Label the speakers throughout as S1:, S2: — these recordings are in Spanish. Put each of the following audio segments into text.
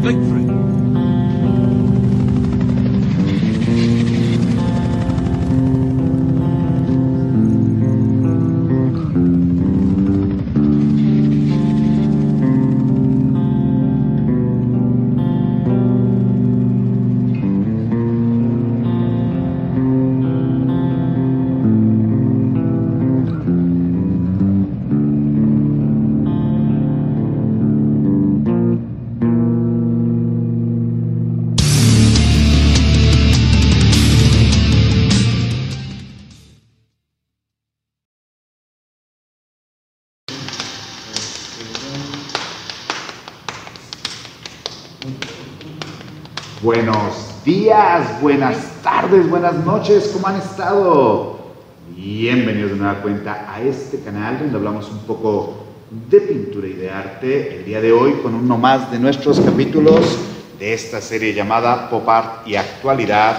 S1: victory.
S2: Buenos días, buenas tardes, buenas noches, ¿cómo han estado? Bienvenidos de nueva cuenta a este canal donde hablamos un poco de pintura y de arte. El día de hoy con uno más de nuestros capítulos de esta serie llamada Pop Art y Actualidad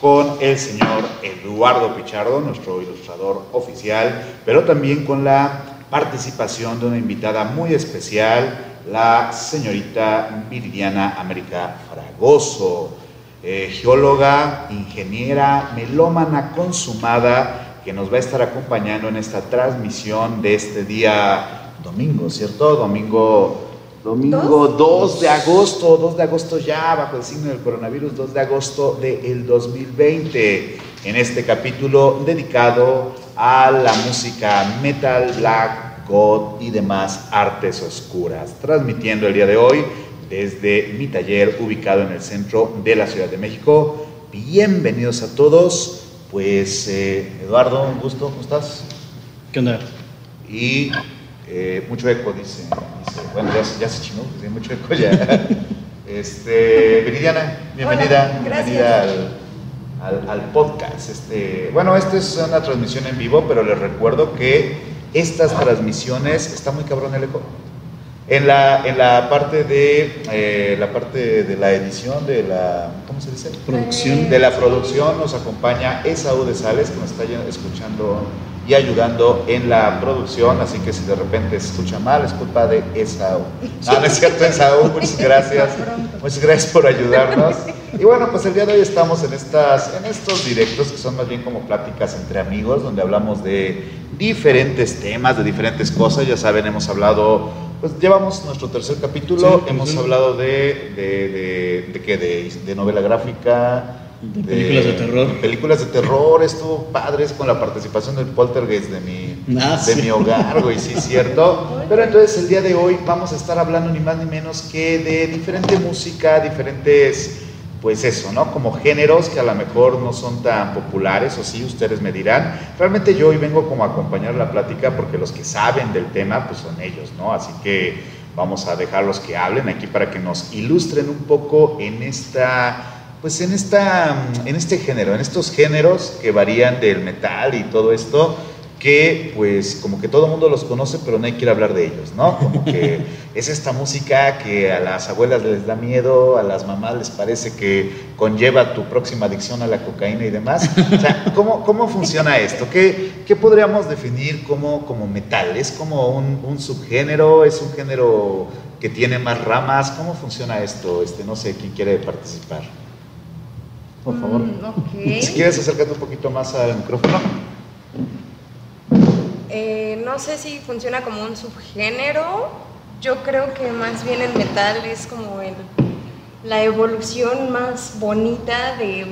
S2: con el señor Eduardo Pichardo, nuestro ilustrador oficial, pero también con la participación de una invitada muy especial, la señorita Viridiana América Fragoso, eh, geóloga, ingeniera, melómana consumada, que nos va a estar acompañando en esta transmisión de este día domingo, ¿cierto? Domingo. Domingo 2 de agosto, 2 de agosto ya, bajo el signo del coronavirus, 2 de agosto del 2020, en este capítulo dedicado a la música metal, black, God y demás artes oscuras, transmitiendo el día de hoy desde mi taller ubicado en el centro de la Ciudad de México. Bienvenidos a todos. Pues eh, Eduardo, un gusto, ¿cómo estás?
S3: ¿Qué onda?
S2: Y eh, mucho eco, dice. dice. bueno, ya, se- ya se chingó, pues, sí, mucho eco ya. este, Viridiana, bienvenida,
S4: Hola,
S2: bienvenida
S4: gracias.
S2: al, al- al podcast. Este, bueno, esta es una transmisión en vivo, pero les recuerdo que estas transmisiones, está muy cabrón el eco. En la, en la parte de eh, la parte de la edición de la ¿cómo se dice?
S4: Eh,
S3: Producción.
S2: De la producción nos acompaña Esaú de Sales, que nos está ya- escuchando y ayudando en la producción. Así que si de repente se escucha mal, es culpa de Esaú. No, no es cierto, Esaú, muchas gracias. Muchas Pues gracias por ayudarnos. Y bueno, pues el día de hoy estamos en, estas, en estos directos que son más bien como pláticas entre amigos, donde hablamos de diferentes temas, de diferentes cosas. Ya saben, hemos hablado, pues llevamos nuestro tercer capítulo,
S3: Sí,
S2: hemos
S3: ujú.
S2: hablado hablado de, de, de, de qué, de, de novela gráfica,
S3: De películas de terror.
S2: de películas de terror, estuvo padres con la participación del poltergeist de mi,
S3: Ah,
S2: de
S3: sí.
S2: mi hogar, güey, sí, cierto. Pero entonces el día de hoy vamos a estar hablando ni más ni menos que de diferente música, diferentes, pues eso, ¿no? Como géneros que a lo mejor no son tan populares, o sí, ustedes me dirán. Realmente yo hoy vengo como a acompañar la plática porque los que saben del tema, pues son ellos, ¿no? Así que vamos a dejarlos que hablen aquí para que nos ilustren un poco en esta... Pues en, esta, en este género, en estos géneros que varían del metal y todo esto, que pues como que todo el mundo los conoce, pero nadie quiere hablar de ellos, ¿no? Como que es esta música que a las abuelas les da miedo, a las mamás les parece que conlleva tu próxima adicción a la cocaína y demás. O sea, ¿cómo, cómo funciona esto? ¿Qué, qué podríamos definir como, como metal? ¿Es como un, un subgénero? ¿Es un género que tiene más ramas? ¿Cómo funciona esto? Este, no sé quién quiere participar. Por favor.
S4: Mm, ok.
S2: Si quieres acércate un poquito más al micrófono.
S4: Eh, no sé si funciona como un subgénero. Yo creo que más bien el metal es como el, la evolución más bonita de,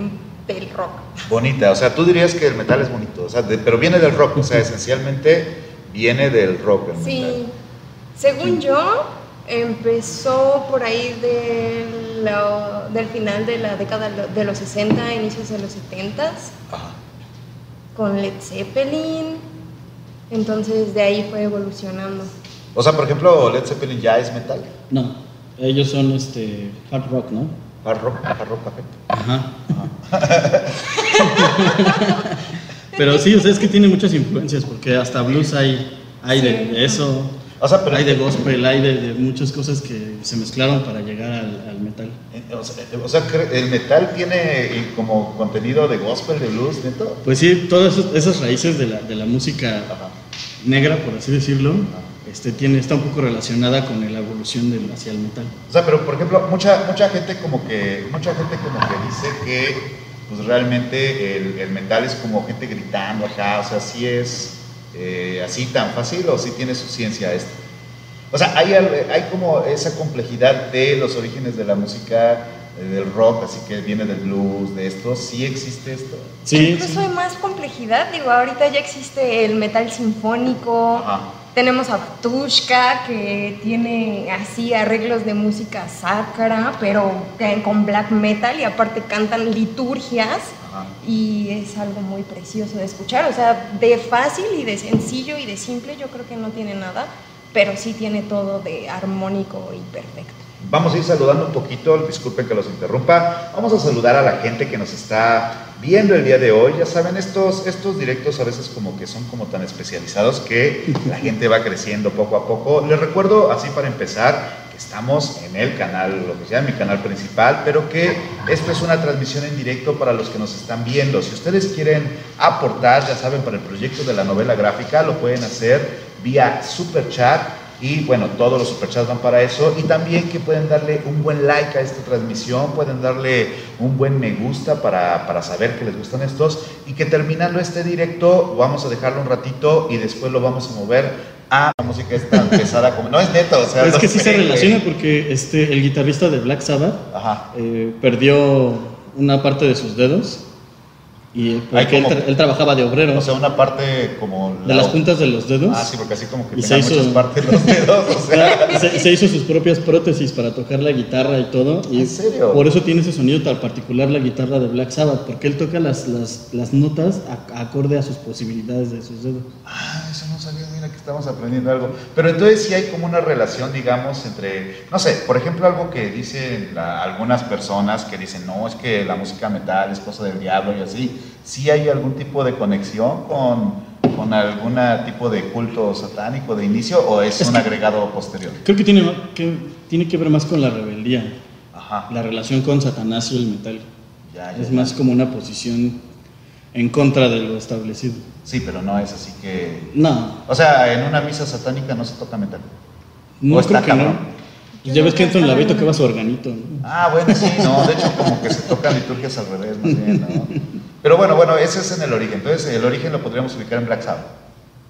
S4: del rock.
S2: Bonita, o sea, tú dirías que el metal es bonito, o sea, de- pero viene del rock, o sea, esencialmente viene del rock. el
S4: Sí.
S2: metal.
S4: Según yo, empezó por ahí de la- del final de la década de los 60, inicios de los 70s.
S2: Ajá.
S4: con Led Zeppelin. Entonces de ahí fue evolucionando.
S2: O sea, por ejemplo, Led Zeppelin ya es metal,
S3: No, ellos son este hard rock, ¿no?
S2: hard rock, hard rock, perfecto.
S3: Ajá. Pero sí, o sea, es que tiene muchas influencias, porque hasta blues hay, hay de, de eso,
S2: O sea, pero
S3: hay de gospel, hay de, de muchas cosas que se mezclaron para llegar al, al metal.
S2: eh, o sea, eh, o sea, cre- el metal tiene eh, como contenido de gospel, de blues, de todo.
S3: Pues sí, todas esas- esas raíces de la, de la música
S2: Ajá.
S3: negra, por así decirlo, este, tiene, está un poco relacionada con la evolución del, hacia el metal.
S2: O sea, pero por ejemplo, mucha, mucha gente como que, mucha gente como que dice que pues realmente el, el metal es como gente gritando acá, o sea, sí es eh, así tan fácil o sí tiene su ciencia esto. O sea, hay, al- hay como esa complejidad de los orígenes de la música, eh, del rock, así que viene del blues, de esto, sí existe esto.
S3: Sí, sí.
S4: Incluso hay más complejidad, digo, ahorita ya existe el metal sinfónico,
S2: Ajá.
S4: tenemos a Tushka que tiene así arreglos de música sacra, pero que- con black metal y aparte cantan liturgias
S2: Ajá.
S4: y es algo muy precioso de escuchar, o sea, de fácil y de sencillo y de simple yo creo que no tiene nada, pero sí tiene todo de armónico y perfecto.
S2: Vamos a ir saludando un poquito, disculpen que los interrumpa. Vamos a saludar a la gente que nos está viendo el día de hoy. Ya saben, estos, estos directos a veces como que son como tan especializados que la gente va creciendo poco a poco. Les recuerdo, así para empezar, que estamos en el canal oficial, mi canal principal, pero que esto es una transmisión en directo para los que nos están viendo. Si ustedes quieren aportar, ya saben, para el proyecto de la novela gráfica, lo pueden hacer vía super chat y bueno, todos los superchats van para eso. Y también que pueden darle un buen like a esta transmisión, pueden darle un buen me gusta para, para saber que les gustan estos. Y que terminando este directo, vamos a dejarlo un ratito y después lo vamos a mover a la música esta pesada como. No es neta, o sea.
S3: Es
S2: no
S3: que sí
S2: sé,
S3: se
S2: güey.
S3: relaciona porque este, el guitarrista de Black Sabbath
S2: Ajá.
S3: eh, perdió una parte de sus dedos y
S2: Ay,
S3: porque él,
S2: ¿cómo?
S3: tra- él trabajaba de obrero,
S2: O sea, una parte como.
S3: de las puntas de los dedos.
S2: Ah, sí, porque así como que
S3: Y
S2: tenía
S3: se hizo-
S2: muchas partes los dedos, o sea.
S3: se, se hizo sus propias prótesis para tocar la guitarra y todo. Y
S2: ¿En serio?
S3: Por eso tiene ese sonido tan particular la guitarra de Black Sabbath, porque él toca las, las, las notas a- acorde a sus posibilidades de sus dedos.
S2: Ah, eso no sabía, mira que estamos aprendiendo algo. Pero entonces sí hay como una relación, digamos, entre, no sé, por ejemplo, algo que dicen la- algunas personas que dicen, no, es que la música metal es cosa del diablo y así. ¿Sí hay algún tipo de conexión con, con algún tipo de culto satánico de inicio o es, un agregado posterior?
S3: Creo que tiene, ma- que tiene que ver más con la rebeldía,
S2: Ajá.
S3: la relación con Satanás y el metal.
S2: Ya, ya,
S3: Es
S2: ya.
S3: más como una posición en contra de lo establecido.
S2: Sí, pero no es así que...
S3: No,
S2: O sea, en una misa satánica no se toca metal.
S3: no
S2: ¿O está
S3: creo que no.
S2: cabrón?
S3: Pues ya ves que Anton Lavey tocaba su organito, ¿no?
S2: Ah, bueno, sí, no, de hecho como que se tocan liturgias al revés, más bien, ¿no? Pero bueno, bueno, ese es en el origen. Entonces, el origen lo podríamos ubicar en Black Sabbath.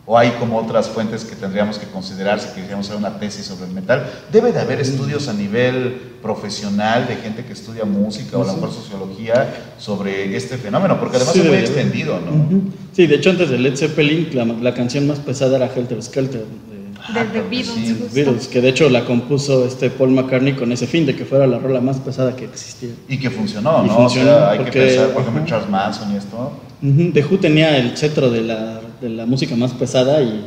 S2: O hay como otras fuentes que tendríamos que considerar si quisiéramos hacer una tesis sobre el metal. Debe de haber estudios a nivel profesional de gente que estudia música o a lo mejor sociología sobre este fenómeno, porque además
S3: Sí,
S2: es muy
S3: debe de haber.
S2: extendido, ¿no?
S3: Ujú. Sí, de hecho antes de Led Zeppelin la, la canción más pesada era Helter Skelter de
S2: Ah,
S4: Desde
S2: claro que
S4: Beatles,
S2: sí.
S4: justo.
S3: Beatles, que de hecho la compuso este Paul McCartney con ese fin de que fuera la rola más pesada que existiera.
S2: Y que funcionó,
S3: Y
S2: ¿no?
S3: funcionó,
S2: o sea, hay
S3: porque-
S2: que pensar, por ejemplo, en
S3: ajá.
S2: Charles Manson y esto.
S3: Ujú, The Who tenía el cetro de la, de la música más pesada y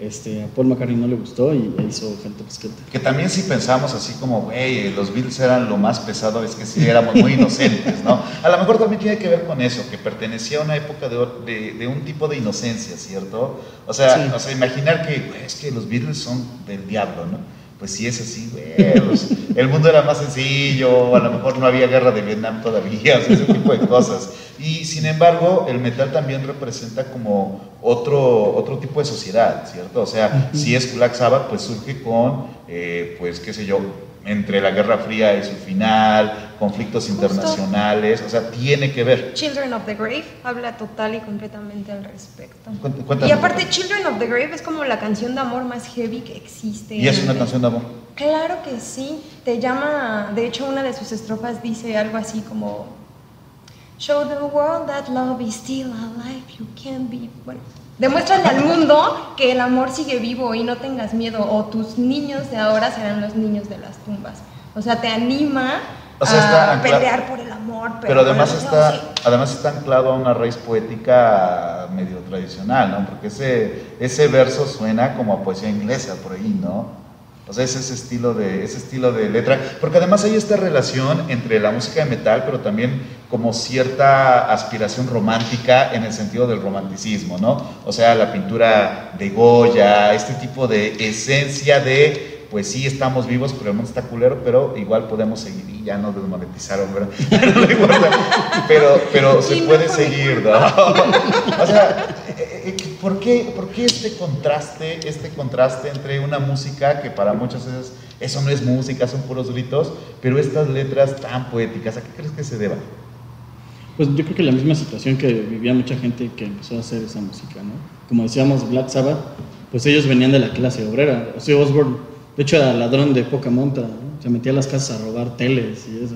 S3: este, a Paul McCartney no le gustó y hizo Helter Skelter.
S2: Que también si pensamos así como, güey, los Beatles eran lo más pesado, es que sí, éramos muy inocentes, ¿no? A lo mejor también tiene que ver con eso, que pertenecía a una época de, o- de- de un tipo de inocencia, ¿cierto? O sea,
S3: Sí.
S2: o sea imaginar que, güey, es que los Beatles son del diablo, ¿no? Pues sí es así, güey, pues, el mundo era más sencillo, a lo mejor no había guerra de Vietnam todavía, o sea, ese tipo de cosas. Y sin embargo, el metal también representa como otro, otro tipo de sociedad, ¿cierto? O sea, si es Black Sabbath, pues surge con, eh, pues qué sé yo, entre la Guerra Fría y su final, conflictos
S4: Justo.
S2: internacionales, o sea, tiene que ver.
S4: Children of the Grave habla total y completamente al respecto.
S2: Cuént- cuéntame.
S4: Y aparte, Children of the Grave es como la canción de amor más heavy que existe.
S2: Y es una canción de amor.
S4: Claro que sí. Te llama, de hecho, una de sus estrofas dice algo así como: Show the world that love is still alive, you can be. Bueno, demuéstrale al mundo que el amor sigue vivo y no tengas miedo, o tus niños de ahora serán los niños de las tumbas. O sea, te anima
S2: O sea, está
S4: a
S2: ancla-
S4: pelear por el amor, pero,
S2: Pero además
S4: por el-
S2: está,
S4: sí.
S2: además está anclado a una raíz poética medio tradicional, ¿no? Porque ese, ese verso suena como a poesía inglesa por ahí, ¿no? O sea, es ese estilo, de, ese estilo de letra. Porque además hay esta relación entre la música de metal, pero también como cierta aspiración romántica en el sentido del romanticismo, ¿no? O sea, la pintura de Goya, este tipo de esencia de pues sí estamos vivos, pero el mundo está culero, pero igual podemos seguir y ya nos desmonetizaron, ¿verdad? No importa. pero, pero se
S4: Y no
S2: puede
S4: fue mi
S2: seguir, ¿no? o sea, eh, eh, ¿por qué, por qué este contraste, este contraste entre una música que para muchas veces eso no es música, son puros gritos, pero estas letras tan poéticas, ¿a qué crees que se deba?
S3: Pues yo creo que la misma situación que vivía mucha gente que empezó a hacer esa música, ¿no? Como decíamos, Black Sabbath, pues ellos venían de la clase obrera. O sea, Osborne, de hecho, era ladrón de poca monta, ¿no? se metía a las casas a robar teles y eso.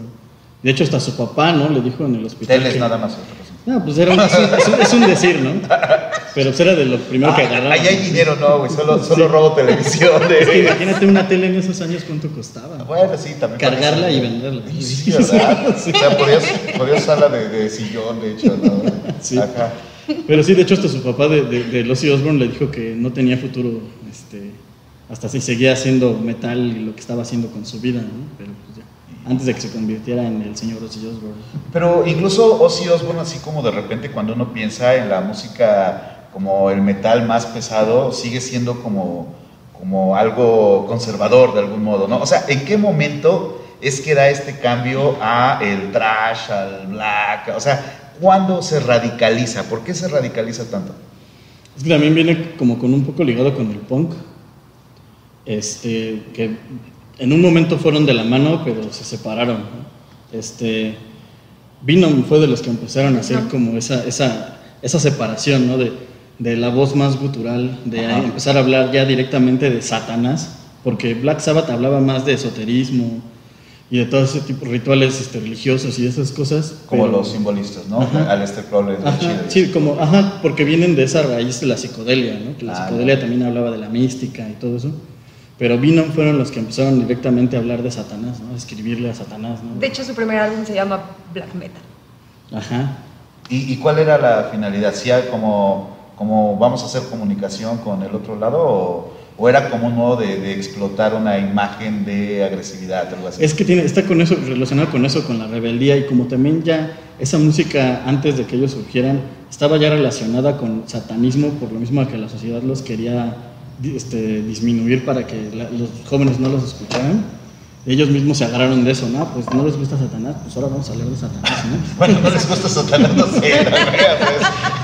S3: De hecho, hasta su papá, ¿no? Le dijo en el hospital.
S2: Teles
S3: que-
S2: nada más. otra cosa.
S3: No, pues era un, es, un, es un- es un decir, ¿no? Pero pues era de lo primero que
S2: Ah,
S3: agarraron.
S2: ahí hay dinero, no, güey, solo, solo robo televisión.
S3: Es que
S2: de-
S3: imagínate una tele en esos años, ¿cuánto costaba?
S2: Bueno, sí, también.
S3: Cargarla
S2: parece-
S3: y venderla.
S2: Sí, sí, ¿verdad? O sea, podías, podías usarla de, de sillón, de hecho, ¿no?
S3: Sí.
S2: Ajá.
S3: Pero sí, de hecho, hasta su papá de, de, de Ozzy Osbourne le dijo que no tenía futuro, este, hasta si seguía haciendo metal y lo que estaba haciendo con su vida, ¿no? Pero pues ya, antes de que se convirtiera en el señor Ozzy Osbourne.
S2: Pero incluso Ozzy Osbourne, así como de repente cuando uno piensa en la música como el metal más pesado, sigue siendo como, como algo conservador de algún modo, ¿no? O sea, ¿en qué momento es que da este cambio a el thrash, al black? O sea, ¿cuándo se radicaliza? ¿Por qué se radicaliza tanto?
S3: Es que también viene como con un poco ligado con el punk, este, que en un momento fueron de la mano, pero se separaron. ¿no? Este, Venom fue de los que empezaron a hacer
S4: Ajá.
S3: como esa, esa, esa separación, ¿no? De, de la voz más gutural, de
S2: Ajá.
S3: empezar a hablar ya directamente de Satanás, porque Black Sabbath hablaba más de esoterismo y de todo ese tipo de rituales este, religiosos y esas cosas.
S2: Como
S3: pero-
S2: los simbolistas, ¿no?
S3: Ajá.
S2: Al este problema.
S3: Ajá, sí, como, ajá, porque vienen de esa raíz de la psicodelia, ¿no? Que la
S2: Ah,
S3: psicodelia
S2: ya.
S3: también hablaba de la mística y todo eso. Pero Venom fueron los que empezaron directamente a hablar de Satanás, ¿no? A escribirle a Satanás, ¿no?
S4: De hecho, su primer álbum se llama Black Metal.
S3: Ajá.
S2: ¿Y, y cuál era la finalidad? ¿Si era como, como vamos a hacer comunicación con el otro lado o, o era como un modo de, de explotar una imagen de agresividad algo así?
S3: Es que tiene, está con eso, relacionado con eso, con la rebeldía y como también ya esa música antes de que ellos surgieran estaba ya relacionada con satanismo por lo mismo que la sociedad los quería di- este, disminuir para que la- los jóvenes no los escucharan. Ellos mismos se agarraron de eso, ¿no? Pues no les gusta Satanás, pues ahora vamos a hablar de Satanás, ¿no?
S2: Bueno, no les gusta Satanás, no sé, la verdad,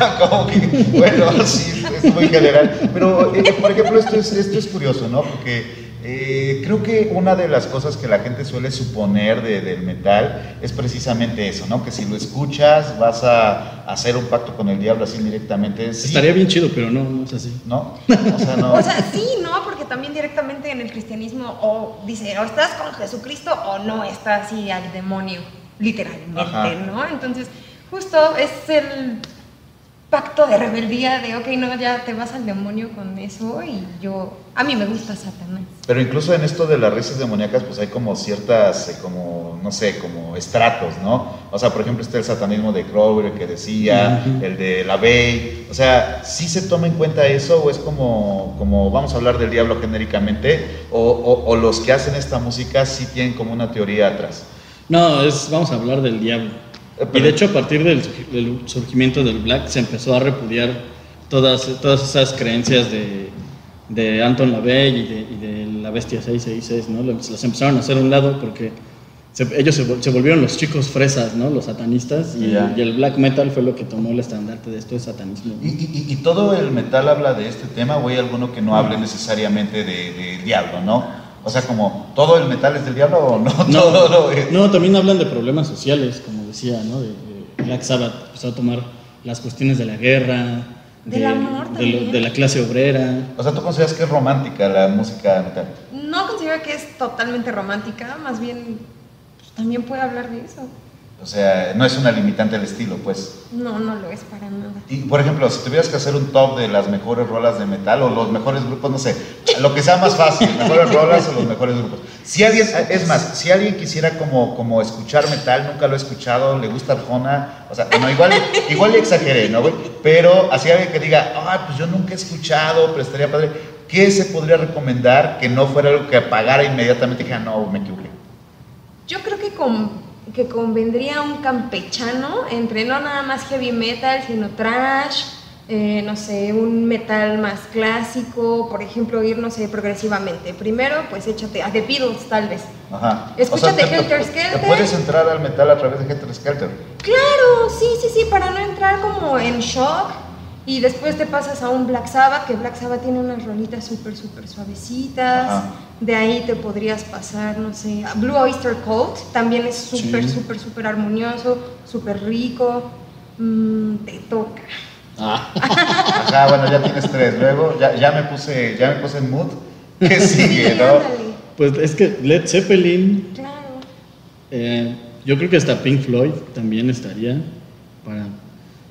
S2: pues, como que, bueno, sí, es muy general. Pero, eh, por ejemplo, esto es, esto es curioso, ¿no? Porque eh, creo que una de las cosas que la gente suele suponer de- del metal es precisamente eso, ¿no? Que si lo escuchas vas a hacer un pacto con el diablo así directamente. Sí,
S3: Estaría bien chido, pero no, no es así.
S2: ¿No? O sea, no.
S4: O sea, sí, ¿no? Porque también directamente en el cristianismo o dice, o estás con Jesucristo o no estás y al demonio, literalmente,
S2: Ajá.
S4: ¿no? Entonces, justo es el pacto de rebeldía de, ok, no, ya te vas al demonio con eso y yo, a mí me gusta Satanás.
S2: Pero incluso en esto de las risas demoníacas, pues hay como ciertas, eh, como, no sé, como estratos, ¿no? O sea, por ejemplo, está el satanismo de Crowder que decía,
S3: Ujú.
S2: el de la Bey. O sea, ¿sí se toma en cuenta eso o es como, como vamos a hablar del diablo genéricamente? O, o- o los que hacen esta música sí tienen como una teoría atrás.
S3: No, es, vamos a hablar del diablo.
S2: Eh,
S3: Y
S2: pero-
S3: de hecho, a partir del, surgi- del surgimiento del Black, se empezó a repudiar todas, todas esas creencias de, de Anton LaVey y de, y de la bestia 666, ¿no? Los- Las empezaron a hacer a un lado porque se- ellos se, vol- se volvieron los chicos fresas, ¿no? Los satanistas. Y,
S2: Ya.
S3: y el black metal fue lo que tomó el estandarte de esto, es satanismo.
S2: ¿Y, y- y- y todo el metal habla de este tema o hay alguno que no hable necesariamente de- del diablo, no? O sea, como, ¿todo el metal es del diablo o no? Todo lo es.
S3: No, también hablan de problemas sociales, como decía, ¿no? De, de Black Sabbath empezó a tomar las cuestiones de la guerra,
S4: Del amor
S3: de, lo-
S4: también.
S3: de la clase obrera.
S2: O sea, ¿tú consideras que es romántica la música metal?
S4: No considero que es totalmente romántica, más bien pues, también puede hablar de eso.
S2: O sea, no es una limitante al estilo, pues.
S4: No, no lo es para nada.
S2: Y, por ejemplo, si tuvieras que hacer un top de las mejores rolas de metal o los mejores grupos, no sé, lo que sea más fácil, mejores rolas o los mejores grupos. Si alguien, es más, si alguien quisiera como, como escuchar metal, nunca lo he escuchado, le gusta Arjona, o sea, bueno, igual, igual le exageré, ¿no, güey? Pero así alguien que diga, ah, pues yo nunca he escuchado, pero estaría padre, ¿qué se podría recomendar que no fuera algo que apagara inmediatamente y dijera, no, me equivoqué?
S4: Yo creo que, con- que convendría un campechano entre no nada más heavy metal, sino trash, eh, no sé, un metal más clásico, por ejemplo, ir, no sé, progresivamente. Primero, pues échate a The Beatles, tal vez.
S2: Ajá.
S4: Escúchate
S2: O sea, te-
S4: Helter
S2: te-
S4: Skelter.
S2: Te puedes entrar al metal a través de Helter Skelter.
S4: Claro, sí, sí, sí, para no entrar como en shock Y después te pasas a un Black Sabbath, que Black Sabbath tiene unas rolitas súper, súper suavecitas.
S2: Ajá.
S4: De ahí te podrías pasar, no sé, a Blue Oyster Cult, también es súper,
S3: Sí.
S4: súper, súper armonioso, súper rico. Mm, te toca.
S2: Ah. Ajá, bueno, ya tienes tres. Luego ya, ya me puse, ya me puse en mood. ¿Qué sigue,
S4: Sí,
S2: no?
S4: ándale,
S3: Pues es que Led Zeppelin,
S4: claro.
S3: eh, yo creo que hasta Pink Floyd también estaría para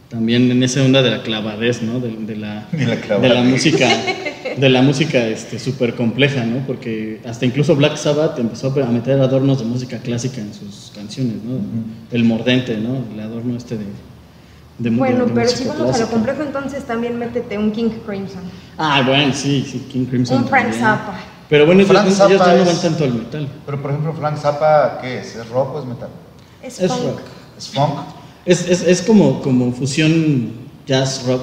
S3: también en esa onda de la clavadez, ¿no? De, de la
S2: Ni la clavo.
S3: de la música de la música este súper compleja no porque hasta incluso Black Sabbath empezó a meter adornos de música clásica en sus canciones no el mordente no el adorno este de, de mu-
S4: Bueno,
S3: de
S4: pero
S3: música
S4: si vamos a lo
S3: clásica.
S4: complejo, entonces también métete un King Crimson.
S3: ah bueno sí sí King Crimson
S4: Un Frank
S3: también.
S4: Zappa.
S3: pero bueno ellos,
S2: Frank
S3: ellos ya
S2: Zappa
S3: no van
S2: es-
S3: tanto al metal
S2: Pero por ejemplo, Frank Zappa, ¿qué es? ¿Es rock o es metal?
S4: Es,
S3: es
S4: punk.
S3: rock
S2: ¿Es funk?
S3: es, es, es como como fusión jazz rock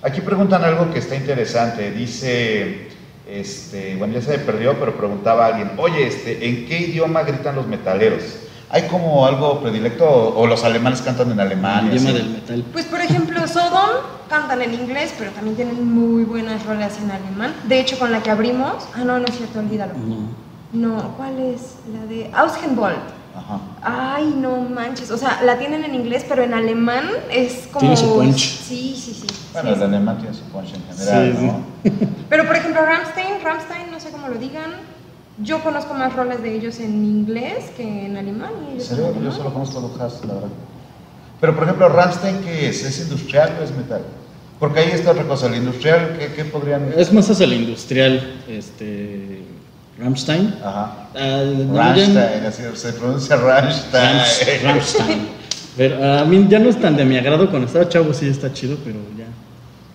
S2: Aquí preguntan algo que está interesante. Dice, este, bueno, ya se me perdió, pero preguntaba alguien, oye, este, ¿en qué idioma gritan los metaleros? ¿Hay como algo predilecto o, o los alemanes cantan en alemán?
S3: el
S2: y
S3: idioma
S2: así?
S3: del metal
S4: Pues por ejemplo, Sodom cantan en inglés, pero también tienen muy buenas rolas en alemán. De hecho, con la que abrimos. Ah, no, no es cierto, olvídalo.
S3: no
S4: No, ¿cuál es? La de Auschenbold.
S2: Ajá.
S4: Ay, no manches. O sea, la tienen en inglés, pero en alemán es como.
S3: Tiene su punch.
S4: Sí, sí, sí.
S2: Bueno,
S4: Sí,
S2: el
S4: sí.
S2: alemán tiene su punch en general,
S3: Sí, sí.
S2: ¿no?
S4: Pero por ejemplo, Ramstein, Ramstein, no sé cómo lo digan. Yo conozco más rolas de ellos en inglés que en alemán. y
S2: ¿En
S4: ellos en
S2: serio? Yo
S4: alemán.
S2: solo conozco dos Haas, la verdad. Pero, por ejemplo, Rammstein, ¿qué es? ¿Es industrial o es metal? Porque ahí está otra cosa. El industrial, ¿qué, qué podrían...?
S3: es más hacia el industrial este Rammstein
S2: Ajá.
S3: Al- no, ya-
S2: Rammstein, así se pronuncia Rammstein.
S3: Ramst- Uh, Rammstein. Pero a mí ya no es tan de mi agrado. Cuando estaba chavo sí está chido, pero ya.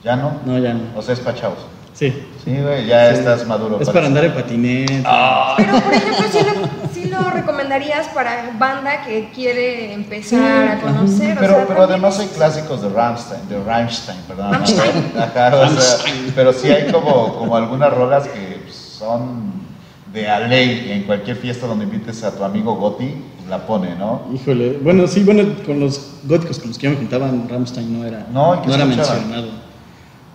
S2: ¿Ya no?
S3: No, ya no.
S2: O sea, es pa' chavos.
S3: Sí.
S2: Sí, güey, ya
S3: Sí.
S2: estás maduro.
S3: Es
S2: parece.
S3: para andar en patinete.
S2: Ah.
S4: Pero por ejemplo, sí lo, sí lo recomendarías para banda que quiere empezar a conocer. o
S2: Pero,
S4: sea,
S2: pero además hay
S4: también-
S2: clásicos de Rammstein, de Rammstein, perdón.
S4: Rammstein.
S2: Ajá, o sea, pero sí hay como, como algunas rolas que pues, son de a ley. En cualquier fiesta donde invites a tu amigo Gotti, la pone, ¿no?
S3: Híjole. Bueno, sí, bueno, con los góticos con los que yo me juntaban, Rammstein no era,
S2: No, ¿y qué
S3: era
S2: escuchaban?
S3: mencionado.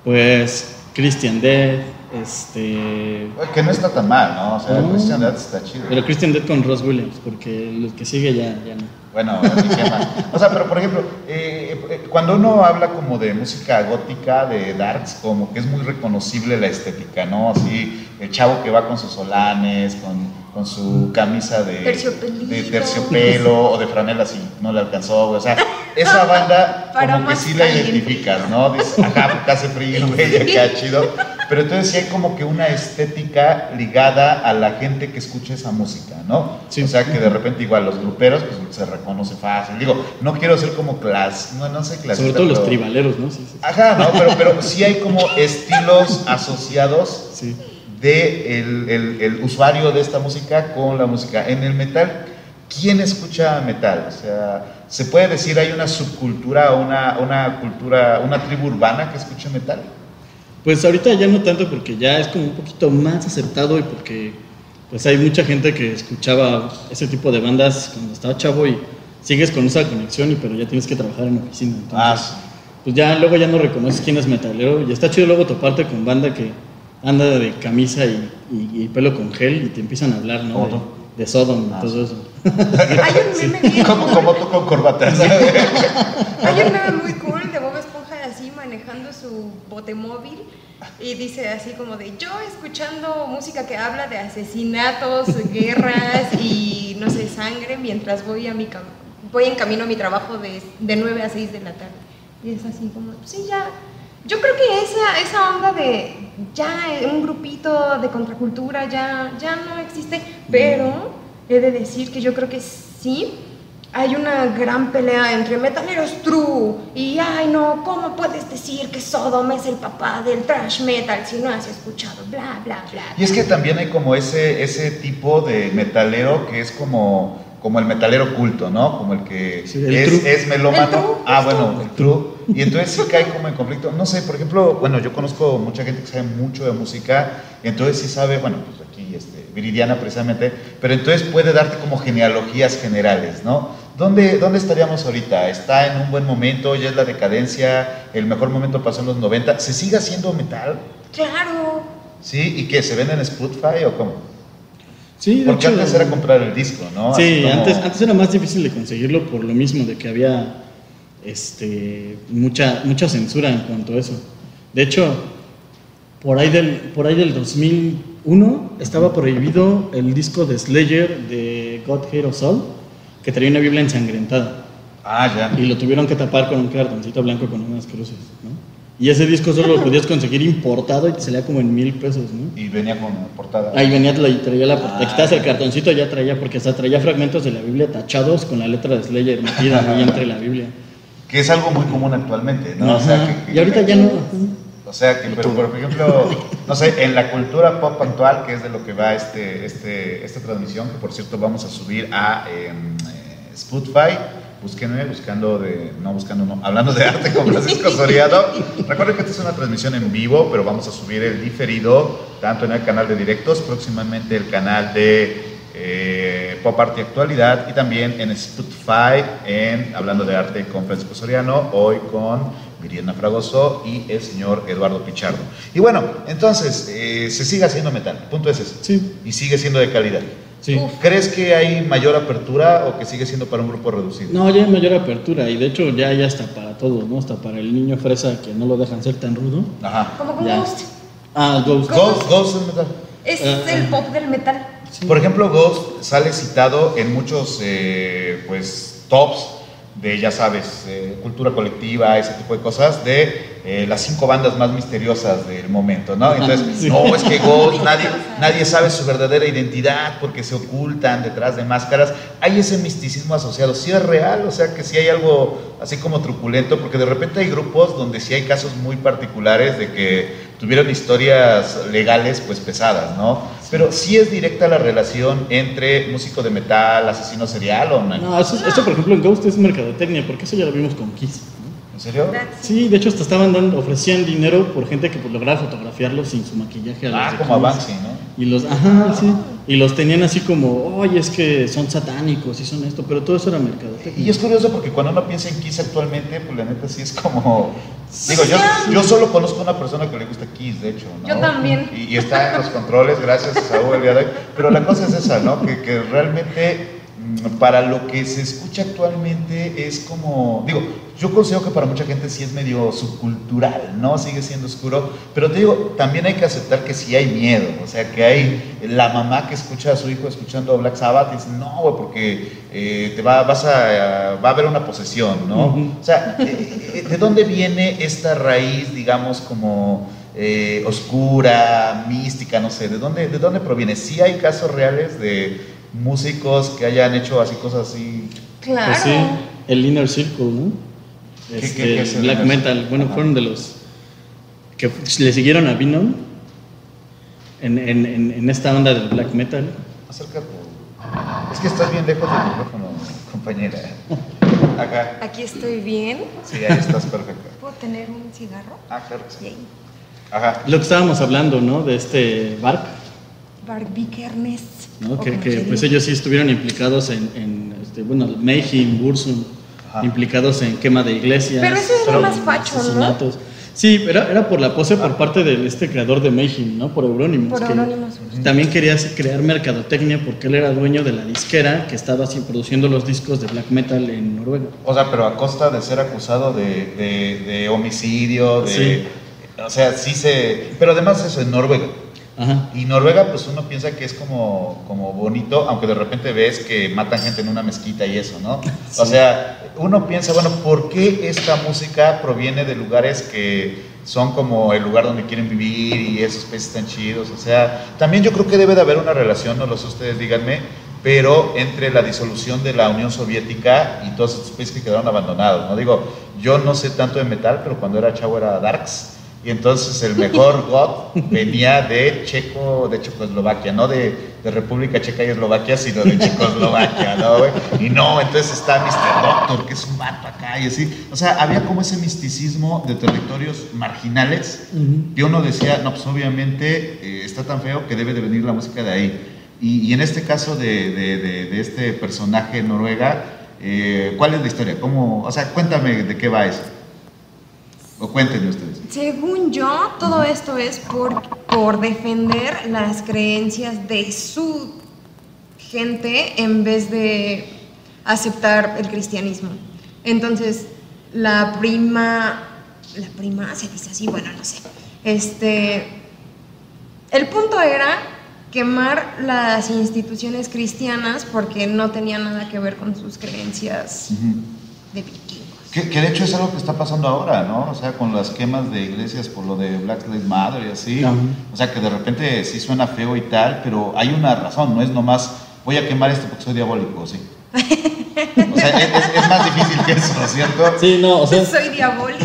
S3: Pues Christian Death, este.
S2: Oye, Que no está tan mal, ¿no? O sea,
S3: No.
S2: Christian Death está chido.
S3: Pero Christian Death con Ross Williams, porque el que sigue ya, ya no.
S2: Bueno, ¿y qué más? O sea, pero por ejemplo, eh, eh, cuando uno habla como de música gótica, de darks, como que es muy reconocible la estética, ¿no? Así, el chavo que va con sus solanes, con, con su camisa de,
S4: Terciopelito.
S2: de terciopelo o de franela si no le alcanzó, güey. O sea, esa banda
S4: Para
S2: como que
S4: más
S2: sí la
S4: caliente.
S2: identificas, ¿no? Dices, ajá, porque hace frío, güey, acá chido. Pero entonces sí hay como que una estética ligada a la gente que escucha esa música, ¿no?
S3: Sí.
S2: O sea, que de repente igual los gruperos pues, se reconoce fácil. Digo, no quiero ser como clas, no, no sé clasista.
S3: Sobre todo los
S2: pero-
S3: tribaleros, ¿no? Sí, sí.
S2: Ajá, no, pero, pero sí hay como estilos asociados
S3: sí.
S2: de el, el- el usuario de esta música con la música. En el metal, ¿quién escucha metal? O sea, ¿se puede decir hay una subcultura, una, una cultura, una tribu urbana que escucha metal?
S3: Pues ahorita ya no tanto porque ya es como un poquito más aceptado y porque pues hay mucha gente que escuchaba ese tipo de bandas cuando estaba chavo y sigues con esa conexión y pero ya tienes que trabajar en oficina. Entonces,
S2: Ah, sí.
S3: pues ya luego ya no reconoces quién es metalero y está chido luego toparte con banda que anda de camisa y, y- y pelo con gel y te empiezan a hablar, ¿no?
S2: Como tú.
S3: De, de Sodom
S2: Ah,
S3: y todo eso.
S4: Hay un meme bien
S2: Como,
S4: cool.
S2: como tú con corbata.
S4: Hay un meme muy cool de Bob Esponja así manejando su bote móvil y dice así como de yo escuchando música que habla de asesinatos, guerras y no sé, sangre mientras voy a mi cam- voy en camino a mi trabajo de, de 9 a 6 de la tarde. Y es así como, sí, ya. Yo creo que esa, esa onda de ya eh, un grupito de contracultura ya, ya no existe, pero he de decir que yo creo que sí hay una gran pelea entre metaleros true y ay no, ¿cómo puedes decir que Sodom es el papá del thrash metal si no has escuchado bla bla bla?
S2: Y es que también hay como ese, ese tipo de metalero que es como, como el metalero culto, ¿no? Como el que
S3: Sí, el
S2: es,
S3: true.
S2: es melómano.
S4: El true,
S2: ah,
S4: justo.
S2: bueno, el true. Y entonces sí cae como en conflicto. No sé, por ejemplo, bueno, yo conozco mucha gente que sabe mucho de música, y entonces sí sabe, bueno, pues aquí, este, Viridiana precisamente, pero entonces puede darte como genealogías generales, ¿no? ¿Dónde, ¿Dónde estaríamos ahorita? ¿Está en un buen momento? ¿Ya es la decadencia? ¿El mejor momento pasó en los 90? ¿Se sigue haciendo metal?
S4: Claro.
S2: ¿Sí? ¿Y qué? ¿Se vende en Spotify o cómo?
S3: Sí, de
S2: Porque
S3: hecho, eh,
S2: antes era comprar el disco, ¿no?
S3: Sí,
S2: Así como-
S3: antes, antes era más difícil de conseguirlo por lo mismo de que había este, mucha, mucha censura en cuanto a eso. De hecho, por ahí del, por ahí del 2001 estaba prohibido el disco de Slayer de God Hero Soul, que traía una Biblia ensangrentada.
S2: Ah, ya.
S3: Y lo tuvieron que tapar con un cartoncito blanco con unas cruces, ¿no? Y ese disco solo lo podías conseguir importado y te salía como en mil pesos, ¿no?
S2: Y venía con portada.
S3: Ahí venía la, y traía la
S2: Ah.
S3: te quitabas el cartoncito ya traía porque hasta traía fragmentos de la Biblia tachados con la letra de Slayer metida ahí entre la Biblia.
S2: Que es algo muy común actualmente, ¿no? O
S3: Ajá.
S2: sea, que, que-
S3: y ahorita ya no.
S2: O sea, que, pero por ejemplo, no sé, en la cultura pop actual, que es de lo que va este, este, esta transmisión, que por cierto vamos a subir a em, eh, Spotify. Búsquenme buscando de, no buscando, no, hablando de arte con Francisco Soriano. Recuerden que esta es una transmisión en vivo, pero vamos a subir el diferido tanto en el canal de directos, próximamente el canal de eh, Pop Arte y Actualidad y también en Spotify en Hablando de Arte con Francisco Soriano, hoy con Miriam Fragoso y el señor Eduardo Pichardo. Y bueno, entonces, eh, se sigue haciendo metal, punto es ese.
S3: Sí,
S2: Y sigue siendo de calidad.
S3: sí.
S4: Uf.
S2: ¿Crees que hay mayor apertura o que sigue siendo para un grupo reducido?
S3: No, ya hay mayor apertura y de hecho ya ya está para todos, ¿no? Hasta para el niño fresa que no lo dejan ser tan rudo.
S2: Ajá.
S4: Como
S3: Ya.
S4: Ghost.
S3: Ah, Ghost.
S4: ¿Cómo?
S2: Ghost, Ghost es metal.
S4: Es
S3: Ah,
S4: el
S3: ah.
S4: pop del metal.
S2: Por ejemplo, Ghost sale citado en muchos eh, pues tops de, ya sabes, eh, cultura colectiva, ese tipo de cosas, de eh, las cinco bandas más misteriosas del momento, ¿no? Entonces,
S3: Sí.
S2: no, es que Ghost, nadie, nadie sabe su verdadera identidad porque se ocultan detrás de máscaras. Hay ese misticismo asociado, sí es real, o sea que sí hay algo así como truculento, porque de repente hay grupos donde sí hay casos muy particulares de que tuvieron historias legales pues pesadas, ¿no? Pero sí es directa la relación entre músico de metal, asesino serial o no.
S3: No, eso, eso, por ejemplo en Ghost es mercadotecnia, porque eso ya lo vimos con Kiss.
S2: ¿En serio?
S4: That's-
S3: Sí, de hecho hasta estaban dando, ofrecían dinero por gente que pues, lograba fotografiarlo sin su maquillaje. a los
S2: Ah,
S3: de
S2: como a
S3: Kiss.
S2: Banksy, ¿no?
S3: Y los, ajá, sí. Y los tenían así como, oye, es que son satánicos y son esto, pero todo eso era mercadotecnia.
S2: Y es curioso porque cuando uno piensa en Kiss actualmente, pues la neta sí es como... Digo, yo,
S4: Sí.
S2: yo solo conozco a una persona que le gusta Kiss, de hecho. ¿no?
S4: Yo también.
S2: Y, y está en los controles, gracias a Saúl el día de hoy. Pero la cosa es esa, ¿no? Que, que realmente mm, para lo que se escucha actualmente es como... Digo, yo considero que para mucha gente sí es medio subcultural, ¿no? Sigue siendo oscuro. Pero te digo, también hay que aceptar que sí hay miedo. O sea, que hay la mamá que escucha a su hijo escuchando Black Sabbath y dice, no, güey, porque eh, te va, vas a, va a haber una posesión, ¿no?
S3: Ujú.
S2: O sea, eh, eh, ¿de dónde viene esta raíz, digamos, como eh, oscura, mística, no sé? ¿De dónde, ¿De dónde proviene? Sí hay casos reales de músicos que hayan hecho así cosas así.
S4: Claro.
S3: Pues sí, el Inner Circle, ¿no?
S2: ¿Qué-
S3: Este,
S2: qué- qué es el
S3: black
S2: Inner
S3: Metal,
S2: Circle?
S3: bueno,
S2: Ajá.
S3: fueron de los que f- le siguieron a Venom en, en, en, en esta onda del Black Metal.
S2: Acércate. Es que estás bien lejos del micrófono, compañera. Acá.
S4: Aquí estoy bien.
S2: Sí, ahí estás perfecta.
S4: ¿Puedo tener un cigarro?
S2: Ah, claro que sí.
S4: Yay.
S2: Ajá.
S3: Lo que estábamos hablando, ¿no? De este Bark,
S4: Barbie Ernest.
S3: ¿no?
S4: o
S3: Que,
S4: como
S3: que,
S4: se
S3: pues
S4: diga.
S3: ellos sí estuvieron implicados en, en este, bueno, Mayhem, Bursum,
S2: Ajá.
S3: implicados en quema de iglesias.
S4: Pero eso es
S2: Pero
S4: lo más facho, ¿no?
S3: asesinatos. Sí, pero era por la pose por parte de este creador de Mayhem, ¿no? Por Euronymous.
S4: Por
S3: que
S4: anónimos.
S3: También quería hacer- crear mercadotecnia porque él era dueño de la disquera que estaba así produciendo los discos de black metal en Noruega.
S2: O sea, pero a costa de ser acusado de, de- de homicidio, de...
S3: Sí.
S2: O sea, sí se... Pero además eso, en Noruega.
S3: Ajá.
S2: Y Noruega, pues uno piensa que es como, como bonito, aunque de repente ves que matan gente en una mezquita y eso, ¿no? O sea, uno piensa, bueno, ¿por qué esta música proviene de lugares que son como el lugar donde quieren vivir y esos países tan chidos? O sea, también yo creo que debe de haber una relación, no lo sé ustedes, díganme, pero entre la disolución de la Unión Soviética y todos estos países que quedaron abandonados, ¿no? Digo, yo no sé tanto de metal, pero cuando era chavo era Darks. Y entonces el mejor God venía de Checo, de Checoslovaquia, no de, de República Checa y Eslovaquia, sino de Checoslovaquia, ¿no, güey? Y no, entonces está Mr. Doctor, que es un vato acá y así. O sea, había como ese misticismo de territorios marginales que uno decía, no, pues obviamente eh, está tan feo que debe de venir la música de ahí. Y, y en este caso de, de- de- de este personaje en Noruega, Eh, ¿Cuál es la historia? ¿Cómo, o sea, cuéntame de qué va eso. O cuéntenme ustedes.
S4: Según yo, todo esto es por, por defender las creencias de su gente en vez de aceptar el cristianismo. Entonces, la prima, la prima se dice así, bueno, no sé. Este, el punto era quemar las instituciones cristianas porque no tenía nada que ver con sus creencias
S2: Ujú.
S4: de vikingos.
S2: Que, que de hecho es algo que está pasando ahora, ¿no? O sea, con las quemas de iglesias por lo de Black Lives Matter y así.
S3: Ajá.
S2: O sea, que de repente sí suena feo y tal, pero hay una razón, no es nomás voy a quemar esto porque soy diabólico, sí. O sea, es, es- es más difícil que eso, ¿cierto?
S3: Sí, no, o sea,
S4: Soy diabólico.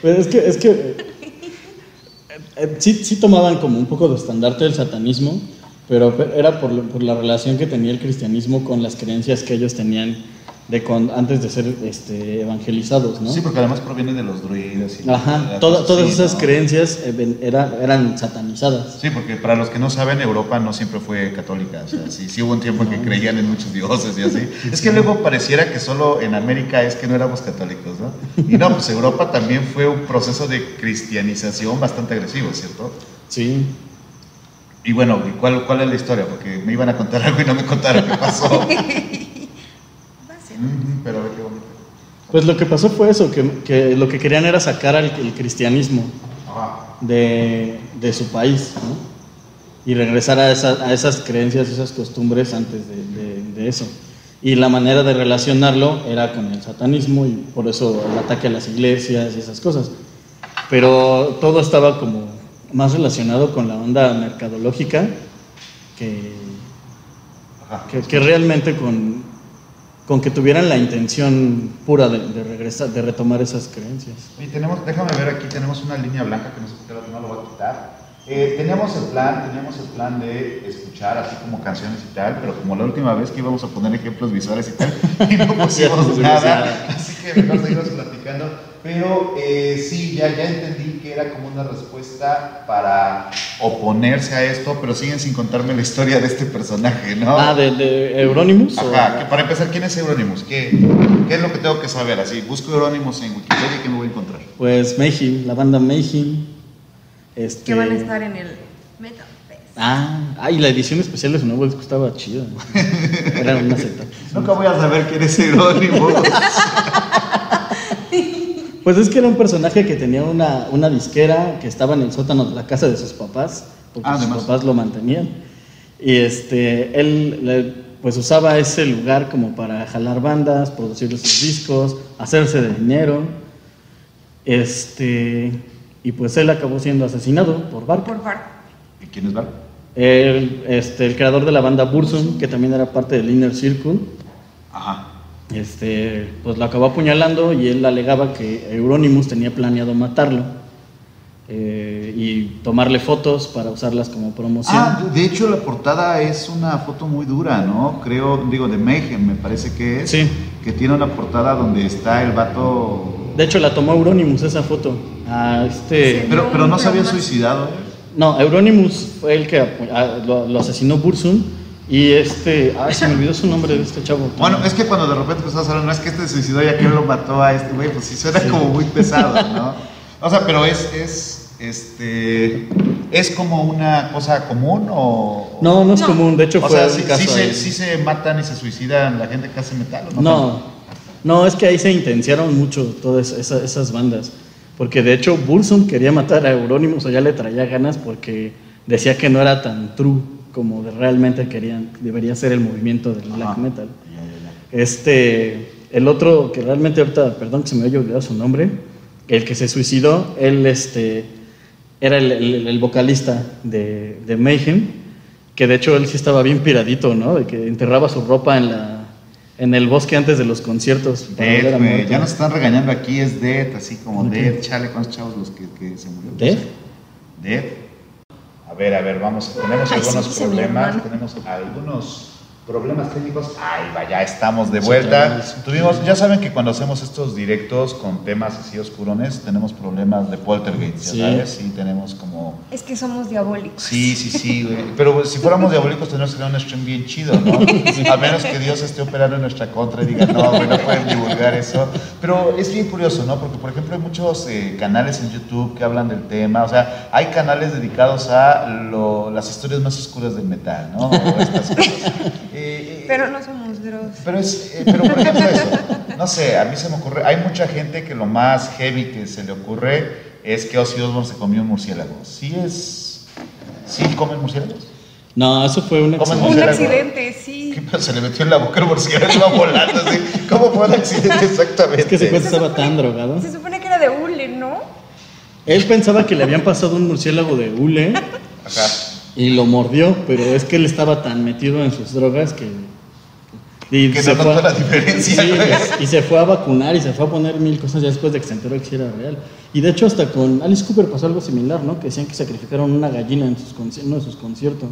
S3: Pues es que, es que eh, eh, sí, sí tomaban como un poco de estandarte el satanismo, pero pe- era por, lo- por la relación que tenía el cristianismo con las creencias que ellos tenían de con, antes de ser este, evangelizados, ¿no?
S2: Sí, porque además proviene de los druidas y
S3: Ajá,
S2: las
S3: toda-
S2: cosas
S3: todas
S2: así,
S3: esas
S2: ¿no?
S3: creencias eh, ven- era- eran satanizadas.
S2: Sí, porque para los que no saben, Europa no siempre fue católica. O sea, sí, sí hubo un tiempo en que creían en muchos dioses y así. Es que luego pareciera que solo en América es que no éramos católicos, ¿no? Y no, pues Europa también fue un proceso de cristianización bastante agresivo, ¿cierto?
S3: Sí.
S2: Y bueno, ¿y ¿cuál, cuál es la historia? Porque me iban a contar algo y no me contaron qué pasó.
S4: Va a ser.
S2: Mm, Pero a ver qué bonito.
S3: Pues lo que pasó fue eso, que, que lo que querían era sacar al el cristianismo
S2: Ah,
S3: de, de su país, ¿no? Y regresar a, esa- a esas creencias, esas costumbres antes de, de- de eso. Y la manera de relacionarlo era con el satanismo y por eso el ataque a las iglesias y esas cosas. Pero todo estaba como más relacionado con la onda mercadológica que,
S2: Ajá.
S3: que, que realmente con, con que tuvieran la intención pura de, de regresar, de retomar esas creencias.
S2: Oye, tenemos, déjame ver aquí, tenemos una línea blanca que no sé por qué la- no lo voy a quitar. Eh, teníamos el plan, teníamos el plan de escuchar así como canciones y tal, pero como la última vez que íbamos a poner ejemplos visuales y tal, y no
S3: no
S2: pusimos
S3: pusimos
S2: nada,
S3: nada.
S2: así que mejor seguimos platicando. Pero eh, sí, ya, ya entendí que era como una respuesta para oponerse a esto, pero siguen sin contarme la historia de este personaje, ¿no?
S3: Ah, de, de Euronymous. o-
S2: Ajá, que para empezar, ¿quién es Euronymous? ¿Qué, ¿Qué es lo que tengo que saber? Así, busco Euronymous en Wikipedia y ¿qué me voy a encontrar?
S3: Pues Mayhem, la banda Mayhem. Este,
S4: Que van a estar en el Metal Fest.
S3: Ah, ah, y la edición especial de su nuevo disco estaba chida. Era una seta.
S2: Nunca voy a saber quién es Jerónimo.
S3: Pues es que era un personaje que tenía una, una disquera que estaba en el sótano de la casa de sus papás, porque
S2: Ah,
S3: sus
S2: además.
S3: papás lo mantenían. Y este, él le- pues usaba ese lugar como para jalar bandas, producirle sus discos, hacerse de dinero. Este, y pues él acabó siendo asesinado por Barker.
S4: Por favor.
S2: ¿Y quién es Val?
S3: El, este, el creador de la banda Bursum, que también era parte del Inner Circle,
S2: Ajá.
S3: este, pues lo acabó apuñalando y él alegaba que Euronymous tenía planeado matarlo eh, y tomarle fotos para usarlas como promoción.
S2: Ah, de hecho la portada es una foto muy dura, ¿no? Creo, digo, de Mayhem, me parece que es.
S3: Sí.
S2: Que tiene una portada donde está el vato...
S3: De hecho, la tomó Euronymous esa foto. A este,
S2: Pero, pero no se había
S4: Pero más-
S2: suicidado. ¿eh?
S3: No, Euronymous fue el que apu- ah, lo, lo asesinó Bursum y este. Ay, se me olvidó su nombre de este chavo.
S2: Bueno, es que cuando de repente empezamos a hablar, no es que este se suicidó y aquel lo mató a este güey, pues sí suena como muy pesado, ¿no? O sea, pero es, es, este, es como una cosa común o...
S3: No, no es
S4: No.
S3: común. De hecho,
S2: O
S3: fue
S2: sea,
S3: un
S2: sí,
S3: caso
S2: sí se,
S3: ahí.
S2: sí se matan y se suicidan la gente que hace metal, ¿o ¿no?
S3: No, no, es que ahí se intensiaron mucho todas esa- esas bandas. Porque de hecho Bursum quería matar a Euronymous, o ya le traía ganas porque decía que no era tan true como de- realmente querían, debería ser el movimiento del black
S2: Ajá.
S3: metal.
S2: Ya, ya, ya.
S3: Este, el otro que realmente ahorita, perdón que se me haya olvidado su nombre, el que se suicidó, él este, era el, el- el vocalista de, de Mayhem, que de hecho él sí estaba bien piradito, ¿no? De que enterraba su ropa en, la, en el bosque antes de los conciertos. para oler
S2: Death,
S3: a
S2: güey,
S3: muerto.
S2: Ya nos están regañando aquí, es Death, así como
S3: Ok.
S2: Death, chale, ¿cuántos chavos los que, que se murieron?
S3: ¿Death?
S2: Death. A ver, a ver, vamos, tenemos
S4: Ay, sí,
S2: algunos
S4: se me
S2: problemas,
S4: hermano.
S2: tenemos algunos Problemas técnicos. Ay, vaya, estamos de vuelta.
S3: Sí, claro.
S2: Tuvimos, ya saben que cuando hacemos estos directos con temas así oscurones, tenemos problemas de poltergeist, ya
S3: Sí.
S2: ¿sabes? Sí, tenemos como
S4: Es que somos diabólicos.
S2: Sí, sí, sí, güey. Pero si fuéramos diabólicos tendríamos que tener un stream bien chido, ¿no? A menos que Dios esté operando en nuestra contra y diga, no, güey, no pueden divulgar eso. Pero es bien curioso, ¿no? Porque, por ejemplo, hay muchos eh, canales en YouTube que hablan del tema. O sea, hay canales dedicados a lo- las historias más oscuras del metal, ¿no? O estas cosas. Eh, eh,
S4: Pero no somos drogas.
S2: pero es, eh, pero por ejemplo eso, no sé, a mí se me ocurre, hay mucha gente que lo más heavy que se le ocurre es que Ozzy Osbourne se comió un murciélago. Sí es, sí comen murciélagos.
S3: No, eso fue un
S2: ¿Cómo
S4: Un
S2: Murciélago.
S4: accidente,
S2: ¿Qué
S4: sí.
S2: pedo? Se le metió en la boca el murciélago iba volando así. ¿Cómo fue el accidente exactamente?
S3: Es que se cuenta estaba
S4: supone-
S3: tan drogado.
S4: Se supone que era de hule, ¿no?
S3: Él pensaba que le habían pasado un murciélago de hule
S2: Ajá.
S3: y lo mordió, pero es que él estaba tan metido en sus drogas que. Y
S2: Que no notó
S3: a-
S2: la diferencia,
S3: Sí,
S2: güey.
S3: pues, y se fue a vacunar y se fue a poner mil cosas ya después de que se enteró que sí era real. Y de hecho, hasta con Alice Cooper pasó algo similar, ¿no? Que decían que sacrificaron una gallina en, sus conci- en uno de sus conciertos.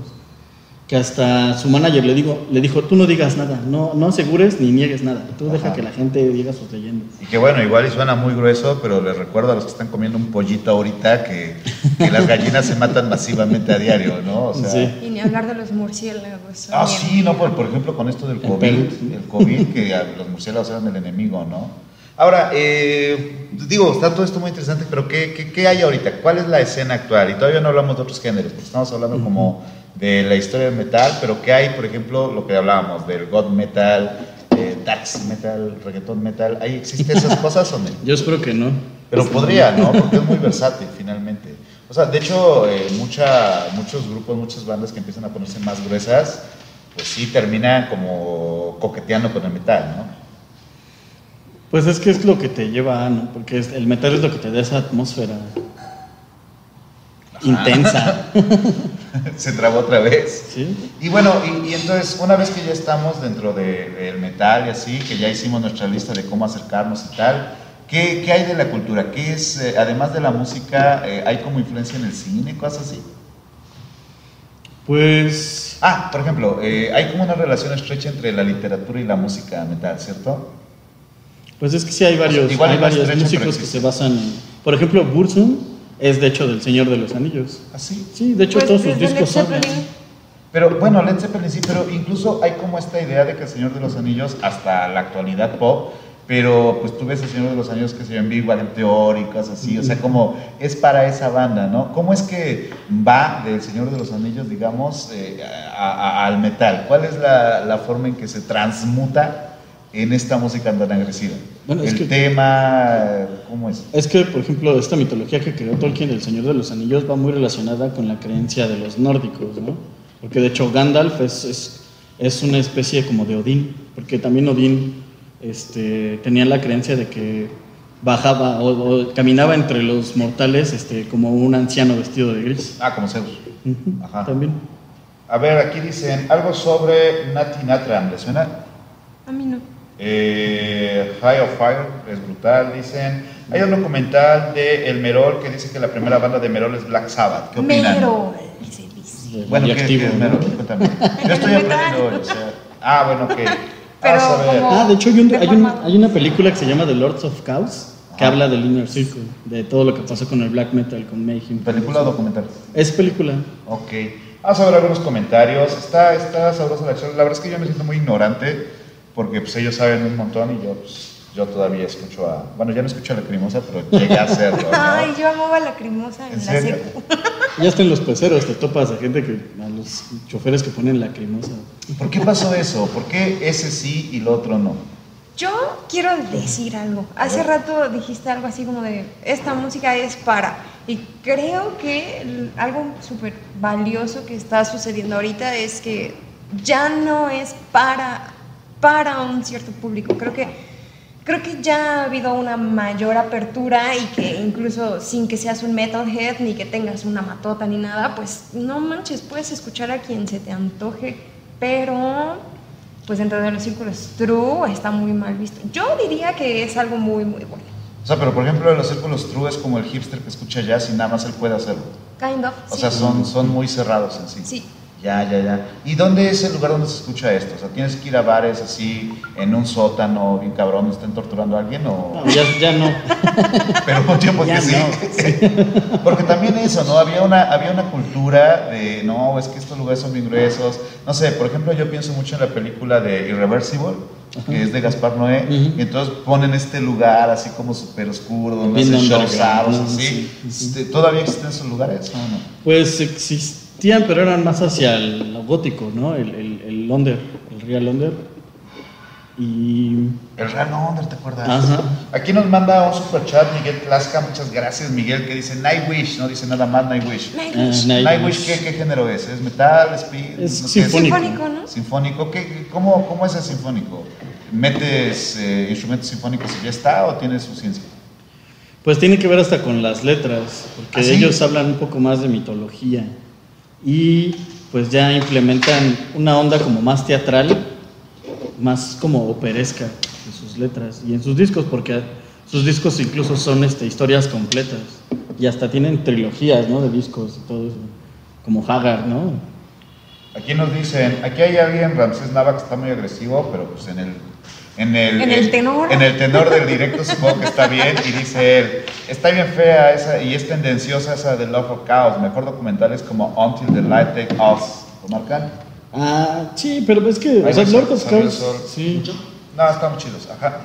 S3: Que hasta su manager le, digo, le dijo: Tú no digas nada, no, no asegures ni niegues nada. Tú deja
S2: Ajá.
S3: que la gente diga sus leyendas.
S2: Y que bueno, igual y suena muy grueso, pero les recuerdo a los que están comiendo un pollito ahorita que, que las gallinas se matan masivamente a diario, ¿no? O sea,
S3: Sí.
S4: Y ni hablar de los murciélagos.
S2: Ah,
S4: también.
S2: sí, no, por, por ejemplo, con esto del
S3: El
S2: COVID,
S3: Perú, sí.
S2: el COVID, que a los murciélagos eran el enemigo, ¿no? Ahora, eh, digo, está todo esto muy interesante, pero ¿qué, qué, qué hay ahorita? ¿Cuál es la escena actual? Y todavía no hablamos de otros géneros, porque estamos hablando como de la historia del metal, pero ¿qué hay, por ejemplo, lo que hablábamos del god metal, eh, dark metal, reggaeton metal? ¿Ahí existen esas cosas o no?
S3: Yo espero que no.
S2: Pero podría, ¿no? Porque es muy versátil finalmente. O sea, de hecho, eh, mucha, muchos grupos, muchas bandas que empiezan a ponerse más gruesas, pues sí terminan como coqueteando con el metal, ¿no?
S3: Pues es que es lo que te lleva a, ¿no? Porque es- el metal es lo que te da esa atmósfera intensa,
S2: Se trabó otra vez.
S3: ¿sí?
S2: Y bueno, y, y entonces, una vez que ya estamos dentro de- del metal y así, que ya hicimos nuestra lista de cómo acercarnos y tal, ¿qué, qué hay de la cultura? ¿Qué es, eh, además de la música, eh, hay como influencia en el cine, cosas así?
S3: Pues
S2: Ah, por ejemplo, eh, hay como una relación estrecha entre la literatura y la música metal, ¿cierto?
S3: Pues es que sí hay varios,
S2: sea, igual
S3: hay
S2: es más
S3: varios
S2: estrecho, pero
S3: músicos que
S2: existe.
S3: se basan en. Por ejemplo, Burzum es de hecho del Señor de los Anillos.
S2: Así.
S3: Sí, de hecho
S4: Pues
S3: todos sus
S4: desde
S3: discos
S4: Led
S3: hablan.
S4: Zeppelin.
S2: Pero bueno, Led Zeppelin sí, pero incluso hay como esta idea de que el Señor de los Anillos, hasta la actualidad pop, pero pues tú ves el Señor de los Anillos que se ven Big Bang Theory, cosas así, o sea, como es para esa banda, ¿no? ¿Cómo es que va del Señor de los Anillos, digamos, eh, a- a- al metal? ¿Cuál es la, la forma en que se transmuta en esta música tan agresiva?
S3: Bueno, es
S2: el
S3: que-
S2: tema, ¿cómo es?
S3: Es que, por ejemplo, esta mitología que creó Tolkien del Señor de los Anillos va muy relacionada con la creencia de los nórdicos, ¿no? Porque de hecho Gandalf es, es, es una especie como de Odín, porque también Odín este, tenía la creencia de que bajaba o, o caminaba entre los mortales este, como un anciano vestido de gris.
S2: Ah, como Zeus.
S3: Ujú,
S2: Ajá.
S3: También.
S2: A ver, aquí dicen algo sobre Nati Natram, ¿le suena?
S4: A mí no.
S2: Eh, High of Fire es brutal, dicen. Hay un documental de El Merol que dice que la primera banda de Merol es Black Sabbath. ¿Qué opinan?
S4: Mero, dice, dice.
S2: Bueno, ¿qué,
S3: Radioactivo,
S2: qué es
S3: ¿no?
S2: Merol? Cuéntame. Yo estoy
S4: Metal.
S2: aprendiendo hoy, o sea. Ah, bueno, ok.
S4: Pero
S2: Vas a ver.
S4: como-
S3: Ah, de hecho hay, un- hay un-
S4: Deformado.
S3: hay una película que se llama The Lords of Chaos que
S2: Ajá.
S3: habla del Inner Circle, de todo lo que pasó con el black metal, con Mayhem.
S2: ¿Película o documental?
S3: Es película.
S2: Ok. Vamos a ver algunos comentarios. Está, está sabrosa la charla. La verdad es que yo me siento muy ignorante porque pues, ellos saben un montón y yo, pues, yo todavía escucho a. Bueno, ya no escucho a la crimosa, pero llegué a hacerlo. ¿no?
S4: Ay, yo amaba la cremosa en,
S2: ¿En
S4: la
S2: serio?
S4: secu.
S3: Ya está en los peceros, te topas a gente que, a los choferes que ponen lacrimosa.
S2: ¿Por qué pasó eso? ¿Por qué ese sí y lo otro no?
S4: Yo quiero decir algo. Hace rato dijiste algo así como de, esta música es para. Y creo que el- algo súper valioso que está sucediendo ahorita es que ya no es para, para un cierto público. Creo que, creo que ya ha habido una mayor apertura y que incluso sin que seas un metalhead ni que tengas una matota ni nada, pues no manches, puedes escuchar a quien se te antoje, pero pues dentro de los círculos true está muy mal visto. Yo diría que es algo muy, muy bueno.
S2: O sea, pero por ejemplo, en los círculos true es como el hipster que escucha jazz y nada más él puede hacerlo.
S4: Kind of.
S2: O
S4: sí.
S2: sea, son, son muy cerrados en sí.
S4: Sí.
S2: Ya, ya, ya. ¿Y dónde es el lugar donde se escucha esto? O sea, ¿tienes que ir a bares así, en un sótano, bien cabrón, donde estén torturando a alguien? O...
S3: No, ya, ya no.
S2: Pero hubo tiempos
S3: Ya
S2: que sí.
S3: no.
S2: Sí. Porque también eso, ¿no? Había una, había una cultura de, no, es que estos lugares son bien gruesos. No sé, por ejemplo, yo pienso mucho en la película de Irreversible, que es de Gaspar Noé,
S3: Ujú.
S2: y entonces ponen este lugar así como súper oscuro, donde
S3: Bien
S2: hacen shows
S3: underground,
S2: raros, así.
S3: sí, sí.
S2: Este, ¿Todavía existen esos lugares? No, no.
S3: Pues existían, pero eran más hacia el, lo gótico, ¿no? El, el, el under, el real under. Y
S2: El Real Londres, ¿te acuerdas?
S3: Ajá.
S2: Aquí nos manda un super chat Miguel Tlaxca, muchas gracias Miguel, que dice Nightwish, no dice nada más Nightwish.
S4: Night
S3: Ah,
S4: Wish.
S3: Nightwish.
S2: Nightwish, ¿qué, qué género es? ¿Es metal, speed?
S3: Es
S2: No sé,
S3: sinfónico.
S4: Sinfónico, ¿no?
S2: ¿Sinfónico? ¿Qué, qué- cómo, ¿Cómo es el sinfónico? ¿Metes eh, instrumentos sinfónicos y ya está o tiene su ciencia?
S3: Pues tiene que ver hasta con las letras, porque
S2: ¿Ah, sí?
S3: ellos hablan un poco más de mitología y pues ya implementan una onda como más teatral, más como operesca en sus letras y en sus discos, porque sus discos incluso son este, historias completas y hasta tienen trilogías ¿no? de discos y todo eso, como Hagar, ¿no?
S2: Aquí nos dicen, aquí hay alguien, Ramsés Nava, que está muy agresivo, pero pues en el... En el, eh,
S4: En el tenor.
S2: En el tenor del directo supongo que está bien y dice él, está bien fea esa y es tendenciosa esa de Love of Chaos, mejor documentales como Until the Light Take Us. ¿Lo marcan?
S3: Ah, sí, pero es que,
S2: Ahí
S3: o sea,
S2: va,
S3: Lord of
S2: salió el
S3: Chaos-
S2: sol.
S3: sí.
S2: No, están muy chidos, ajá.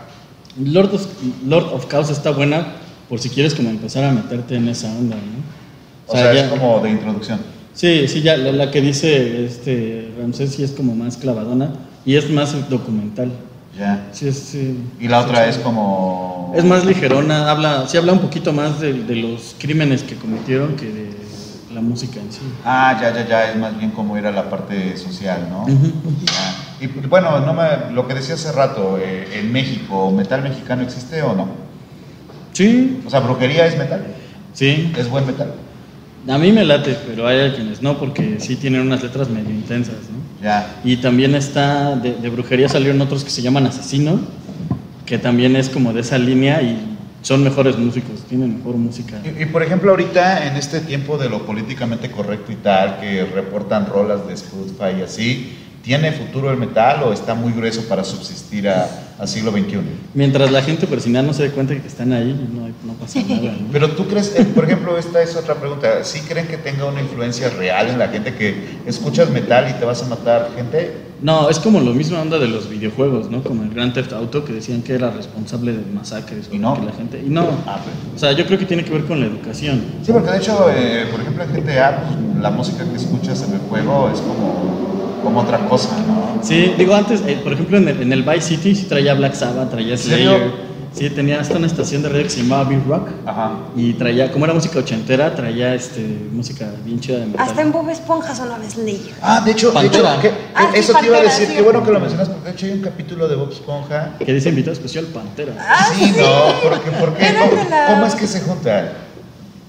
S3: Lord of, Lord of Chaos está buena por si quieres como empezar a meterte en esa onda, ¿no?
S2: O, sea,
S3: ya-
S2: es como de introducción.
S3: Sí, sí, ya la, la que dice este Ramsés sí es como más clavadona y es más documental.
S2: Ya.
S3: Sí, es, sí.
S2: Y la otra
S3: Sí,
S2: es
S3: sí.
S2: como...
S3: Es más ligerona, habla, sí habla un poquito más de, de los crímenes que cometieron que de la música en sí.
S2: Ah, ya, ya, ya, es más bien como ir a la parte social, ¿no?
S3: Ujú.
S2: Ya. Y pues, bueno, no me- lo que decía hace rato, eh, en México, ¿metal mexicano existe o no?
S3: Sí,
S2: O sea, brujería es metal,
S3: sí.
S2: es buen metal.
S3: A mí me late, pero hay a quienes no, porque sí tienen unas letras medio intensas, ¿no?
S2: Ya.
S3: Y también está, de, de brujería salieron otros que se llaman Asesino, que también es como de esa línea y son mejores músicos, tienen mejor música.
S2: Y, y, por ejemplo, ahorita en este tiempo de lo políticamente correcto y tal, que reportan rolas de Spotify y así, ¿tiene futuro el metal o está muy grueso para subsistir a, al siglo XXI?
S3: Mientras la gente personal no se dé cuenta que están ahí, no, hay- no pasa nada. ¿no?
S2: Pero tú crees, eh, por ejemplo, esta es otra pregunta, ¿sí creen que tenga una influencia real en la gente que escuchas metal y te vas a matar gente?
S3: No, es como lo mismo onda de los videojuegos, ¿no? Como el Grand Theft Auto que decían que era responsable de masacres o
S2: Y no.
S3: que la gente y no.
S2: Ah, pero-
S3: O sea, yo creo que tiene que ver con la educación.
S2: Sí, porque de hecho, eh, por ejemplo, en GTA, pues, la música que escuchas en el juego es como, como otra cosa, ¿no?
S3: Sí, digo antes, eh, por ejemplo, en el, en el Vice City sí traía Black Sabbath, traía
S2: serio?
S3: Slayer. Sí, tenía hasta una estación de radio que se llamaba Big Rock
S2: Ajá.
S3: y traía, como era música ochentera, traía este música bien chida de metal.
S4: Hasta en Bob Esponja sonaba Slayer.
S2: Ah, de hecho, de hecho,
S3: Pantera.
S2: que- que-
S4: Ah, sí,
S2: eso te iba a
S4: Pantera,
S2: decir,
S4: sí.
S2: qué bueno que lo mencionas, porque de hecho hay un capítulo de Bob Esponja.
S3: que dice invitado especial
S4: Ah.
S3: Pantera.
S2: sí, no, porque, ¿por qué?
S4: Eran
S2: ¿Cómo,
S4: de la-
S2: cómo es que se juntan?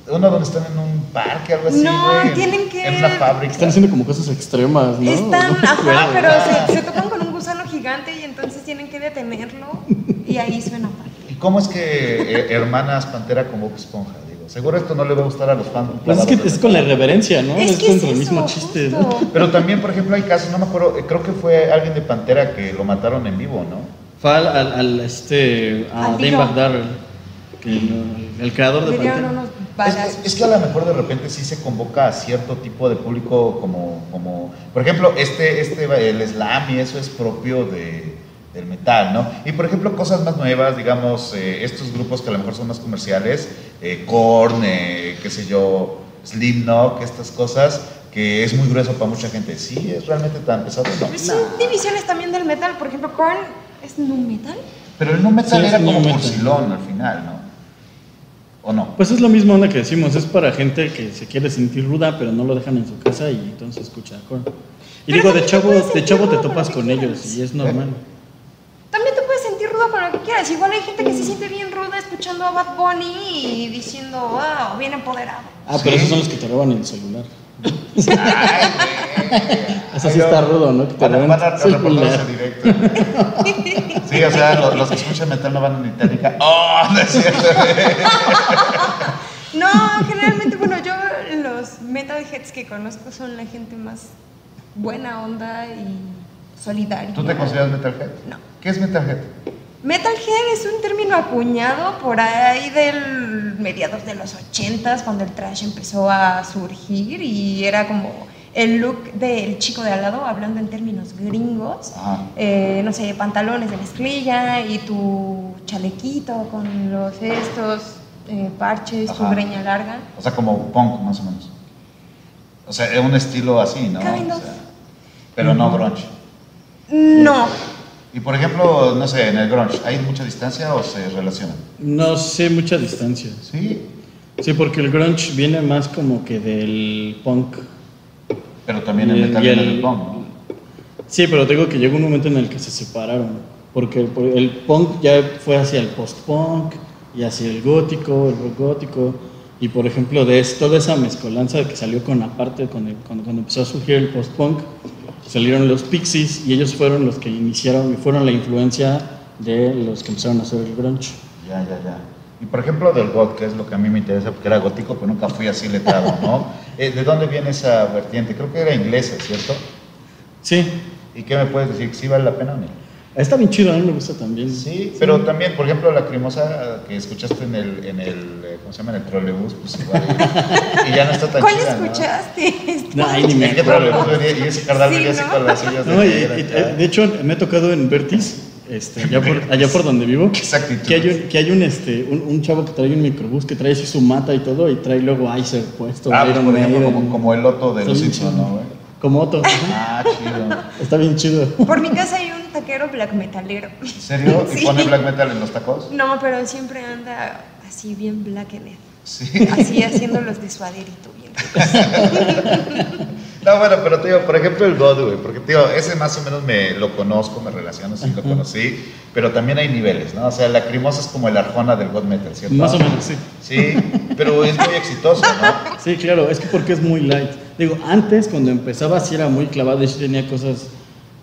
S2: Uno donde están en un parque, algo así,
S4: No,
S2: güey, en-
S4: tienen que-
S2: En una fábrica.
S3: Están haciendo como cosas extremas, ¿no?
S4: Están, ajá,
S3: Wow.
S4: pero
S2: Ah.
S4: se, se topan con un gusano gigante y entonces tienen que detenerlo y ahí suena padre.
S2: ¿Y cómo es que eh, hermanas Pantera con Bob Esponja? Digo, seguro esto no le va a gustar a los fans.
S3: Pues es que es con la irreverencia, ¿no?
S4: Es que es
S3: dentro del mismo
S4: eso,
S3: chiste. ¿no?
S4: justo.
S2: Pero también, por ejemplo, hay casos, no me acuerdo, eh, creo que fue alguien de Pantera que lo mataron en vivo, ¿no?
S3: Fue al, al- al, este a
S4: Al
S3: Dave
S4: Dino.
S3: McDarrell, que el, el creador de
S4: Le dieron
S3: Pantera.
S4: unos
S2: Es
S4: balas.
S2: que, es que a lo mejor de repente sí se convoca a cierto tipo de público como, como por ejemplo, este, este, el slam y eso es propio de, del metal, ¿no? Y por ejemplo, cosas más nuevas, digamos, eh, estos grupos que a lo mejor son más comerciales, eh, Korn, eh, qué sé yo, Slimknot, estas cosas, que es muy grueso para mucha gente. Sí, es realmente tan pesado, ¿no?
S4: Pues son divisiones también del metal. Por ejemplo, Korn es nu metal.
S2: Pero el no metal
S3: Sí, es
S2: era
S3: muy
S2: como
S3: metal.
S2: cursilón al final, ¿no? ¿O no?
S3: Pues es lo mismo onda que decimos, es para gente que se quiere sentir ruda, pero no lo dejan en su casa y entonces escucha Korn. Y
S4: Pero
S3: digo, de
S4: también te
S3: chavo,
S4: puedes
S3: de
S4: sentir
S3: chavo te
S4: rudo con
S3: topas
S4: lo que
S3: con
S4: quieras.
S3: ellos y es normal.
S4: También te puedes sentir rudo con lo que quieras. Igual hay gente que se siente bien ruda escuchando a Bad Bunny y diciendo, wow, bien empoderado.
S3: Ah, pero
S2: Sí.
S3: esos son los que te roban el celular.
S2: Ay,
S3: Eso sí está rudo, ¿no? Que te
S2: Van a,
S3: roben
S2: van a
S3: el
S2: reportar
S3: celular.
S2: ese directo. Sí, o sea, los, los que escuchan metal no van a Nitánica. ¡Oh! No es cierto.
S4: No, generalmente, bueno, yo los metalheads que conozco son la gente más buena onda y solidario.
S2: ¿Tú te consideras Metalhead?
S4: No.
S2: ¿Qué es Metalhead?
S4: Metalhead es un término acuñado por ahí del mediados de los 80s, cuando el trash empezó a surgir y era como el look del chico de al lado, hablando en términos gringos.
S2: Ajá.
S4: Eh, no sé, pantalones de mezclilla y tu chalequito con los estos eh, parches, tu
S2: Ajá.
S4: greña larga.
S2: O sea, como punk, más o menos. O sea, es un estilo así, ¿no?
S4: Kind
S2: O
S4: of.
S2: sea, pero no grunge.
S4: No,
S2: Y por ejemplo, no sé, en el grunge, ¿hay mucha distancia o se relacionan?
S3: No sé mucha distancia.
S2: Sí.
S3: Sí, porque el grunge viene más como que del punk.
S2: Pero también
S3: Y
S2: el
S3: el-
S2: metal
S3: y
S2: viene
S3: el-
S2: del punk, ¿no?
S3: Sí, pero te digo que llegó un momento en el que se separaron, porque el, el punk ya fue hacia el post-punk y hacia el gótico, el rock gótico, y por ejemplo de es- toda esa mezcolanza que salió con aparte, con el- cuando, cuando empezó a surgir el post-punk, salieron los Pixies y ellos fueron los que iniciaron y fueron la influencia de los que empezaron a hacer el grunge.
S2: Ya, ya, ya. Y por ejemplo, del goth, que es lo que a mí me interesa, porque era gótico, pero nunca fui así letrado, ¿no? Eh, ¿De dónde viene esa vertiente? Creo que era inglesa, ¿cierto?
S3: Sí,
S2: ¿Y qué me puedes decir? ¿Sí vale la pena o no?
S3: está bien chido, a mí me gusta también.
S2: Sí, pero también, por ejemplo, la crimosa que escuchaste en el, en el eh, ¿cómo se llama? En el trolebús, pues igual. Y, y ya no está tan
S4: ¿cuál
S2: chida, ¿no?
S4: escuchaste?
S3: No, ahí ni me
S2: ¿En qué
S3: acuerdo.
S2: trolebús venía? Y ese cardal
S4: Sí,
S2: venía así
S4: ¿no?
S2: con las sillas de
S3: No, y-
S2: piedra
S3: y-
S2: acá.
S3: de hecho, me ha tocado en Vertis, este, allá, por, allá por donde vivo,
S2: Esa actitud.
S3: que hay, un, que hay un, este, un, un chavo que trae un microbús que trae así su mata y todo, y trae luego Icer puesto,
S2: Ah, pues,
S3: Iron
S2: por ejemplo,
S3: Maiden.
S2: como, como el loto de
S3: Está
S2: los
S3: bien
S2: Simpsons,
S3: chido.
S2: ¿no, güey?
S3: Como Otto. ajá.
S2: Ah, chido.
S3: Está bien chido.
S4: Por mi casa hay un taquero black metalero.
S2: ¿En serio? ¿Y
S4: Sí.
S2: pone black metal en los tacos?
S4: No, pero siempre anda así bien blackened.
S2: Sí.
S4: Así haciéndolos de suaderito bien.
S2: No, bueno, pero te digo, por ejemplo, el God, güey, porque te digo, ese más o menos me lo conozco, me relaciono, sí lo conocí, pero también hay niveles, ¿no? O sea, la crimosa es como el arjona del God Metal, ¿cierto?
S3: Más o menos, sí.
S2: Sí, pero es muy exitoso, ¿no?
S3: Sí, claro, es que porque es muy light. Digo, antes cuando empezaba sí era muy clavado y sí tenía cosas
S4: Es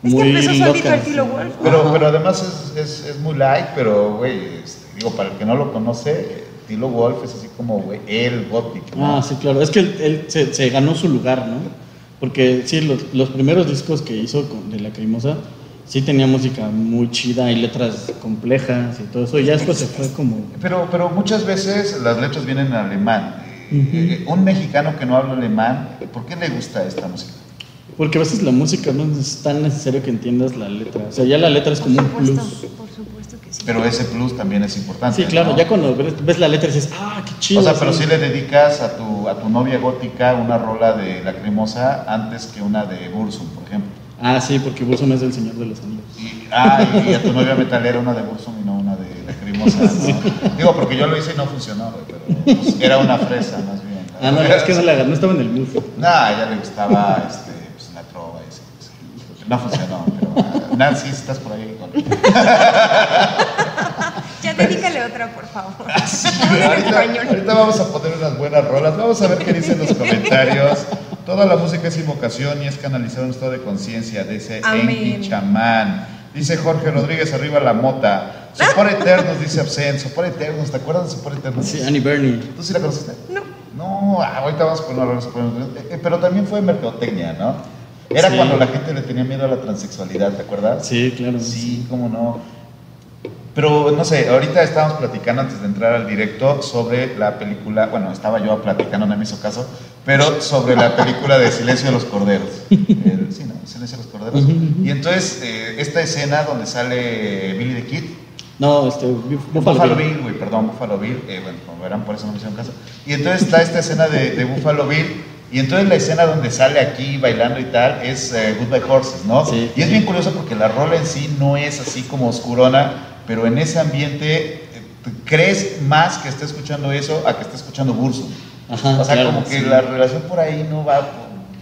S4: que
S3: muy
S4: empezó solito
S3: locas.
S4: el Tilo Wolf.
S2: Pero,
S3: Ajá.
S2: pero además es, es, es muy light, pero, güey, este, digo, para el que no lo conoce, Tilo Wolf es así como, güey, el gótico, ¿no?
S3: Ah, sí, claro. Es que él, él se, se ganó su lugar, ¿no? Porque sí, los, los primeros discos que hizo con, de Lacrimosa sí tenía música muy chida y letras complejas y todo eso. Y ya después se fue como...
S2: Pero, pero muchas veces las letras vienen en alemán. Eh, Un mexicano que no habla alemán, ¿por qué le gusta esta música?
S3: Porque a veces la música no es tan necesario que entiendas la letra. O sea, ya la letra es
S4: Por
S3: como un plus.
S4: supuesto, por supuesto que sí.
S2: Pero ese plus también es importante.
S3: Sí, claro,
S2: ¿no?
S3: ya cuando ves, ves la letra dices, ah, qué chido.
S2: O sea, pero
S3: sí.
S2: si le dedicas a tu, a tu novia gótica una rola de Lacrimosa antes que una de Bursum, por ejemplo.
S3: Ah, sí, porque Burzum es el señor de los anillos.
S2: Y, ah, y a tu novia metalera una de Bursum y no una de Lacrimosa. ¿no? Digo, porque yo lo hice y no funcionó, güey, pero pues, era una fresa más bien.
S3: Ah, no, es que no, la, no estaba en el mood.
S2: Nah, ya le gustaba este, pues, la trova. y sí, sí. No funcionó, pero ah, Nancy, si estás por ahí. Con...
S4: Ya dedícale otra, por favor.
S2: ahorita, ahorita vamos a poner unas buenas rolas. Vamos a ver qué dicen los comentarios. Toda la música es invocación y es canalizar un estado de conciencia, dice
S4: Amén.
S2: Enki Chamán. Dice Jorge Rodríguez, arriba la mota. Sopor Eternos, dice Absen. Sopor Eternos, ¿te acuerdas de Sopor Eternos?
S3: Sí, Annie Bernie.
S2: ¿Tú sí la conociste?
S4: No.
S2: No, ah, ahorita vamos con una rola de Sopor Eternos. Eh, eh, Pero también fue mercadotecnia, ¿no? Era
S3: Sí.
S2: cuando la gente le tenía miedo a la transexualidad, ¿te acuerdas?
S3: Sí, claro.
S2: Sí, cómo no. Pero no sé, ahorita estábamos platicando antes de entrar al directo sobre la película, bueno, estaba yo platicando, no me hizo caso, pero sobre la película de Silencio de los Corderos. El- sí, ¿no? Silencio de los Corderos.
S3: Ujú, ujú.
S2: Y entonces, eh, esta escena donde sale Billy the Kid,
S3: No, este, Buffalo,
S2: Buffalo
S3: Bill.
S2: Bill, güey, perdón, Buffalo Bill, eh, bueno, como verán, por eso no me hicieron caso. Y entonces está esta escena de, de Buffalo Bill, y entonces la escena donde sale aquí bailando y tal es eh, Goodbye Horses, ¿no?
S3: Sí.
S2: y es bien curioso porque la rola en sí no es así como oscurona, pero en ese ambiente eh, tú crees más que esté escuchando eso a que esté escuchando Bursum.
S3: Ajá,
S2: o sea,
S3: claro,
S2: como que
S3: sí.
S2: la relación por ahí no va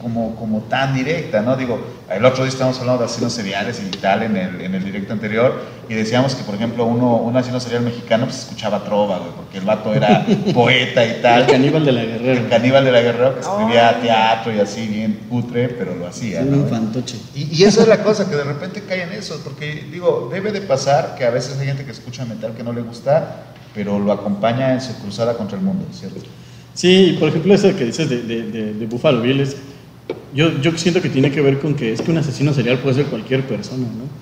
S2: como, como tan directa, ¿no? Digo, el otro día estábamos hablando de asesinos seriales y tal en el, en el directo anterior y decíamos que, por ejemplo, uno, un asesino serial mexicano pues escuchaba trova, güey, porque el vato era poeta y
S3: Ah, El
S2: tal.
S3: caníbal de la
S2: El
S3: guerrera.
S2: caníbal de la guerrera que escribía
S4: Ay.
S2: teatro y así bien putre, pero lo
S3: Sí,
S2: hacía,
S3: un
S2: ¿no?
S3: fantoche.
S2: Y, y eso es la cosa, que de repente cae en eso, porque digo, debe de pasar que a veces hay gente que escucha metal que no le gusta, pero lo acompaña en su cruzada contra el mundo, ¿cierto?
S3: Sí, y por ejemplo, eso que dices de, de, de- de Buffalo Bill es. yo, yo siento que tiene que ver con que es que un asesino serial puede ser cualquier persona, ¿no?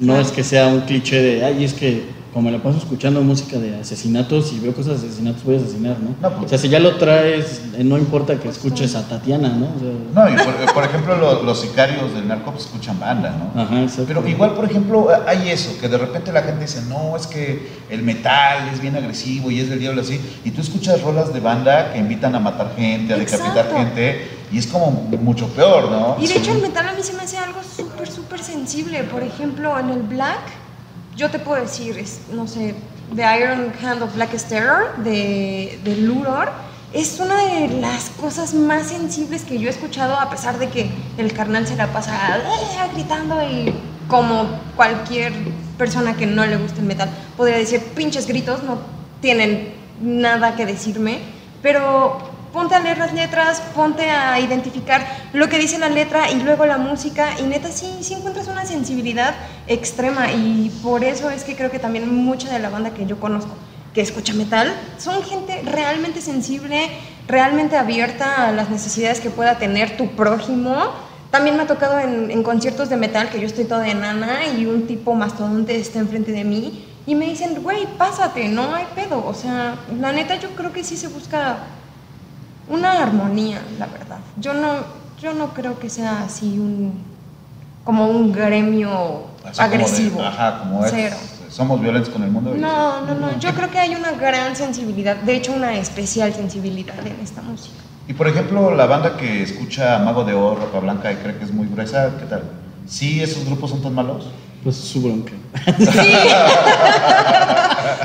S3: No es que sea un cliché de, ay, es que como la paso escuchando música de asesinatos y veo cosas de asesinatos, voy a asesinar, ¿no?
S2: No, pues-
S3: o sea, si ya lo traes, eh, no importa que escuches a Tatiana, ¿no? O sea,
S2: No, y por, por ejemplo, lo- los sicarios del narco pues, escuchan banda, ¿no?
S3: Ajá, exacto.
S2: Pero igual, por ejemplo, hay eso, que de repente la gente dice, no, es que el metal es bien agresivo y es del diablo así, y tú escuchas rolas de banda que invitan a matar gente, a decapitar
S4: Exacto.
S2: gente, y es como mucho peor, ¿no?
S4: Y de hecho el metal a mí se me hace algo súper, súper sensible. Por ejemplo, en el black, yo te puedo decir, es, no sé, The Iron Hand of Blackest Terror de, de Luror, es una de las cosas más sensibles que yo he escuchado, a pesar de que el carnal se la pasa "Ah", gritando y como cualquier persona que no le gusta el metal, podría decir, pinches gritos, no tienen nada que decirme pero ponte a leer las letras, ponte a identificar lo que dice la letra y luego la música y neta sí, sí encuentras una sensibilidad extrema y por eso es que creo que también mucha de la banda que yo conozco que escucha metal son gente realmente sensible, realmente abierta a las necesidades que pueda tener tu prójimo. También me ha tocado en, en conciertos de metal que yo estoy toda enana y un tipo mastodonte está enfrente de mí y me dicen, güey, pásate, no hay pedo. O sea, la neta yo creo que sí se busca una armonía, la verdad. Yo no, yo no creo que sea así un, como un gremio
S2: Así como de-
S4: agresivo.
S2: ajá, como es.
S4: Cero.
S2: Somos violentos con el mundo. y-
S4: No, no, no. Yo creo que hay una gran sensibilidad, de hecho una especial sensibilidad en esta música.
S2: Y por ejemplo, la banda que escucha Mago de Oro, Ropa Blanca y cree que es muy gruesa, ¿qué tal? ¿Sí esos grupos son tan malos?
S3: Pues su bronca.
S4: Sí.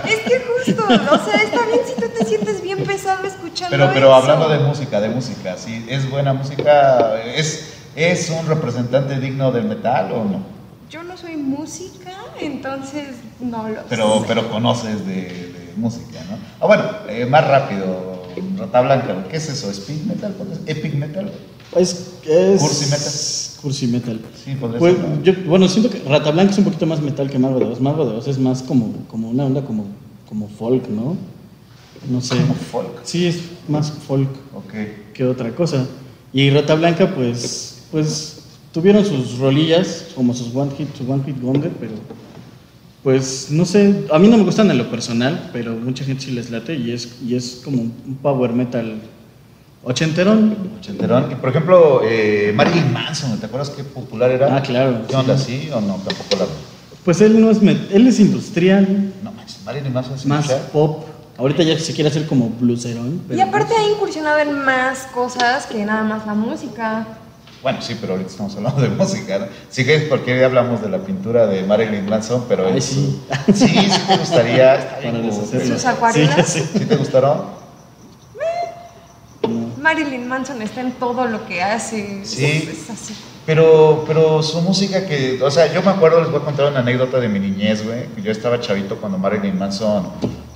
S4: es que justo, o sea, está bien si tú te sientes bien pesado escuchando
S2: Pero, pero
S4: eso.
S2: hablando de música, de música, ¿sí? ¿Es buena música? ¿Es, ¿Es un representante digno del metal o no?
S4: Yo no soy música, entonces no lo
S2: Pero,
S4: sé.
S2: pero conoces de, de música, ¿no? Ah, bueno, eh, más rápido, Rata Blanca, ¿qué es eso? ¿Speed metal? ¿Cuál es? ¿Epic metal?
S3: Es, es...
S2: Cursi metal.
S3: Cursi metal.
S2: Sí, podría
S3: Pues,
S2: ser, ¿no?
S3: yo- bueno, siento que Rata Blanca es un poquito más metal que Mago de Oz. Mago de Oz es más como, como una onda como, como folk, ¿no? No sé.
S2: Como folk.
S3: Sí, es más folk
S2: Ok.
S3: que otra cosa. Y Rata Blanca, pues, pues tuvieron sus rolillas, como sus One Hit, su One Hit Wonder, pero pues no sé, a mí no me gustan en lo personal, pero mucha gente sí les late y es, y es como un power metal ochenterón.
S2: Ochenterón. Y por ejemplo, eh, Marilyn Manson, ¿te acuerdas qué popular era?
S3: Ah, claro,
S2: ¿Qué onda,
S3: sí.
S2: sí o no? Tampoco la...
S3: Pues él no es, met- él es industrial,
S2: No manches, Marilyn Manson
S3: es
S2: sí,
S3: más
S2: ¿sabes?
S3: pop. Ahorita ya se quiere hacer como blueserón.
S4: Y
S3: pero-
S4: aparte ha incursionado en más cosas que nada más la música.
S2: Bueno, sí, pero ahorita estamos hablando de música, ¿no? Sí que es porque hoy hablamos de la pintura de Marilyn Manson, pero...
S3: Ay,
S2: es-
S3: sí.
S2: Sí, sí te gustaría... está bien
S3: Para
S2: cool.
S3: deshacerlo.
S4: Sus acuarelas.
S3: Sí, ya sé.
S2: ¿Sí te gustaron?
S3: No.
S4: Marilyn Manson está en todo lo que hace.
S2: Sí.
S4: Es, es así.
S2: Pero, pero su música que, o sea, yo me acuerdo, les voy a contar una anécdota de mi niñez, güey. que Yo estaba chavito cuando Marilyn Manson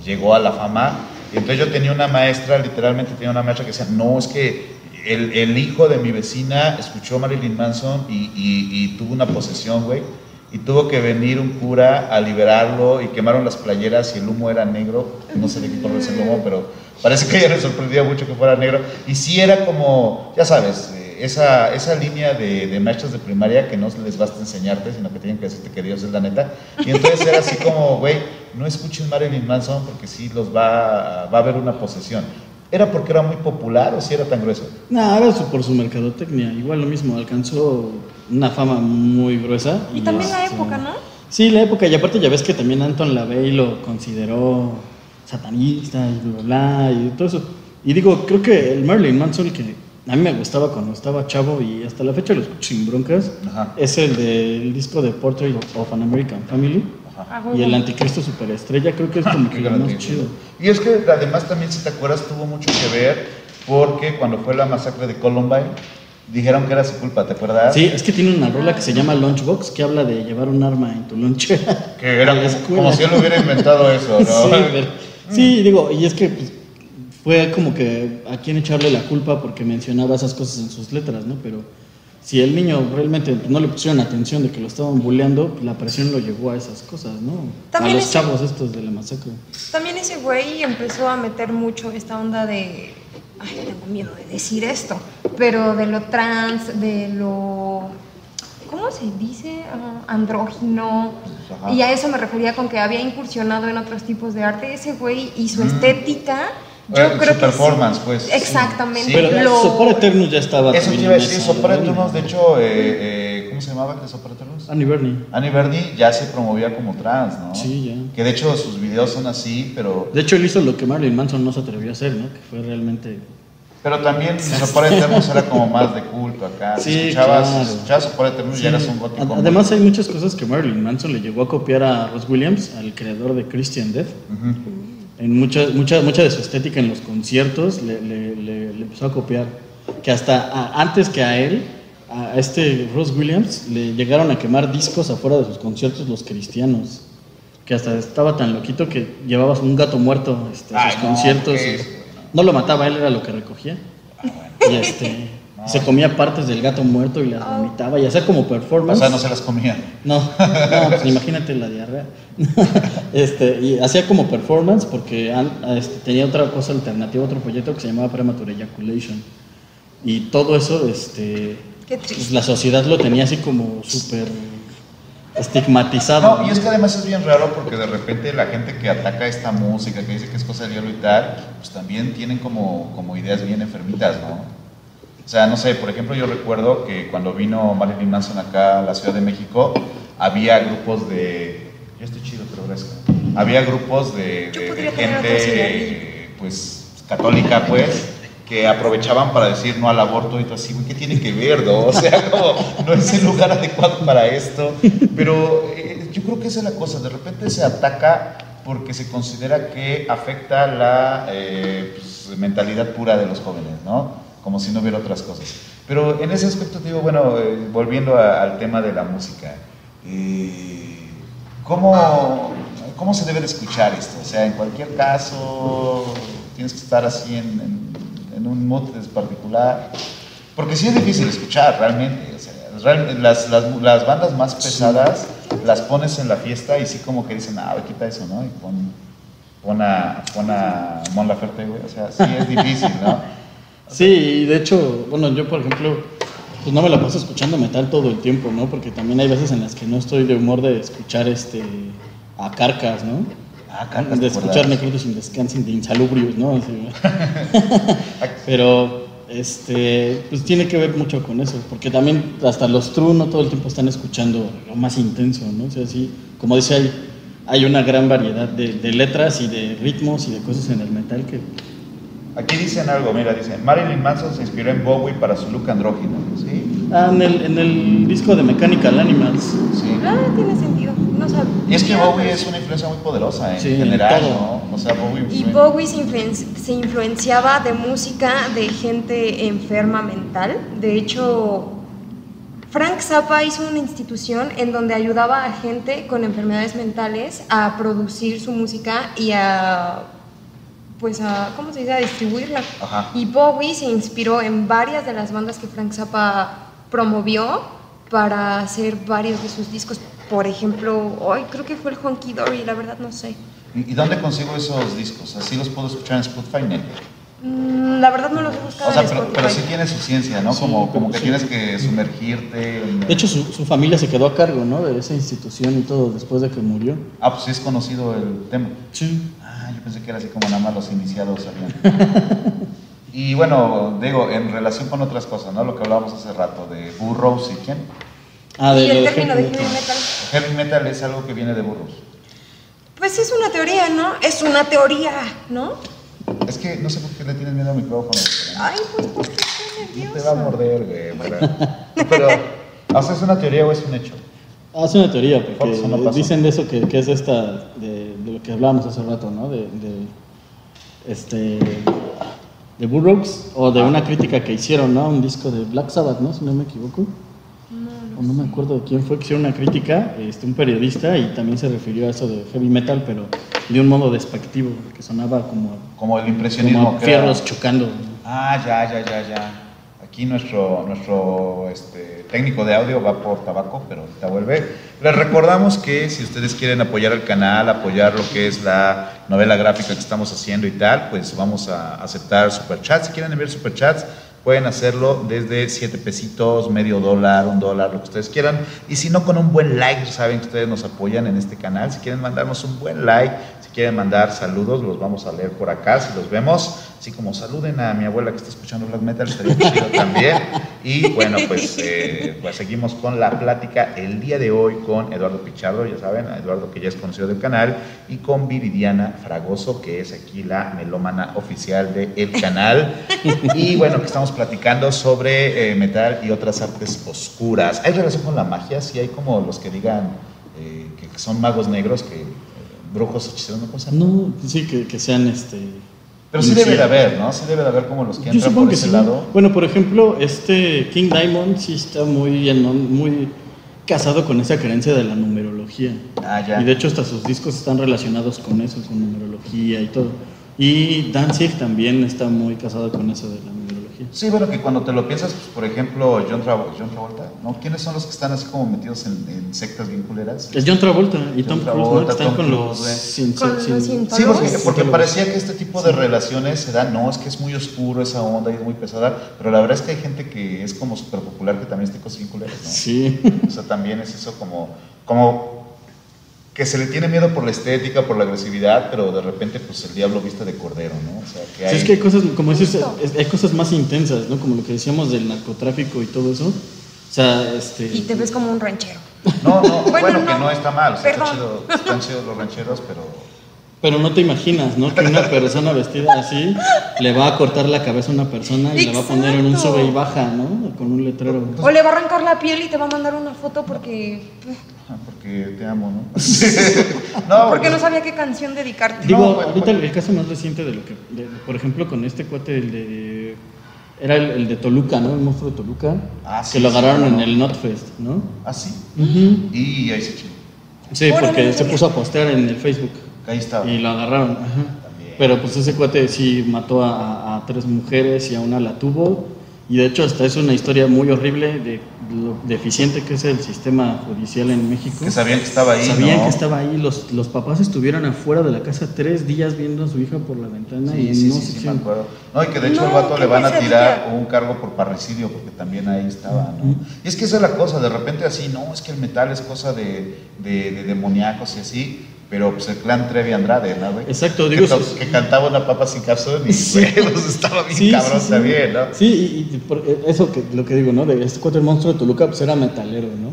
S2: llegó a la fama. Y entonces yo tenía una maestra, literalmente tenía una maestra que decía, no, es que el, el hijo de mi vecina escuchó a Marilyn Manson y, y- y tuvo una posesión, güey. Y tuvo que venir un cura a liberarlo y quemaron las playeras y el humo era negro. No sé de qué color es el humo, pero parece que a ella le sorprendía mucho que fuera negro. Y sí era como, ya sabes, eh, esa, esa línea de, de maestros de primaria que no les basta enseñarte, sino que tienen que decirte que Dios es la neta. Y entonces era así como, güey, no escuchen Marilyn Manson porque sí los va, a- va a haber una posesión. ¿Era porque era muy popular o si era tan grueso?
S3: No, ahora su- por su mercadotecnia, igual lo mismo, alcanzó una fama muy gruesa.
S4: Y también la
S3: este,
S4: época, ¿no?
S3: Sí, la época, y aparte ya ves que también Anton LaVey lo consideró satanista y bla, bla, bla, y todo eso. Y digo, creo que el Marilyn Manson que a mí me gustaba cuando estaba chavo y hasta la fecha lo escucho sin broncas,
S2: Ajá.
S3: es el del disco de Portrait of an American Family
S2: Ajá.
S4: Ah,
S3: y el
S4: huevo.
S3: Anticristo Superestrella, creo que es como que lo más chido.
S2: Y es que además también, si te acuerdas, tuvo mucho que ver porque cuando fue la masacre de Columbine, dijeron que era su culpa, ¿te acuerdas?
S3: Sí, es que tiene una rola que se llama Lunchbox que habla de llevar un arma en tu lonchera.
S2: Que era
S3: A la
S2: como,
S3: escuela.
S2: como si él hubiera inventado eso, ¿no?
S3: Sí, pero- sí, digo, y es que pues, fue como que a quién echarle la culpa porque mencionaba esas cosas en sus letras, ¿no? Pero si el niño realmente no le pusieron atención de que lo estaban bulleando, pues, la presión lo llevó a esas cosas, ¿no?
S4: También
S3: a los
S4: es-
S3: chavos estos de la masacre.
S4: También ese güey empezó a meter mucho esta onda de ay, tengo miedo de decir esto, pero de lo trans, de lo, ¿cómo se dice? Ah, andrógino.
S2: Ajá.
S4: Y a eso me refería con que había incursionado en otros tipos de arte. Ese güey y su estética, yo
S2: Mm. Eh, su
S4: creo que... sí.
S2: performance, pues, sí.
S4: Exactamente.
S2: Sí.
S3: Pero
S4: lo-
S3: Sopor Eternus ya estaba.
S2: Eso te
S3: también
S2: iba a
S3: en
S2: decir,
S3: esa,
S2: Sopra
S3: ¿no?
S2: Eternos, de hecho, eh, eh, ¿cómo se llamaba el de Sopra Eternos?
S3: Annie Bernie.
S2: Annie Verdi ya se promovía como trans, ¿no?
S3: Sí, ya.
S2: Que de hecho sus videos son así, pero,
S3: De hecho, él hizo lo que Marilyn Manson no se atrevió a hacer, ¿no? Que fue realmente.
S2: pero también Sopra Eternos era como más de culto acá.
S3: Sí,
S2: Si escuchabas,
S3: claro.
S2: si escuchabas Sopra Eternos ya eras un gótico.
S3: Ad-
S2: muy-
S3: Además, hay muchas cosas que Marilyn Manson le llegó a copiar a Ross Williams, al creador de Christian Death.
S2: Ujú.
S3: En mucha, mucha, mucha de su estética en los conciertos le, le- le- le empezó a copiar. Que hasta a- antes que a él, a este Ross Williams, le llegaron a quemar discos afuera de sus conciertos los cristianos. Que hasta estaba tan loquito que llevabas un gato muerto este, a
S2: Ay,
S3: sus
S2: no,
S3: conciertos.
S2: qué
S3: y-
S2: es,
S3: no lo mataba, él era lo que recogía. Y este, se comía partes del gato muerto y las
S4: Oh.
S3: vomitaba y hacía como
S2: O
S3: performance.
S2: sea, no se las comía.
S3: No, no, pues imagínate la diarrea. este, y hacía como performance porque an- este, tenía otra cosa alternativa, otro proyecto que se llamaba Premature Ejaculation. Y todo eso, este,
S4: Qué
S3: pues,
S4: triste.
S3: la sociedad lo tenía así como súper estigmatizado.
S2: No, y
S3: ¿no?
S2: es que además es bien raro porque de repente la gente que ataca esta música, que dice que es cosa de diablo y tal, pues también tienen como, como ideas bien enfermitas, ¿no? O sea, no sé, por ejemplo, yo recuerdo que cuando vino Marilyn Manson acá a la Ciudad de México, había grupos de. Yo estoy chido, pero gracias. Había grupos de,
S4: Yo
S2: de- de
S4: podría tener otro
S2: gente, pues, católica, pues, que aprovechaban para decir no al aborto y todo así, güey, ¿qué tiene que ver, no? O sea, como, no es el lugar adecuado para esto. Pero eh, yo creo que esa es la cosa, de repente se ataca porque se considera que afecta la eh, pues, mentalidad pura de los jóvenes, ¿no? Como si no hubiera otras cosas. Pero en ese aspecto te digo, bueno, eh, volviendo a- al tema de la música, eh, ¿cómo, ¿cómo se debe de escuchar esto? O sea, en cualquier caso, tienes que estar así en, en- en un mood particular. Porque sí es difícil escuchar, realmente. O sea, real- las, las- las bandas más pesadas las pones en la fiesta y sí como que dicen, ah, quita eso, ¿no? Y pon, pon a, pon a Mon Laferte, güey. O sea, sí es difícil, ¿no?
S3: Sí, y de hecho, bueno, yo por ejemplo, pues no me la paso escuchando metal todo el tiempo, ¿no? Porque también hay veces en las que no estoy de humor de escuchar este a Carcas, ¿no?
S2: Ah, cartas,
S3: De
S2: ¿te
S3: escuchar
S2: acuerdas?
S3: Necrotis sin Descansen de Insalubrious, ¿no? Así, Pero este, pues tiene que ver mucho con eso, porque también hasta los true no todo el tiempo están escuchando lo más intenso, ¿no? O sea, sí, como dice, hay, hay una gran variedad de, de letras y de ritmos y de cosas en el metal que
S2: Aquí dicen algo, mira, dicen, Marilyn Manson se inspiró en Bowie para su look andrógino. Sí,
S3: Ah, en el, en el disco de Mechanical Animals.
S2: sí.
S4: Ah, tiene sentido. No pues, sab-
S2: Y es que
S4: ya,
S2: Bowie
S4: pero
S2: es
S4: sí.
S2: una influencia muy poderosa en
S3: Sí, en
S2: general,
S3: todo.
S2: ¿no? O sea, Bowie... pues,
S4: Y
S2: fue-
S4: Bowie se, influen- se influenciaba de música de gente enferma mental. De hecho, Frank Zappa hizo una institución en donde ayudaba a gente con enfermedades mentales a producir su música y a pues a, ¿cómo se dice?, a distribuirla.
S2: Ajá.
S4: Y Bowie se inspiró en varias de las bandas que Frank Zappa promovió para hacer varios de sus discos. Por ejemplo, hoy creo que fue el Honky Dory, la verdad no sé.
S2: ¿Y y dónde consigo esos discos? ¿Así los puedo escuchar en Spotify? No.
S4: Mm, la verdad no los he buscado
S2: O sea,
S4: en
S2: pero,
S4: Spotify.
S2: pero sí tiene su ciencia, ¿no?
S3: Sí,
S2: como como
S3: pero
S2: que
S3: sí.
S2: tienes que sumergirte. en-
S3: De hecho, su, su familia se quedó a cargo, ¿no? De esa institución y todo después de que murió.
S2: Ah, pues sí es conocido el tema.
S3: Sí.
S2: Ah, yo pensé que era así como nada más los iniciados sabían. y bueno, digo, en relación con otras cosas, ¿no? Lo que hablábamos hace rato de Burroughs y quién.
S3: Ah,
S4: y
S3: lo
S4: el
S3: de
S4: término de
S3: Heavy
S4: heavy
S3: Metal.
S4: metal.
S2: Heavy metal es algo que viene de Burroughs.
S4: Pues es una teoría, ¿no? Es una teoría, ¿no?
S2: Es que no sé por qué le tienes miedo al micrófono. ¿no?
S4: Ay, pues porque estoy
S2: No
S4: nerviosa.
S2: te va a morder, güey. ¿verdad? Pero, o sea, ¿es una teoría o es un hecho?
S3: Ah, es una teoría, porque
S2: Fotos no pasan.
S3: dicen de eso que, que es esta, de, de lo que hablábamos hace rato, ¿no? De, de, este, de Burroughs, o de una crítica que hicieron, ¿no? Un disco de Black Sabbath, ¿no? Si no me equivoco. O no me acuerdo de quién fue que hicieron una crítica, este, un periodista, y también se refirió a eso de heavy metal, pero de un modo despectivo, que sonaba como,
S2: Como el impresionismo
S3: como a
S2: que era-
S3: fierros chocando. ¿no?
S2: Ah, ya, ya, ya, ya. Aquí nuestro, nuestro este, técnico de audio va por tabaco, pero ahorita vuelve. Les recordamos que si ustedes quieren apoyar el canal, apoyar lo que es la novela gráfica que estamos haciendo y tal, pues vamos a aceptar superchats. Si quieren enviar superchats, pueden hacerlo desde 7 pesitos, medio dólar, un dólar, lo que ustedes quieran. Y si no, con un buen like, saben que ustedes nos apoyan en este canal. Si quieren mandarnos un buen like, si quieren mandar saludos, los vamos a leer por acá, si los vemos. Así como saluden a mi abuela que está escuchando Black Metal, estaría chido también. Y bueno, pues, eh, pues seguimos con la plática el día de hoy con Eduardo Pichardo, ya saben, a Eduardo que ya es conocido del canal, y con Viridiana Fragoso, que es aquí la melómana oficial del canal. Y bueno, que estamos platicando sobre eh, metal y otras artes oscuras. ¿Hay relación con la magia? Sí, hay como los que digan eh, que son magos negros, que eh, brujos hechiceros, ¿no? ¿Cómo se llama?
S3: No, sí, que, que sean este.
S2: Pero sí debe
S3: sí.
S2: de haber, ¿no? Sí debe de haber como los que
S3: Yo
S2: entran
S3: supongo
S2: por
S3: que
S2: ese
S3: sí.
S2: lado.
S3: Bueno, por ejemplo, este King Diamond sí está muy, en on- muy casado con esa creencia de la numerología.
S2: Ah, ya.
S3: Y de hecho hasta sus discos están relacionados con eso, con numerología y todo. Y Danzig también está muy casado con eso de la numerología.
S2: Sí, bueno, que cuando te lo piensas, pues, por ejemplo, John, Travo- John Travolta, ¿no? ¿Quiénes son los que están así como metidos en, en sectas bien culeras?
S3: Es John Travolta y
S2: John
S3: Tom Cruise, ¿no?
S2: Travolta,
S3: Que están
S2: Tom
S3: con los...
S2: Cruise, güey.
S3: sin-
S4: ¿eh? Con los
S3: sin-
S4: sin-
S2: Sí, porque,
S4: Psicólogos.
S2: porque
S3: Psicólogos.
S2: parecía que este tipo de relaciones se dan, no, es que es muy oscuro esa onda y es muy pesada, pero la verdad es que hay gente que es como súper popular que también es de cosas bien culeras, ¿no?
S3: Sí.
S2: O sea, también es eso como, como que se le tiene miedo por la estética, por la agresividad, pero de repente pues el diablo viste de cordero, ¿no? O sea, que
S3: Sí,
S2: hay...
S3: es que hay cosas, como dices,
S4: Justo.
S3: es- hay cosas más intensas, ¿no? Como lo que decíamos del narcotráfico y todo eso. O sea, este...
S4: Y te ves como un ranchero.
S2: No, no, bueno,
S4: Bueno,
S2: que
S4: no.
S2: no está mal, o sea, está
S4: Perdón.
S2: chido, están chidos los rancheros, pero...
S3: Pero no te imaginas, ¿no? Que una persona vestida así le va a cortar la cabeza a una persona y la va a poner en un
S4: Exacto.
S3: sube y baja, ¿no? Con un letrero.
S2: Pues,
S4: O le va a arrancar la piel y te va a mandar una foto porque. pues,
S2: ah, Porque te amo, ¿no? no,
S4: Porque no sabía qué canción dedicarte.
S3: Digo,
S2: bueno,
S3: ahorita
S2: bueno.
S3: el caso más reciente de lo que, de- por ejemplo, con este cuate, el de... Era el, el de Toluca, ¿no? El monstruo de Toluca.
S2: Ah, sí,
S3: que lo
S2: sí,
S3: agarraron
S2: cómo
S3: en
S2: no.
S3: el Notfest, ¿no?
S2: Así.
S3: Ujú.
S2: Y ahí se chido.
S3: Sí,
S4: Órale,
S3: porque
S4: órale.
S3: se puso a postear en el Facebook.
S2: Ahí estaba.
S3: Y lo agarraron. ajá.
S2: También.
S3: Pero pues ese cuate sí mató a, a- a tres mujeres y a una la tuvo. Y de hecho hasta es una historia muy horrible de lo deficiente que es el sistema judicial en México.
S2: Que sabían que estaba ahí,
S3: Sabían
S2: ¿no?
S3: que estaba ahí. Los, los papás estuvieron afuera de la casa tres días viendo a su hija por la ventana
S2: Sí,
S3: y
S2: sí,
S3: no
S2: sí,
S3: se
S2: sí, me
S3: hicieron-
S2: acuerdo. No, y que de hecho al
S4: No,
S2: vato
S4: qué
S2: le van a
S4: pesadilla.
S2: tirar un cargo por parricidio, porque también ahí estaba, ¿no? Y es que esa es la cosa, de repente así, no, es que el metal es cosa de, de, de demoníacos y así, pero pues el clan Trevi Andrade, ¿no, güey?
S3: Exacto,
S2: Que
S3: digo,
S2: to-
S3: sí.
S2: Que, cantaba una papa sin calzón y,
S3: Sí.
S2: güey, pues, estaba bien
S3: Sí,
S2: cabrón
S3: sí, sí.
S2: también, ¿no?
S3: Sí, y, y por- eh, eso que lo que digo, ¿no? De este cuate el monstruo de Toluca, pues era metalero, ¿no?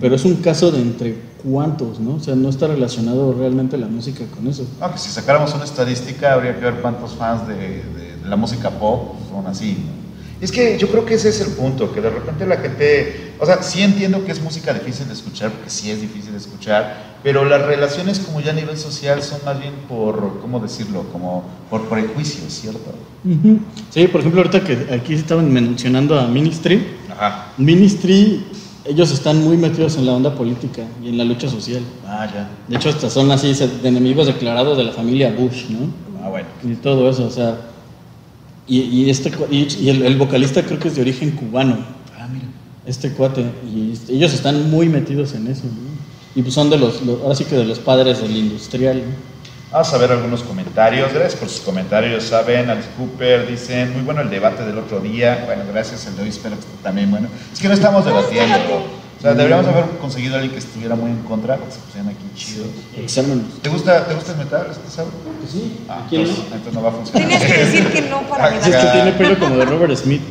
S3: Pero es un caso de entre cuántos, ¿no? O sea, no está relacionado realmente la música con eso.
S2: No, que si sacáramos una estadística habría que ver cuántos fans de, de- de la música pop son así. ¿no? Es que yo creo que ese es el punto, que de repente la gente, o sea, sí entiendo que es música difícil de escuchar, porque sí es difícil de escuchar, pero las relaciones como ya a nivel social son más bien por, ¿cómo decirlo? Como por prejuicios, ¿cierto?
S3: Ujú. Sí, por ejemplo, ahorita que aquí estaban mencionando a Ministry.
S2: Ajá.
S3: Ministry, ellos están muy metidos en la onda política y en la lucha social.
S2: Ah, ya.
S3: De hecho, hasta son así se- de enemigos declarados de la familia Bush, ¿no?
S2: Ah, bueno.
S3: Y todo eso, o sea. Y, y este, cua- y, y el, el vocalista creo que es de origen cubano,
S2: Ah, mira.
S3: este cuate. Y este- ellos están muy metidos en eso, ¿no? Y pues son de los, los- ahora sí que de los padres del industrial, ¿no?
S2: Vamos a ver algunos comentarios. Gracias por sus comentarios. Saben, Alex Cooper dicen, muy bueno el debate del otro día. Bueno, gracias el de hoy. Espero que esté también bueno. Es que no estamos debatiendo. O sea, deberíamos haber conseguido a alguien que estuviera muy en contra. porque se pusieran aquí chidos.
S3: Exámenes.
S2: ¿Te gusta, ¿Te gusta el metal? ¿Estás sabes?
S3: Sí,
S2: Ah,
S3: ¿quién
S2: entonces,
S3: no?
S2: entonces no va a funcionar.
S4: Tenías que decir que no
S2: Ah,
S4: para
S3: Si es
S4: medallar.
S3: que tiene pelo como de Robert Smith.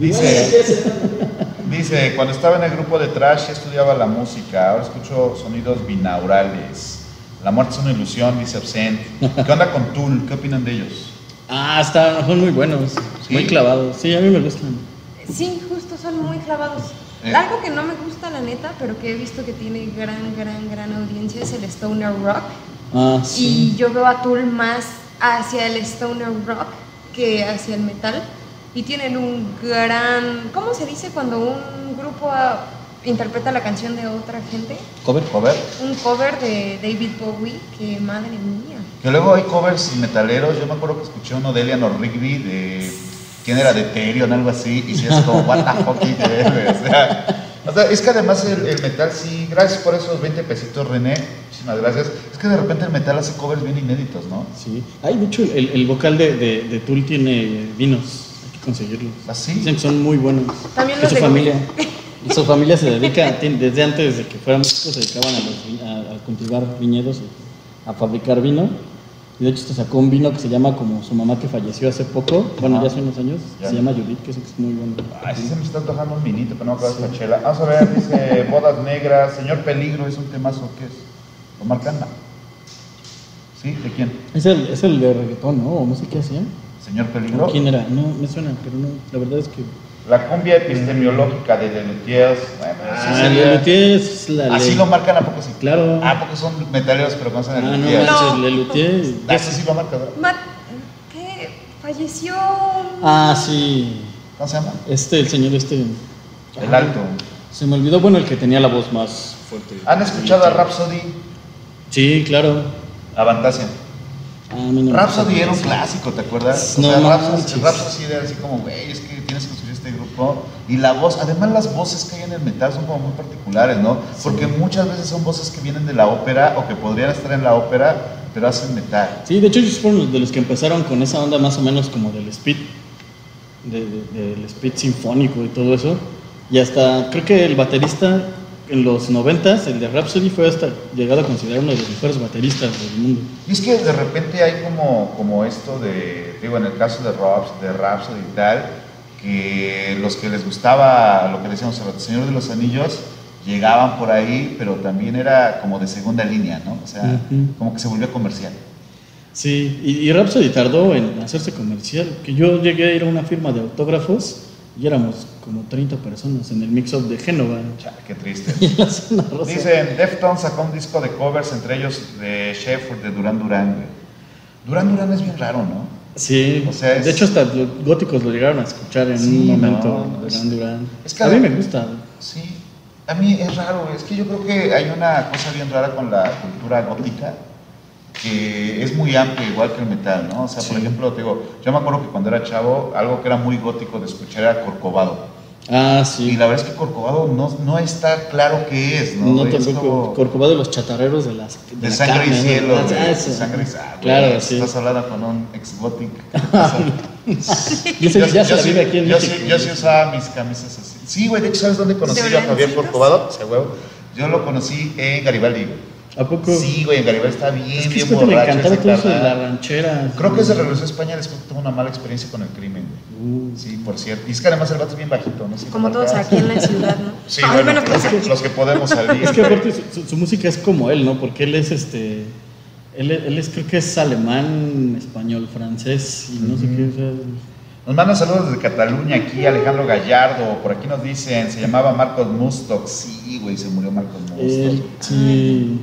S2: Dice, dice, cuando estaba en el grupo de trash estudiaba la música, ahora escucho sonidos binaurales. La muerte es una ilusión, dice Absent. ¿Qué onda con Tool? ¿Qué opinan de ellos?
S3: Ah, está, son muy buenos,
S2: Sí.
S3: muy clavados. Sí, a mí me gustan.
S4: Sí, justo, son muy clavados.
S2: Eh.
S4: Algo que no me gusta, la neta, pero que he visto que tiene gran, gran, gran audiencia es el Stoner Rock.
S3: Ah, sí.
S4: Y yo veo a Tool más hacia el Stoner Rock que hacia el metal. Y tienen un gran. ¿Cómo se dice cuando un grupo ah, interpreta la canción de otra gente?
S3: ¿Cover?
S2: ¿Cover?
S4: Un cover de David Bowie, que madre mía.
S2: Que luego hay covers y metaleros. Yo me acuerdo que escuché uno de Eleanor Rigby de ¿Quién era de Terion? Algo así. Y si es como, what the fuck it is", o sea, o sea, es que además el, el metal, sí, gracias por esos 20 pesitos, René. Muchísimas gracias. Es que de repente el metal hace covers bien inéditos, ¿no?
S3: Sí. Ay, de hecho, el, el vocal de, de, de Tool tiene vinos. Hay que conseguirlos.
S2: ¿Ah, sí?
S3: Dicen que son muy buenos.
S4: También
S3: Que
S4: los
S3: su
S4: de-
S3: familia. y Su familia se dedica, tien- desde antes de que fueran músicos, se dedicaban a, los vi- a- a cultivar viñedos, y a fabricar vino. Y de hecho, se sacó un vino que se llama como su mamá que falleció hace poco, bueno, ya hace unos años,
S2: Ya.
S3: se llama Judith, que es es muy bueno.
S2: Ay, sí se me está antojando un vinito, pero no acabas la chela. Vamos a ver, dice Bodas Negras, Señor Peligro, es un temazo, ¿qué es? Omar Canda. ¿Sí? ¿De quién?
S3: Es el, es el de reggaetón, ¿no? O no sé qué hacía.
S2: Señor
S3: ¿O
S2: Peligro.
S3: quién era? No, me suena, pero no, la verdad es que...
S2: La cumbia epistemiológica de Delutiers. Bueno, sí
S3: Ah,
S2: sería-
S3: Lelutier es la
S2: Así
S3: ley.
S2: lo marcan, ¿a poco sí?
S3: Claro.
S2: Ah, porque son metaleros, pero conocen a
S3: Ah, no,
S2: Delutiers.
S4: No.
S3: manches, Lelutier.
S2: Ah, Eso sí lo marca, ¿verdad?
S4: Ma- ¿Qué? Falleció.
S3: Ah, sí.
S2: ¿Cómo se llama?
S3: Este, el señor este.
S2: El Alto.
S3: Se me olvidó, bueno, el que tenía la voz más fuerte.
S2: ¿Han escuchado a Rhapsody?
S3: Sí, claro.
S2: Avantasen.
S3: Ah, no, no,
S2: Rhapsody
S3: no,
S2: era un
S3: sí.
S2: clásico, ¿te acuerdas?
S3: No
S2: o sea, Rhapsody,
S3: manches.
S2: Rhapsody era así como, güey, es que tienes que escuchar este grupo. Y la voz, además las voces que hay en el metal son como muy particulares, ¿no? Porque muchas veces son voces que vienen de la ópera o que podrían estar en la ópera, pero hacen metal.
S3: Sí, de hecho, ellos fueron los de los que empezaron con esa onda más o menos como del speed. de- de- del speed sinfónico y todo eso. Y hasta, creo que el baterista en los noventas, el de Rhapsody, fue hasta llegado a considerar uno de los mejores bateristas del mundo.
S2: Y es que de repente hay como, como esto de, digo, en el caso de, Raps, de Rhapsody y tal, que los que les gustaba lo que decíamos hace rato, Señor de los Anillos, llegaban por ahí, pero también era como de segunda línea, ¿no? O sea,
S3: Ujú.
S2: como que se volvió comercial.
S3: Sí, y, y Rhapsody tardó en hacerse comercial. Que yo llegué a ir a una firma de autógrafos y éramos como 30 personas en el mix-up de Génova.
S2: Chale, qué triste.
S3: Y en la zona rosa.
S2: Dicen, Deftones sacó un disco de covers, entre ellos de Sheffield, de Duran Duran. güey. Duran Duran es bien raro, ¿no?
S3: sí,
S2: o sea, es-
S3: de hecho hasta los góticos lo llegaron a escuchar en
S2: Sí,
S3: un momento.
S2: no, no,
S3: Duran
S2: es-
S3: Duran.
S2: es que
S3: a mí
S2: adem-
S3: me gusta.
S2: Sí, a mí es raro, güey. es que yo creo que hay una cosa bien rara con la cultura gótica que es muy amplia, igual que el metal, ¿no? O sea, por
S3: Sí.
S2: ejemplo, te digo, yo me acuerdo que cuando era chavo, algo que era muy gótico de escuchar era Corcovado.
S3: Ah,
S2: Y
S3: sí.
S2: la verdad es que Corcovado no, no está claro qué es, ¿no?
S3: No,
S2: güey? Es
S3: tampoco.
S2: como-
S3: Corcovado de los chatarreros de las.
S2: De,
S3: la
S2: sangre
S3: carne,
S2: y
S3: ¿no?
S2: cielo,
S3: Ah,
S2: güey.
S3: eso.
S2: De sangre y ah, güey,
S3: Claro, sí.
S2: Estás hablando con un ex-gótico. ¿qué te pasa?
S3: Y ese ya se la vive
S2: sí-
S3: aquí en
S2: yo
S3: México.
S2: sí- yo sí usaba mis camisas así. Sí, güey, de hecho, ¿sabes dónde conocí
S4: ¿De
S2: yo a Javier
S4: Belencitos?
S2: Corcovado? Se huevo. Yo lo conocí en Garibaldi, güey.
S3: ¿A poco?
S2: Sí, güey, en Garibaldi está bien,
S3: es que
S2: bien
S3: después me
S2: borracho
S3: encantaba
S2: ese
S3: todo eso de la
S2: carnal.
S3: ranchera.
S2: Creo que se regresó a España después que tuvo una mala experiencia con el crimen, güey.
S3: Uh,
S2: Sí, por cierto. Y es que además el vato es bien bajito, ¿no? Sí,
S4: Como
S2: por
S4: todos
S2: acá.
S4: aquí en la ciudad, ¿no?
S2: Sí,
S4: Ay, pues,
S2: bueno,
S4: menos todos aquí.
S2: los que podemos salir.
S3: Es que aparte su, su- su música es como él, ¿no? Porque él es este. Él, él es, creo que es alemán, español, francés y no sé qué. o sea,
S2: Nos mandan saludos desde Cataluña, aquí Alejandro Gallardo, por aquí nos dicen, se llamaba Marcos Mustok, sí, güey, se murió Marcos
S3: él,
S2: Mustok.
S3: sí.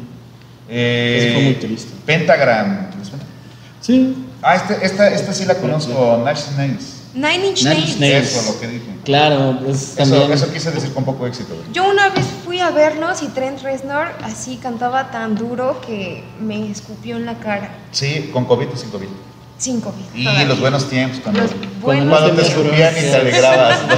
S2: Eh,
S3: Eso fue muy triste.
S2: Pentagram, ¿les suena?
S3: Sí.
S2: Ah, este- esta, esta sí la conozco, Nash Nails.
S4: Nine Inch
S3: Nine
S4: Nails.
S3: Inch Nails.
S2: Eso, lo que dije.
S3: Claro, es
S2: Eso,
S3: también.
S2: eso quise decir con poco éxito, güey.
S4: Yo una vez fui a verlos y Trent Reznor así cantaba tan duro que me escupió en la cara.
S2: Sí, con COVID o sin COVID.
S4: Sin COVID.
S2: Y
S4: todavía.
S2: los buenos tiempos, cuando,
S4: Los
S3: Cuando
S4: buenos
S2: cuando te
S3: tenías
S2: escupían y te
S3: bronquias.
S2: alegrabas, ¿no?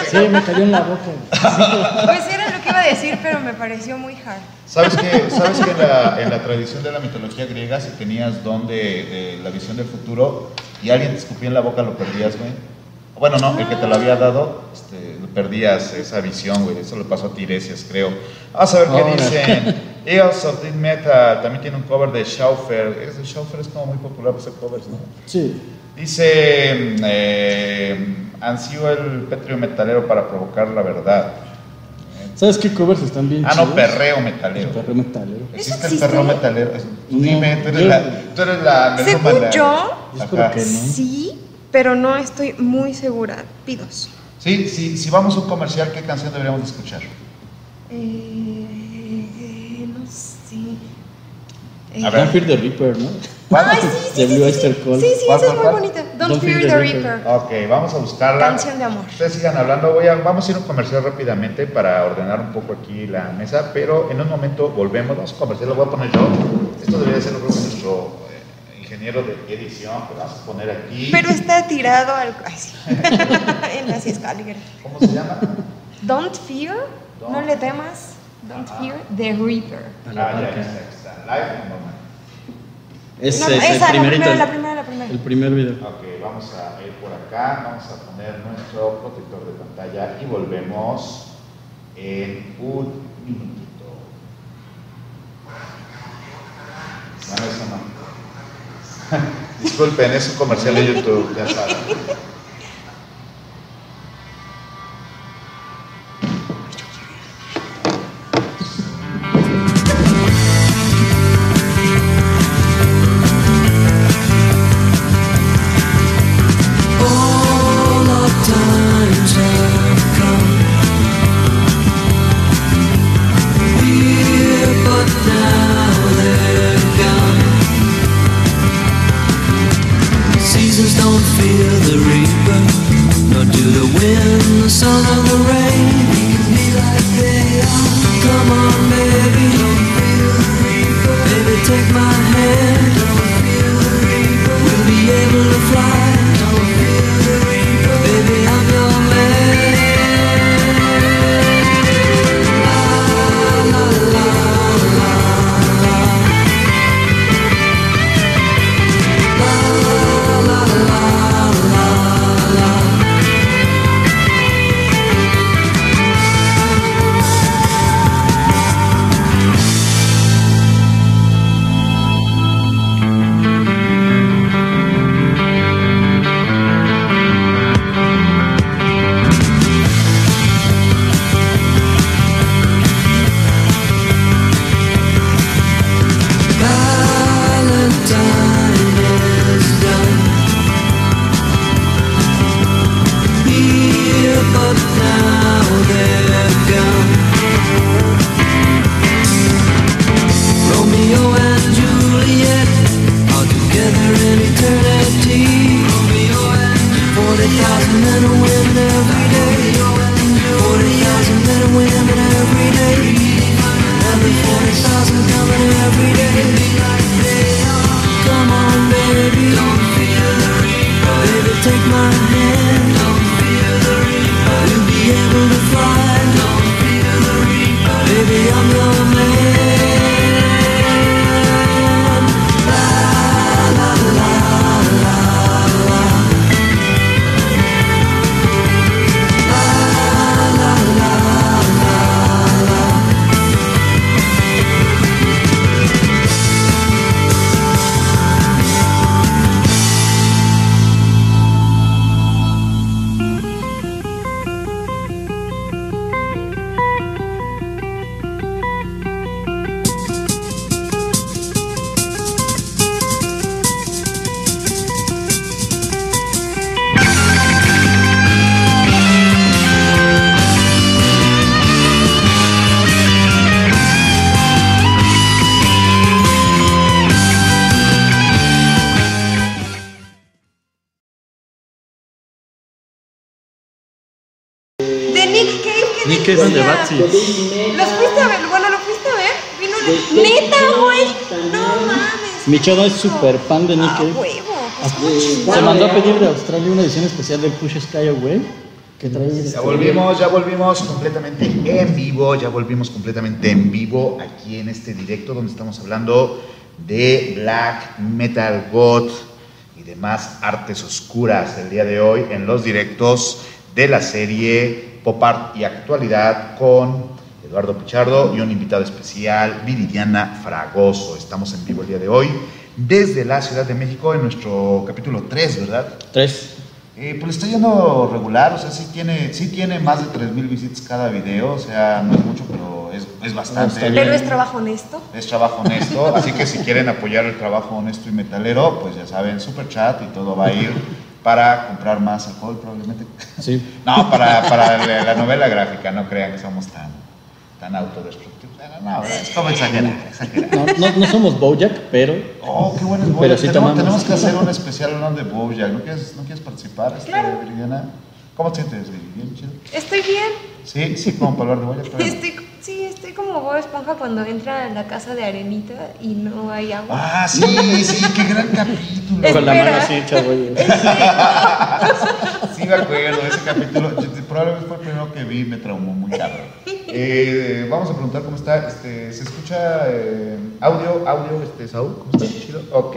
S2: Así.
S3: Sí, me cayó en la boca.
S4: Pues era lo que iba a decir, pero me pareció muy hard.
S2: ¿Sabes que, sabes que en, la, en la tradición de la mitología griega, si tenías don de, de la visión del futuro y alguien te escupía en la boca, lo perdías, güey? Bueno, no, el que te lo había dado, este, lo perdías esa visión, güey. Eso le pasó a Tiresias, creo. Vamos a ver qué
S3: Ahora.
S2: dicen. Eos of Dead Metal también tiene un cover de Schaufer. Es de Schaufer es como muy popular por hacer covers, ¿no?
S3: Sí.
S2: Dice, eh, ansío el petrio metalero para provocar la verdad.
S3: ¿Sabes qué covers están bien
S2: Ah,
S3: chidos?
S2: no, perreo metalero.
S3: Perreo metalero.
S2: ¿Existe el
S4: existe?
S2: perro metalero? Es- tú
S3: No,
S2: dime, tú eres
S3: yo-
S2: la, tú eres la
S4: Según
S2: melómana.
S4: yo,
S3: Yo creo
S2: Ajá.
S3: que- ¿no?
S4: Sí, pero no estoy muy segura. Pidos.
S2: Sí, sí, si vamos a un comercial, ¿qué canción deberíamos de escuchar?
S4: Eh, no sé. Eh,
S2: A ver.
S3: Don't Fear the Reaper, ¿no?
S4: Ay, sí, sí,
S3: De
S4: sí,
S3: Blue
S4: sí,
S3: Oyster
S4: sí.
S3: Cult.
S4: Sí, sí,
S2: ¿Cuál,
S4: esa es
S2: cuál,
S4: muy
S2: cuál?
S4: bonita. Don't, Fear the Reaper.
S2: Ok, vamos a buscarla.
S4: Canción de amor.
S2: Ustedes sigan hablando, voy a, vamos a ir a un comercial rápidamente para ordenar un poco aquí la mesa, pero en un momento volvemos, vamos a un comercial, lo voy a poner yo. Esto debería ser lo creo que nuestro eh, ingeniero de edición, que vamos a poner aquí.
S4: Pero está tirado al... ay, sí. en las escaleras.
S2: ¿Cómo se llama?
S4: Don't fear, no le temas. Don't
S2: Ajá.
S4: fear the reaper.
S3: A
S2: ah,
S3: la
S2: ya
S3: parca.
S2: está, está. Live in Oman.
S3: Ese
S4: No, no,
S3: es
S4: esa, la
S3: el primerito.
S4: primera, la primera, la primera.
S3: El primer video.
S2: Ok, vamos a ir por acá, vamos a poner nuestro protector de pantalla y volvemos en un minutito. No, eso no. Disculpen, es un comercial de YouTube, ya saben.
S1: Seasons don't fear the reaper, nor do the wind, the sun, or the rain. We can be like they are. Come on, baby, don't fear the reaper. Baby, take my hand. Don't fear the reaper. We'll be able to fly. Don't fear the reaper. Baby, I'm your man. Valentine is done. Here, but now they're gone. Romeo and Juliet are together in eternity. Romeo and forty thousand men and women every day. Forty thousand men and women every day. And the forty thousand coming every day. Come on, baby, don't feel the reaper. Baby, take my hand. Don't feel the reaper. You'll be able to fly. Don't feel the reaper. Baby, I'm your man.
S4: De Nick Cave, que
S3: Nick Cave and the Batsy.
S4: ¿Los fuiste a ver? Bueno, ¿lo fuiste a ver? Vino el- ¡Neta, güey! ¡No mames!
S3: Mi chava es súper fan de Nick eh.
S4: ¡Ah,
S3: Cave.
S4: huevo! Pues, ¿cómo chingado?
S3: Se mandó a pedir de Australia una edición especial del Push Sky Away. Que trae.
S2: Ya volvimos, ya volvimos completamente en vivo, ya volvimos completamente en vivo aquí en este directo donde estamos hablando de black metal goth y demás artes oscuras el día de hoy en los directos de la serie Pop Art y Actualidad con Eduardo Pichardo y un invitado especial, Viridiana Fragoso. Estamos en vivo el día de hoy desde la Ciudad de México en nuestro capítulo 3, ¿verdad?
S3: Tres.
S2: Eh, pues le está yendo regular, o sea, sí tiene, sí tiene más de 3.000 visitas cada video, o sea, no es mucho, pero es, es bastante.
S3: Está bien.
S4: Pero es trabajo honesto.
S2: Es trabajo honesto, así que si quieren apoyar el trabajo honesto y metalero, pues ya saben, super chat y todo va a ir para comprar más alcohol probablemente.
S3: Sí.
S2: No, para, para la, la novela gráfica, no crean que somos tan, tan autodestructivos. No, no, es como exagerar, exagerar.
S3: No, no, no somos Bojack, pero.
S2: Oh, qué bueno es
S3: Pero sí
S2: tenemos,
S3: tomamos.
S2: tenemos que hacer un especial hablando de Bojack. ¿No quieres, no quieres participar, este,
S4: Claro.
S2: Viridiana? ¿Cómo te sientes, Lili? ¿Bien chido?
S4: Estoy bien.
S2: Sí, sí, como para hablar de
S3: Ah.
S2: Boya, está bien.
S4: Estoy, sí, estoy como Bob Esponja cuando entra a la casa de Arenita y no hay agua.
S2: Ah, sí, sí, qué gran capítulo.
S4: Es-
S3: Con Ah, pues la
S4: Espera.
S3: mano así, chavo. y-
S2: Sí, me acuerdo de ese capítulo. Yo- Probablemente fue el primero que vi y me traumó muy cabrón. Eh, vamos a preguntar cómo está. Este, ¿Se escucha eh, audio, audio, este, Saúl? ¿Cómo está? ¿Chido? Ok.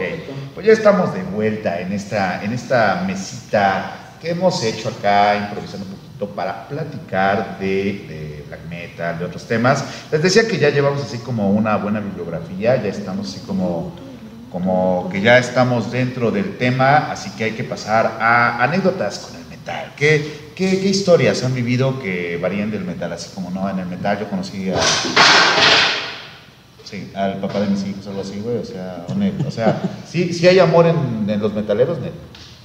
S2: Pues ya estamos de vuelta en esta, en esta mesita que hemos hecho acá, improvisando un poquito para platicar de, de black metal, de otros temas. Les decía que ya llevamos así como una buena bibliografía, ya estamos así como como que ya estamos dentro del tema, así que hay que pasar a anécdotas con el metal. ¿Qué, qué, qué historias han vivido que varían del metal? Así como no, en el metal yo conocí a... Sí, al papá de mis hijos, algo así, güey. O sea, o, net, o sea sí, sí hay amor en, en los metaleros, net.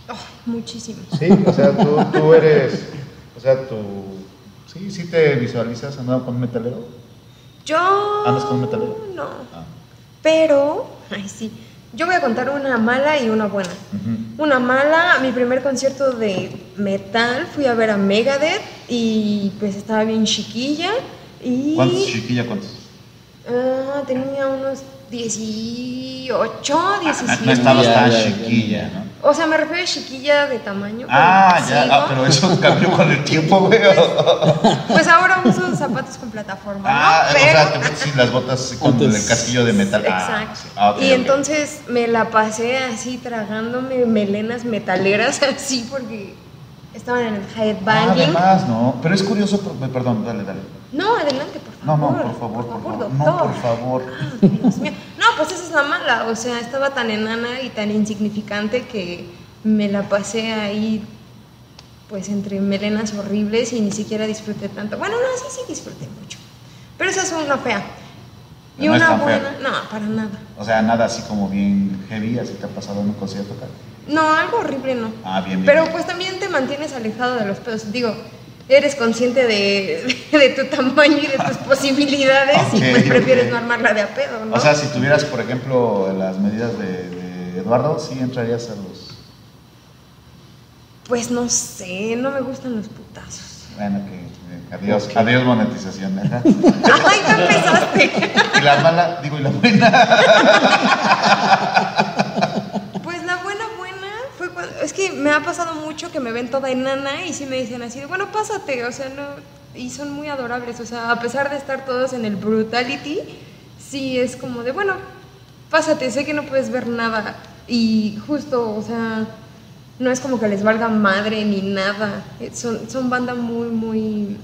S4: Oh, muchísimo.
S2: Sí, o sea, tú, tú eres... O sea, tú... Sí, sí te visualizas andando con un metalero.
S4: Yo.
S2: ¿Andas con un metalero?
S4: No.
S2: Ah,
S4: Pero. Ay, sí. Yo voy a contar una mala y una buena.
S2: ujú.
S4: Una mala, mi primer concierto de metal fui a ver a Megadeth y pues estaba bien chiquilla y
S2: ¿Cuántos, chiquilla, cuántos?
S4: ah, tenía unos 18, 17.
S2: Ah, No estabas
S3: Ya,
S2: tan
S3: ya, ya.
S2: chiquilla, ¿no?
S4: O sea, me refiero a chiquilla de tamaño.
S2: Ah,
S4: pero
S2: ya,
S4: sigo.
S2: ah, pero eso cambió con el tiempo, güey.
S4: Pues ahora uso zapatos con plataforma, ¿no?
S2: Ah, o
S4: Pero-
S2: sea, te pones las botas así con
S3: Antes-
S2: el casquillo de metal. Ah,
S4: Exacto.
S2: sí. Ah, ok,
S4: y
S2: ok.
S4: entonces me la pasé así tragándome melenas metaleras así porque estaban en el
S2: Ah,
S4: headbanging.
S2: además, no. Pero es curioso, por- perdón, dale, dale.
S4: No, adelante, por favor.
S2: No, no, por favor, por favor. No,
S4: doctor.
S2: por favor.
S4: Ay, Dios mío. No, pues esa es la mala. O sea, estaba tan enana y tan insignificante que me la pasé ahí, pues entre melenas horribles y ni siquiera disfruté tanto. Bueno, no, sí, sí disfruté mucho. Pero esa es una fea. Y
S2: No es
S4: una
S2: tan fea.
S4: buena. No, para nada.
S2: O sea, nada así como bien heavy, así que ha pasado en un concierto. cara.
S4: No, algo horrible no.
S2: Ah, bien, bien.
S4: Pero pues también te mantienes alejado de los pedos. Digo, eres consciente de, de tu tamaño y de tus posibilidades
S2: Ok,
S4: y pues prefieres
S2: ok.
S4: no armarla de a pedo, ¿no?
S2: O sea, si tuvieras, por ejemplo, las medidas de, de Eduardo, sí entrarías a los.
S4: Pues no sé, no me gustan los putazos.
S2: Bueno, que. eh, Adiós, adiós monetización. ajá.
S4: Ay, ya empezaste.
S2: Y la mala, digo, y la buena.
S4: Pues la buena buena fue cuando... Es que me ha pasado mucho que me ven toda enana y sí me dicen así, de, bueno, pásate, o sea, no... Y son muy adorables, o sea, a pesar de estar todos en el brutality, sí es como de, bueno, pásate, sé que no puedes ver nada. Y justo, o sea, no es como que les valga madre ni nada. Eh, Son, son banda muy, muy...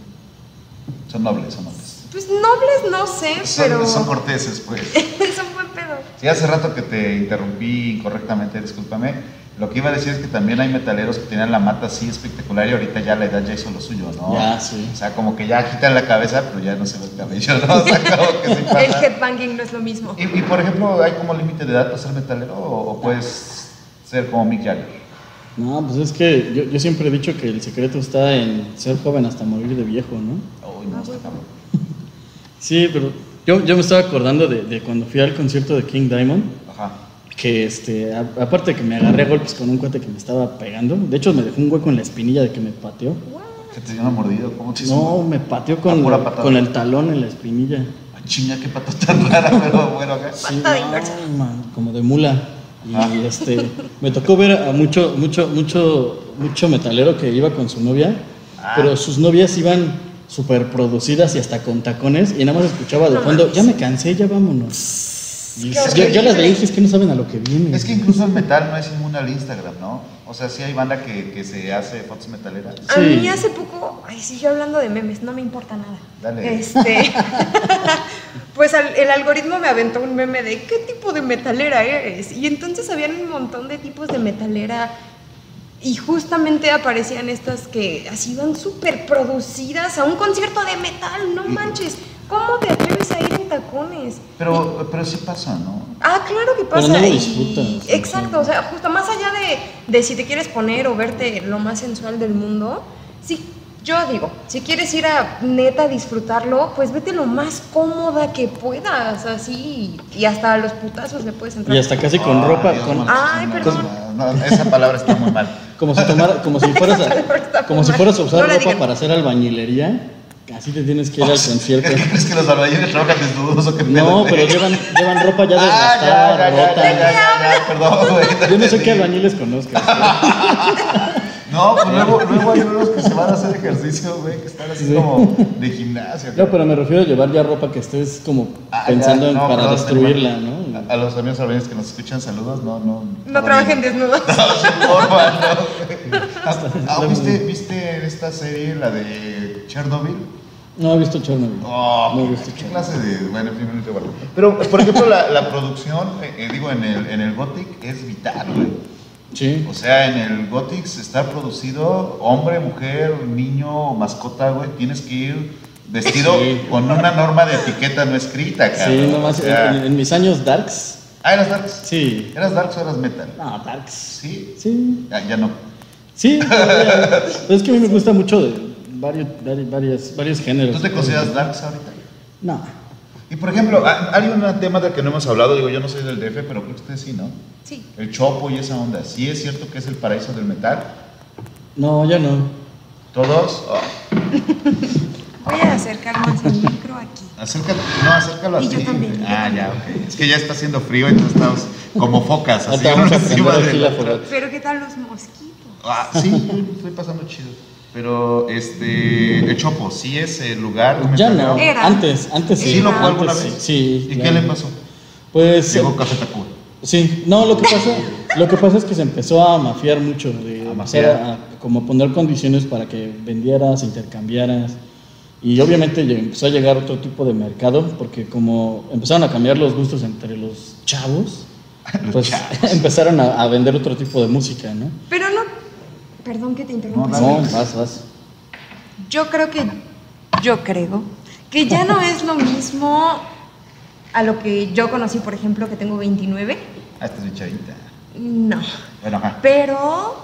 S2: Son nobles, son nobles.
S4: Pues nobles, no sé,
S2: Son,
S4: pero...
S2: son corteses, pues.
S4: son buen pedo.
S2: Sí, hace rato que te interrumpí incorrectamente, discúlpame. Lo que iba a decir es que también hay metaleros que tenían la mata así espectacular y ahorita ya la edad ya hizo lo suyo, ¿no?
S3: Ya, sí.
S2: O sea, como que ya quitan la cabeza, pero ya no se ve el cabello, ¿no? O sea, como que sí
S4: El
S2: pasa.
S4: headbanging no es lo mismo.
S2: Y, y, por ejemplo, ¿hay como límite de edad para ser metalero o, o puedes ser como Mick Jagger?
S3: No, pues es que yo, yo siempre he dicho que el secreto está en ser joven hasta morir de viejo, ¿no?
S2: Uy, no, está cabrón.
S3: Sí, pero yo, yo me estaba acordando de, de cuando fui al concierto de King Diamond,
S2: Ajá.
S3: que este, a- aparte de que me agarré a golpes con un cuate que me estaba pegando, de hecho me dejó un hueco en la espinilla de que me pateó.
S2: ¿Que te dieron mordido? ¿Cómo te hizo?
S3: No, me pateó con,
S2: A pura
S3: la-
S2: patada.
S3: con el talón en la espinilla.
S2: Ah, chinga, qué pato tan rara, pero bueno, acá.
S3: Sí,
S4: Patada
S3: no,
S4: inversa.
S3: man, como de mula. Y
S2: Ah.
S3: este, me tocó ver a mucho, mucho, mucho, mucho metalero que iba con su novia,
S2: Ah.
S3: pero sus novias iban súper producidas y hasta con tacones, y nada más escuchaba de
S4: No
S3: fondo,
S4: mames.
S3: ya me cansé, ya vámonos. Y
S4: qué
S3: yo, yo las
S4: horrible.
S3: veía y dije, es que no saben a lo que vienen.
S2: Es que incluso el metal no es inmune al Instagram, ¿no? O sea, sí hay banda que, que se hace fotos metaleras.
S4: A mí
S3: Sí.
S4: hace poco, ay, sí, yo hablando de memes, no me importa nada.
S2: Dale.
S4: Este, pues al- el algoritmo me aventó un meme de qué tipo de metalera eres. Y entonces habían un montón de tipos de metalera y justamente aparecían estas que así iban súper producidas a un concierto de metal, no manches. ¿Cómo te atreves a ir en tacones?
S2: Pero, pero sí pasa, ¿no?
S4: Ah, claro que
S3: Pero
S4: pasa.
S3: no lo
S4: y-
S3: disfrutas.
S4: Exacto, o sea, justo más allá de, de si te quieres poner o verte lo más sensual del mundo, sí, yo digo, si quieres ir a neta disfrutarlo, pues vete lo más cómoda que puedas, así, y hasta a los putazos le puedes entrar.
S3: Y hasta casi con
S2: Ah,
S3: ropa,
S2: Dios,
S3: con,
S2: no, no,
S4: Ay,
S2: no,
S4: perdón.
S2: no, no, esa palabra está muy mal.
S3: como si tomara, como si fueras a, como si fueras a usar
S4: No le
S3: ropa
S4: digan.
S3: para hacer albañilería, así te tienes que ir al concierto.
S2: ¿Crees que los albañiles trabajan desnudos o qué pedo,
S3: No, pero
S2: güey?
S3: llevan, llevan ropa ya
S2: Ah, ya, ya,
S3: desgastada,
S2: ya, ya,
S3: rota.
S2: ya, ya, perdón, güey. te
S3: Yo no sé
S2: entendí.
S3: qué albañiles conozcas.
S2: No, pues luego, luego hay unos que se van a hacer ejercicio, güey, que están así
S3: Sí.
S2: como de gimnasio.
S3: No, pero me refiero a llevar ya ropa que estés como
S2: Ah,
S3: pensando
S2: ya,
S3: en
S2: no,
S3: para
S2: perdón,
S3: destruirla,
S2: perdón.
S3: ¿no?
S2: A, a los amigos albañiles que nos escuchan, saludos, no, no.
S4: No trabajen
S2: de...
S4: desnudos.
S2: ah, ¿viste, ¿Viste esta serie, la de Chernobyl?
S3: No he visto Chernobyl.
S2: Oh,
S3: no he visto
S2: ¿Qué
S3: Chernobyl.
S2: clase de.? Bueno, en fin, ahorita igual. Pero, por ejemplo, la, la producción, eh, eh, digo, en el, en el Gothic es vital, güey.
S3: Sí.
S2: O sea, en el Gothic se está producido hombre, mujer, niño, mascota, güey. Tienes que ir vestido
S3: Sí.
S2: con una norma de etiqueta no escrita, cabrón.
S3: Sí, eh,
S2: o
S3: nomás
S2: sea-
S3: en, en mis años darks.
S2: Ah, eras Darks.
S3: Sí.
S2: ¿Eras Darks o eras Metal?
S3: No, darks.
S2: Sí.
S3: Sí.
S2: Ya, ya no.
S3: Sí, todavía. Pero es que a mí me gusta mucho de varios, vari- varias, varios géneros.
S2: ¿Tú te consideras Darks ahorita?
S3: No.
S2: Y por ejemplo, ah, hay un tema del que no hemos hablado, digo, yo no soy del DF, pero creo que usted sí, ¿no?
S4: Sí.
S2: El Chopo y esa onda. Sí es cierto que es el paraíso del metal.
S3: No, ya no.
S2: Todos, oh,
S4: Voy a acercar más el micro aquí.
S2: acércate, no, acércalo a
S4: Y yo
S2: ti,
S4: también,
S2: güey.
S4: yo
S2: Ah, ya, ok. Es que ya está haciendo frío, entonces estamos como focas, así
S3: Ahorita vamos a
S2: uno encima
S3: prender Ah, aquí
S2: del
S3: la
S2: otro.
S3: fogata.
S4: Pero ¿qué tal los mosquitos?
S2: Ah, sí, yo estoy pasando chido. Pero, este, el Chopo, sí es el lugar.
S3: Ya no.
S4: Eh, Era.
S3: Antes, antes sí.
S2: Sí, lo fue alguna
S3: antes
S2: vez.
S3: Sí. sí,
S2: ¿Y qué
S3: claro.
S2: le pasó?
S3: Pues.
S2: Llegó Café Tacuba.
S3: Sí, no, lo que pasa, lo que pasa es que se empezó a mafiar mucho, de
S2: A
S3: empezar
S2: mafiar.
S3: a- a como poner condiciones para que vendieras, intercambiaras. Y obviamente lle- empezó a llegar otro tipo de mercado, porque como empezaron a cambiar los gustos entre los chavos, pues empezaron a, a vender otro tipo de música, ¿no? Pues,
S4: Pero no. Perdón que te interrumpa.
S2: No,
S3: No, vas, vas.
S4: Yo creo que, yo creo, que ya no es lo mismo a lo que yo conocí, por ejemplo, que tengo 29.
S2: Ah, esta es mi chavita.
S4: No.
S2: Bueno, ajá.
S4: Pero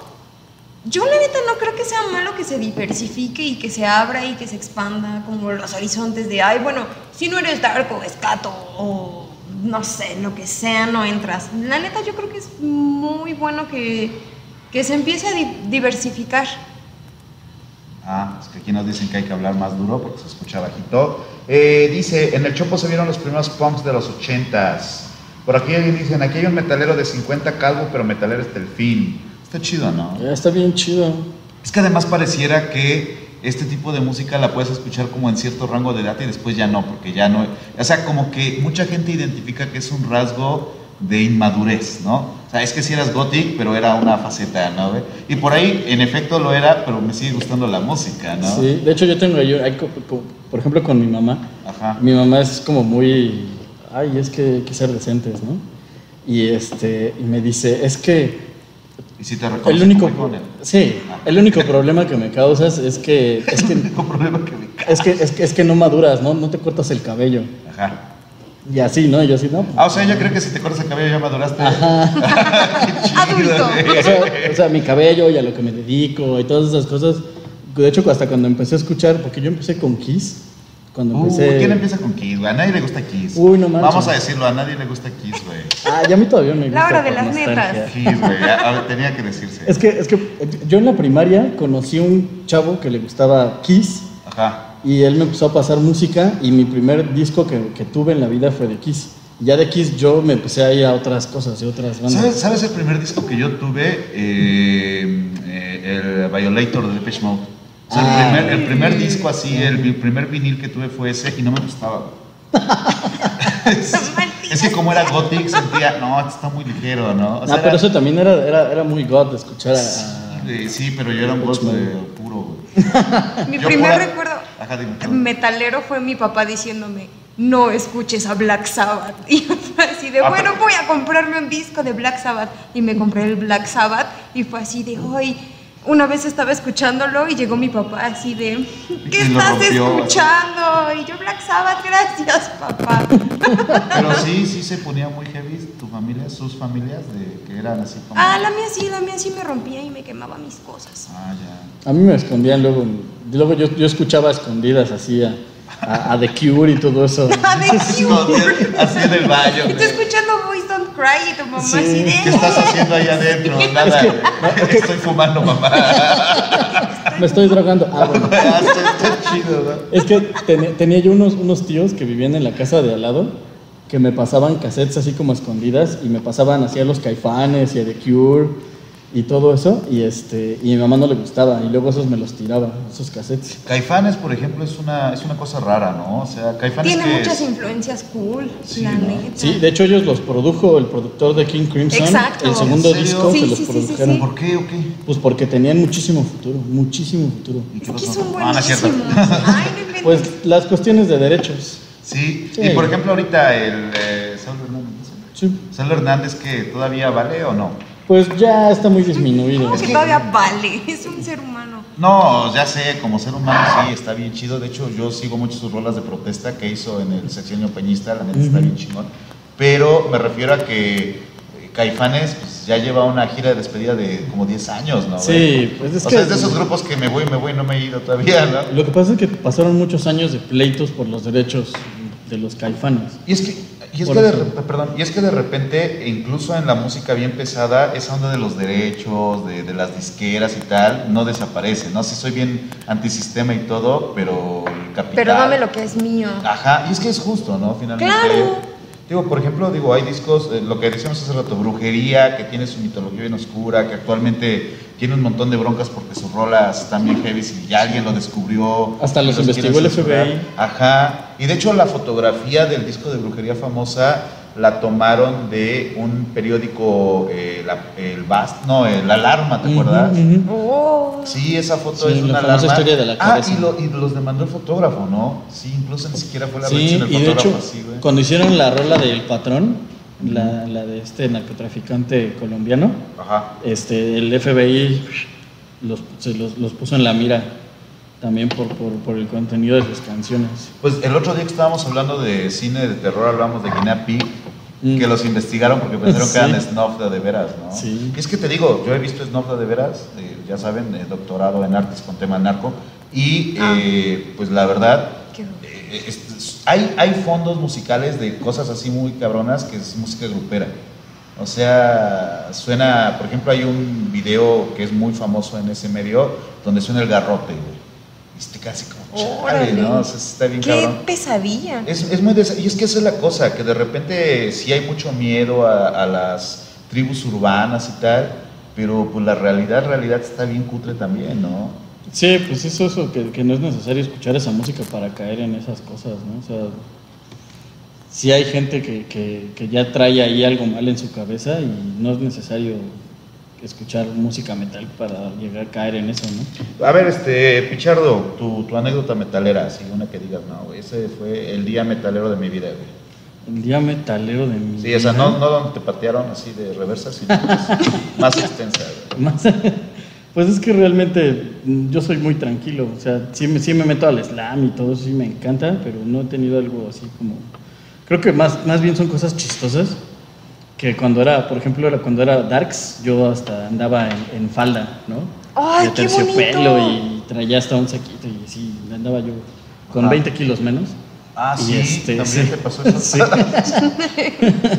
S4: yo la neta no creo que sea malo que se diversifique y que se abra y que se expanda como los horizontes de, ay, bueno, si no eres dark o escato o no sé, lo que sea, no entras. La neta yo creo que es muy bueno que, que se empiece a di- diversificar.
S2: Ah, es que aquí nos dicen que hay que hablar más duro porque se escucha bajito. Eh, dice, en el Chopo se vieron los primeros punks de los ochentas. Por aquí alguien dicen, aquí hay un metalero de 50 calvo, pero metalero hasta el fin. Está chido, ¿no?
S3: Eh, Está bien chido.
S2: Es que además pareciera que este tipo de música la puedes escuchar como en cierto rango de edad y después ya no, porque ya no. O sea, como que mucha gente identifica que es un rasgo de inmadurez, ¿no? O sea, es que si eras gothic, pero era una faceta, ¿no? güey? Y por ahí, en efecto, lo era, pero me sigue gustando la música, ¿no?
S3: Sí, de hecho yo tengo, ahí- ahí co- co- por ejemplo, con mi mamá,
S2: Ajá.
S3: Mi mamá es como muy, ay, es que hay que ser decentes, ¿no? Y este, y me dice, es que
S2: Y si te reconoce
S3: el único,
S2: como icónico.
S3: sí, el único problema que me causas es que, es que,
S2: El único problema que me.
S3: es que, es que, es que no maduras, ¿no? No te cortas el cabello.
S2: Ajá.
S3: Y así, ¿no? Y yo así, no. pues,
S2: Ah, o sea, ella cree que si te cortas el cabello ya maduraste.
S3: Ajá.
S2: Qué chido,
S4: Adulto.
S2: güey.
S3: O sea, o sea, mi cabello y a lo que me dedico y todas esas cosas. De hecho, hasta cuando empecé a escuchar, porque yo empecé con Kiss, cuando
S2: Uh,
S3: empecé...
S2: ¿Quién empieza con Kiss, güey? A nadie le gusta Kiss.
S3: Uy, no manches.
S2: Vamos a decirlo, a nadie le gusta Kiss, güey.
S3: Ah, ya a mí todavía me gusta.
S4: Laura de
S3: por
S4: las
S3: nostalgia.
S4: netas.
S2: Kiss, güey. ya, a ver, tenía que decirse.
S3: Es que, es que yo en la primaria conocí a un chavo que le gustaba Kiss
S2: Ajá.
S3: y él me empezó a pasar música y mi primer disco que, que tuve en la vida fue de Kiss. Y ya de Kiss yo me empecé a ir a otras cosas y otras bandas.
S2: ¿Sabes, sabes el primer disco que yo tuve? Eh, eh, el Violator de Depeche Mode. O sea,
S3: Ah.
S2: el, primer, el primer disco así, el, mi primer vinil que tuve fue ese y no me gustaba. güey. es, es que como era gothic sentía, no, esto está muy ligero, ¿no? O sea,
S3: ah, pero
S2: era-
S3: eso también era, era, era muy god de escuchar a... a-
S2: Sí, Eh, sí, pero yo era un goth eh, puro, güey.
S4: Mi
S2: Yo
S4: primer
S2: pura-
S4: recuerdo
S2: Ajá, dime, perdón.
S4: metalero fue mi papá diciéndome, no escuches a Black Sabbath. Y yo fue así de,
S2: Ah,
S4: bueno,
S2: pero-
S4: voy a comprarme un disco de Black Sabbath. Y me compré el Black Sabbath y fue así de, hoy. Una vez estaba escuchándolo y llegó mi papá así de, ¿qué
S2: Y lo
S4: estás
S2: rompió.
S4: escuchando? Y yo, Black Sabbath, gracias, papá.
S2: Pero sí, sí se ponía muy heavy tu familia, sus familias, de que eran así como.
S4: Ah, la mía sí, la mía sí me rompía y me quemaba mis cosas.
S2: Ah, ya.
S3: A mí me escondían luego. Luego yo, yo escuchaba a escondidas así a, a, a The Cure y todo eso.
S4: De
S2: No, tío, así en el baño.
S4: Y tú
S2: güey.
S4: escuchando Boys Don't Cry y tu mamá
S3: Sí.
S4: así de...
S2: ¿Qué estás haciendo ahí adentro? Nada.
S3: que-
S2: güey. Estoy fumando, mamá.
S3: Me estoy drogando. Ah, bueno.
S2: Ah, Esto está chido, ¿no?
S3: Es que ten- tenía yo unos, unos tíos que vivían en la casa de al lado que me pasaban cassettes así como escondidas y me pasaban así a los caifanes y a The Cure y todo eso y este y a mi mamá no le gustaba y luego esos me los tiraba esos cassettes
S2: Caifanes, por ejemplo, es una, es una cosa rara, ¿no? O sea, Caifanes
S4: Tiene
S2: que
S4: muchas
S2: es-
S4: influencias cool,
S2: Sí,
S4: la
S2: ¿no?
S4: neta.
S3: sí de hecho ellos los produjo el productor de King Crimson
S4: Exacto.
S3: el segundo
S2: ¿En serio?
S3: disco
S4: Sí,
S3: se los
S4: sí, sí, sí,
S3: produjeron
S4: sí.
S2: ¿Por qué o qué?
S3: pues porque tenían muchísimo futuro muchísimo futuro
S2: ¿Y qué
S4: Es que
S2: pasó?
S4: son
S2: Ah, no es cierto.
S4: buenísimos. Ay, no inventes.
S3: pues las cuestiones de derechos
S2: Sí.
S3: Sí.
S2: y por ejemplo ahorita el eh, Saulo Hernández.
S3: sí
S2: ¿Saulo Hernández que todavía vale o no?
S3: pues ya está muy disminuido
S4: ¿Cómo que todavía vale? Es un ser humano.
S2: No, ya sé, como ser humano sí, está bien chido. De hecho, yo sigo mucho sus rolas de protesta que hizo en el sexenio peñista, la neta está bien chingón. Pero me refiero a que eh, Caifanes pues, ya lleva una gira de despedida de como 10 años, ¿no?
S3: Sí, pues es
S2: o
S3: que-
S2: sea, es de esos grupos que me voy, me voy, no me he ido todavía, ¿no?
S3: Lo que pasa es que pasaron muchos años de pleitos por los derechos de los caifanes.
S2: Y es que, y es
S3: Por
S2: que, de,
S3: eso.
S2: re- perdón, y es que de repente, incluso en la música bien pesada, esa onda de los derechos, de, de las disqueras y tal, no desaparece, ¿no? Sí soy bien antisistema y todo, pero el capital...
S4: Pero dame lo que es mío.
S2: Ajá, y es que es justo, ¿no? Finalmente...
S4: Claro.
S2: Digo, por ejemplo, digo, hay discos, eh, lo que decíamos hace rato, Brujería, que tiene su mitología bien oscura, que actualmente tiene un montón de broncas porque sus rolas están bien heavy y ya alguien lo descubrió.
S3: Hasta
S2: y
S3: los investigó
S2: quieren
S3: el
S2: censurar.
S3: FBI.
S2: Ajá. Y de hecho la fotografía del disco de Brujería Famosa la tomaron de un periódico, eh, la- el Bast, no, el Alarma, ¿te acuerdas?
S3: Ujú, ujú.
S4: Oh.
S2: Sí, esa foto
S3: Sí,
S2: es
S3: la
S2: una
S3: famosa
S2: alarma.
S3: historia de la
S2: ah,
S3: cabeza.
S2: y, lo- y los demandó el fotógrafo, ¿no? Sí, incluso ni siquiera fue la red,
S3: Sí,
S2: sino el
S3: y de
S2: fotógrafo
S3: hecho,
S2: así, güey.
S3: cuando hicieron la rola del patrón, la, la de este narcotraficante colombiano,
S2: Ajá.
S3: este, el FBI los, se los, los puso en la mira también por, por, por el contenido de sus canciones.
S2: Pues el otro día que estábamos hablando de cine de terror, hablamos de Guinea Pig,
S3: Mm.
S2: que los investigaron porque pensaron
S3: Sí.
S2: que eran snuff de, de veras, ¿no?
S3: Sí.
S2: Y Es que te digo, yo he visto snuff de, de veras, eh, ya saben, eh, doctorado en artes con tema narco, y
S4: Ah.
S2: eh, pues la verdad,
S4: Qué horror.
S2: eh, es- hay, hay fondos musicales de cosas así muy cabronas que es música grupera. O sea, suena, por ejemplo, hay un video que es muy famoso en ese medio donde suena el garrote, güey. Y estoy casi como chale,
S4: Órale.
S2: ¿no? O sea, está bien
S4: Qué
S2: cabrón.
S4: pesadilla.
S2: Es, es muy desa- y es que esa es la cosa, que de repente sí hay mucho miedo a, a las tribus urbanas y tal, pero pues la realidad, realidad está bien cutre también, ¿no?
S3: Sí, pues eso es lo que, que no es necesario escuchar esa música para caer en esas cosas, ¿no? O sea, sí hay gente que, que- que ya trae ahí algo mal en su cabeza y no es necesario escuchar música metal para llegar a caer en eso, ¿no?
S2: A ver, este, Pichardo, tu, tu anécdota metalera, así una que digas, no, güey, ese fue el día metalero de mi vida, güey.
S3: El día metalero de mi
S2: Sí, o sea,
S3: vida.
S2: no, no donde te patearon así de reversa, sino más, más extensa, güey.
S3: Más- pues es que realmente mm, yo soy muy tranquilo, o sea, sí me, sí me meto al slam y todo, sí me encanta, pero no he tenido algo así como... Creo que más, más bien son cosas chistosas, que cuando era, por ejemplo, era cuando era Darks, yo hasta andaba en, en falda, ¿no?
S4: ¡Ay,
S3: De
S4: qué
S3: terciopelo
S4: bonito!
S3: y traía hasta un saquito y así andaba yo con
S2: Ajá.
S3: 20 kilos menos.
S2: Ah,
S3: Y
S2: sí,
S3: este,
S2: también
S3: sí.
S2: te pasó eso.
S3: Sí.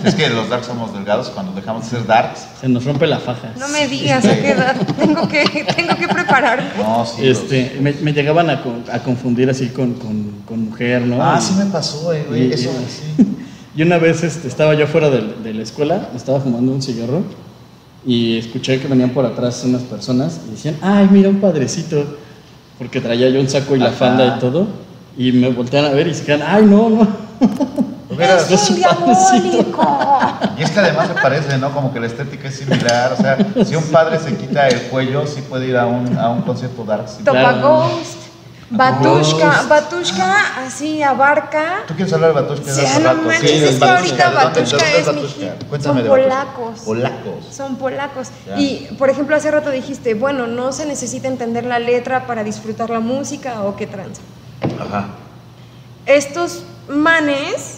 S2: Es que los darks somos delgados, cuando dejamos de ser darks,
S3: Se nos rompe la faja.
S4: No me digas a qué edad. Tengo que, tengo que prepararme.
S2: no, sí. los-
S3: Este, me, me llegaban a, con- a confundir así con, con- con mujer, ¿no?
S2: Ah,
S3: Y-
S2: sí me pasó, eh, güey,
S3: Y-
S2: eso,
S3: y-
S2: sí.
S3: Y una vez este, estaba yo fuera del- de, la escuela, me estaba fumando un cigarro y escuché que venían por atrás unas personas y decían, ay, mira un padrecito, porque traía yo un saco y la
S2: Ajá.
S3: falda y todo, y me voltean a ver y se quedan, ay, no, no.
S2: Hubieras-
S3: Yo
S4: ¡Es un
S3: soy padrecito.
S4: diabólico!
S2: Y es que además se parece, ¿no? Como que la estética es similar. O sea, si un padre se quita el cuello, sí puede ir a un, a un concierto dark. sí.
S3: Claro.
S4: Topa Ghost. Batushka.
S3: Ghost.
S4: Batushka así abarca.
S2: ¿Tú quieres hablar de Batushka?
S4: Sí, ah,
S2: de hace
S4: no
S2: rato?
S4: manches,
S2: Sí,
S3: es
S2: del
S3: que
S2: Batushka,
S4: ahorita
S2: ¿de dónde-
S4: Batushka
S2: de dónde
S4: es mi
S2: Batushka?
S4: hit.
S2: Cuéntame
S4: Son
S2: de Batushka.
S4: polacos.
S2: Polacos.
S4: Son polacos.
S2: Ya.
S4: Y, por ejemplo, hace rato dijiste, bueno, no se necesita entender la letra para disfrutar la música o qué tranza.
S2: Ajá.
S4: Estos manes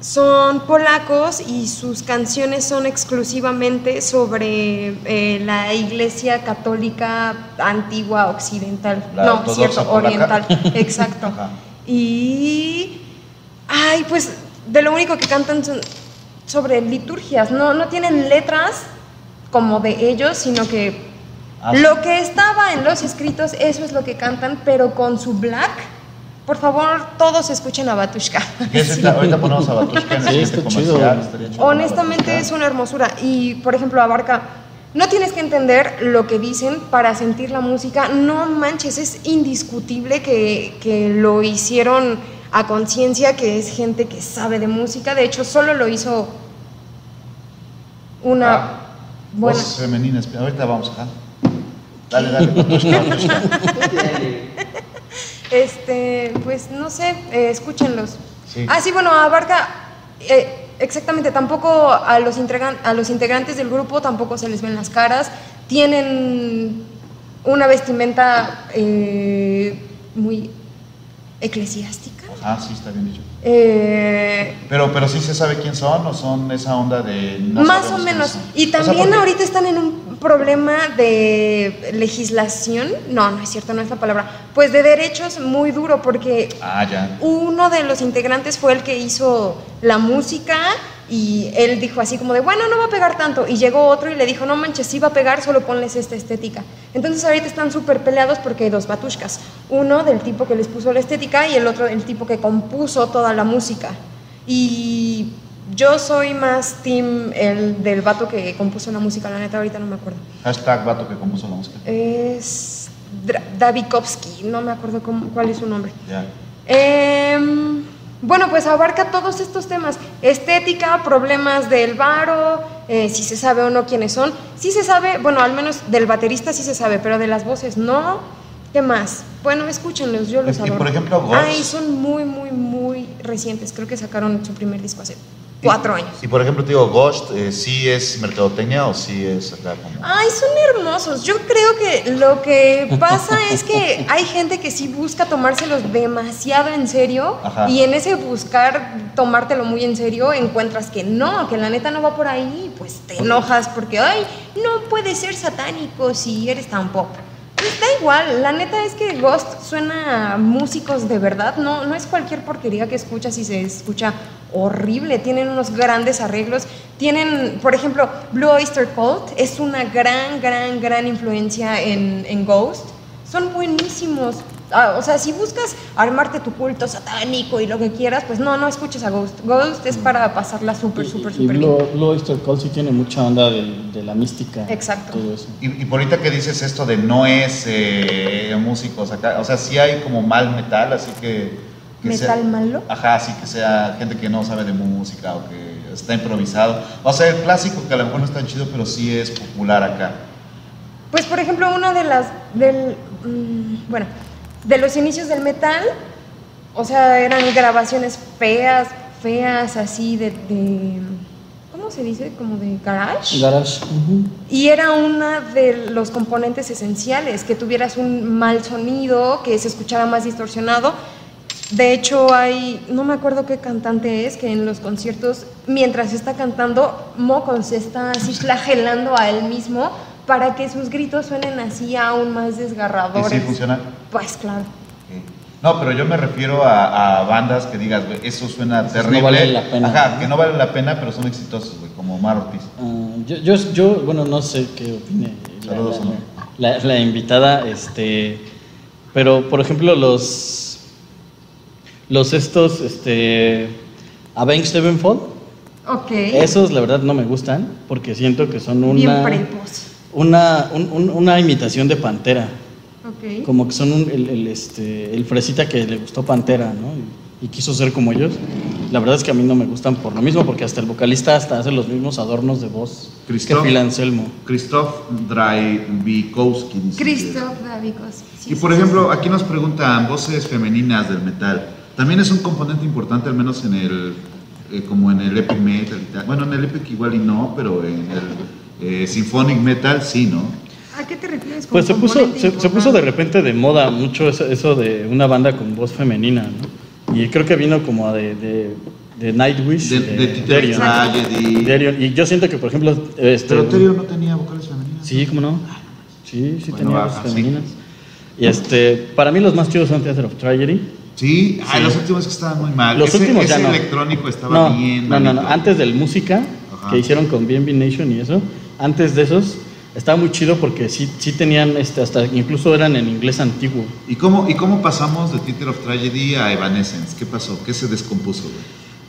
S4: son polacos y sus canciones son exclusivamente sobre eh, la iglesia católica antigua occidental.
S2: La
S4: no,
S2: ortodoxa
S4: cierto,
S2: polaca.
S4: oriental. Exacto.
S2: Ajá.
S4: Y. Ay, pues de lo único que cantan son sobre liturgias. No, no tienen letras como de ellos, sino que
S3: Ah, sí.
S4: lo que estaba en los escritos, eso es lo que cantan, pero con su black. Por favor, todos escuchen a Batushka.
S2: Y eso está- ahorita ponemos a Batushka en el
S3: Sí,
S2: siguiente
S3: está
S2: comercial,
S3: chido.
S2: estaría chido.
S4: Honestamente es una hermosura y, por ejemplo, abarca, no tienes que entender lo que dicen para sentir la música, no manches, es indiscutible que, que lo hicieron a conciencia, que es gente que sabe de música, de hecho solo lo hizo una...
S2: Ah,
S4: buena...
S2: Voces femeninas, pero ahorita vamos ajá. Dale, dale, Batushka, Batushka.
S4: Este, pues no sé, eh, escúchenlos.
S2: Sí.
S4: Ah, sí, bueno, abarca eh, exactamente, tampoco a los, integra- a los integrantes del grupo tampoco se les ven las caras, tienen una vestimenta eh, muy eclesiástica.
S2: Ah, sí, está bien dicho.
S4: Eh,
S2: Pero, pero sí se sabe quién son o son esa onda de... no
S4: más o
S2: sabemos quiénes
S4: menos.
S2: son?
S4: Y
S2: O sea,
S4: también
S2: porque-
S4: ahorita están en un problema de legislación, no, no es cierto, no es la palabra, pues de derechos muy duro porque
S2: Ah, ya.
S4: uno de los integrantes fue el que hizo la música y él dijo así como de, bueno, no va a pegar tanto. Y llegó otro y le dijo, no manches, sí va a pegar, solo ponles esta estética. Entonces ahorita están súper peleados porque hay dos batushkas. Uno del tipo que les puso la estética y el otro del tipo que compuso toda la música. Y yo soy más team el del vato que compuso la música, la neta ahorita no me acuerdo.
S2: Hashtag vato que compuso la música.
S4: Es Dra- Davikovsky, no me acuerdo cómo- cuál es su nombre.
S2: Ya.
S4: Em, bueno, pues abarca todos estos temas: estética, problemas del varo, eh, si se sabe o no quiénes son. Si se sabe, bueno, al menos del baterista sí se sabe, pero de las voces no. ¿Qué más? Bueno, escúchenlos, yo los
S2: Y,
S4: adoro.
S2: por ejemplo, Ghost.
S4: Ay, son muy, muy, muy recientes. Creo que sacaron su primer disco hace cuatro años.
S2: Y por ejemplo, te digo, Ghost, eh, ¿sí es mercadotecnia o sí es acá como...?
S4: Ay, son hermosos. Yo creo que lo que pasa es que hay gente que sí busca tomárselos demasiado en serio
S2: Ajá.
S4: y en ese buscar tomártelo muy en serio encuentras que no, que la neta no va por ahí y pues te enojas porque, ay, no puedes ser satánico si eres tan pop. Pues da igual, la neta es que Ghost suena a músicos de verdad, no, no es cualquier porquería que escuchas y se escucha horrible, tienen unos grandes arreglos, tienen, por ejemplo, Blue Oyster Cult es una gran, gran, gran influencia en, en Ghost, son buenísimos, Ah, o sea, si buscas armarte tu culto satánico y lo que quieras, pues no, no escuches a Ghost, Ghost es para pasarla súper,
S3: Mm. Y-
S4: súper,
S3: y
S4: súper bien.
S3: Blue, Blue Oyster Cult sí tiene mucha onda de, de la mística.
S4: Exacto.
S3: Todo eso.
S2: Y, y por ahorita que dices esto de no es eh, músicos acá, o sea, sí hay como mal metal, así que... que
S4: ¿Metal malo?
S2: Ajá, así que sea gente que no sabe de música o que está improvisado. O sea, el clásico que a lo mejor no es tan chido, pero sí es popular acá.
S4: Pues por ejemplo, una de las del mm, bueno, de los inicios del metal, o sea, eran grabaciones feas, feas así de, de- ¿cómo se dice? como de garage.
S3: Garage. ujú.
S4: Y era una de los componentes esenciales, que tuvieras un mal sonido, que se escuchara más distorsionado. De hecho, hay, no me acuerdo qué cantante es, que en los conciertos, mientras está cantando, Mocos se está así flagelando a él mismo para que sus gritos suenen así aún más
S2: ¿Y
S4: desgarradores.
S2: sí funciona?
S4: Pues claro.
S2: Ok. No, pero yo me refiero a, a bandas que digas, güey, eso suena terrible.
S3: vale la pena,
S2: Ajá,
S3: ¿no?
S2: que no vale la pena, pero son exitosos, güey, como Omar Ortiz.
S3: Ah, yo, yo, yo, bueno, no sé qué opine la,
S2: Saludos,
S3: la-
S2: Omar.
S3: la- la invitada, este, pero por ejemplo los, los estos, este, Avenged Sevenfold,
S4: Ok.
S3: esos la verdad no me gustan porque siento que son
S4: Bien
S3: una,
S4: precoz.
S3: una, un- un- una imitación de Pantera,
S4: Ok.
S3: como que son un- el, el, este, el fresita que le gustó Pantera, ¿no? Y, y quiso ser como ellos. La verdad es que a mí no me gustan por lo mismo porque hasta el vocalista hasta hace los mismos adornos de voz
S2: Cristo.
S3: que Phil Anselmo.
S2: Christoph Draivikowski. dice que-
S4: Christoph Davikos. Sí,
S2: y por
S4: sí, sí.
S2: ejemplo, aquí nos preguntan voces femeninas del metal. También es un componente importante, al menos en el, eh, como en el epic metal y tal. Bueno, en el epic igual y no, pero en el eh, symphonic metal sí, ¿no?
S4: ¿A qué te refieres? con
S3: Pues se puso,
S4: componente
S3: se, se puso de
S4: importante?
S3: repente de moda mucho eso, eso de una banda con voz femenina, ¿no? Y creo que vino como de, de, de Nightwish.
S2: De,
S3: y
S2: de Titer
S3: Therion.
S2: Tragedy.
S3: Therion. Y yo siento que, por ejemplo, este,
S2: Pero Therion no tenía vocales femeninas.
S3: Sí, ¿cómo no? Sí, sí
S2: Bueno,
S3: tenía
S2: baja,
S3: voces
S2: sí.
S3: femeninas. Y este, para mí los más chidos son Theater of Tragedy,
S2: Sí, ay,
S3: Sí.
S2: los últimos que estaban muy mal.
S3: Los
S2: ese,
S3: últimos ya
S2: ese
S3: no.
S2: electrónico estaba
S3: No,
S2: bien.
S3: no, no, no,
S2: malito.
S3: antes del música
S2: Ajá.
S3: que hicieron con BNB Nation y eso, antes de esos estaba muy chido porque sí, sí tenían este hasta incluso eran en inglés antiguo.
S2: ¿Y cómo, ¿Y cómo pasamos de Theater of Tragedy a Evanescence? ¿Qué pasó? ¿Qué se descompuso?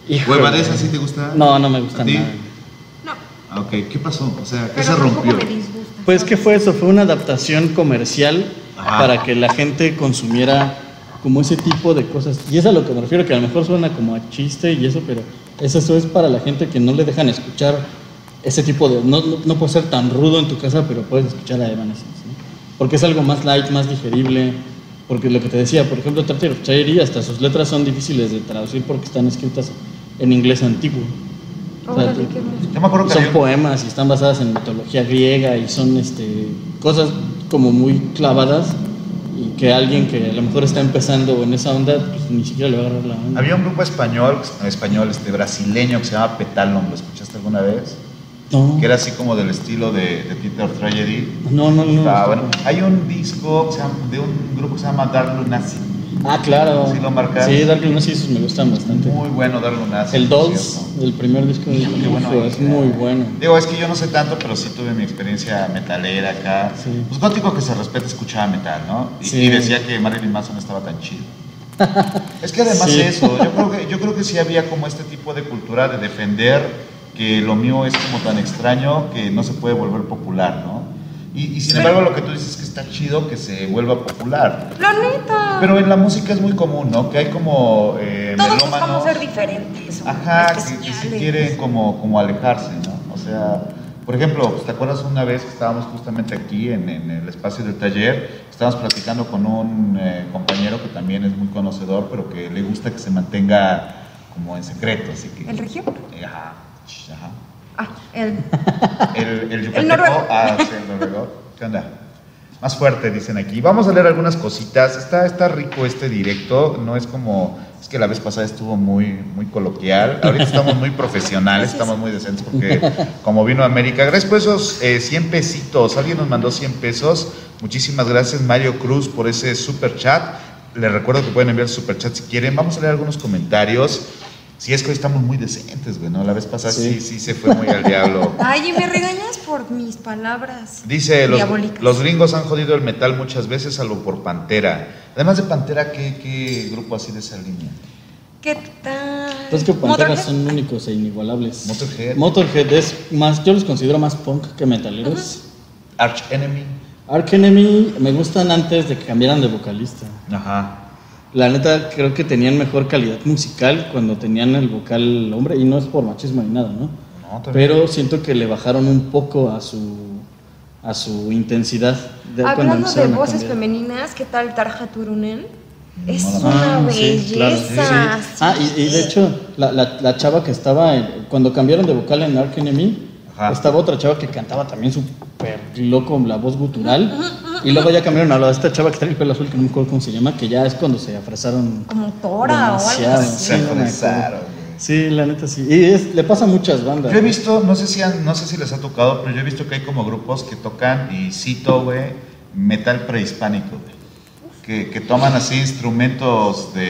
S2: güey? ¿O
S3: Híjole.
S2: Evanescence sí te gusta?
S3: No, no me gusta
S2: ¿A ti?
S3: nada.
S4: No,
S2: Ah, ok, ¿qué pasó? O sea, ¿qué
S4: pero
S2: se
S4: tampoco
S2: rompió?
S4: me disgusta.
S3: Pues que fue eso, fue una adaptación comercial
S2: Ajá.
S3: para que la gente consumiera como ese tipo de cosas. Y es a lo que me refiero, que a lo mejor suena como a chiste y eso, pero es eso es para la gente que no le dejan escuchar ese tipo de... No, no, no puedes ser tan rudo en tu casa, pero puedes escuchar a Evanescence, ¿no? Porque es algo más light, más digerible, porque lo que te decía, por ejemplo, Tractor of Charity, hasta sus letras son difíciles de traducir porque están escritas en inglés antiguo. O sea,
S4: Órale, qué hermoso.
S2: Yo me acuerdo que
S3: Son
S2: había-
S3: poemas y están basadas en mitología griega y son este, cosas como muy clavadas y que alguien que a lo mejor está empezando en esa onda, pues ni siquiera le va a agarrar la onda.
S2: Había un grupo español, español este, brasileño que se llama Petalum, ¿lo escuchaste alguna vez?
S3: No,
S2: Que era así como del estilo de, de Theater of Tragedy.
S3: no, no. no.
S2: Estaba Ah, bueno. Hay un disco que se llama- de un grupo que se llama Dark Lunacy.
S3: Ah, claro.
S2: Sí lo marcaron.
S3: Sí, Dark Lunacy, esos me gustan bastante.
S2: Muy bueno Dark Lunacy.
S3: el
S2: por
S3: Dolls,
S2: cierto.
S3: el primer disco de
S2: Qué bueno
S3: Híjole, es
S2: era.
S3: muy bueno.
S2: Digo, es que yo no sé tanto, pero sí tuve mi experiencia metalera acá.
S3: Sí.
S2: Pues gótico que se respeta escuchaba metal, ¿no? Y,
S3: Sí.
S2: y decía que Marilyn Manson no estaba tan chido. es que además
S3: Sí.
S2: eso, yo creo que, yo creo que sí había como este tipo de cultura de defender que lo mío es como tan extraño que no se puede volver popular, ¿no? Y, y sin embargo lo que tú dices es que está chido que se vuelva popular.
S4: La neta.
S2: Pero en la música es muy común, ¿no? Que hay como eh,
S4: Todos
S2: melómanos-
S4: buscamos ser diferentes. hombre,
S2: Ajá,
S4: es
S2: que, que si
S4: señales.
S2: quieren como, como alejarse, ¿no? O sea, por ejemplo, pues, ¿te acuerdas una vez que estábamos justamente aquí en, en el espacio del taller? Estábamos platicando con un eh, compañero que también es muy conocedor, pero que le gusta que se mantenga como en secreto, así que...
S4: ¿El región?
S2: Eh, Ajá, ch- ajá.
S4: Ah, el.
S2: El, el yucateco.
S4: El noruego.
S2: Ah, sí, el noruego. ¿Qué onda? Más fuerte, dicen aquí. Vamos a leer algunas cositas. Está, está rico este directo. No es como. Es que la vez pasada estuvo muy, muy coloquial. Ahorita estamos muy profesionales, estamos muy decentes porque, como vino América. Gracias por esos eh, 100 pesitos. Alguien nos mandó 100 pesos. Muchísimas gracias, Mario Cruz, por ese super chat. Les recuerdo que pueden enviar super chat si quieren. Vamos a leer algunos comentarios. Si es que hoy estamos muy decentes, güey, ¿no? La vez pasada sí,
S3: Sí.
S2: sí se fue muy al diablo.
S4: Ay, y me regañas por mis palabras.
S2: Dice, los,
S4: Diabólicas.
S2: los gringos han jodido el metal muchas veces, salvo por Pantera. Además de Pantera, ¿qué, qué grupo así de esa línea?
S4: ¿Qué tal?
S3: Entonces Pues que
S4: Motorhead.
S3: Panteras son únicos e inigualables.
S2: Motorhead.
S3: Motorhead es más, yo los considero más punk que metaleros.
S2: Arch Enemy.
S3: Ark Enemy me gustan antes de que cambiaran de vocalista.
S2: Ajá.
S3: La neta, creo que tenían mejor calidad musical cuando tenían el vocal hombre, y no es por machismo ni nada, ¿no?
S2: No, también.
S3: Pero siento que le bajaron un poco a su, a su intensidad. de- cuando
S4: Hablando de
S3: empezaron a
S4: voces
S3: cambiar.
S4: femeninas, ¿qué tal Tarja Turunen? Es
S2: No la
S4: una
S3: Ah,
S4: belleza.
S3: sí, claro. Sí. Ah, y, y de hecho, la, la- la chava que estaba, en- cuando cambiaron de vocal en Ark Enemy,
S2: Ajá.
S3: estaba otra chava que cantaba también súper loco, la voz gutural. Y luego ya cambiaron a la- esta chava que trae el pelo azul, que no me acuerdo cómo se llama, que ya es cuando se afresaron.
S4: como Tora o algo
S3: Demasiado.
S4: así.
S2: Se
S3: Sí, no me
S2: atrasaron, güey.
S3: Sí, la neta sí. Y es- le pasa a muchas bandas.
S2: Yo he visto, no sé, si han- no sé si les ha tocado, pero yo he visto que hay como grupos que tocan, y cito, güey, metal prehispánico, güey. Que, que toman así instrumentos de,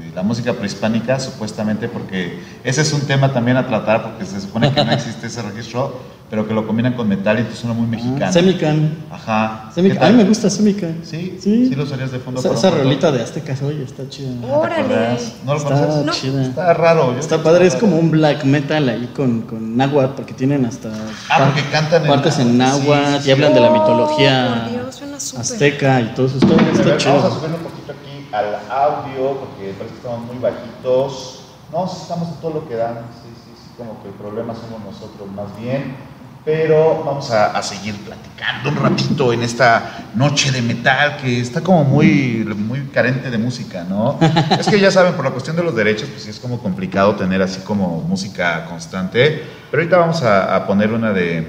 S2: de la música prehispánica, supuestamente, porque ese es un tema también a tratar, porque se supone que no existe ese registro, pero que lo combinan con metal y entonces suena muy mexicano.
S3: Ajá. Semican.
S2: Ajá. ¿Qué
S3: Semican.
S2: tal?
S3: A mí me gusta Semican.
S2: Sí, sí,
S3: sí.
S2: lo usarías de fondo.
S3: Esa,
S2: para
S3: esa
S2: un fondo.
S3: rolita de Aztecas, oye, está chida.
S2: ¿Te
S4: Órale.
S2: acuerdas? ¿No lo
S3: Está
S2: conoces?
S4: No.
S3: chida.
S2: Está raro. yo-
S3: Está padre, es como un black metal ahí con, con náhuatl, porque tienen hasta
S2: Ah,
S3: par-
S2: porque cantan en
S3: partes en
S2: náhuatl, sí,
S3: náhuatl
S2: sí,
S3: y hablan de la
S4: Oh,
S3: mitología
S4: por Dios, suena súper.
S3: azteca y todo eso. Está,
S2: A
S3: está
S2: ver, Vamos a
S3: chido.
S2: subir un poquito aquí al audio porque parece que estamos muy bajitos. No, sí estamos en todo lo que dan. Sí, sí, sí, como que el problema somos nosotros más bien. Pero vamos a, a seguir platicando un ratito en esta noche de metal que está como muy, muy carente de música, ¿no? Es que ya saben, por la cuestión de los derechos, pues sí es como complicado tener así como música constante. Pero ahorita vamos a, a poner una de...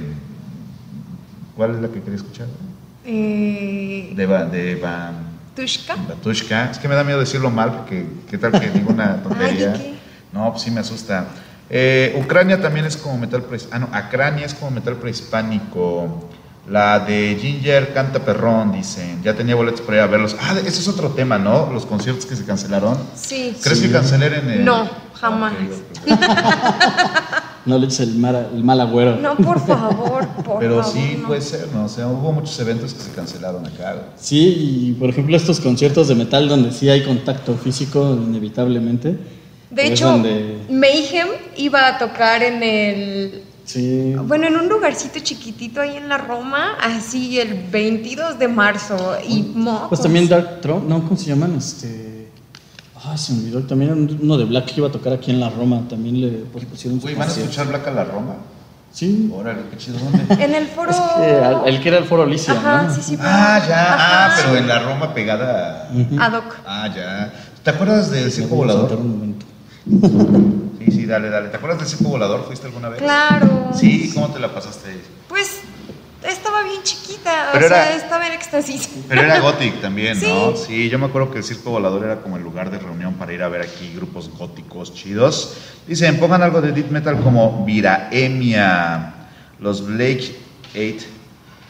S2: ¿Cuál es la que quería escuchar?
S4: Eh,
S2: De, Ba- de Van-
S4: Tushka.
S2: Batushka. Es que me da miedo decirlo mal porque qué tal que digo una tontería.
S4: Ay, ¿qué?
S2: No, pues sí me asusta. Eh, Ucrania también es como metal prehispánico. Ah, no, Acrania es como metal prehispánico. La de Ginger canta perrón, dicen. Ya tenía boletos para ir a verlos. Ah, ese es otro tema, ¿no? Los conciertos que se cancelaron.
S4: Sí.
S2: ¿Crees que cancelar en el.?
S4: No, jamás.
S2: Ok, ok, ok.
S3: No le eches el mal, el mal agüero.
S4: No, por favor, por
S2: Pero
S4: favor.
S2: sí pues,
S4: no.
S2: puede ser, ¿no? O sea, hubo muchos eventos que se cancelaron acá. güey.
S3: Sí, y por ejemplo estos conciertos de metal donde sí hay contacto físico inevitablemente.
S4: De
S3: es
S4: hecho,
S3: donde-
S4: Mayhem iba a tocar en el.
S3: Sí.
S4: Bueno, en un lugarcito chiquitito ahí en la Roma, así el 22 de marzo. Y
S3: Pues
S4: mocos.
S3: también Dark Throne, no, ¿cómo se llaman? Este... Ah, se me olvidó. También un- uno de Black que iba a tocar aquí en la Roma. También le pues, pusieron su
S2: Güey, ¿van a
S3: concierto.
S2: escuchar Black a la Roma?
S3: Sí.
S2: Órale, qué chido. ¿dónde?
S4: En el foro.
S3: Es que al- el que era el Foro Alicia,
S4: Ajá,
S3: ¿no?
S4: sí, sí.
S2: Ah, ya. Ah,
S4: Ajá.
S2: pero en la Roma pegada. a-
S4: Ad hoc.
S2: Ah, ya. ¿Te acuerdas del
S3: Me
S2: circo
S3: voy a sentar
S2: volador?
S3: un momento.
S2: Sí, sí, dale, dale. ¿Te acuerdas del circo volador? ¿Fuiste alguna vez?
S4: Claro.
S2: Sí, ¿cómo te la pasaste ahí?
S4: Pues estaba bien chiquita,
S2: Pero
S4: o sea,
S2: era-
S4: estaba en éxtasis.
S2: Pero era gothic también, ¿no?
S4: Sí.
S2: Sí, yo me acuerdo que el Circo Volador era como el lugar de reunión para ir a ver aquí grupos góticos chidos. Dicen, pongan algo de death metal como Viraemia, los Blake 8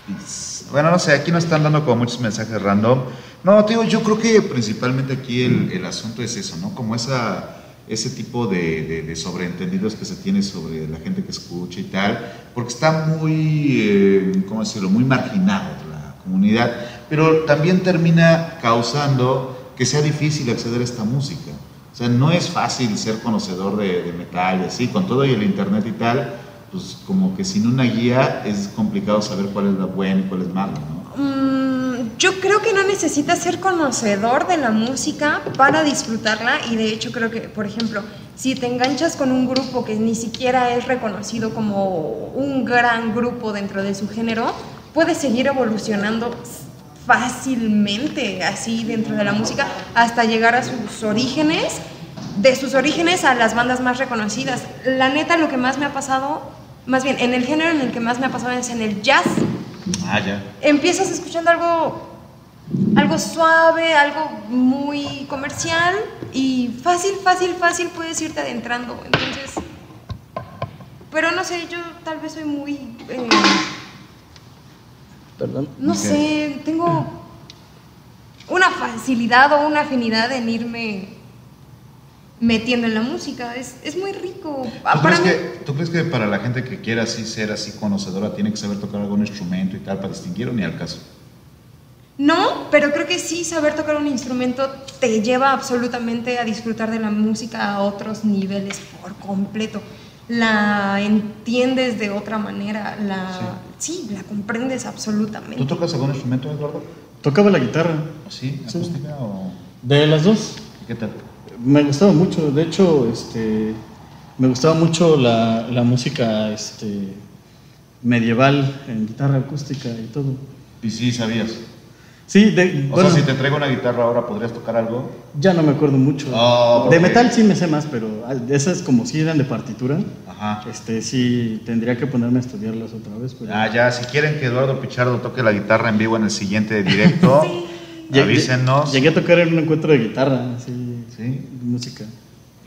S2: Beats. Bueno, no sé, aquí nos están dando como muchos mensajes random. No, te digo, yo creo que principalmente aquí el, el asunto es eso, ¿no? Como esa, ese tipo de, de- de sobreentendidos que se tiene sobre la gente que escucha y tal, porque está muy, eh, ¿cómo decirlo?, muy marginado la comunidad, pero también termina causando que sea difícil acceder a esta música. O sea, no es fácil ser conocedor de, de metal y así, con todo y el internet y tal, pues como que sin una guía es complicado saber cuál es la buena y cuál es mala, ¿no?
S4: Mm, yo creo que no necesitas ser conocedor de la música para disfrutarla y de hecho creo que, por ejemplo, si te enganchas con un grupo que ni siquiera es reconocido como un gran grupo dentro de su género, puedes seguir evolucionando fácilmente así dentro de la música hasta llegar a sus orígenes, de sus orígenes a las bandas más reconocidas. La neta lo que más me ha pasado, más bien en el género en el que más me ha pasado es en el jazz
S2: Ah, ya.
S4: empiezas escuchando algo algo suave, algo muy comercial y fácil, fácil, fácil puedes irte adentrando. Entonces, pero no sé, yo tal vez soy muy, eh,
S3: Perdón.
S4: no
S2: Ok.
S4: sé, tengo una facilidad o una afinidad en irme metiendo en la música. Es, es muy rico.
S2: ¿Tú
S4: Ah, Para
S2: crees,
S4: mí,
S2: que, tú crees que para la gente que quiera así ser así conocedora tiene que saber tocar algún instrumento y tal para distinguirlo ni al caso?
S4: No, pero creo que sí saber tocar un instrumento te lleva absolutamente a disfrutar de la música a otros niveles por completo. La entiendes de otra manera, la sí, la comprendes
S2: ¿Tú
S4: absolutamente.
S2: tocas algún instrumento, Eduardo?
S3: Tocaba la guitarra.
S2: ¿Sí?
S3: Sí.
S2: ¿Acústica o
S3: De las dos.
S2: qué tal?
S3: Me gustaba mucho, de hecho, este, me gustaba mucho la, la música este, medieval en guitarra acústica y todo.
S2: Y sí, sabías.
S3: Sí, de,
S2: O
S3: bueno,
S2: sea, si te traigo una guitarra ahora, ¿podrías tocar algo?
S3: ya no me acuerdo mucho.
S2: Ah,
S3: de
S2: ok.
S3: metal sí me sé más, pero ah, de esas como si eran de partitura,
S2: Ajá.
S3: este, sí tendría que ponerme a estudiarlas otra vez. Pero
S2: Ah, ya, si quieren que Eduardo Pichardo toque la guitarra en vivo en el siguiente directo,
S3: Llegué-
S2: avísenos.
S3: Llegué a tocar en un encuentro de guitarra, así,
S2: Sí.
S3: música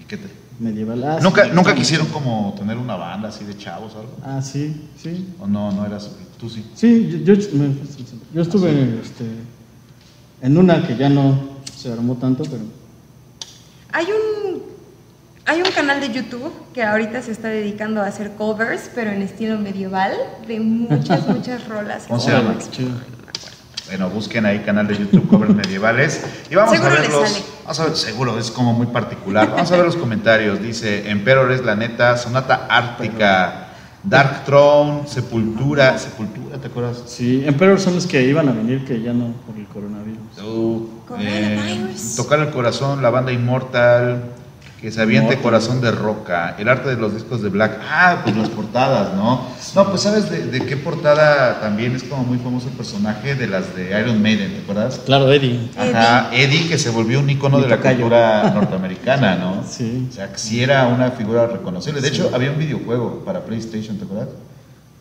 S2: ¿Y qué te-
S3: medieval. Ah, sí,
S2: ¿Nunca,
S3: me
S2: ¿Nunca
S3: gustaba
S2: quisieron
S3: mucho.
S2: como tener una banda así de chavos o algo?
S3: Ah, sí, sí.
S2: ¿O no, no eras tú sí?
S3: Sí, yo, yo- me- yo estuve
S2: Ah,
S3: este, en una que ya no se armó tanto, pero
S4: Hay un hay un canal de YouTube que ahorita se está dedicando a hacer covers, pero en estilo medieval, de muchas, muchas rolas.
S2: ¿Cómo se llama?
S3: chido.
S2: Bueno, busquen ahí canal de YouTube Covers Medievales. Y vamos
S4: Seguro
S2: a ver
S4: les
S2: los.
S4: sale.
S2: Vamos a ver, seguro, es como muy particular. Vamos a ver los comentarios. Dice: Emperor es la neta, Sonata Ártica, Dark Throne, Sepultura. Sepultura, ¿te acuerdas?
S3: Sí, Emperor son los que iban a venir, que ya no por el coronavirus.
S2: Tú,
S4: Coronavirus.
S2: eh, tocar el corazón, la banda Inmortal, que se aviente
S3: Inmortal.
S2: corazón de roca, el arte de los discos de Black, ah, pues las portadas, ¿no? No, pues sabes de, de qué portada también es como muy famoso el personaje de las de Iron Maiden, ¿te acuerdas?
S3: Claro, Eddie.
S2: Ajá, Eddie que se volvió un icono
S3: Mi
S2: de la
S3: tocayo.
S2: cultura norteamericana, ¿no?
S3: Sí.
S2: O sea, que sí era una figura reconocible. De hecho, había un videojuego para PlayStation, ¿te acuerdas?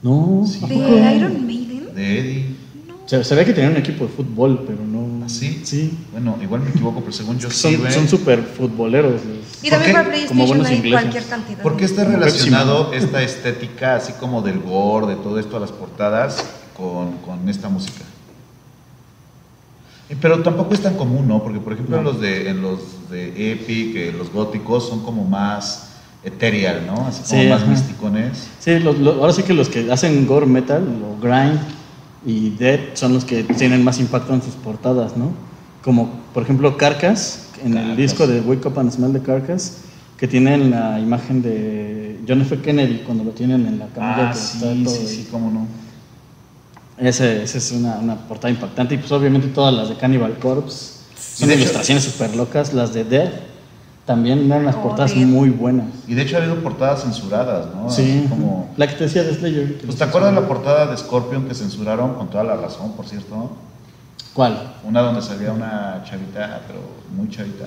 S3: No,
S2: Sí.
S3: ¿a
S4: ¿De
S3: poco?
S4: Iron Maiden?
S2: De Eddie.
S3: Se, se ve que tenían un equipo de fútbol, pero no.
S2: ¿Ah, sí?
S3: Sí.
S2: Bueno, igual me equivoco, pero según yo sí,
S3: Son,
S2: güey.
S3: son super futboleros.
S4: Y
S2: ¿Por qué?
S4: también para
S3: Como
S4: PlayStation
S3: buenos
S4: hay
S3: ingleses.
S4: cualquier cantidad.
S2: ¿Por qué
S4: de-
S2: está
S3: Como Pepsi
S2: relacionado esta estética así como del gore, de todo esto a las portadas, con, con esta música. Y- Pero tampoco es tan común, ¿no? Porque, por ejemplo, en los de, en los de Epic, eh, los góticos son como más ethereal, ¿no? Así como
S3: Sí,
S2: más
S3: ajá.
S2: místicones.
S3: Sí, los- lo- ahora sí que los que hacen gore metal o grind y death son los que tienen más impacto en sus portadas, ¿no? Como por ejemplo Carcass, en el
S2: Carcass.
S3: disco de Wake Up and Smell de Carcass, que tienen la imagen de John F. Kennedy cuando lo tienen en la camilla.
S2: Ah,
S3: que
S2: sí,
S3: está todo-
S2: sí, sí, cómo no.
S3: Ese- Esa es una, una portada impactante. Y pues obviamente todas las de Cannibal Corpse son
S2: de hecho-
S3: ilustraciones súper locas. Las de Death también eran unas
S4: Oh,
S3: portadas
S4: Death.
S3: muy buenas.
S2: Y de hecho ha habido portadas censuradas, ¿no?
S3: sí,
S2: Así como...
S3: la que te decía de Slayer. que
S2: Pues,
S3: los
S2: ¿Te acuerdas de
S3: censuraron.
S2: la portada de Scorpion que censuraron con toda la razón, por cierto? ¿no?
S3: ¿Cuál?
S2: Una donde salía una chavita, ah, pero muy chavita.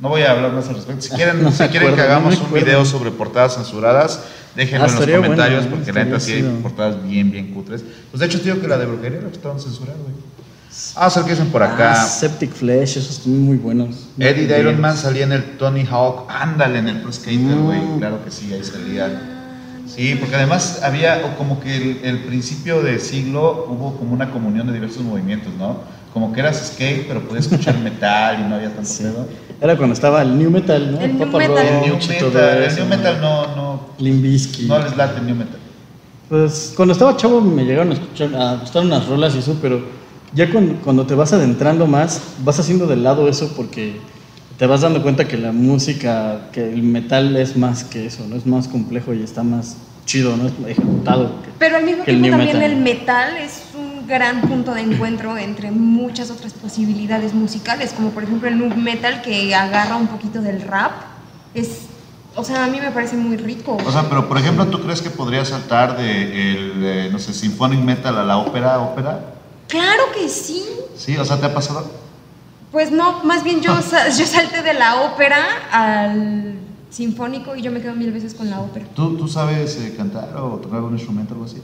S2: No voy a hablar más al respecto. Si quieren,
S3: No
S2: si
S3: me
S2: quieren que
S3: acuerdo, no
S2: hagamos
S3: me
S2: un
S3: acuerdo.
S2: video sobre portadas censuradas, déjenlo
S3: Ah,
S2: en los
S3: estaría bueno,
S2: comentarios
S3: ¿no?
S2: porque la neta sí
S3: Estaría
S2: hay
S3: chido.
S2: portadas bien, bien cutres. Pues de hecho, te digo que la de brujería la estaban censurando. güey. Ah, se dicen por acá.
S3: Ah, Septic Flesh, esos son muy buenos.
S2: Eddie de Iron Man salía en el Tony Hawk. Ándale, en el Pro Skater, güey. Claro que sí, ahí salía. Sí, porque además había o como que el, el principio de siglo hubo como una comunión de diversos movimientos, ¿no? Como que eras skate, pero podías escuchar metal y no había tanto
S3: Sí.
S2: pedo.
S3: Era cuando estaba el New Metal, ¿no?
S4: El new
S3: Papa
S4: metal.
S2: El new
S3: Roach y todo
S2: metal, el
S3: eso,
S2: new
S3: ¿no?
S2: metal no, no,
S3: Limp Bizkit.
S2: no les late el new metal.
S3: Pues cuando estaba chavo me llegaron a, escuchar, a gustar unas rolas y eso, pero ya cuando, cuando te vas adentrando más, vas haciendo de lado eso porque te vas dando cuenta que la música, que el metal es más que eso, ¿no? Es más complejo y está más chido, ¿no? Es ejecutado. que-
S4: Pero al mismo
S3: que el
S4: tiempo
S3: new metal.
S4: también el metal es un gran punto de encuentro entre muchas otras posibilidades musicales, como por ejemplo el nu metal que agarra un poquito del rap. Es, o sea, a mí me parece muy rico.
S2: O sea, pero por ejemplo, ¿tú crees que podrías saltar de el, eh, no sé, symphonic metal a la ópera, ópera?
S4: claro que sí.
S2: Sí, o sea, ¿te ha pasado?
S4: Pues no, más bien
S2: Ah.
S4: yo, sa- yo salté de la ópera al sinfónico y yo me quedo mil veces con la ópera.
S2: ¿Tú, tú sabes eh, cantar o tocar algún instrumento o algo así?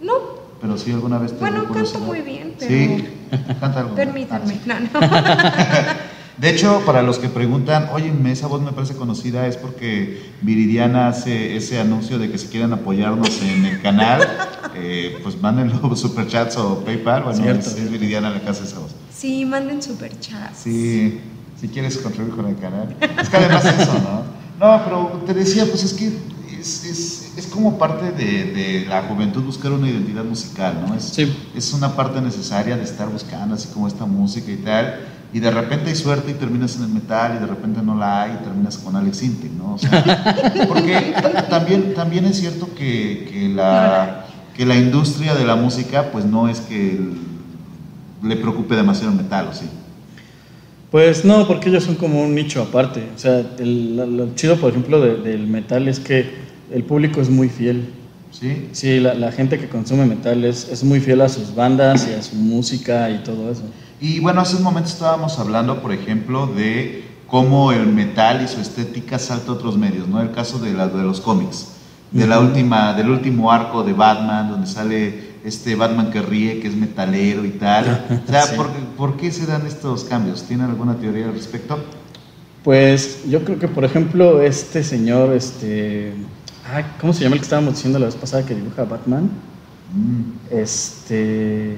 S4: No,
S2: Pero sí, alguna vez te
S4: Bueno,
S2: dio
S4: canto
S2: curiosidad.
S4: muy bien,
S2: Sí, canta algo.
S4: permítanme.
S2: Ah,
S4: No, no.
S2: sí. De hecho, para los que preguntan, oye, esa voz me parece conocida, es porque Viridiana hace ese anuncio de que si quieren apoyarnos en el canal, eh, pues mándenlo superchats o PayPal. Bueno,
S3: Cierto.
S2: es, es Viridiana la que hace esa voz.
S4: Sí, manden super chat.
S2: Sí, si quieres contribuir con el canal. Es que además eso, ¿no? No, pero te decía, pues es que es, es, es como parte de, de la juventud buscar una identidad musical, ¿no? Es,
S3: Sí.
S2: es una parte necesaria de estar buscando así como esta música y tal. Y de repente hay suerte y terminas en el metal y de repente no la hay y terminas con Alex Intec, ¿no? O sea, porque ta- también, también es cierto que, que, la, que la industria de la música pues no es que el- le preocupe demasiado el metal, ¿o sí?
S3: Pues no, porque ellos son como un nicho aparte. O sea, el, lo- lo chido, por ejemplo, de- del metal es que el público es muy fiel.
S2: ¿Sí?
S3: Sí, la, la gente que consume metal es, es muy fiel a sus bandas y a su música y todo eso.
S2: Y bueno, hace un momento estábamos hablando, por ejemplo, de cómo el metal y su estética salta a otros medios, ¿no? El caso de, la- de los cómics, de la
S3: Ujú.
S2: última, del último arco de Batman, donde sale este Batman que ríe, que es metalero y tal. O sea,
S3: Sí.
S2: ¿por, por qué se dan estos cambios? ¿Tienen alguna teoría al respecto?
S3: Pues yo creo que, por ejemplo, este señor, este... ay, ¿Cómo se llama el que estábamos diciendo la vez pasada que dibuja a Batman?
S2: Mm,
S3: Este...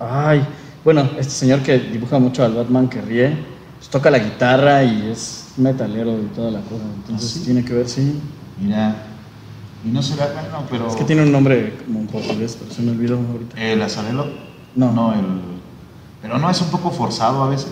S3: Ay, bueno, este señor que dibuja mucho al Batman que ríe, pues, toca la guitarra y es metalero y toda la cosa. Entonces
S2: ¿Ah, sí?
S3: tiene que ver, sí.
S2: mira, y no será bueno, pero
S3: Es que tiene un nombre como en portugués, pero se me olvidó ahorita.
S2: el azarelo,
S3: No.
S2: no el, pero no es un poco forzado a veces.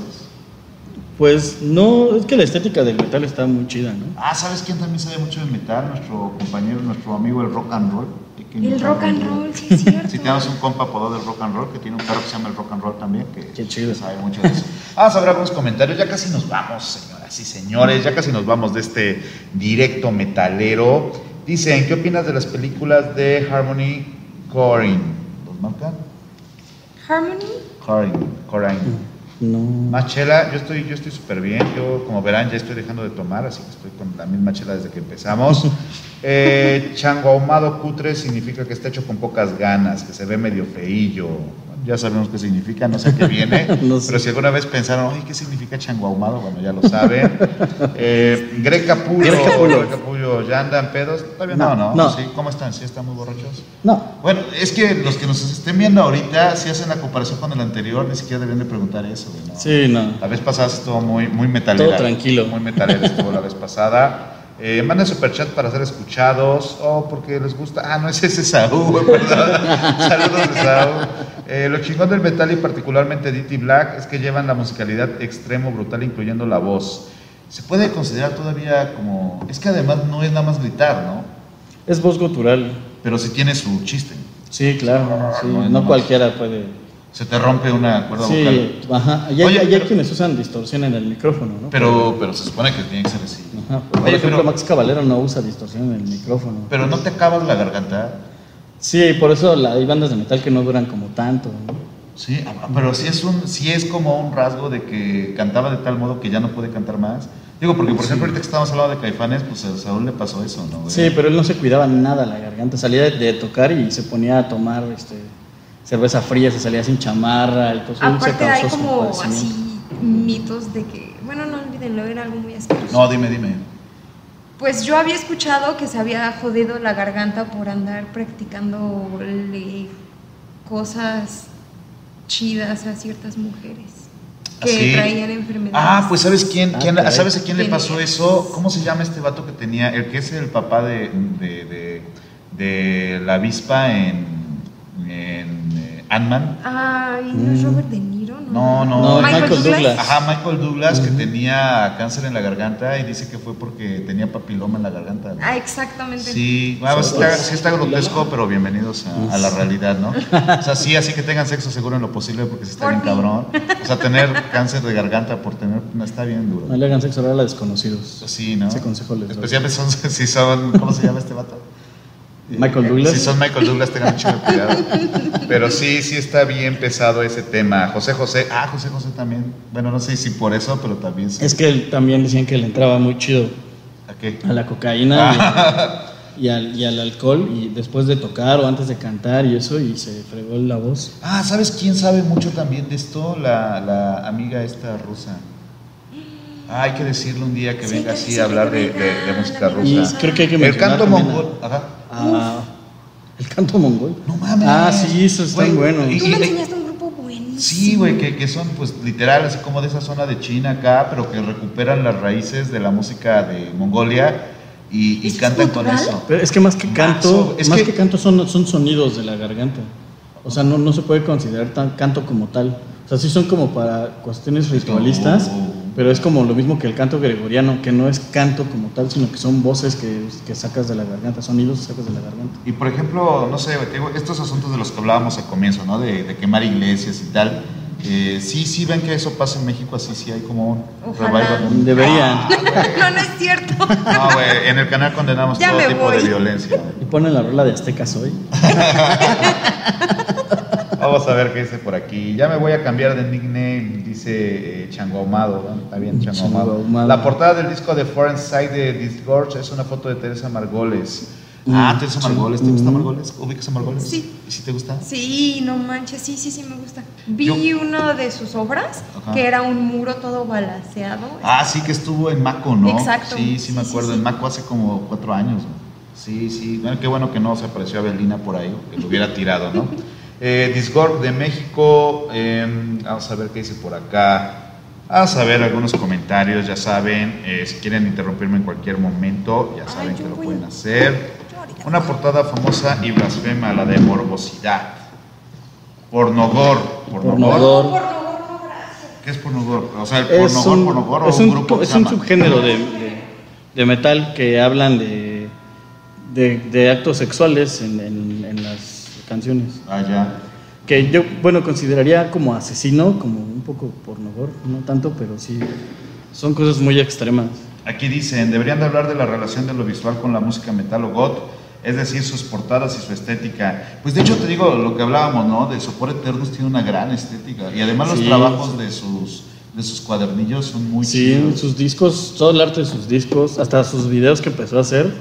S3: Pues no, es que la estética del metal está muy chida, ¿no?
S2: Ah, ¿sabes quién también sabe mucho de metal? Nuestro compañero, nuestro amigo, el rock and roll. Hay que
S4: El
S2: invitarlo
S4: rock
S2: un
S4: and
S2: día.
S4: roll, sí es cierto.
S2: Sí, tenemos un compa apodado del rock and roll que tiene un carro que se llama el rock and roll también, que
S3: Qué chido.
S2: sabe mucho de eso. Ah, Vamos a ver algunos comentarios, ya casi nos vamos, señoras y señores, ya casi nos vamos de este directo metalero. Dicen, ¿qué opinas de las películas de Harmony Corinne? ¿Los marcan?
S4: Harmony,
S2: Corinne, Corinne.
S3: No.
S2: Más chela, yo estoy yo estoy súper bien. Yo, como verán, ya estoy dejando de tomar, así que estoy con la misma chela desde que empezamos. Eh, chango ahumado cutre significa que está hecho con pocas ganas, que se ve medio feillo. Ya sabemos qué significa, no sé a qué viene.
S3: No sé.
S2: Pero si alguna vez pensaron, oye, ¿qué significa chango ahumado? Bueno, ya lo saben. Eh, Greg Capullo.
S3: Greg Capullo.
S2: Greg Capullo mucho, ya andan pedos. Todavía no, no.
S3: No, no.
S2: ¿Sí? ¿Cómo están? ¿Sí están muy borrachos?
S3: No,
S2: Bueno, es que los que nos estén viendo ahorita, si hacen la comparación con el anterior, ni siquiera deben de preguntar eso, güey, ¿no?
S3: sí, no.
S2: La vez pasada sí estuvo muy, muy metalera.
S3: Todo tranquilo.
S2: Muy metalera estuvo la vez pasada. Eh, manden superchat para ser escuchados o porque les gusta. Ah, no, ese es Saúl, ¿verdad? Saludos de Saúl. Eh, lo chingón del metal y particularmente DT Black es que llevan la musicalidad extremo brutal, incluyendo la voz. Se puede considerar todavía como. Es que además no es nada más gritar, ¿no?
S3: Es voz gutural.
S2: Pero sí tiene su chiste.
S3: Sí, claro. sí,
S2: No, no,
S3: no
S2: no.
S3: cualquiera puede.
S2: Se te rompe una cuerda vocal.
S3: Sí, ajá. Y hay,
S2: Oye,
S3: y hay
S2: pero-
S3: quienes usan distorsión en el micrófono, ¿no?
S2: Pero, pero se supone que tiene que ser así.
S3: Ajá. Por
S2: Oye,
S3: ejemplo,
S2: pero-
S3: Max Cavalero no usa distorsión en el micrófono.
S2: Pero no te acabas la garganta.
S3: Sí, por eso la- hay bandas de metal que no duran como tanto. ¿no?
S2: Sí, ah, pero sí es, un, sí es como un rasgo de que cantaba de tal modo que ya no puede cantar más. Digo, porque por ejemplo, ahorita que estábamos hablando de Caifanes, pues a Saúl le pasó eso, ¿no? güey?
S3: Sí, pero él no se cuidaba nada la garganta. Salía de, de tocar y se ponía a tomar este, cerveza fría, se salía sin chamarra y todo eso. se
S4: Aparte hay
S3: causó su
S4: como
S3: padecimiento.
S4: así mitos de que, bueno, no olvídenlo, era algo muy asqueroso.
S2: No, dime, dime.
S4: Pues yo había escuchado que se había jodido la garganta por andar practicando cosas chidas a ciertas mujeres que
S2: Así.
S4: traían enfermedades.
S2: Ah, pues ¿sabes quién,
S3: Ah,
S2: quién-
S3: caray.
S2: ¿sabes a quién le
S4: Tenía-
S2: pasó eso? ¿Cómo se llama este vato que tenía, el que es el papá de, de, de- de la avispa en, en eh, Ant-Man?
S4: Ay, ¿no es
S3: Mm.
S4: Robert De Niro?
S2: No, no,
S3: No,
S2: Michael
S3: Michael Douglas.
S2: Ajá, Michael Douglas que tenía cáncer en la garganta y dice que fue porque tenía papiloma en la garganta. ¿no?
S4: Ah, exactamente.
S2: Sí, bueno, está, sí está grotesco, pero bienvenidos a, a la realidad, ¿no? O sea, sí, así que tengan sexo seguro en lo posible porque sí está
S4: Por
S2: bien
S4: mí.
S2: cabrón. O sea, tener cáncer de garganta por tener, no está bien
S3: No
S2: duro. Pues
S3: le hagan sexo oral a desconocidos.
S2: Sí, ¿no?
S3: Ese consejo les doy.
S2: Especialmente son, si son, ¿cómo se llama este vato? Eh,
S3: Michael Douglas.
S2: Si son Michael Douglas, tengan mucho cuidado. Pero sí, sí está bien pesado ese tema. José José, ah, José José también. Bueno, no sé si por eso, pero también sí.
S3: Es que él, también decían que le entraba muy chido Eh,
S2: ¿A qué?
S3: a la cocaína y, y al, y al alcohol y después de tocar o antes de cantar y eso y se fregó la voz.
S2: Ah, ¿sabes quién sabe mucho también de esto? La, la amiga esta rusa. Ah, hay que decirle un día que
S4: Sí, hay
S2: venga
S4: que
S2: así
S4: decirle
S2: a hablar
S4: que
S2: de,
S4: venga Ah,
S2: de- de
S4: la
S2: música
S4: amiga
S2: rusa.
S4: rusa.
S3: Y creo que hay que
S2: el
S3: mencionar
S2: canto
S3: también a-
S2: mongol. Ajá.
S3: a- Ah, el canto mongol.
S2: No mames.
S3: Ah, sí, eso está
S2: Güey,
S3: bueno.
S2: y-
S4: Tú me
S2: y-
S4: enseñaste un grupo buenísimo.
S2: Sí, güey, que, que son pues literal, así como de esa zona de China acá, pero que recuperan las raíces de la música de Mongolia y, y
S4: ¿Eso es
S2: cantan con
S4: cultural?
S2: eso.
S3: Pero es que más que canto,
S2: Mazo, es
S3: más
S2: que-
S3: que, canto son, son sonidos de la garganta. O sea, no, no se puede considerar tan canto como tal. O sea, sí son como para cuestiones ritualistas,
S2: Oh.
S3: pero es como lo mismo que el canto gregoriano, que no es canto como tal, sino que son voces que, que sacas de la garganta, sonidos que sacas de la garganta.
S2: Y por ejemplo, no sé, güey, te digo, estos asuntos de los que hablábamos al comienzo, ¿no? De, de quemar iglesias y tal. eh, sí, sí, ven que eso pasa en México, así, sí hay como un
S4: Ojalá.
S2: revival. Ah,
S3: Deberían.
S4: no, no es cierto.
S2: No, güey, en el canal condenamos
S4: Ya
S2: todo
S4: me
S2: tipo de
S4: voy.
S2: violencia. güey.
S3: Y ponen la rola de Aztecas hoy.
S2: Vamos a ver qué dice por aquí. Ya me voy a cambiar de nickname, dice eh, Chango Ahumado. ¿no? Está bien, Chango
S3: Chango
S2: Ahumado.
S3: Ahumado.
S2: La portada del disco de Foreign Side de Disgorge es una foto de Teresa Margoles.
S3: Mm,
S2: ah, Teresa
S3: sí.
S2: Margoles. ¿Te gusta
S3: Mm.
S2: Margoles? ¿Ubicas a Margoles?
S4: Sí.
S2: ¿Y si te gusta?
S4: Sí, no manches, sí, sí, sí me gusta. Vi una de sus obras
S2: Ajá.
S4: que era un muro todo balaseado.
S2: Ah, sí, que estuvo en Maco, ¿no?
S4: Exacto.
S2: Sí, sí, me
S4: Sí, sí,
S2: acuerdo.
S4: sí.
S2: En Maco hace como cuatro años. ¿no? Sí, sí. Bueno, qué bueno que no se apareció a Belina por ahí, que lo hubiera tirado, ¿no? Eh, Discord de México. eh, vamos a ver qué dice por acá. Vamos a ver algunos comentarios, ya saben. eh, si quieren interrumpirme en cualquier momento, ya
S4: Ay,
S2: saben que
S4: yo
S2: lo
S4: voy.
S2: pueden hacer.
S4: Yo ahorita.
S2: Una portada famosa y blasfema, la de morbosidad. Pornogor. Pornogor.
S3: Pornogor.
S4: No, por favor, no, gracias.
S2: ¿Qué es pornogor? O sea, el
S3: Es
S2: pornogor,
S3: un,
S2: pornogor o
S3: es
S2: un,
S3: un-
S2: grupo que
S3: es
S2: se
S3: un
S2: llama?
S3: subgénero de, de- de metal que hablan de, de, de actos sexuales en- en- en las canciones.
S2: Ah, ya.
S3: que yo, bueno, consideraría como asesino, como un poco pornogor, no tanto, pero sí, son cosas muy extremas.
S2: Aquí dicen, deberían de hablar de la relación de lo visual con la música metal o goth, es decir, sus portadas y su estética. Pues de hecho te digo lo que hablábamos, ¿no? De Sopor Eternus tiene una gran estética y además los
S3: Sí.
S2: trabajos de sus de sus cuadernillos son muy
S3: Sí,
S2: chidos.
S3: sus discos, todo el arte de sus discos, hasta sus videos que empezó a hacer,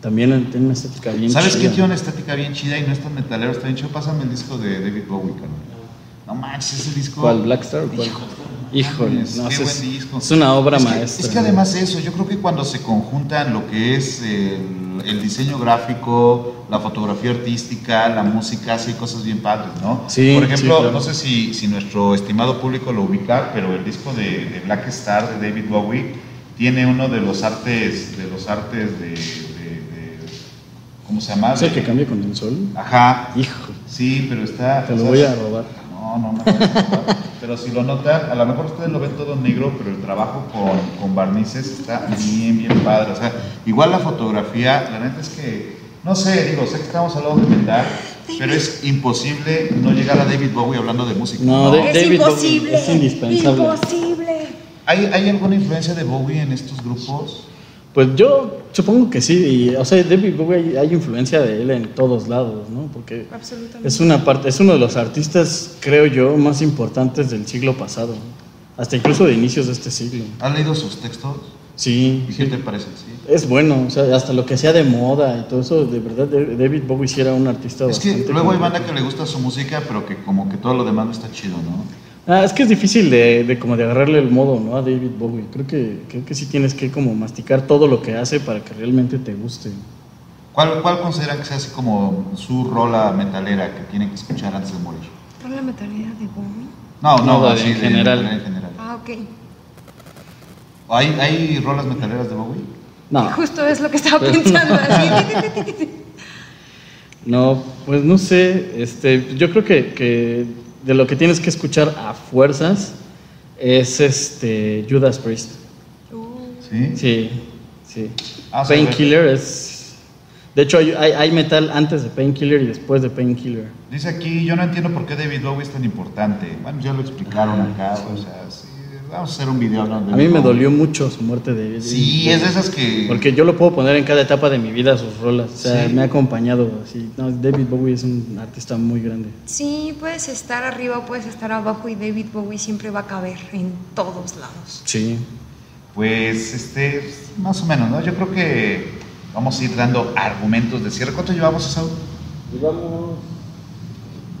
S3: también tienen una estética bien
S2: ¿Sabes qué
S3: chida.
S2: tiene una estética bien chida y no es tan metalero? Está bien chido. Pásame el disco de David Bowie, cabrón. No manches, ese disco.
S3: ¿Cuál? ¿Blackstar o cuál?
S2: Hijo, no
S3: Híjole,
S2: mames,
S3: no,
S2: qué
S3: es,
S2: buen disco.
S3: es una obra
S2: Es que-
S3: maestra.
S2: es que además eso, yo creo que cuando se conjuntan lo que es el, el diseño gráfico, la fotografía artística, la música, hace cosas bien padres, ¿no?
S3: Sí,
S2: Por
S3: sí,
S2: ejemplo,
S3: claro.
S2: no sé si, si nuestro estimado público lo ubica, pero el disco de, de Black Star de David Bowie tiene uno de los artes, de los artes de, de- de- ¿cómo se llama?
S3: ¿Es el
S2: De-
S3: que cambia con el sol?
S2: Ajá.
S3: Hijo,
S2: Sí, pero está.
S3: te
S2: o
S3: lo
S2: sea,
S3: voy a robar.
S2: no, no, no. Pero si lo notan, a lo mejor ustedes lo ven todo negro, pero el trabajo con, con barnices está bien, bien padre. O sea, igual la fotografía, la neta es que, no sé, digo, sé que estamos hablando de metal, pero es imposible no llegar a David Bowie hablando de música.
S3: No, de-
S4: Es
S3: David Bowie
S4: imposible.
S3: es indispensable.
S4: Imposible.
S2: ¿Hay, ¿Hay alguna influencia de Bowie en estos grupos?
S3: Pues yo supongo que sí, y, o sea, David Bowie hay, hay influencia de él en todos lados, ¿no? Porque
S4: Absolutamente.
S3: es una parte, es uno de los artistas, creo yo, más importantes del siglo pasado, hasta incluso de inicios de este siglo.
S2: ¿Has leído sus textos?
S3: Sí,
S2: ¿Y
S3: sí.
S2: qué te parece? Sí.
S3: es bueno, o sea, hasta lo que sea de moda y todo eso, de verdad de- David Bowie sí era un artista
S2: Es que
S3: bastante
S2: luego hay
S3: completo.
S2: banda que le gusta su música, pero que como que todo lo demás no está chido, ¿no?
S3: Ah, es que es difícil de, de como de agarrarle el modo, ¿no? A David Bowie. Creo que creo que sí tienes que como masticar todo lo que hace para que realmente te guste.
S2: ¿Cuál, ¿Cuál consideran que sea así como su rola metalera que tienen que escuchar antes de morir?
S4: ¿Por la mentalidad de Bowie?
S2: No, no,
S3: No, de-
S2: así
S3: en
S2: de-
S3: general.
S2: En general.
S4: Ah, ok.
S2: ¿Hay, ¿Hay rolas metaleras de Bowie?
S3: No,
S4: Justo es lo que estaba
S3: Pues
S4: pensando. así.
S3: no, pues no sé. Este, yo creo que, que de lo que tienes que escuchar a fuerzas es este Judas Priest.
S4: Uh,
S2: Sí.
S3: Sí, sí.
S2: Ah, o sea,
S3: Painkiller es. De hecho, hay, hay- hay metal antes de Painkiller y después de Painkiller.
S2: Dice aquí, yo no entiendo por qué David Bowie es tan importante. Bueno, ya lo explicaron acá, o sea, sí. Vamos a hacer un video hablando de
S3: Ah, A mí me
S2: Bowie.
S3: dolió mucho su muerte de. de-
S2: Sí, es de esas que...
S3: Porque yo lo puedo poner en cada etapa de mi vida sus rolas. O sea,
S2: Sí.
S3: me ha acompañado así. No, David Bowie es un artista muy grande.
S4: sí, puedes estar arriba o puedes estar abajo y David Bowie siempre va a caber en todos lados.
S3: Sí.
S2: Pues, este, más o menos, ¿no? Yo creo que vamos a ir dando argumentos de cierre. ¿Cuánto llevamos, Saúl?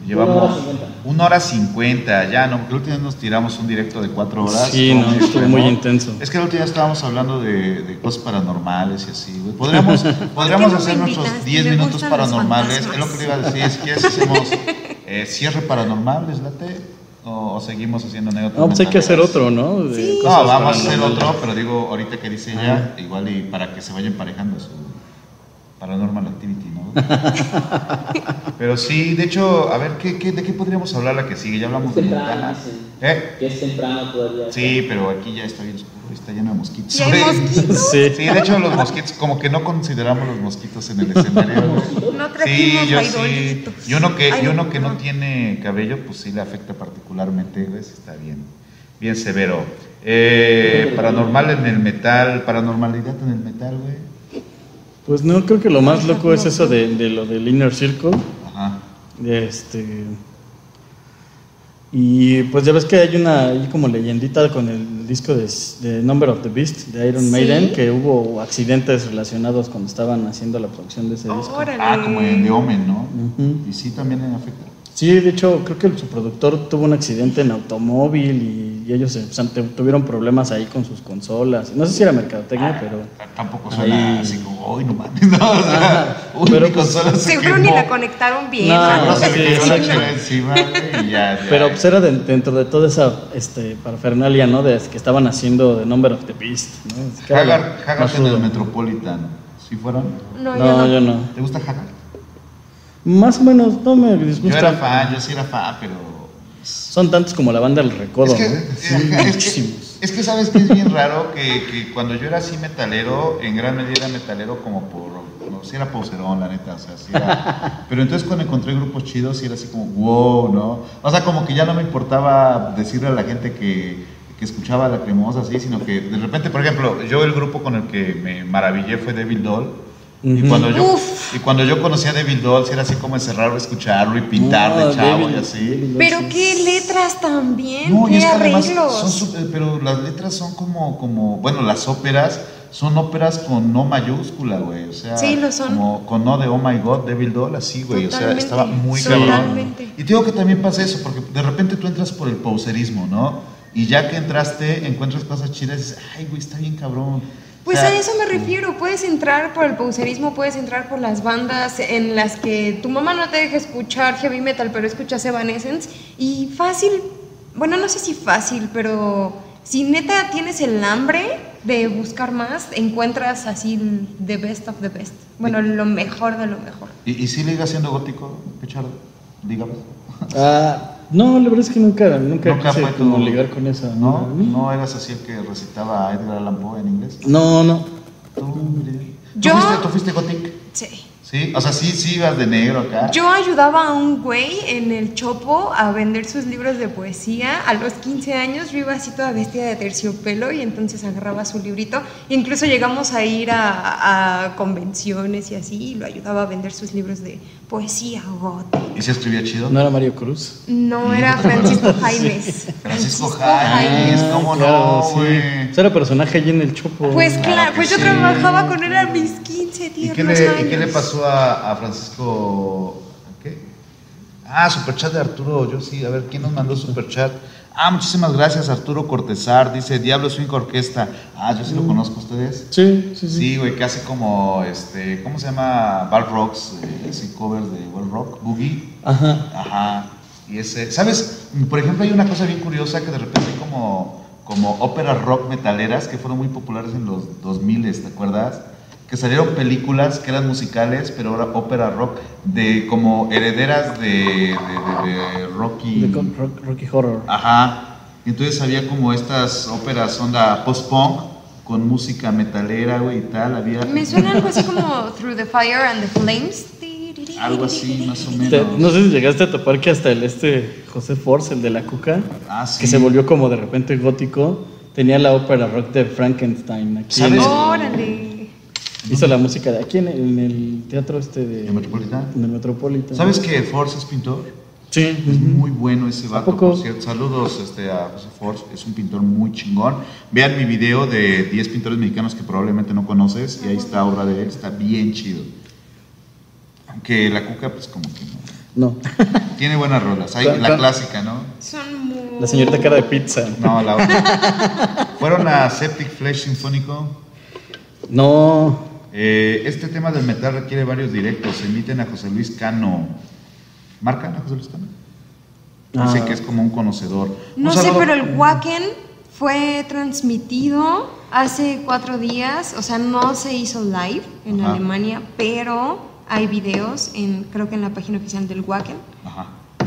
S2: Llevamos una hora cincuenta, ya, ¿no? Porque la última vez nos tiramos un directo de cuatro horas.
S3: Sí,
S2: Estuvo
S3: no,
S2: muy
S3: estuvo
S2: extremo.
S3: muy intenso.
S2: Es que la última vez estábamos hablando de, de cosas paranormales y así, güey. Podríamos, podríamos
S4: no me
S2: hacer nuestros
S4: invitas?
S2: 10
S4: Me
S2: minutos
S4: gustan los
S2: paranormales. Es
S4: fantasmas.
S2: lo que le iba a decir, es que ya si hacemos eh, cierre paranormal, ¿les late? O, o seguimos haciendo anécdotas.
S3: No, pues hay que hacer
S2: mentales?
S3: otro, ¿no? De
S4: Sí.
S2: No,
S3: cosas
S2: vamos a hacer
S3: paranormales.
S2: otro, pero digo, ahorita que dice ella, igual y para que se vaya emparejando su paranormal activity, ¿no? pero sí, de hecho, a ver, ¿qué, qué, de qué podríamos hablar la que sigue? Ya hablamos de
S5: Temprano,
S2: ventanas.
S5: dicen.
S2: ¿Eh?
S5: Que es temprano todavía.
S2: Sí, pero aquí ya está bien oscuro, está lleno de mosquitos.
S4: ¿Y hay mosquitos?
S3: Sí.
S2: Sí, de hecho los mosquitos, como que no consideramos los mosquitos en el escenario.
S4: No
S2: Sí,
S4: trajimos
S2: yo sí.
S4: paidolitos.
S2: Y uno que,
S4: Ay,
S2: y uno que no
S4: perdón.
S2: tiene cabello, pues sí le afecta particularmente, ¿ves? Está bien, bien severo. Eh, paranormal en el metal, paranormalidad en el metal, güey.
S3: Pues no, creo que lo más loco es eso de, de lo del Inner Circle.
S2: Ajá. Ah,
S3: Este. Y pues ya ves que hay una hay como leyendita con el disco de, de Number of the Beast de Iron
S4: Sí.
S3: Maiden que hubo accidentes relacionados cuando estaban haciendo la producción de ese disco.
S4: Órale.
S2: Ah, como en The Omen, ¿no?
S3: Ujú.
S2: Y sí, también le afecta.
S3: Sí, de hecho, creo que su productor tuvo un accidente en automóvil y, y ellos eh, o sea, te- tuvieron problemas ahí con sus consolas. No sé si era mercadotecnia, pero.
S2: Tampoco suena
S3: Ahí.
S2: así como, uy, no mames, no, o sea, uy,
S3: Pero
S2: mi
S3: pues-
S2: consola se
S4: Seguro ni la
S2: quemó.
S4: conectaron bien. Ah,
S2: Seguro
S3: No,
S4: ¿no?
S2: se le
S3: Sí,
S2: quedó
S3: sí,
S2: la
S3: sí.
S2: chela encima, güey, y ya, ya.
S3: Pero pues era de- dentro de toda esa este, parafernalia, ¿no? De que estaban haciendo The Number of the Beast, ¿no? Es que era lo
S2: Haggard, Haggard
S3: más
S2: en el
S3: rudo.
S2: Metropolitan. ¿Sí fueron?
S4: No, yo
S3: No,
S4: no.
S3: yo no.
S2: ¿Te gusta Haggard?
S3: Más o menos, no me
S2: Yo era
S3: disgusta.
S2: fan, yo sí era fan, pero
S3: Son tantos como la banda del recodo,
S2: Es que,
S3: ¿no? Son
S2: ajá, es que-
S3: muchísimos.
S2: es que sabes que es bien raro que, que cuando yo era así metalero, en gran medida era metalero como por, no, si era poserón, la neta, o sea, sí era, pero entonces cuando encontré grupos chidos, sí era así como, wow, ¿no? O sea, como que ya no me importaba decirle a la gente que, que escuchaba la cremosa, así, sino que de repente, por ejemplo, yo el grupo con el que me maravillé fue Devil Doll. Y
S3: Ujú.
S2: cuando, yo,
S4: Uf.
S2: y cuando yo conocí a Devil Doll, sí era así como encerrarlo, escucharlo y pintar
S3: No,
S2: de chavo
S3: David-
S2: y así.
S3: David
S4: Pero
S3: Lynch
S4: qué
S3: es-
S4: letras también,
S2: No, y
S4: qué
S2: es que además
S4: arreglos.
S2: son súper- pero las letras son como, como, bueno, las óperas son óperas con no mayúscula, güey, o sea,
S4: Sí, lo son.
S2: como con no de oh my god, Devil Doll, así, güey, o sea,
S4: Totalmente,
S2: estaba muy
S4: sí.
S2: cabrón.
S4: Totalmente.
S2: Y te digo que también pasa eso, porque de repente tú entras por el pauserismo, ¿no? y ya que entraste encuentras cosas chidas y dices, ay, güey, está bien cabrón.
S4: Pues
S2: O sea,
S4: a eso me refiero, puedes entrar por el pauserismo, puedes entrar por las bandas en las que tu mamá no te deja escuchar heavy metal, pero escuchas Evanescence y fácil, bueno, no sé si fácil, pero si neta tienes el hambre de buscar más, encuentras así el- the best of the best. Bueno, lo mejor de lo mejor.
S2: ¿Y, y sí le iba haciendo gótico, Pichardo? Dígame.
S3: Ah, no, la verdad es que nunca, nunca,
S2: Nunca
S3: quise
S2: fue tu-
S3: como ligar con esa.
S2: ¿No?
S3: onda.
S2: ¿No eras así el que recitaba a Edgar Allan Poe en inglés?
S3: No, no.
S2: ¿Tú, Miguel? ¿Tú
S4: Yo-
S2: fuiste, tú fuiste gótico?
S4: Sí.
S2: Sí, o sea, sí, sí ibas de negro acá.
S4: Yo ayudaba a un güey en el Chopo a vender sus libros de poesía. A los 15 años yo iba así toda vestida de terciopelo y entonces agarraba su librito. Incluso llegamos a ir a, a convenciones y así y lo ayudaba a vender sus libros de poesía gote.
S2: ¿Y se escribía chido?
S3: No era Mario Cruz.
S4: No era Francisco Jaimes.
S2: Francisco Jaimes,
S3: Ah,
S2: ¿cómo no, güey?
S3: O sea, Pues era personaje allí en el Chopo.
S4: Pues
S2: Claro
S4: claro,
S2: que
S4: pues yo
S2: Ah, sí.
S4: trabajaba con él a mis 15,
S2: ¿Y
S4: tiernos
S2: qué, le, y qué le
S4: años.
S2: pasó a, a Francisco? ¿a ¿Qué? Ah, superchat de Arturo, yo sí, a ver, ¿quién nos mandó superchat? Ah, muchísimas gracias, Arturo Cortesar, dice Diablo Swing Orquesta. Ah, yo sí lo conozco, ¿ustedes?
S3: Sí, Mm. sí, sí.
S2: Sí, güey, que hace como, este, ¿cómo se llama? Bad Rocks, eh, así covers de World Rock, Boogie.
S3: Ajá.
S2: Ajá. Y ese, ¿sabes? Por ejemplo, hay una cosa bien curiosa que de repente hay como, como óperas rock metaleras que fueron muy populares en los 2000, ¿te acuerdas? Que salieron películas que eran musicales, pero ahora ópera rock, de como herederas de, de, de- de Rocky.
S3: De co- rock- Rocky Horror.
S2: Ajá. Entonces había como estas óperas onda post-punk con música metalera, güey, y tal. Había
S4: Me suena algo así como Through the Fire and the Flames.
S2: algo así, más o
S3: Te-
S2: menos.
S3: no sé si llegaste a topar que hasta el este José Force, el de la cuca,
S2: Ah, sí.
S3: que se volvió como de repente gótico, tenía la ópera rock de Frankenstein. Aquí en
S2: ¿Sabes?
S3: el-
S4: Órale.
S3: hizo la música de aquí en el, en el teatro este de...
S2: ¿El Metropolitano?
S3: En el Metropolitan.
S2: ¿Sabes que Force es pintor?
S3: Sí.
S2: Es
S3: ujú.
S2: muy bueno ese vato,
S3: poco?
S2: por cierto. Saludos este, a José Forge, es un pintor muy chingón. Vean mi video de 10 pintores mexicanos que probablemente no conoces y ahí está obra de él, está bien chido. Aunque la cuca, pues como que no.
S3: No.
S2: Tiene buenas rolas, hay
S3: ¿Cuál-
S2: la
S3: cuál?
S2: clásica, ¿no?
S4: Son muy...
S3: La señorita cara de pizza.
S2: No, la otra. Fueron a Septic Flesh Sinfónico.
S3: No.
S2: Eh, este tema del metal requiere varios directos. Emiten a José Luis Cano. ¿Marcan a José Luis Cano? Dicen
S3: Ah.
S2: que es como un conocedor. Un
S4: No sé,
S2: saludo-
S4: pero el Wacken fue transmitido hace cuatro días, o sea, no se hizo live en
S2: Ajá.
S4: Alemania, pero hay videos en, creo que en la página oficial del Wacken,
S2: Ajá.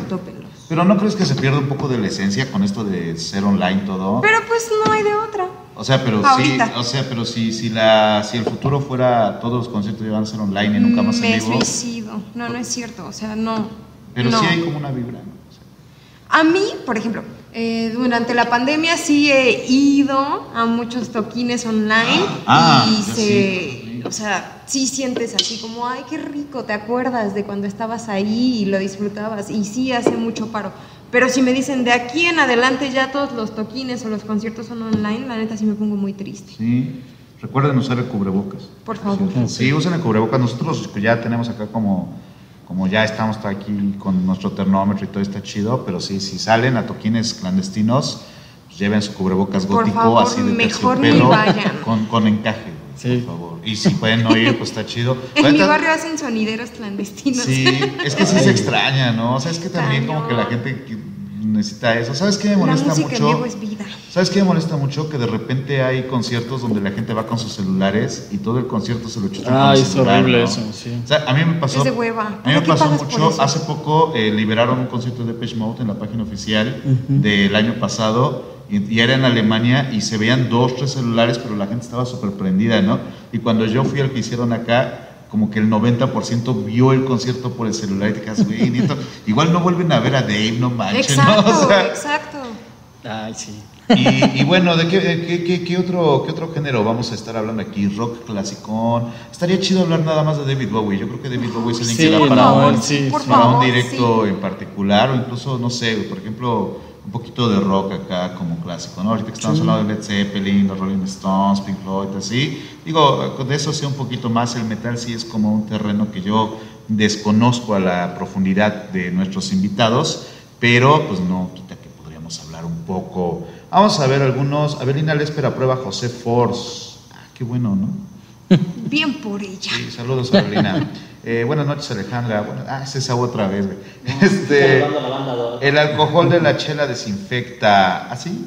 S4: tópenlos.
S2: Pero no crees que se pierda un poco de la esencia con esto de ser online todo?
S4: Pero pues no hay de otra.
S2: o sea, pero sí,
S4: Ahorita.
S2: o sea, pero si si la si el futuro fuera todos los conciertos iban a ser online y nunca más en
S4: Me
S2: vivo.
S4: suicido. No, no es cierto, o sea, no.
S2: Pero
S4: no.
S2: sí hay como una vibra. ¿no? O sea,
S4: A mí, por ejemplo, eh, durante la pandemia sí he ido a muchos toquines online
S2: Ah,
S4: y
S2: ya
S4: se,
S2: sí.
S4: o sea, sí sientes así como, ay, qué rico, te acuerdas de cuando estabas ahí y lo disfrutabas y sí hace mucho paro. Pero si me dicen de aquí en adelante ya todos los toquines o los conciertos son online, la neta sí me pongo muy triste.
S2: sí. Recuerden usar el cubrebocas.
S4: Por favor.
S2: Sí, Sí, usen el cubrebocas. Nosotros que ya tenemos acá como como ya estamos aquí con nuestro termómetro y todo está chido, pero sí si salen a toquines clandestinos, pues lleven su cubrebocas
S4: Por
S2: gótico
S4: favor,
S2: así de
S4: mejor ni
S2: terciopelo,
S4: vayan.
S2: con con encaje,
S3: Sí.
S2: por favor. Y si pueden no ir, pues está chido.
S4: En mi
S2: Ahorita-
S4: barrio hacen sonideros clandestinos.
S2: Sí, es que sí se extraña, ¿no? O sea, es que también como que la
S4: Extraño.
S2: gente que necesita eso. ¿Sabes qué me
S4: la
S2: molesta
S4: música en vivo
S2: mucho?
S4: es vida.
S2: ¿Sabes qué me molesta mucho? Que de repente hay conciertos donde la gente va con sus celulares y todo el concierto se lo chutan con
S3: Ay,
S2: el
S3: es
S2: celular,
S3: horrible
S2: ¿no?
S3: eso, sí.
S2: O sea, a mí me pasó...
S4: Es de hueva.
S2: A mí me
S4: ¿Para qué
S2: pasó
S4: pagas por
S2: mucho,
S4: eso?
S2: hace poco eh, liberaron un concierto de Depeche Mode en la página oficial del año pasado y, y era en Alemania y se veían dos, tres celulares, pero la gente estaba súper prendida, ¿no? Y cuando yo fui al que hicieron acá, como que el 90% vio el concierto por el celular y te quedas, güey, neta, igual no vuelven a ver a Dave, no manches,
S4: Exacto,
S2: ¿no? O sea,
S4: exacto.
S3: Ay, sí.
S2: y, y bueno, ¿de qué, de qué, qué- qué otro, qué otro género vamos a estar hablando aquí? Rock, clasicón. Estaría chido hablar nada más de David Bowie. Yo creo que David Bowie es el
S3: Sí,
S2: que da para,
S3: no,
S2: un,
S3: sí,
S4: por
S2: para un
S4: favor,
S2: directo
S4: sí.
S2: en particular, o incluso, no sé, por ejemplo, un poquito de rock acá como clásico, ¿no? Ahorita que estamos hablando de Led Zeppelin, los Rolling Stones, Pink Floyd, así. Digo, de eso sé un poquito más. El metal sí es como un terreno que yo desconozco a la profundidad de nuestros invitados, pero pues no quita que podríamos hablar un poco Vamos a ver algunos. Abelina Léspera prueba José Force. Ah, qué bueno, ¿no?
S4: Bien por ella.
S2: Sí, saludos, Carolina. Eh, buenas noches, Alejandra. Bueno, ah, es esa otra vez, güey.
S4: Ah,
S2: Este,
S5: Saludando a la banda dos.
S2: el alcohol de la chela desinfecta. ¿Así?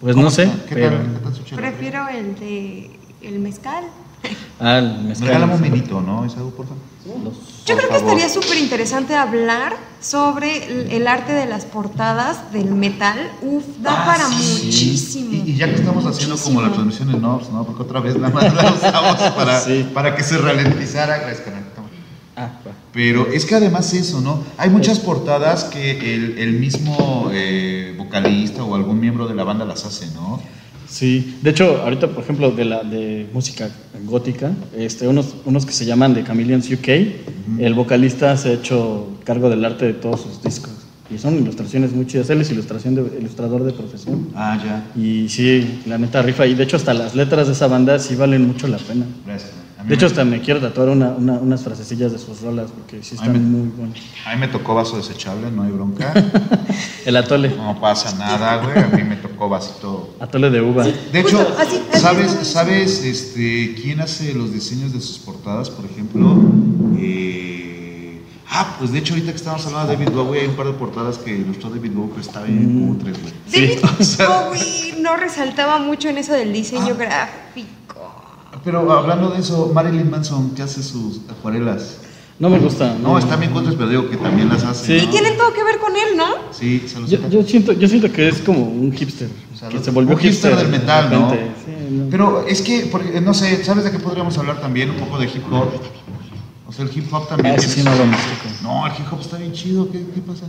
S3: Pues no sé,
S2: ¿Qué
S3: pero.
S2: tal, qué tal su chela?
S4: Prefiero el de el mezcal.
S3: Ah, el mezcal.
S2: Regálame un minito, ¿no? Es algo, por favor.
S4: Yo
S2: Por
S4: creo que
S2: favor.
S4: estaría súper interesante hablar sobre el, el arte de las portadas del metal. Uf, da
S2: Ah,
S4: para
S2: sí.
S4: muchísimo.
S2: Y, y ya que estamos haciendo como la
S4: Muchísimo.
S2: transmisión en OBS, ¿no? Porque otra vez nada más la usamos para,
S3: Sí.
S2: para que se ralentizara. pues, Gracias, carnal. Toma.
S3: Ah, va.
S2: Pero es que además eso, ¿no? Hay muchas portadas que el, el mismo eh, vocalista o algún miembro de la banda las hace, ¿no?
S3: Sí, de hecho, ahorita, por ejemplo, de la de música gótica, este, unos, unos que se llaman The Chameleons UK, el vocalista se ha hecho cargo del arte de todos sus discos. Y son ilustraciones muy chidas. Él es ilustración de- ilustrador de profesión.
S2: Ah, ya.
S3: Y sí, la neta rifa. Y de hecho, hasta las letras de esa banda sí valen mucho la pena.
S2: Gracias. carnal. A mí
S3: De hecho,
S2: me-
S3: hasta me quiero tatuar una- una- unas frasecillas de sus rolas porque sí
S2: Ay, me-
S3: están muy buenas.
S2: A mí me tocó vaso desechable, no hay bronca.
S3: El Atole,
S2: No pasa nada, güey. A mí me tocó vasito
S3: Atole de uva.
S2: De
S4: Justo,
S2: hecho,
S4: así- así
S2: ¿sabes,
S4: estamos.
S2: ¿sabes este, quién hace los diseños de sus portadas, por ejemplo? Eh, ah, pues de hecho, ahorita que estábamos hablando de David Bowie, hay un par de portadas que ilustró David Bowie, pero está
S3: Mm.
S2: bien cutres, güey.
S4: David
S2: O sea, Ah.
S4: Bowie no resaltaba mucho en eso del diseño gráfico.
S2: Pero hablando de eso, Marilyn Manson, ¿qué hace sus acuarelas?
S3: No me gusta.
S2: No, está bien cutres, pero digo que también las hace.
S3: Sí.
S2: ¿no?
S4: Tienen todo que ver con él, ¿no?
S2: Sí, se los
S3: Yo,
S2: saca.
S3: yo siento, yo siento que es como un hipster.
S2: O sea,
S3: que
S2: lo-
S3: se volvió
S2: un hipster del
S3: de
S2: metal, ¿no?
S3: repente. Sí, no.
S2: Pero es que, porque, no sé, ¿sabes de qué podríamos hablar también? Un poco de hip hop. O sea, el hip hop también
S3: Ah, ese
S2: tiene
S3: sí no
S2: su-
S3: lo mastico.
S2: No, el hip hop está bien chido. ¿Qué, qué pasa?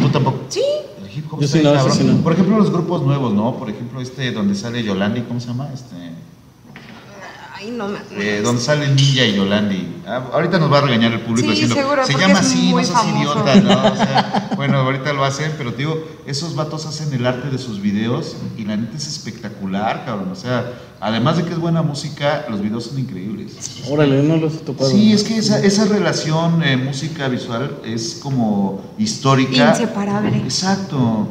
S2: Tú tampoco.
S4: Sí.
S2: El hip hop
S3: Yo
S2: está
S3: sí,
S2: bien
S3: no,
S2: cabrón.
S3: sí, sí, no.
S2: Por ejemplo, los grupos nuevos, ¿no? Por ejemplo, este donde sale Yolandi, ¿cómo se llama? Este,
S4: Ay, no me.
S2: eh, donde sale Ninja y Yolandi. Ah, ahorita nos va a regañar el público
S4: Sí,
S2: diciendo,
S4: seguro,
S2: se
S4: porque
S2: llama
S4: es
S2: así, no
S4: muy
S2: seas
S4: famoso".
S2: idiota, ¿no? O sea, bueno, ahorita lo hacen, pero te digo, esos vatos hacen el arte de sus videos y la neta es espectacular, cabrón. O sea, además de que es buena música, los videos son increíbles.
S3: Órale, no los he topado.
S2: Sí, es que esa, esa relación eh, música-visual es como histórica.
S4: Inseparable.
S2: Exacto.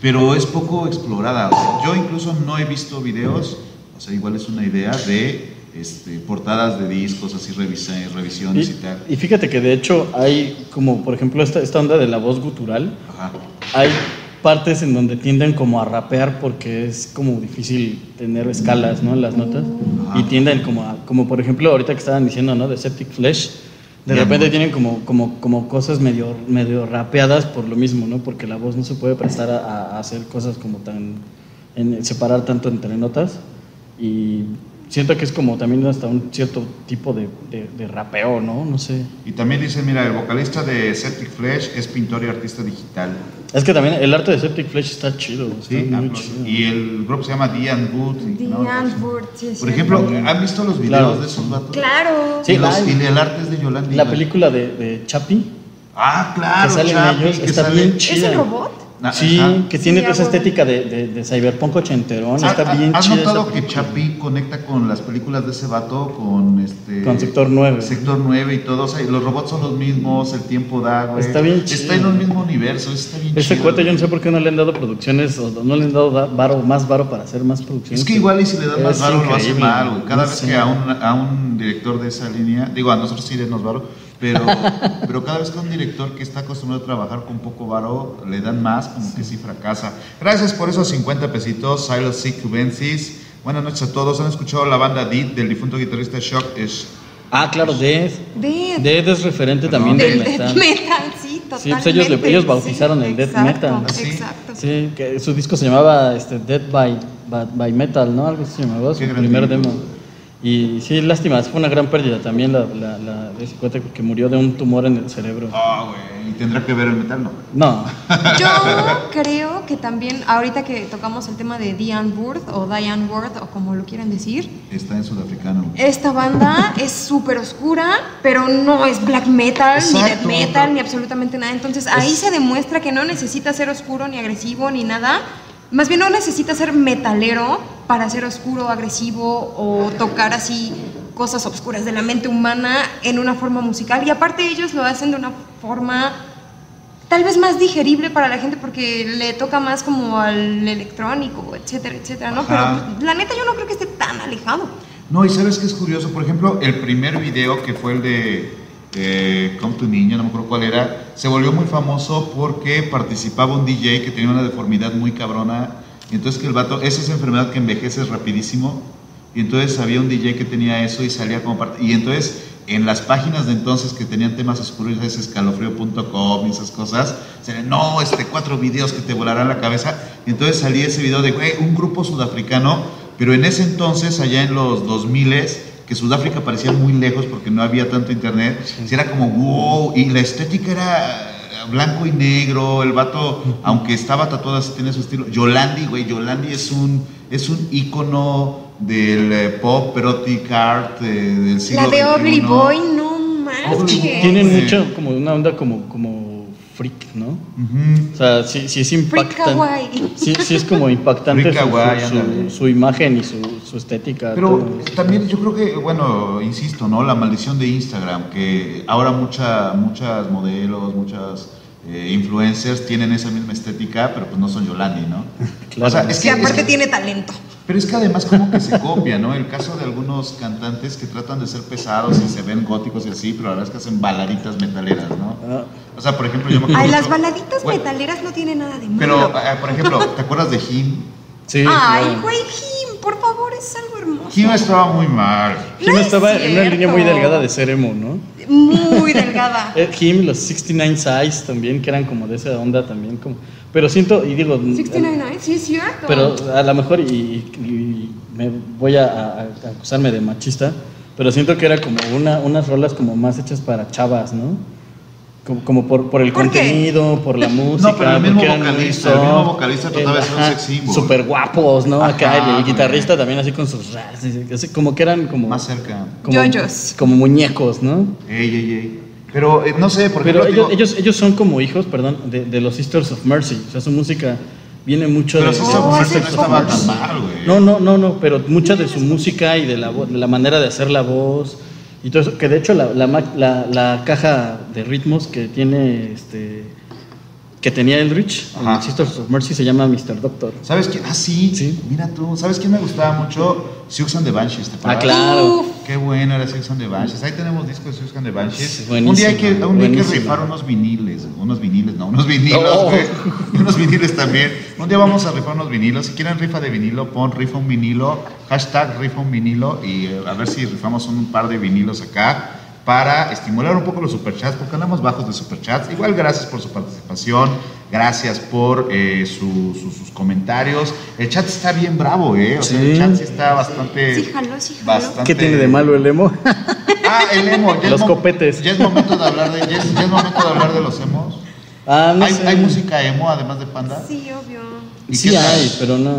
S2: Pero es poco explorada. O sea, yo incluso no he visto videos, o sea, igual es una idea de este, portadas de discos, así revisa- revisiones y, tal.
S3: Y, y fíjate que de hecho hay como, por ejemplo, esta, esta onda de la voz gutural.
S2: Ajá.
S3: Hay partes en donde tienden como a rapear porque es como difícil tener escalas, ¿no? en Las notas.
S2: Ajá.
S3: Y tienden como a, como por ejemplo ahorita que estaban diciendo, ¿no? De Septic Flesh. De
S2: Ya,
S3: repente
S2: ¿no?
S3: tienen como, como, como cosas medio, medio rapeadas por lo mismo, ¿no? Porque la voz no se puede prestar a, a hacer cosas como tan... En, separar tanto entre notas. Y siento que es como también hasta un cierto tipo de, de, de rapeo, ¿no? No sé.
S2: Y también dice, mira, el vocalista de Septic Flesh es pintor y artista digital.
S3: Es que también el arte de Septic Flesh está chido. Está
S2: Sí,
S3: muy
S2: ah,
S3: chido.
S2: y el grupo se llama Diane Wood. ¿no?
S4: Diane Wood, sí, es
S2: Por
S4: cierto.
S2: ejemplo, ¿han visto los videos
S3: Claro.
S2: de esos vatos?
S4: Claro.
S3: Sí,
S2: y, los,
S3: ay.
S2: y el arte es de Yolanda.
S3: La película de, de Chapi,
S2: Ah, claro,
S3: que salen
S2: Chapi,
S3: ellos,
S2: que
S3: está
S2: sale-
S3: bien
S4: ¿Es
S3: chida.
S4: el robot?
S2: Ah,
S3: Sí,
S2: ajá.
S3: que tiene
S4: Sí,
S3: toda esa
S4: hago-
S3: estética de, de, de cyberpunk ochenterón,
S2: Ah,
S3: está
S2: ah,
S3: bien
S2: ¿Has
S3: chida esa
S2: notado que
S3: película.
S2: Chapi conecta con las películas de ese vato, con este...
S3: Con Sector 9.
S2: Sector 9 y todo, o sea, y los robots son los mismos, el tiempo da, güey.
S3: Está bien
S2: Está
S3: chido.
S2: en un mismo universo, está bien
S3: Ese
S2: chido.
S3: cuate yo no sé por qué no le han dado producciones o no le han dado da- varo, más varo para hacer más producciones.
S2: Es que igual y si le dan más
S3: Es
S2: varo lo hace
S3: increíble.
S2: mal, güey. Cada
S3: No
S2: vez
S3: sé.
S2: que a un, a un director de esa línea, digo, a nosotros sí nos varo, pero, pero cada vez que a un director que está acostumbrado a trabajar con poco varo le dan más, como que sí fracasa. Gracias por esos 50 pesitos, Silas C. Cubensis. Buenas noches a todos. ¿Han escuchado la banda Deed del difunto guitarrista Shock? Es,
S3: Ah, claro, Dead.
S4: De,
S3: Dead es referente
S2: Perdón.
S3: también del
S4: del death
S3: metal.
S4: metal, sí, totalmente.
S3: Sí, pues ellos le- ellos bautizaron el death
S4: exacto,
S3: metal.
S2: ¿Ah, sí?
S4: Exacto.
S3: Sí, que su disco se llamaba este, Dead by, by, by Metal, ¿no? Algo así se llamaba, su
S2: Qué gran
S3: primer
S2: disco.
S3: demo. Y sí, lástima, fue una gran pérdida también la, la, la de ese cuate que murió de un tumor en el cerebro.
S2: ah, güey. ¿Y tendrá que ver el metal, no?
S3: No,
S4: Yo creo que también, ahorita que tocamos el tema de Diane Worth o Diane Worth o como lo quieran decir,
S2: Está en sudafricano. güey.
S4: esta banda es súper oscura, pero no es black metal,
S2: Exacto.
S4: ni death metal, ni absolutamente nada. Entonces ahí se demuestra que no necesita ser oscuro, ni agresivo, ni nada. Más bien no necesita ser metalero para ser oscuro, agresivo o tocar así cosas oscuras de la mente humana en una forma musical. Y aparte ellos lo hacen de una forma tal vez más digerible para la gente porque le toca más como al electrónico, etcétera, etcétera, ¿no?
S2: Ajá.
S4: Pero pues, la neta yo no creo que esté tan alejado.
S2: No, y sabes que es curioso, por ejemplo, el primer video que fue el de eh, Come to Niño, no me acuerdo cuál era, se volvió muy famoso porque participaba un DJ que tenía una deformidad muy cabrona, y entonces que el vato, esa es enfermedad que envejeces rapidísimo, y entonces había un DJ que tenía eso y salía como parte, y entonces en las páginas de entonces que tenían temas oscuros, ese escalofrío.com y esas cosas, salían, no, este, cuatro videos que te volarán la cabeza, y entonces salía ese video de, güey, un grupo sudafricano pero en ese entonces, allá en los 2000 que Sudáfrica parecía muy lejos porque no había tanto internet, sí era como wow, y la estética era blanco y negro, el vato, aunque estaba tatuado así, tenía su estilo. Yolandi, güey, Yolandi es un, es un ícono del eh, pop erotic art eh, del siglo
S4: La de Ugly
S2: XXI.
S4: Boy, no
S2: Ugly Boy.
S4: manches.
S2: ¿Quién?
S3: Tiene
S2: Sí.
S3: mucho, como una onda como, como freak, ¿no?
S2: Ujú.
S3: O sea, sí, sí es
S4: Freak
S3: impactante.
S4: kawaii.
S3: Sí, sí es como impactante
S2: Freak
S3: su,
S2: kawaii,
S3: su- su-
S2: ándale.
S3: su imagen y su, su estética.
S2: Pero
S3: todo.
S2: también yo creo que, bueno, insisto, ¿no? La maldición de Instagram, que ahora mucha, muchas modelos, muchas eh, influencers tienen esa misma estética, pero pues no son Yolandi, ¿no?
S3: Claro.
S2: O sea, es
S4: Sí,
S2: que, es
S4: aparte
S2: que-
S4: tiene talento.
S2: pero es que además como que se copia, ¿no? El caso de algunos cantantes que tratan de ser pesados y se ven góticos y así, pero la verdad es que hacen baladitas metaleras, ¿no?
S3: Ah,
S2: O sea, por ejemplo, yo me acuerdo
S4: Ay,
S2: mucho-
S4: las baladitas
S2: Bueno,
S4: metaleras no tienen nada de malo.
S2: Pero, eh, por ejemplo, ¿te acuerdas de Jim?
S3: ah, sí,
S4: Ay,
S3: claro.
S4: güey, Jim, por favor, es algo hermoso.
S2: Jim estaba muy mal.
S3: Jim
S4: No es
S3: estaba en una línea muy
S4: cierto.
S3: delgada de ser emo, ¿no?
S4: Muy delgada.
S3: Eh, Jim, los 69 Size también, que eran como de esa onda también. Como, pero siento, y digo.
S4: 69, ¿eh? sí es cierto.
S3: Pero a lo mejor, y, y- y me voy a, a- a acusarme de machista, pero siento que era como una, unas rolas como más hechas para chavas, ¿no? Como, como por, por el
S4: ¿Por qué?
S3: contenido, por la música.
S2: pero el mismo
S3: porque eran
S2: vocalista,
S3: muy
S2: el mismo
S3: soft,
S2: vocalista trataba de ser un
S3: ajá,
S2: sex symbol.
S3: Súper guapos, ¿no? Acá
S2: Ajá,
S3: el, el
S2: güey.
S3: guitarrista también así con sus ras, así- así como que eran como...
S2: Más cerca.
S3: como,
S4: Yoyos.
S3: como muñecos, ¿no?
S2: Ey, ey, ey. Pero eh, no sé, por
S3: Pero
S2: ejemplo,
S3: ellos,
S2: digo-
S3: ellos, ellos son como hijos, perdón, de, de los Sisters of Mercy. O sea, su música viene mucho
S2: pero
S3: de...
S2: sí
S4: Oh,
S2: esa
S4: ese
S2: mujer no
S4: es
S2: estaba
S4: como-
S2: tan mal, güey.
S3: No, no, no, no, pero mucha de su música y de la, vo- de la manera de hacer la voz y todo eso, que de hecho la, la ma- la- la caja de ritmos que tiene este que tenía Eldritch, en
S2: Ajá.
S3: Sisters of Mercy se llama Mr. Doctor.
S2: ¿Sabes quién? Ah, sí.
S3: Sí.
S2: Mira tú. ¿Sabes quién me gustaba mucho? Siouxsie and the Banshees, ¿te acuerdas?
S3: Ah, claro.
S4: Uf,
S2: Qué bueno era Siouxsie and the Banshees. Ahí tenemos discos de Siouxsie and the Banshees.
S3: Sí,
S2: un día hay que,
S3: buenísimo,
S2: un día hay que
S3: buenísimo.
S2: rifar unos viniles. Unos viniles, no, unos vinilos,
S3: No.
S2: güey. Unos viniles también. Un día vamos a rifar unos vinilos. Si quieren rifa de vinilo, pon rifa un vinilo. Hashtag rifa un vinilo. Y eh, a ver si rifamos un par de vinilos acá. Para estimular un poco los superchats, porque andamos bajos de superchats. Igual, gracias por su participación, gracias por eh, su- su- sus comentarios. El chat está bien bravo, ¿eh? O sea, el
S3: Sí.
S2: chat sí está bastante.
S4: Sí, jaló, sí, jaló.
S2: bastante-
S3: ¿Qué tiene de malo el emo?
S2: Ah, el emo. ya es
S3: Los
S2: mo-
S3: copetes.
S2: Ya es momento de hablar de, ya es, ya es momento de hablar de los emos.
S3: ah, no
S2: ¿Hay,
S3: sé.
S2: hay música emo además de Panda?
S4: sí, obvio.
S2: ¿Y
S3: Sí
S2: qué tal?
S3: hay, pero no.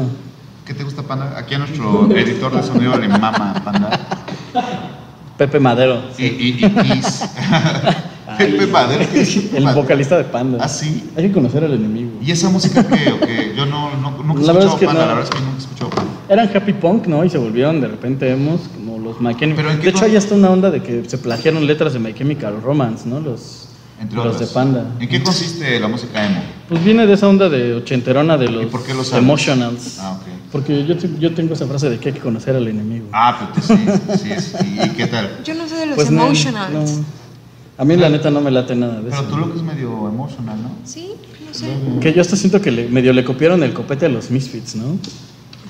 S2: ¿Qué te gusta Panda? Aquí a nuestro editor de sonido le mama Panda.
S3: Pepe Madero,
S2: Y, y, y Kiss. Pepe Madero. ¿qué es Pepe
S3: el
S2: Madero?
S3: vocalista de Panda.
S2: Ah, sí.
S3: Hay que conocer al enemigo.
S2: ¿Y esa música qué? ¿O qué? Yo no, no- nunca he
S3: La verdad
S2: escuchado
S3: es que
S2: Panda,
S3: no.
S2: la verdad es que nunca he escuchado Panda.
S3: Eran happy punk, ¿no? Y se volvieron de repente emos, como los My Chemical.
S2: Pero ¿en qué
S3: de hecho,
S2: con-
S3: ahí está una onda de que se plagiaron letras de My Chemical Romance, ¿no? Los,
S2: Entre
S3: los
S2: otras.
S3: de Panda.
S2: ¿En qué consiste la música emo?
S3: Pues viene de esa onda de ochenterona de los,
S2: por qué lo sabes?
S3: emotionals.
S2: Ah, ok.
S3: Porque yo, te- yo tengo esa frase de que hay que conocer al enemigo.
S2: Ah, pues sí, sí, sí. ¿Y, y qué tal?
S4: Yo no soy de los
S3: Pues no,
S4: emotionals.
S3: no. A mí la neta no me late nada de
S2: Pero
S3: eso.
S2: tú lo que es medio emocional, ¿no?
S4: Sí, no sé.
S3: Que yo hasta siento que le- medio le copiaron el copete a los Misfits, ¿no?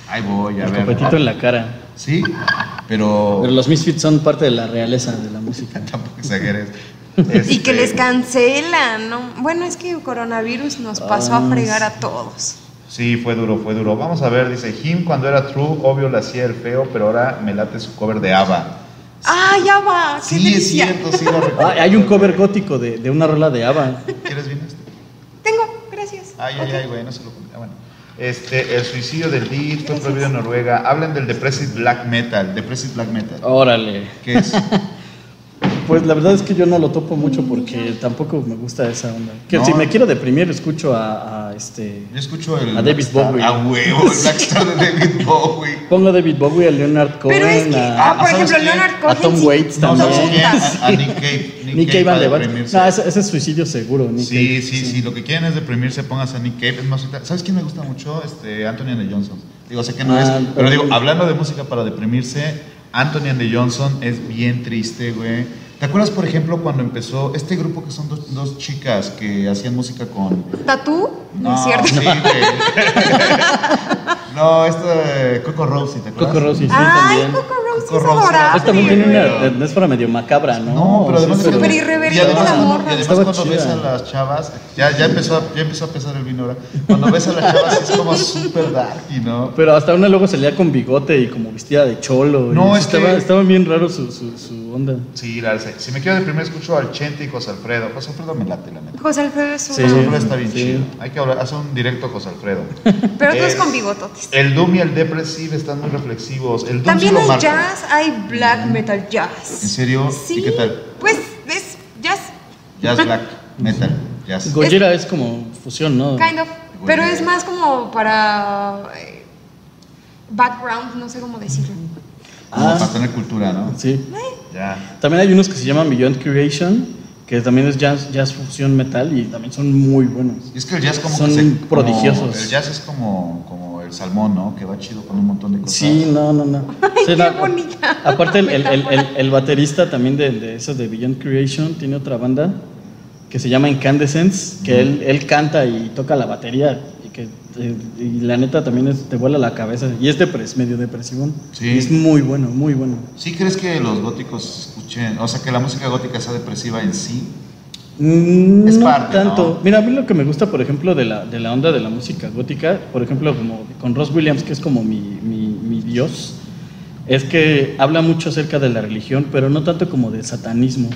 S2: Ahí voy, a
S3: el
S2: ver.
S3: copetito en la cara.
S2: Sí, pero,
S3: Pero los Misfits son parte de la realeza de la música.
S2: tampoco exageres.
S4: Y que
S2: Este,
S4: les cancelan, ¿no? Bueno, es que el coronavirus nos pasó
S3: Ah,
S4: a fregar a todos.
S2: Sí, fue duro, fue duro. Vamos a ver, dice Jim, cuando era true, obvio le hacía el feo, pero ahora me late su cover de ABBA.
S4: ¡Ah, ya va! ¡Qué
S2: Sí, es
S4: delicia!
S2: cierto, sí lo recuerdo.
S3: Ah, hay un cover gótico de, de una rola de ABBA.
S2: ¿Quieres bien este?
S4: Tengo, gracias.
S2: Ay,
S4: Ok.
S2: ay, ay, güey, no se lo comí. Ah, bueno. Este, el suicidio del Did fue
S4: Gracias.
S2: prohibido en
S3: Oh.
S2: Noruega. Hablen del depressive black metal, depressive black metal.
S3: Órale.
S2: ¿Qué es?
S3: Pues la verdad es que yo no lo topo mucho porque tampoco me gusta esa onda. Que
S2: No.
S3: si me quiero deprimir, escucho a, a este.
S2: Yo escucho el.
S3: A David Bowie.
S2: A huevo, el Black Star de David Bowie.
S3: Pongo a David Bowie, a Leonard Cohen,
S4: Pero es que,
S3: a,
S4: ah, por
S2: ¿sabes
S4: ejemplo,
S2: qué?
S4: Leonard
S3: a
S4: Cohen.
S3: Tom
S4: sí,
S3: Waits
S4: no,
S3: también.
S2: ¿sabes
S4: juntas.
S2: qué? A, a Nick Cave.
S3: Nick Cave
S2: va a
S3: Van Levant.
S2: deprimirse.
S3: No, ese, ese es suicidio seguro, Nick
S2: Sí,
S3: Cave,
S2: sí, sí, lo que quieren es deprimirse, pónganse a Nick Cave. Es más, ahorita- ¿sabes quién me gusta mucho? Este, Anthony and the Johnson. Digo, sé que no
S3: Ah,
S2: es, pero digo,
S3: pero-
S2: hablando de música para deprimirse, Anthony and the Johnson es bien triste, güey. ¿Te acuerdas, por ejemplo, cuando empezó este grupo que son dos, dos chicas que hacían música con... Ah,
S4: ¿Tatú? No, es cierto.
S2: sí, güey. no, esto de Coco Rosie, ¿te acuerdas?
S3: Coco Rossi, sí,
S4: Ay,
S3: también.
S4: Coco Rose
S2: Coco
S4: es
S2: Rose.
S3: Esta
S4: adorable.
S3: también tiene una,
S2: Pero-
S3: no es para medio macabra, ¿no?
S2: No, pero además
S4: súper
S2: cuando-
S4: irreverente
S2: y además
S4: la
S2: cuando-
S4: morra.
S2: Y además
S3: Estaba
S2: cuando ves
S3: chida.
S2: a las chavas, ya, ya, empezó a, ya empezó a pesar el vino ahora. Cuando ves a las chavas es como súper dark, y ¿no?
S3: Pero hasta una luego salía con bigote y como vestida de cholo. y
S2: No, es
S3: estaba,
S2: que-
S3: estaba bien raro su, su, su onda.
S2: Sí, la verdad, si me quiero deprimir escucho al Chente y José Alfredo. José Alfredo me late, la neta.
S4: José Alfredo es
S3: Sí.
S4: uno.
S2: José Alfredo está bien
S3: Sí.
S2: chido. Hay que hablar, hacer un directo José Alfredo.
S4: Pero otros
S2: Es-
S4: con bigototes.
S2: El Doom y el Depressive están muy reflexivos. El Doom sí
S4: También
S2: lo
S4: hay
S2: marca.
S4: jazz, hay black metal jazz.
S2: ¿En serio?
S4: Sí.
S2: ¿Y qué tal?
S4: Pues es jazz,
S2: Jazz black, metal, jazz.
S3: Gojira es, como fusión, ¿no?
S4: kind of.
S2: Bueno.
S4: Pero es más como para. eh, background, no sé cómo decirlo.
S2: Como
S3: Ah.
S2: Para tener cultura, ¿no?
S3: Sí.
S2: Ya.
S3: También hay unos que se llaman Beyond Creation, que también es jazz, jazz fusión metal y también son muy buenos.
S2: Y es que el jazz como
S3: Son
S2: que como-
S3: prodigiosos.
S2: el jazz es como, como el salmón, ¿no? Que va chido con un montón de cosas.
S3: Sí, no, no, no. Sí,
S4: qué
S3: no,
S4: bonita
S3: Aparte, el, el, el, el- el baterista también de, de esas de Beyond Creation tiene otra banda que se llama Incandescence, que él, él canta y toca la batería y que eh, y la neta también es- te vuela la cabeza y es depres- medio depresivo.
S2: Sí.
S3: Y es muy bueno, muy bueno.
S2: ¿Sí crees que los góticos escuchen, o sea, que la música gótica sea depresiva en sí?
S3: Mm,
S2: Es
S3: no
S2: parte,
S3: tanto.
S2: ¿no?
S3: Mira, a mí lo que me gusta, por ejemplo, de la, de la onda de la música gótica, por ejemplo, como con Ross Williams, que es como mi, mi- mi dios, es que habla mucho acerca de la religión, pero no tanto como del satanismo,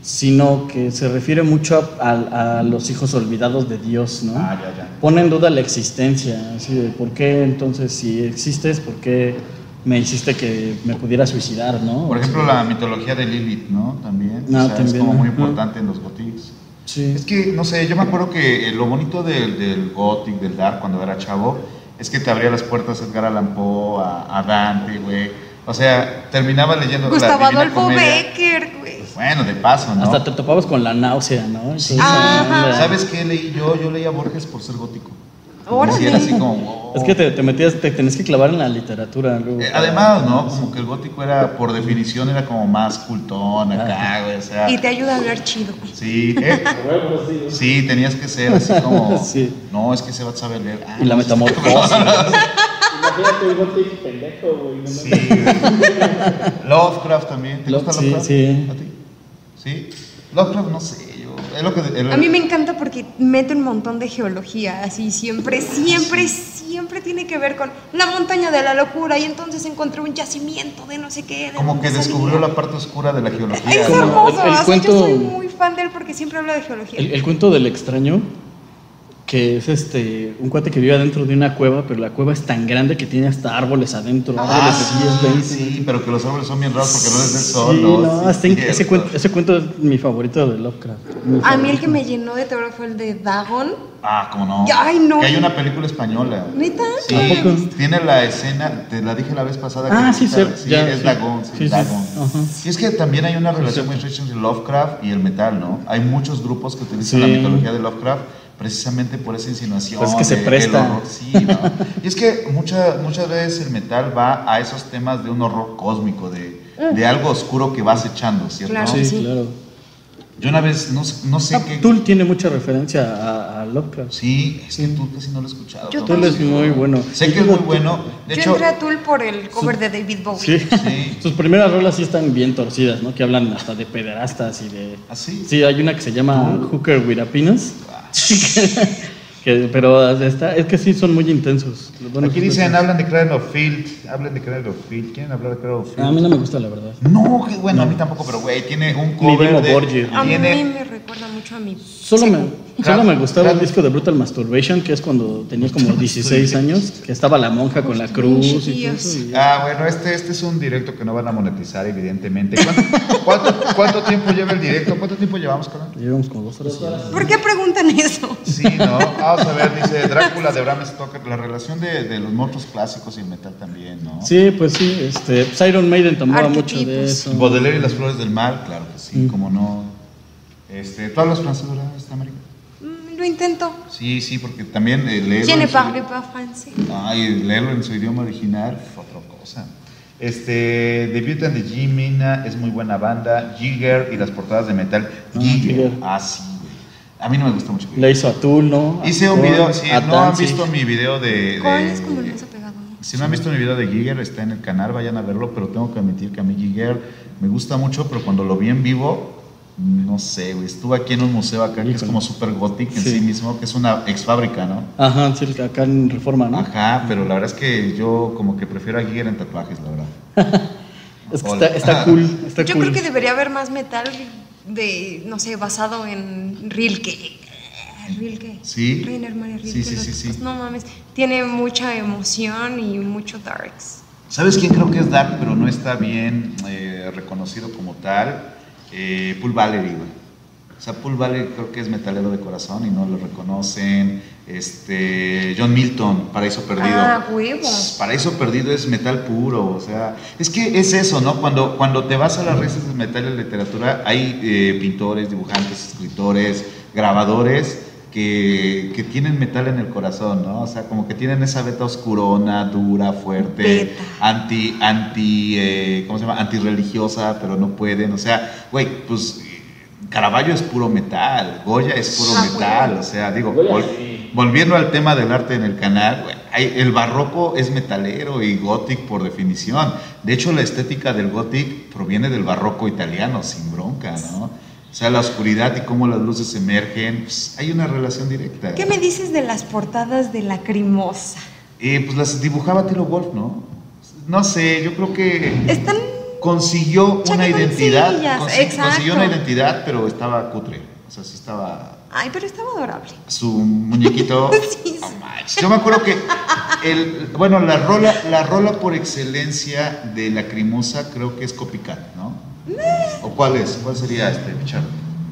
S3: sino que se refiere mucho a, a- a los hijos olvidados de Dios, ¿no?
S2: Ah, ya, ya.
S3: Pone en duda la existencia, así de por qué entonces si existes, por qué me hiciste que me pudiera suicidar, ¿no?
S2: Por
S3: O sea,
S2: ejemplo, la mitología de Lilith, ¿no? También.
S3: No,
S2: o sea, es
S3: también,
S2: como muy
S3: ajá.
S2: importante en los góticos.
S3: sí.
S2: Es que, no sé, yo me acuerdo que eh, lo bonito del, del gothic, del dark, cuando era chavo, es que te abría las puertas Edgar Allan Poe, a, a Dante, güey. O sea, terminaba leyendo
S4: Gustavo
S2: la Divina
S4: Adolfo
S2: Comedia.
S4: Becker, güey.
S2: Bueno, de paso, ¿no?
S3: Hasta te topabas con la náusea, ¿no? Entonces,
S4: Ajá.
S3: anda.
S2: ¿Sabes qué leí yo? Yo leía a Borges por ser gótico.
S4: Órale.
S2: Sí, era así como, wow.
S3: Es que te, te metías, te tenías que clavar en la literatura. luego.
S2: Eh, Además, ¿no? Como que el gótico era, por definición, era como más cultón acá, güey, o sea.
S4: Y te ayuda a hablar chido.
S2: Sí, ¿eh? Sí, tenías que ser así como.
S3: Sí.
S2: No, es que se va a saber leer. Ah,
S3: Y la
S2: no, sí.
S3: metamorfosis.
S5: Imagínate un gothic pendejo, güey. no
S2: Sí.
S5: mames.
S2: güey. Lovecraft también. ¿Te
S3: Lo-
S2: gusta
S3: sí,
S2: Lovecraft?
S3: sí.
S2: ¿A ti? Sí. Lovecraft, no sé. Yo, es lo que, el-
S4: A mí me encanta porque mete un montón de geología, así siempre, siempre, siempre tiene que ver con la montaña de la locura y entonces encontré un yacimiento de no sé qué. de
S2: Como
S4: dónde
S2: que descubrió
S4: salía.
S2: la parte oscura de la geología.
S4: Es
S2: ¿no?
S4: hermoso,
S3: El- el
S4: o sea,
S3: cuento-
S4: yo soy muy fan de él porque siempre habla de geología.
S3: El, el cuento del extraño, que es este un cuate que vive adentro de una cueva, pero la cueva es tan grande que tiene hasta árboles adentro,
S2: Ah,
S3: árboles de 10, 20.
S2: sí, pero que los árboles son bien raros porque no les da el sol.
S3: Sí, no,
S2: Sí,
S3: está inc-
S2: cierto.
S3: ese, cuento, ese cuento es mi favorito de Lovecraft. mi
S4: a mí el
S3: favorito.
S4: que me llenó de terror fue el de Dagon.
S2: Ah, cómo no.
S4: Ay, no.
S2: Que hay una película española.
S4: ¿Neta?
S2: Sí.
S3: ¿A poco?
S2: Tiene la escena, te la dije la vez pasada.
S3: Ah, sí,
S2: está-
S3: cierto,
S2: sí,
S3: ya,
S2: es
S3: sí.
S2: Dagón. sí,
S3: Sí, sí,
S2: Dagón.
S3: ajá.
S2: Y es que también hay una relación muy estrecha entre Lovecraft y el metal, ¿no? Hay muchos grupos que utilizan la
S3: Sí.
S2: mitología de Lovecraft precisamente por esa insinuación.
S3: Pues es que se
S2: de- del
S3: presta.
S2: horror. Sí, ¿no? Y es que mucha- muchas veces el metal va a esos temas de un horror cósmico, de, de algo oscuro que vas echando, ¿cierto?
S4: Mm. Claro.
S3: Sí,
S4: Sí.
S3: claro.
S2: Yo una vez, no, sé- no sé
S3: Ah,
S2: qué.
S3: Tool tiene mucha referencia a, a Lovecraft.
S2: Sí, es que tú casi no lo he escuchado.
S4: Yo
S2: ¿no?
S3: Tool es muy bueno.
S2: Sé que es muy bueno. De
S4: yo
S2: hecho,
S4: entré a Tool por el cover de David Bowie.
S3: Sí.
S2: Sí.
S3: Sus primeras rolas sí están bien torcidas, ¿no? Que hablan hasta de pederastas y de...
S2: así.
S3: Sí, hay una que se llama Hooker with a Penis. Que- pero está, es que sí son muy intensos. Bueno,
S2: Aquí
S3: sí,
S2: dicen,
S3: no-
S2: hablan de Cradle of Field. Hablan de Cradle of Field. ¿Quieren hablar de Cradle of
S3: Ah, A mí
S2: Field?
S3: no me gusta, la verdad.
S2: No, que bueno, a mí tampoco, pero güey, tiene un
S3: Dimo
S2: cover de...
S3: Borgir.
S4: A mí
S2: Tiene,
S4: me recuerda mucho a mi
S3: Solo me, Solo me gustaba el
S2: Claro.
S3: disco de Brutal Masturbation, que es cuando tenía como 16 años, que estaba la monja con la cruz y todo eso. y ya.
S2: Ah, bueno, este, este es un directo que no van a monetizar, evidentemente. ¿Cuánto, cuánto, cuánto tiempo lleva el directo? ¿Cuánto tiempo llevamos, Conan?
S3: Llevamos como dos horas. y ya.
S6: ¿Por qué preguntan eso?
S2: Sí, ¿no? Vamos a ver, dice Drácula de Bram Stoker, la relación de, de los monstruos clásicos y el metal también, ¿no?
S3: Sí, pues sí, este, pues Iron Maiden tomaba mucho de
S6: Arquetipos.
S3: eso.
S2: Baudelaire y las flores del mar, claro que sí,
S3: Mm.
S2: como no. Este, ¿Tú hablas francés, verdad, esta América?
S6: Mm, Lo intento.
S2: Sí, sí, porque también eh, leerlo,
S6: Je
S2: en
S6: ne
S2: su,
S6: parle pas français.
S2: Ay, leerlo en su idioma original fue otra cosa. Este, The Beauty and the Jimena es muy buena banda. Jigger y las portadas de metal.
S3: Ah,
S2: Jigger,
S3: Jigger.
S2: ah, sí. A mí no me gusta mucho.
S3: Le hizo a Tool, ¿no? A
S2: Hice un
S3: Korn,
S2: video, si
S3: a
S2: no han
S3: Danzig.
S2: visto mi video de...
S6: ¿Cuál
S2: de-
S6: es como el más apegado?
S2: si no han visto mi video de Giger, está en el canal, vayan a verlo, pero tengo que admitir que a mí Giger me gusta mucho, pero cuando lo vi en vivo, no sé, güey, estuve aquí en un museo acá que es
S3: Híjole.
S2: como super gothic en sí.
S3: Sí.
S2: mismo, que es una ex fábrica, ¿no?
S3: Ajá, sí, acá en Reforma, ¿no?
S2: Ajá, pero la verdad es que yo como que prefiero a Giger en tatuajes, la verdad.
S3: Es que
S2: Hola.
S3: está, está cool, está
S6: Yo
S3: cool.
S6: creo que debería haber más metal de, no sé, basado en Rilke. Rilke.
S2: Sí.
S6: Rainer Maria Rilke.
S2: Sí, sí,
S6: los
S2: sí, sí.
S6: tipos, No mames. Tiene mucha emoción y mucho darks.
S2: ¿Sabes quién creo que es Dark, pero no está bien eh, reconocido como tal? Eh, Paul Valery, güey. O sea, Paul Valery creo que es metalero de corazón y no lo reconocen. Este, John Milton, Paraíso Perdido.
S6: Ah, huevo.
S2: Paraíso Perdido es metal puro, o sea, es que es eso, ¿no? Cuando, cuando te vas a las redes de metal y literatura, hay eh, pintores, dibujantes, escritores, grabadores que, que tienen metal en el corazón, ¿no? O sea, como que tienen esa beta oscurona, dura, fuerte,
S6: Beta.
S2: anti, anti, eh, ¿cómo se llama? Antirreligiosa, pero no pueden, o sea, güey, pues eh, Caravaggio es puro metal, Goya es puro
S6: Ah,
S2: metal,
S6: güey.
S2: o sea, digo,
S5: Goya
S2: vol-
S5: sí.
S2: Volviendo al tema del arte en el canal, güey, hay- el barroco es metalero y gothic por definición. De hecho, la estética del gothic proviene del barroco italiano, sin bronca, ¿no? O sea, la oscuridad y cómo las luces emergen, pues, hay una relación directa.
S6: ¿Qué me dices de las portadas de Lacrimosa?
S2: Eh, pues las dibujaba Tilo Wolf, ¿no? No sé, yo creo que
S6: Están.
S2: consiguió una identidad.
S6: Chaquetoncillas,
S2: consi-
S6: exacto.
S2: Consiguió una identidad, pero estaba cutre. O sea, sí estaba
S6: Ay, pero estaba adorable.
S2: su muñequito.
S6: Sí,
S2: No
S6: sí.
S2: manches. Yo me acuerdo que el, bueno, la rola, la rola por excelencia de Lacrimosa creo que es Copycat, ¿no? ¿O cuál es? ¿Cuál sería este, Richard?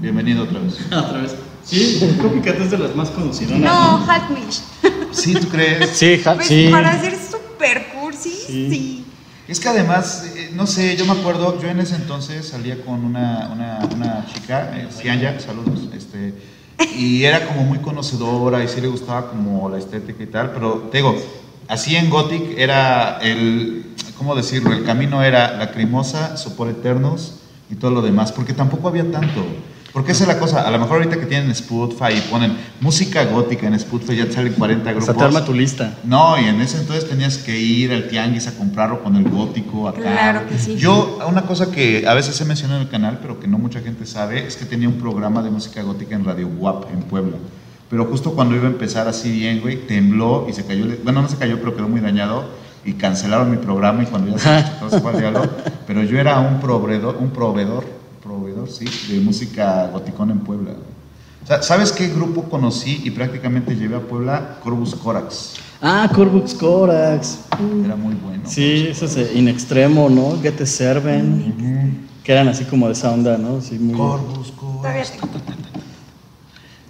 S2: Bienvenido otra vez.
S3: Ah, Otra vez. Sí, Copycat es de las más conocidas.
S6: No, Hatmish.
S2: ¿Sí tú crees?
S3: Sí, ja-
S6: Pues
S3: sí.
S6: para ser super cursi, sí.
S3: Sí.
S2: Es que además, eh, no sé, yo me acuerdo, yo en ese entonces salía con una, una, una chica, eh, Cianya, saludos, este, y era como muy conocedora y sí le gustaba como la estética y tal, pero te digo, así en Gothic era el, ¿cómo decirlo? El camino era Lacrimosa, Sopor Eternos y todo lo demás, porque tampoco había tanto. Porque esa es la cosa, a lo mejor ahorita que tienen Spotify y ponen música gótica en Spotify ya te salen 40 grupos.
S3: Hasta te arma tu lista.
S2: No, y en ese entonces tenías que ir al tianguis a comprarlo con el gótico acá.
S6: Claro que sí.
S2: Yo, una cosa que a veces he mencionado en el canal, pero que no mucha gente sabe, es que tenía un programa de música gótica en Radio Guap en Puebla. Pero justo cuando iba a empezar así bien, güey, tembló y se cayó. el- e, Bueno, no se cayó, pero quedó muy dañado. Y cancelaron mi programa y cuando ya se todo se fue al diablo. Pero yo era un proveedor, un proveedor, proveedor, sí, de música goticón en Puebla. güey. O sea, ¿sabes qué grupo conocí y prácticamente llevé a Puebla? Corbus Corax.
S3: Ah, Corvus Corax.
S6: Mm.
S2: Era muy bueno.
S3: Sí, eso es eh, In Extremo, ¿no? Get the Servant.
S2: Mm.
S3: Que eran así como de esa onda, ¿no? Sí, muy.
S2: Corvus,
S6: Todavía
S2: Corax.
S6: tengo.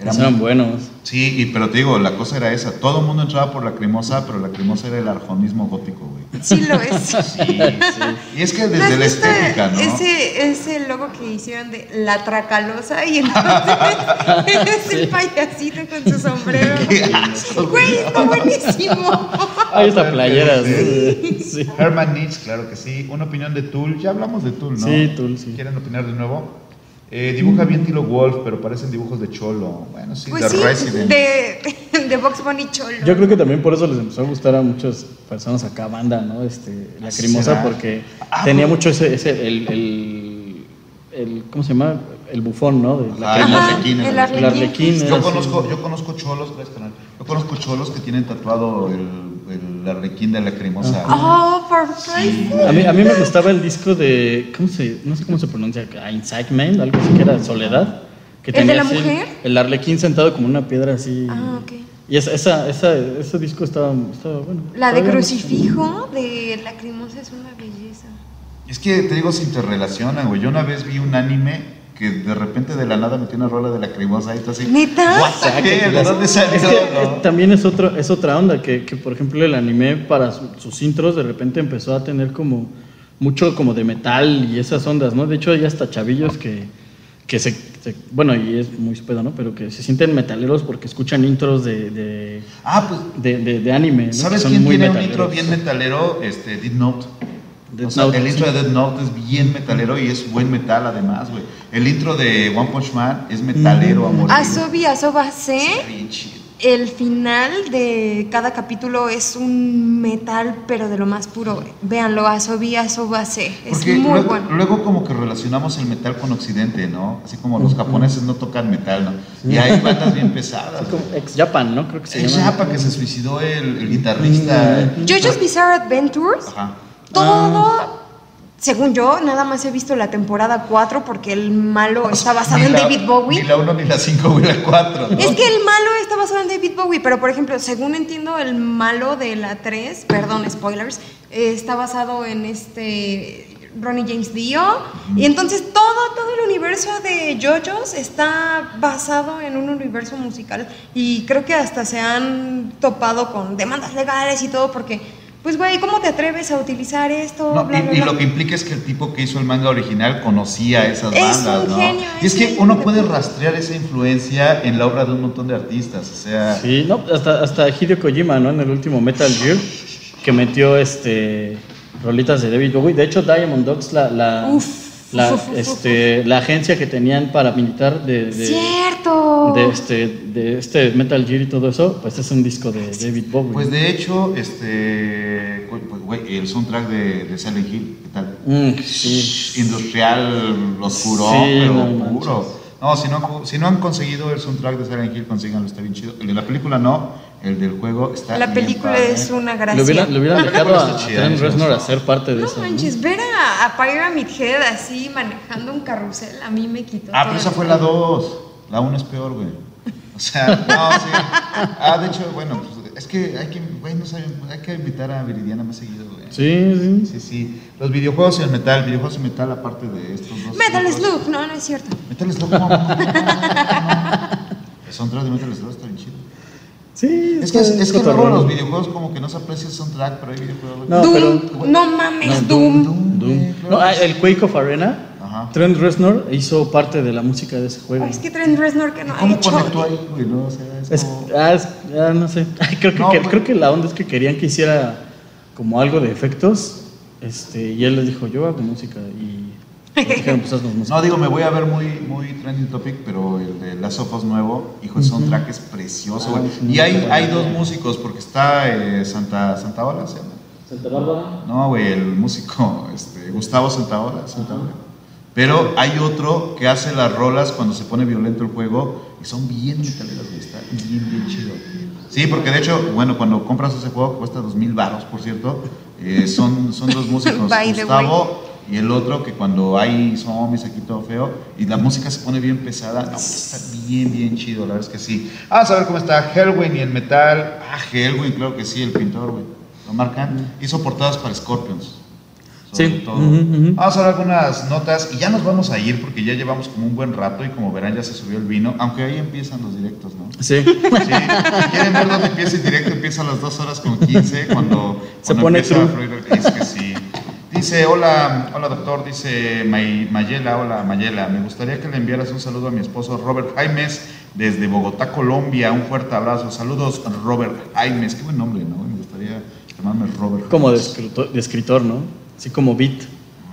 S2: Era
S3: eran
S2: muy-
S3: buenos.
S2: Sí, y, pero te digo, la cosa era esa. Todo el mundo entraba por la cremosa, pero la cremosa era el arjonismo gótico, güey.
S6: Sí lo es.
S2: Sí, sí. Y es que
S6: ¿No has
S2: desde la
S6: visto
S2: estética, ¿no?
S6: Ese, ese logo que hicieron de la tracalosa y entonces es el payasito con su sombrero.
S2: Qué asco,
S6: Güey, está buenísimo.
S3: Ahí está playeras.
S2: Sí.
S3: ¿no? Sí.
S2: Herman Nietzsche, claro que sí. Una opinión de Tool. Ya hablamos de Tool, ¿no?
S3: Sí, Tool, sí.
S2: ¿Quieren opinar de nuevo? Eh, dibuja bien Tilo Wolf, pero parecen dibujos de Cholo. Bueno, sí,
S6: Pues
S2: The
S6: sí,
S2: Resident.
S6: de, de Box Bunny Cholo.
S3: Yo creo que también por eso les empezó a gustar a muchas personas acá, banda, ¿no? Este,
S2: ¿Será?
S3: lacrimosa, porque
S2: Ah,
S3: tenía mucho ese, ese el, el, el- ¿cómo se llama? El bufón, ¿no? De
S2: Ah,
S6: Ajá,
S2: el
S3: Lacrimosa.
S2: arlequín, el
S6: el
S2: arlequín.
S3: el arlequín.
S6: arlequín.
S3: era
S2: Yo
S3: así.
S2: conozco, yo conozco cholos, gracias, carnal. Yo conozco cholos que tienen tatuado el, el arlequín de la cremosa.
S6: Oh, for Christ's sake.
S3: A mí, a mí me gustaba el disco de, ¿cómo se, no sé cómo se pronuncia, ah, Inside Man, algo así que era Soledad, que
S4: ¿El de
S3: tenía
S4: la
S3: así
S4: mujer?
S3: El arlequín sentado como una piedra así.
S4: Ah, ok.
S3: Y esa, esa, esa- ese disco estaba, estaba bueno.
S4: La de
S3: todavía no-
S4: crucifijo de Lacrimosa es una belleza.
S2: Es que te digo, se interrelacionan, güey. Yo una vez vi un anime que de repente de la nada metió una rola de lacrimosa y está así.
S4: ¿Neta?
S2: "What the
S3: Exacto,
S2: hell? ¿De
S3: las-
S2: dónde salió?
S3: Es que, eh,
S2: no?
S3: también es, otro, es otra onda, que, que, por ejemplo el anime para su- sus intros de repente empezó a tener como mucho como de metal y esas ondas, ¿no? De hecho hay hasta chavillos que, que se, se- Bueno, y es muy pedo, ¿no? Pero que se sienten metaleros porque escuchan intros de, de,
S2: Ah, pues.
S3: de, de- de anime, ¿no?
S2: ¿Sabes
S3: Que son
S2: quién
S3: muy
S2: tiene un
S3: metaleros.
S2: intro bien metalero? Este, Dead Note.
S3: Death
S2: O sea,
S3: Note,
S2: el intro
S3: sí.
S2: de Dead Note es bien metalero y es buen metal además, güey. El intro de One Punch Man es
S3: Mm.
S2: metalero, amor.
S3: Ah,
S4: Asobi, Asobase.
S2: Bien chido.
S4: El final de cada capítulo es un metal, pero de lo más puro. Véanlo, Asobi, Asobase. Es
S2: Porque
S4: muy
S2: luego,
S4: bueno.
S2: luego como que relacionamos el metal con Occidente, ¿no? Así como los japoneses no tocan metal, ¿no? Y hay bandas bien pesadas.
S3: Es como ex Japan, ¿no? Creo que se
S2: Es
S3: llama.
S2: Japa que se suicidó el, el guitarrista.
S4: JoJo's Bizarre Adventures.
S2: Ajá.
S4: Todo, según yo, nada más he visto la temporada 4 porque el malo está basado
S2: Ni
S4: en
S2: la-
S4: David Bowie.
S2: Ni la 1, ni la 5, ni la 4.
S4: Es que el malo está basado en David Bowie, pero por ejemplo, según entiendo, el malo de la 3, perdón, spoilers, eh, está basado en este Ronnie James Dio. Y entonces todo, todo el universo de JoJo's está basado en un universo musical. Y creo que hasta se han topado con demandas legales y todo porque, pues güey, ¿cómo te atreves a utilizar esto?
S2: No,
S4: Bla,
S2: y,
S4: bla,
S2: y
S4: bla.
S2: lo que implica es que el tipo que hizo el manga original conocía esas
S4: Es
S2: bandas,
S4: un
S2: ¿no?
S4: genio,
S2: y es
S4: es
S2: que
S4: un
S2: uno
S4: genio.
S2: puede rastrear esa influencia en la obra de un montón de artistas, o sea,
S3: Sí, no, hasta, hasta Hideo Kojima, ¿no? En el último Metal Gear, que metió este rolitas de David Bowie. De hecho, Diamond Dogs, la, la,
S4: Uf,
S3: la,
S4: uf, uf,
S3: este, la agencia que tenían para militar de, de,
S4: ¡Cierto!
S3: de este, de este Metal Gear y todo eso, pues es un disco de David Bowie.
S2: pues de hecho, este, güey, pues, güey, el soundtrack de, de Silent Hill, ¿qué tal?
S3: Mm, sí.
S2: Industrial, oscuro,
S3: Sí,
S2: pero
S3: no manches.
S2: oscuro. No, si no, si no han conseguido el soundtrack de Silent Hill, consíganlo, está bien chido. El de la película no, el del juego está
S4: la
S2: bien
S4: película
S2: padre.
S4: es una
S3: Lo
S4: gracia.
S3: hubieran, lo hubieran dejado
S2: Pero está
S3: a
S2: chida,
S3: Trent
S2: ¿no?
S3: Reznor a ser parte de
S4: No
S3: eso. ¿no?
S4: manches, ver a, a Pyramid Head así manejando un carrusel a mí me quitó.
S2: Ah,
S4: todo
S2: pero esa
S4: el-
S2: fue la 2. La 1 es peor, güey. O sea, no, sí. Ah, de hecho, bueno, pues, es que hay que, güey, no saben, hay que invitar a Viridiana más seguido, güey.
S3: Sí, sí.
S2: Sí, sí. Los videojuegos y el metal, videojuegos y metal, aparte de estos dos.
S4: Metal
S2: grupos.
S4: Slug, no, no es cierto.
S2: Metal Slug, no, no, no, no, no. El soundtrack de Metal Slug está bien chido.
S3: Sí,
S2: Es que, es,
S3: está
S2: es que luego
S3: cotorrón.
S2: los videojuegos como que no se aprecia el soundtrack, pero hay videojuegos.
S3: No,
S4: Doom,
S3: pero-
S4: no mames, Doom.
S2: Doom,
S3: Doom.
S2: güey, claro. Ah.
S3: No, ah, el Quake of Arena,
S2: Ajá.
S3: Trent Reznor hizo parte de la música de ese juego.
S4: Ay, Ah, es que Trent Reznor que no ha
S2: ¿Cómo
S4: hecho.
S2: conectó ahí, güey? No, o sea, es
S3: Es-
S2: como-
S3: ah, es- ah, no sé. Ay, creo, que,
S2: No,
S3: que-
S2: pues-
S3: creo que la onda es que querían que hiciera como algo de efectos. Este, y él les dijo, yo hago música. Y le dijeron, pues haznos música.
S2: No, digo, me voy a ver muy, muy trending topic, pero el de Last of Us nuevo, hijo, el soundtrack es precioso, güey. Y hay, hay dos músicos, porque está eh, Santa, Santaola, ¿se llama?
S7: Santa Bárbara.
S2: No, güey, el músico, este, Gustavo Santaola, Santaola. Pero hay otro que hace las rolas cuando se pone violento el juego y son bien metaleras, güey, está bien, bien chido. Sí, porque de hecho, bueno, cuando compras ese juego, que cuesta dos mil baros, por cierto, eh, son, son dos músicos,
S4: By the
S2: Gustavo y el otro que cuando hay zombies aquí todo feo y la música se pone bien pesada, no, pues está bien, bien chido, la verdad es que sí. Vamos a ver cómo está Hellwing y el metal. Ah, Hellwing, claro que sí, el pintor, güey. Lo marcan.
S4: Mm.
S2: Hizo portadas para Scorpions. sobre
S3: Sí.
S2: todo.
S3: Ujú, ujú.
S2: Vamos a dar algunas notas y ya nos vamos a ir porque ya llevamos como un buen rato y como verán ya se subió el vino, aunque ahí empiezan los directos, ¿no?
S3: Sí.
S2: Sí, si quieren ver dónde empieza el directo, empieza a las 2 horas con 15 cuando,
S3: Se
S2: cuando
S3: pone
S2: empieza
S3: true.
S2: a fluir el es que sí. Dice, hola, hola doctor, dice May- Mayela, hola Mayela, me gustaría que le enviaras un saludo a mi esposo Robert Jaimes desde Bogotá, Colombia, un fuerte abrazo, saludos Robert Jaimes, qué buen nombre, ¿no? Me gustaría llamarme Robert
S3: Como de
S2: Jaimes.
S3: escritor, de escritor, ¿no? Así como beat.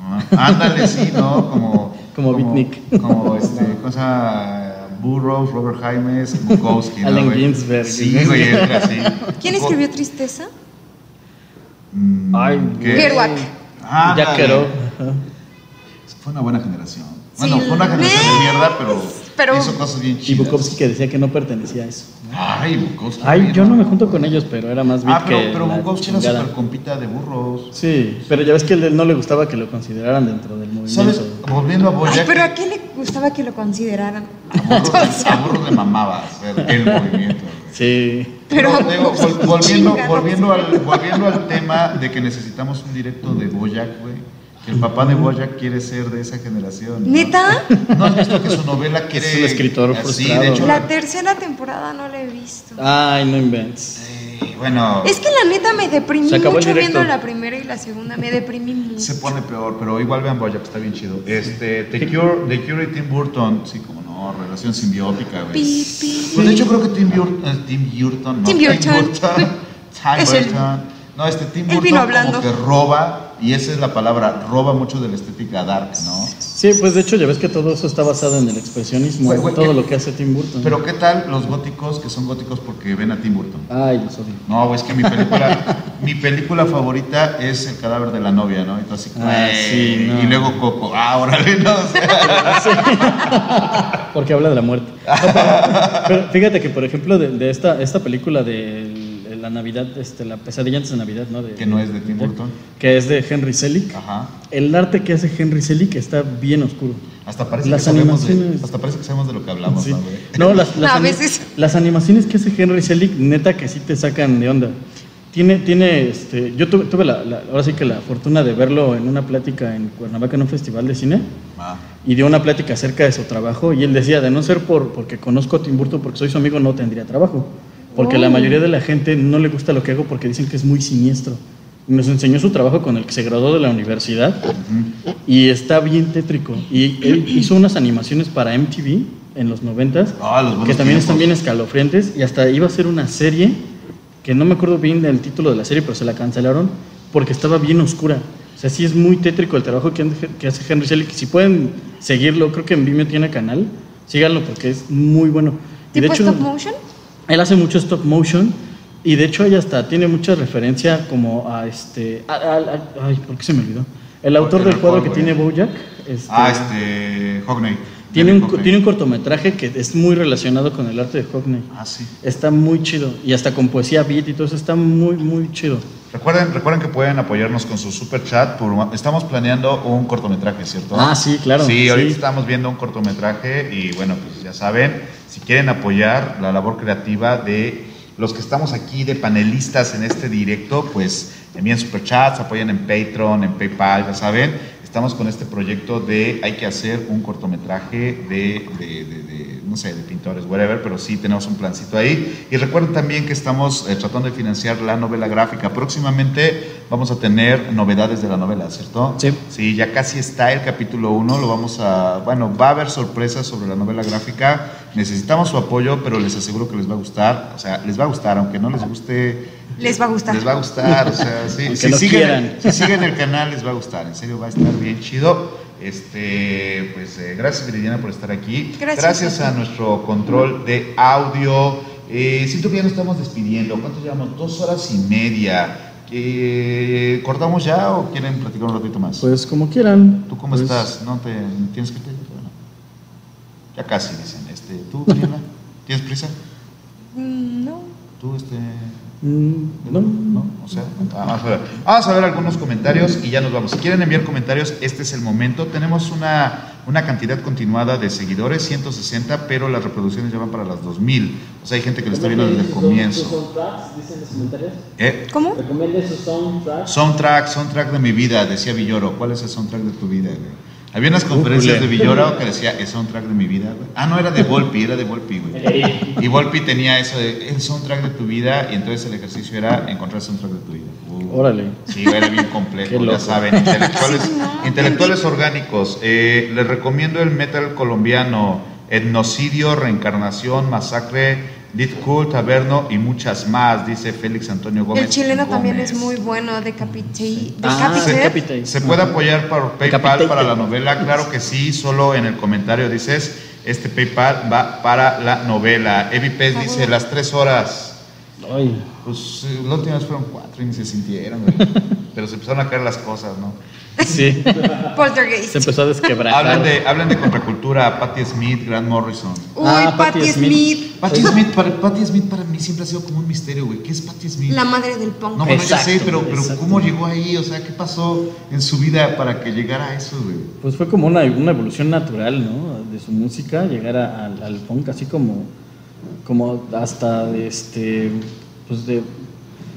S2: Ah, Ándale, sí, ¿no? Como,
S3: Como Beatnik.
S2: Como este, cosa Burroughs, Robert Jaimes, Bukowski. ¿no,
S3: Allen
S2: güey?
S3: Ginsberg.
S2: Sí, güey, entra así.
S4: ¿Quién escribió Tristeza?
S2: Mm,
S3: Ay,
S2: ¿qué?
S3: güey.
S4: Kerouac.
S2: Ah,
S3: ya
S2: ándale.
S3: quedó.
S2: Fue una buena generación.
S4: Sí, ¿Eh?
S2: Bueno, fue una generación de mierda, pero,
S4: pero-
S2: hizo cosas bien
S3: Y
S2: chidas.
S3: Bukowski que decía que no pertenecía a eso.
S2: Ay, Bukowski.
S3: Ay,
S2: güey,
S3: yo no me junto con ellos, pero era más beat
S2: Ah, pero,
S3: que
S2: pero
S3: la
S2: Bukowski era
S3: chingada.
S2: súper compita de burros.
S3: Sí, pero ya ves que a él no le gustaba que lo consideraran dentro del movimiento.
S2: ¿Sabes? Volviendo a Boyac.
S4: Ay, pero ¿a qué le
S6: gustaba que lo consideraran.
S2: A burro te mamabas ver el movimiento. güey.
S3: Sí.
S6: Pero
S2: No, digo, vol- volviendo,
S6: Chingado.
S2: volviendo, al, volviendo al tema de que necesitamos un directo de Boyac, güey. Que el papá de Boyac quiere ser de esa generación. ¿no?
S6: ¿Neta?
S2: ¿No has visto que su novela quiere.
S3: Es un escritor
S2: así,
S3: frustrado.
S2: de hecho,
S6: La tercera temporada no la he visto.
S3: Ay, no inventes.
S2: eh, bueno,
S6: Es que la neta me deprimí
S3: Se acabó el
S6: mucho
S3: directo.
S6: viendo la primera y la segunda. Me deprimí mucho.
S2: se pone peor, pero igual vean Boyac, está bien chido. Este, The Cure, The Cure y Tim Burton. Sí, como no, relación simbiótica, güey.
S6: Pi, pi.
S2: Pues de hecho creo que Tim Burton, eh, Tim Burton, no,
S6: Tim Burton.
S2: Tim
S6: Es el-
S2: Burton, no, este Tim
S6: el
S2: Burton
S6: vino
S2: como
S6: hablando.
S2: que roba, y esa es la palabra, roba mucho de la estética dark, ¿no?
S3: Sí, pues de hecho ya ves que todo eso está basado en el expresionismo,
S2: Güey, güey,
S3: todo
S2: ¿qué?
S3: lo que hace Tim Burton.
S2: Pero ¿qué tal los góticos que son góticos porque ven a Tim Burton?
S3: Ay, los odio.
S2: No, güey, es que mi película, mi película favorita es El cadáver de la novia, ¿no? Entonces, así,
S3: Ah, sí,
S2: güey,
S3: no.
S2: y luego Coco, ah, órale, no, o sea,
S3: Porque habla de la muerte. Pero fíjate que, por ejemplo, de, de esta, esta película de el- la Navidad, este, la pesadilla antes de Navidad, ¿no? De-
S2: que no Ah. es de Tim Burton.
S3: Que es de Henry Selick.
S2: Ajá.
S3: El arte que hace Henry Selick está bien oscuro.
S2: Hasta parece, que
S3: Las
S2: sabemos de,
S3: animaciones.
S2: hasta parece que sabemos de lo que hablamos,
S3: Sí.
S2: ¿no, güey?
S3: No, las, las
S6: A
S3: ani-
S6: veces.
S3: las animaciones que hace Henry Selick, neta que sí te sacan de onda. Tiene, tiene, este, yo tuve, tuve la, la- ahora sí que la fortuna de verlo en una plática en Cuernavaca, en un festival de cine,
S2: Ah.
S3: y dio una plática acerca de su trabajo, y él decía, de no ser por, porque conozco a Tim Burton, porque soy su amigo, no tendría trabajo. Porque la mayoría de la gente no le gusta lo que hago porque dicen que es muy siniestro. Y Nos enseñó su trabajo con el que se graduó de la universidad, y está bien tétrico. Y él hizo unas animaciones para MTV en los 90
S2: Ah, los buenos
S3: que también
S2: tiempos.
S3: están bien escalofriantes y hasta iba a ser una serie que no me acuerdo bien del título de la serie, pero se la cancelaron porque estaba bien oscura. O sea, sí es muy tétrico el trabajo que, han- que hace Henry Selick. Si pueden seguirlo, creo que en Vimeo tiene canal, síganlo porque es muy bueno. Y de
S6: ¿Tipo
S3: hecho,
S6: stop motion?
S3: él hace mucho stop motion y de hecho ahí hasta tiene mucha referencia como a este... a- a- a- ay, ¿por qué se me olvidó? El autor
S2: El
S3: del cuadro que
S2: autor,
S3: tiene
S2: güey.
S3: Bojack. este,
S2: Ah, este. Hockney.
S3: tiene,
S2: David
S3: un,
S2: Hockney.
S3: tiene un cortometraje que es muy relacionado con el arte de Hockney.
S2: Ah, sí.
S3: Está muy chido. Y hasta con poesía beat y todo eso está muy, muy chido.
S2: Recuerden, recuerden que pueden apoyarnos con su super chat. por- estamos planeando un cortometraje, ¿cierto?
S3: Ah, sí, claro,
S2: Sí,
S3: sí.
S2: ahorita estamos viendo un cortometraje y bueno, pues ya saben, si quieren apoyar la labor creativa de los que estamos aquí de panelistas en este directo, pues envíen super chats, apoyen en Patreon, en PayPal, ya saben. Estamos con este proyecto de hay que hacer un cortometraje de, de- de- de, no sé, de pintores, whatever, pero sí tenemos un plancito ahí. Y recuerden también que estamos eh, tratando de financiar la novela gráfica. Próximamente vamos a tener novedades de la novela, ¿cierto?
S3: Sí.
S2: Sí, ya casi está el capítulo 1, lo vamos a, bueno, va a haber sorpresas sobre la novela gráfica, necesitamos su apoyo, pero les aseguro que les va a gustar, o sea, les va a gustar, aunque no les guste.
S6: Les va a gustar.
S2: Les va a gustar, o sea, sí,
S3: Aunque
S2: si,
S3: no
S2: siguen,
S3: quieran.
S2: si siguen el canal les va a gustar, en serio va a estar bien chido. Este, pues eh, gracias Viridiana por estar aquí.
S6: Gracias.
S2: a nuestro control de audio. Eh, siento que ya nos estamos despidiendo. ¿Cuánto llevamos? Dos horas y media. Eh, ¿Cortamos ya o quieren platicar un ratito más?
S3: Pues como quieran.
S2: ¿Tú cómo
S3: Pues,
S2: estás? ¿No te tienes que te- bueno, Ya casi dicen. Este, ¿Tú, Mariana? ¿Tienes prisa?
S6: Mm, No.
S2: ¿Tú, este.?
S3: mm, no.
S2: ¿No? O sea, ah, vamos, a ver. Vamos a ver algunos comentarios y ya nos vamos. Si quieren enviar comentarios, este es el momento. Tenemos una, una cantidad continuada de seguidores, 160, pero las reproducciones ya van para las 2000. O sea, hay gente que lo está viendo desde el comienzo.
S5: soundtracks, dicen en los comentarios.
S2: ¿Eh?
S6: ¿Cómo?
S5: Recomiende sus soundtracks.
S2: Soundtrack, soundtrack de mi vida, decía Villoro. ¿Cuál es el soundtrack de tu vida, güey? Había unas conferencias de Villoro que decía, el soundtrack de mi vida, güey. Ah, no, era de Volpi, era de Volpi, güey.
S5: Eh,
S2: Y Volpi tenía eso de, el soundtrack de tu vida, y entonces el ejercicio era encontrar el soundtrack de tu vida. Uh,
S3: Órale.
S2: Sí, era bien
S3: Qué
S2: complejo,
S3: loco.
S2: ya saben. Intelectuales,
S6: Sí, no,
S2: intelectuales orgánicos. Eh, les recomiendo el metal colombiano, Etnocidio, Reencarnación, Masacre, Death Cult, Taberno y muchas más, dice Félix Antonio Gómez.
S6: El chileno también es
S2: Gómez.
S6: muy bueno. Decapite.
S3: Ah,
S6: Decapite.
S3: Decapitate.
S2: ¿Se puede apoyar por PayPal
S3: Decapitate.
S2: para la novela? Claro que sí, solo en el comentario dices, este PayPal va para la novela. Evi Pez dice, las tres horas.
S3: Ah. Ay,
S2: Pues eh, la última vez fueron cuatro y ni se sintieron, güey. Pero se empezaron a caer las cosas, ¿no?
S3: sí,
S6: Poltergeist.
S3: se empezó a desquebrar.
S2: Hablan de, hablan de contracultura, Patti Smith, Grant Morrison.
S6: Uy,
S3: Ah,
S6: Patti
S3: Patti
S6: Smith,
S2: Patti Smith, para, Patti Smith para mí siempre ha sido como un misterio, güey. ¿Qué es Patti Smith?
S6: la madre del punk.
S2: No, bueno, yo
S3: Exacto,
S2: sé, pero, pero
S3: exacto.
S2: ¿cómo llegó ahí? O sea, ¿qué pasó en su vida para que llegara a eso, güey?
S3: Pues fue como una, una evolución natural, ¿no? De su música, llegar a- al, al funk, así como, como hasta de este, pues de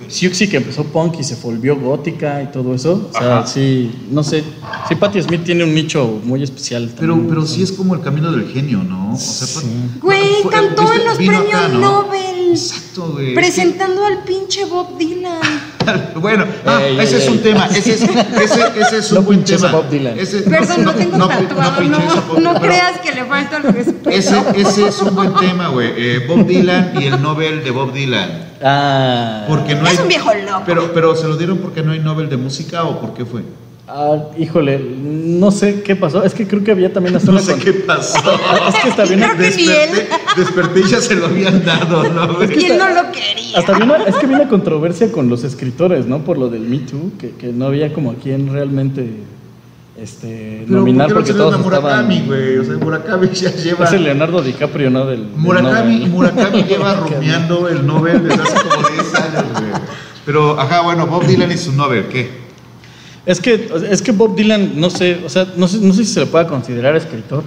S3: Siuxi que empezó punk y se volvió gótica y todo eso. O sea,
S2: Ajá.
S3: sí, no sé, sí Patti Smith tiene un nicho muy especial.
S2: Pero,
S3: también,
S2: pero
S3: ¿no?
S2: sí es como el camino del genio, ¿no? O sea, pues,
S3: Sí.
S6: Güey,
S2: fue-
S6: cantó
S2: viste,
S6: en los
S2: vino
S6: premios
S2: acá, ¿no?
S6: Nobel.
S2: Exacto, güey.
S6: Presentando al pinche Bob Dylan.
S2: Bueno, ah,
S3: Ey,
S2: ese
S3: ey,
S2: es
S3: ey.
S2: un tema, ese es, ese, ese es un
S3: No
S2: buen
S3: pinches
S2: tema.
S3: a Bob Dylan.
S2: Ese-
S6: Perdón, no tengo
S2: pi-
S6: tatuado,
S2: pinches a
S6: no,
S2: Bob-
S6: no
S2: pero
S6: creas que le falta el respeto.
S2: Ese, ese es un buen tema, güey. Eh, Bob Dylan y el Nobel de Bob Dylan.
S3: Ah,
S2: Porque no
S6: Es
S2: hay-
S6: un viejo loco.
S2: Pero, pero se lo dieron porque no hay Nobel de música o por qué fue.
S3: ah, híjole, no sé qué pasó. Es que creo que había también hasta
S2: No
S3: una
S2: sé
S3: con-
S2: qué pasó.
S3: Es que hasta había una-
S6: Creo que ni él.
S2: Desperté, desperté y ya se lo habían dado, ¿no? güey?
S6: Y él no lo quería.
S3: Hasta había una- es que había una controversia con los escritores, ¿no? Por lo del Me Too, que, que no había como a quién realmente este,
S2: Pero
S3: nominar
S2: ¿por qué
S3: porque
S2: no se
S3: todos
S2: a Murakami,
S3: estaban...
S2: güey? O sea, Murakami ya lleva...
S3: Es el Leonardo DiCaprio, ¿no? Del, del
S2: Murakami,
S3: Nobel.
S2: Murakami lleva rumiando el Nobel desde hace como 10 años, güey. Pero, ajá, bueno, Bob Dylan y su Nobel, ¿qué?
S3: Es que, es que Bob Dylan, no sé, o sea, no sé, no sé si se le pueda considerar escritor,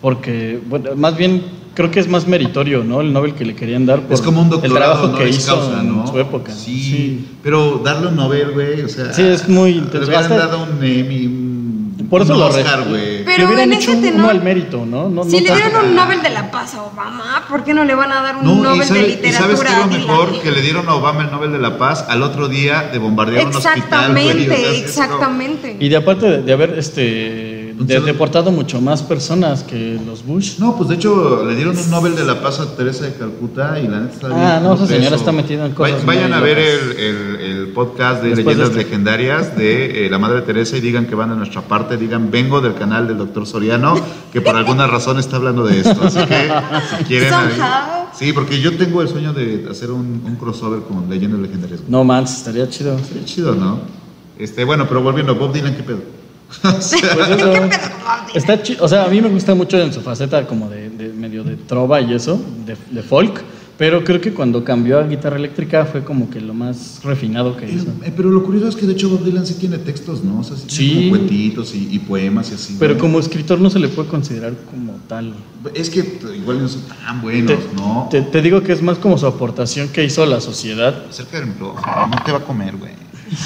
S3: porque, bueno, más bien creo que es más meritorio, ¿no? El Nobel que le querían dar por
S2: es como un
S3: el
S2: doctorado
S3: trabajo que
S2: honoris
S3: hizo
S2: causa,
S3: en
S2: ¿no?
S3: su época.
S2: Sí, pero darle un Nobel, güey, o sea...
S3: Sí, es muy
S2: Le
S3: interesante.
S2: hubieran dado un Emmy, un,
S3: Por eso
S2: un
S3: lo re-
S2: Oscar, güey.
S6: Pero
S3: le
S6: en
S3: hubieran hecho
S6: ese
S3: un-
S6: tenor-
S3: uno al mérito, ¿no? no
S6: Si
S3: no
S6: le
S3: tanto.
S6: dieron un Nobel de la Paz a Obama, ¿por qué no le van a dar un
S2: No,
S6: Nobel
S2: y, sabe-
S6: de
S2: y sabes
S6: literatura
S2: que
S6: a
S2: lo
S6: Dylan?
S2: mejor que le dieron a Obama el Nobel de la Paz al otro día de bombardear un hospital.
S6: Exactamente,
S2: güey, o sea, es-
S6: exactamente.
S3: Y de aparte de, de haber este
S2: Un
S3: de-
S2: saludo.
S3: deportado mucho más personas que los Bush.
S2: No, pues de hecho le dieron un Nobel de la Paz a Teresa de Calcuta y la neta está
S3: Ah,
S2: bien.
S3: no, esa
S2: puto
S3: señora
S2: eso.
S3: está metida en cosas
S2: Va- Vayan
S3: muy
S2: a ver
S3: locas.
S2: el, el- el podcast de
S3: Después de
S2: Leyendas
S3: este.
S2: Legendarias de eh, la Madre Teresa y digan que van a nuestra parte, digan vengo del canal del doctor Soriano, que por alguna razón está hablando de esto. Así que si quieren. ahí-
S6: Somehow.
S2: sí, porque yo tengo el sueño de hacer un, un crossover con Leyendas Legendarias.
S3: No manches, estaría chido.
S2: Qué chido, ¿no? Este, bueno, pero volviendo, Bob Dylan, ¿qué pedo? O sea,
S3: Pues eso,
S6: ¿Qué pedo con Bob Dylan?
S3: está chi- o sea, a mí me gusta mucho en su faceta como de, de medio de trova y eso, de, de folk, pero creo que cuando cambió a guitarra eléctrica fue como que lo más refinado que hizo.
S2: Eh, pero lo curioso es que de hecho Bob Dylan sí tiene textos, ¿no? O sea, sí,
S3: Sí.
S2: tiene como cuentitos y, y poemas y así.
S3: Pero
S2: ¿no?
S3: como escritor no se le puede considerar como tal.
S2: Es que t- igual no son tan buenos,
S3: Te,
S2: ¿no?
S3: te- te digo que es más como su aportación que hizo a la sociedad
S2: Acerca del micrófono, no te va a comer, güey.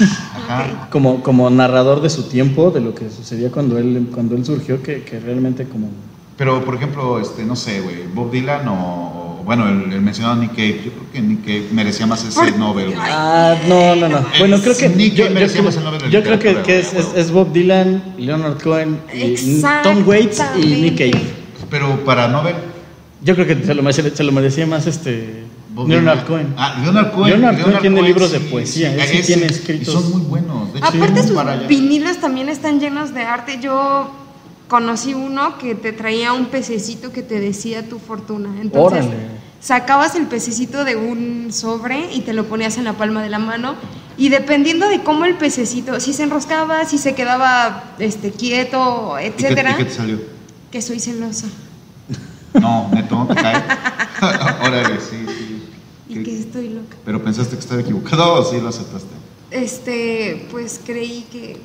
S2: Ajá.
S3: como, como narrador de su tiempo, de lo que sucedía cuando él, cuando él surgió, que, que realmente como...
S2: Pero, por ejemplo, este, no sé, güey, Bob Dylan o, o, bueno, el, el mencionado Nick Cave, yo creo que Nick Cave merecía más ese
S6: Por-
S2: Nobel, güey.
S3: Ah, no, no, no. Bueno, creo que...
S2: Nick
S3: Yo,
S2: Cave
S3: yo
S2: merecía
S3: creo-
S2: más el Nobel de
S3: yo creo que,
S2: literatura,
S3: que es,
S2: güey,
S3: es- es Bob Dylan, Leonard Cohen, y Tom
S6: Exactamente.
S3: Waits y Nick Cave.
S2: Pero para Nobel,
S3: Yo creo que se lo merecía, se lo merecía más este...
S2: Bob
S3: Leonard
S2: Dylan.
S3: Cohen.
S2: Ah, Leonard Cohen.
S3: Leonard Cohen tiene libros de poesía, él sí
S2: ese,
S3: tiene
S2: Y
S3: escritos.
S2: son muy buenos. De hecho,
S6: Aparte
S2: sí,
S6: sus
S2: para allá.
S6: vinilos también están llenos de arte. Yo conocí uno que te traía un pececito que te decía tu fortuna. Entonces
S3: Órale.
S6: sacabas el pececito de un sobre y te lo ponías en la palma de la mano y dependiendo de cómo el pececito, si se enroscaba, si se quedaba este quieto,
S2: ¿Y qué,
S6: etcétera,
S2: y qué te salió?
S6: que soy celosa
S2: No, neto, te cae. Órale, sí, sí.
S6: y que estoy loca.
S2: Pero pensaste que estaba equivocado o sí lo aceptaste.
S6: Este, pues creí que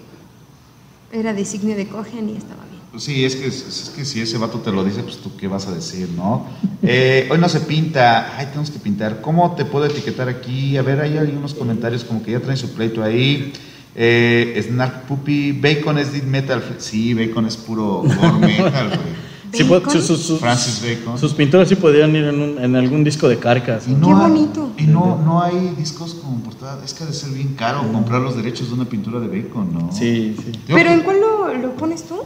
S6: era designio de cogen y estaba bien.
S2: Pues Sí, es que, es que si ese vato te lo dice, pues tú qué vas a decir, ¿no? Eh, hoy no se pinta, ay, tenemos que pintar. ¿Cómo te puedo etiquetar aquí? A ver, hay algunos comentarios como que ya traen su pleito ahí. Eh, Snark Puppy, Bacon es deep metal. Sí, Bacon es puro gore metal, güey.
S3: Sí, pues,
S6: Bacon.
S3: su- su- sus-
S2: Francis Bacon.
S3: Sus pinturas sí podrían ir en, un- en algún disco de carcas.
S2: Y
S3: ¿no?
S2: no
S6: Qué
S2: hay-
S6: bonito.
S2: Y no, no hay discos con portada. Es que ha de ser bien caro comprar los derechos de una pintura de Bacon, ¿no?
S3: Sí, sí.
S2: Yo-
S6: ¿Pero en cuál lo, lo pones tú?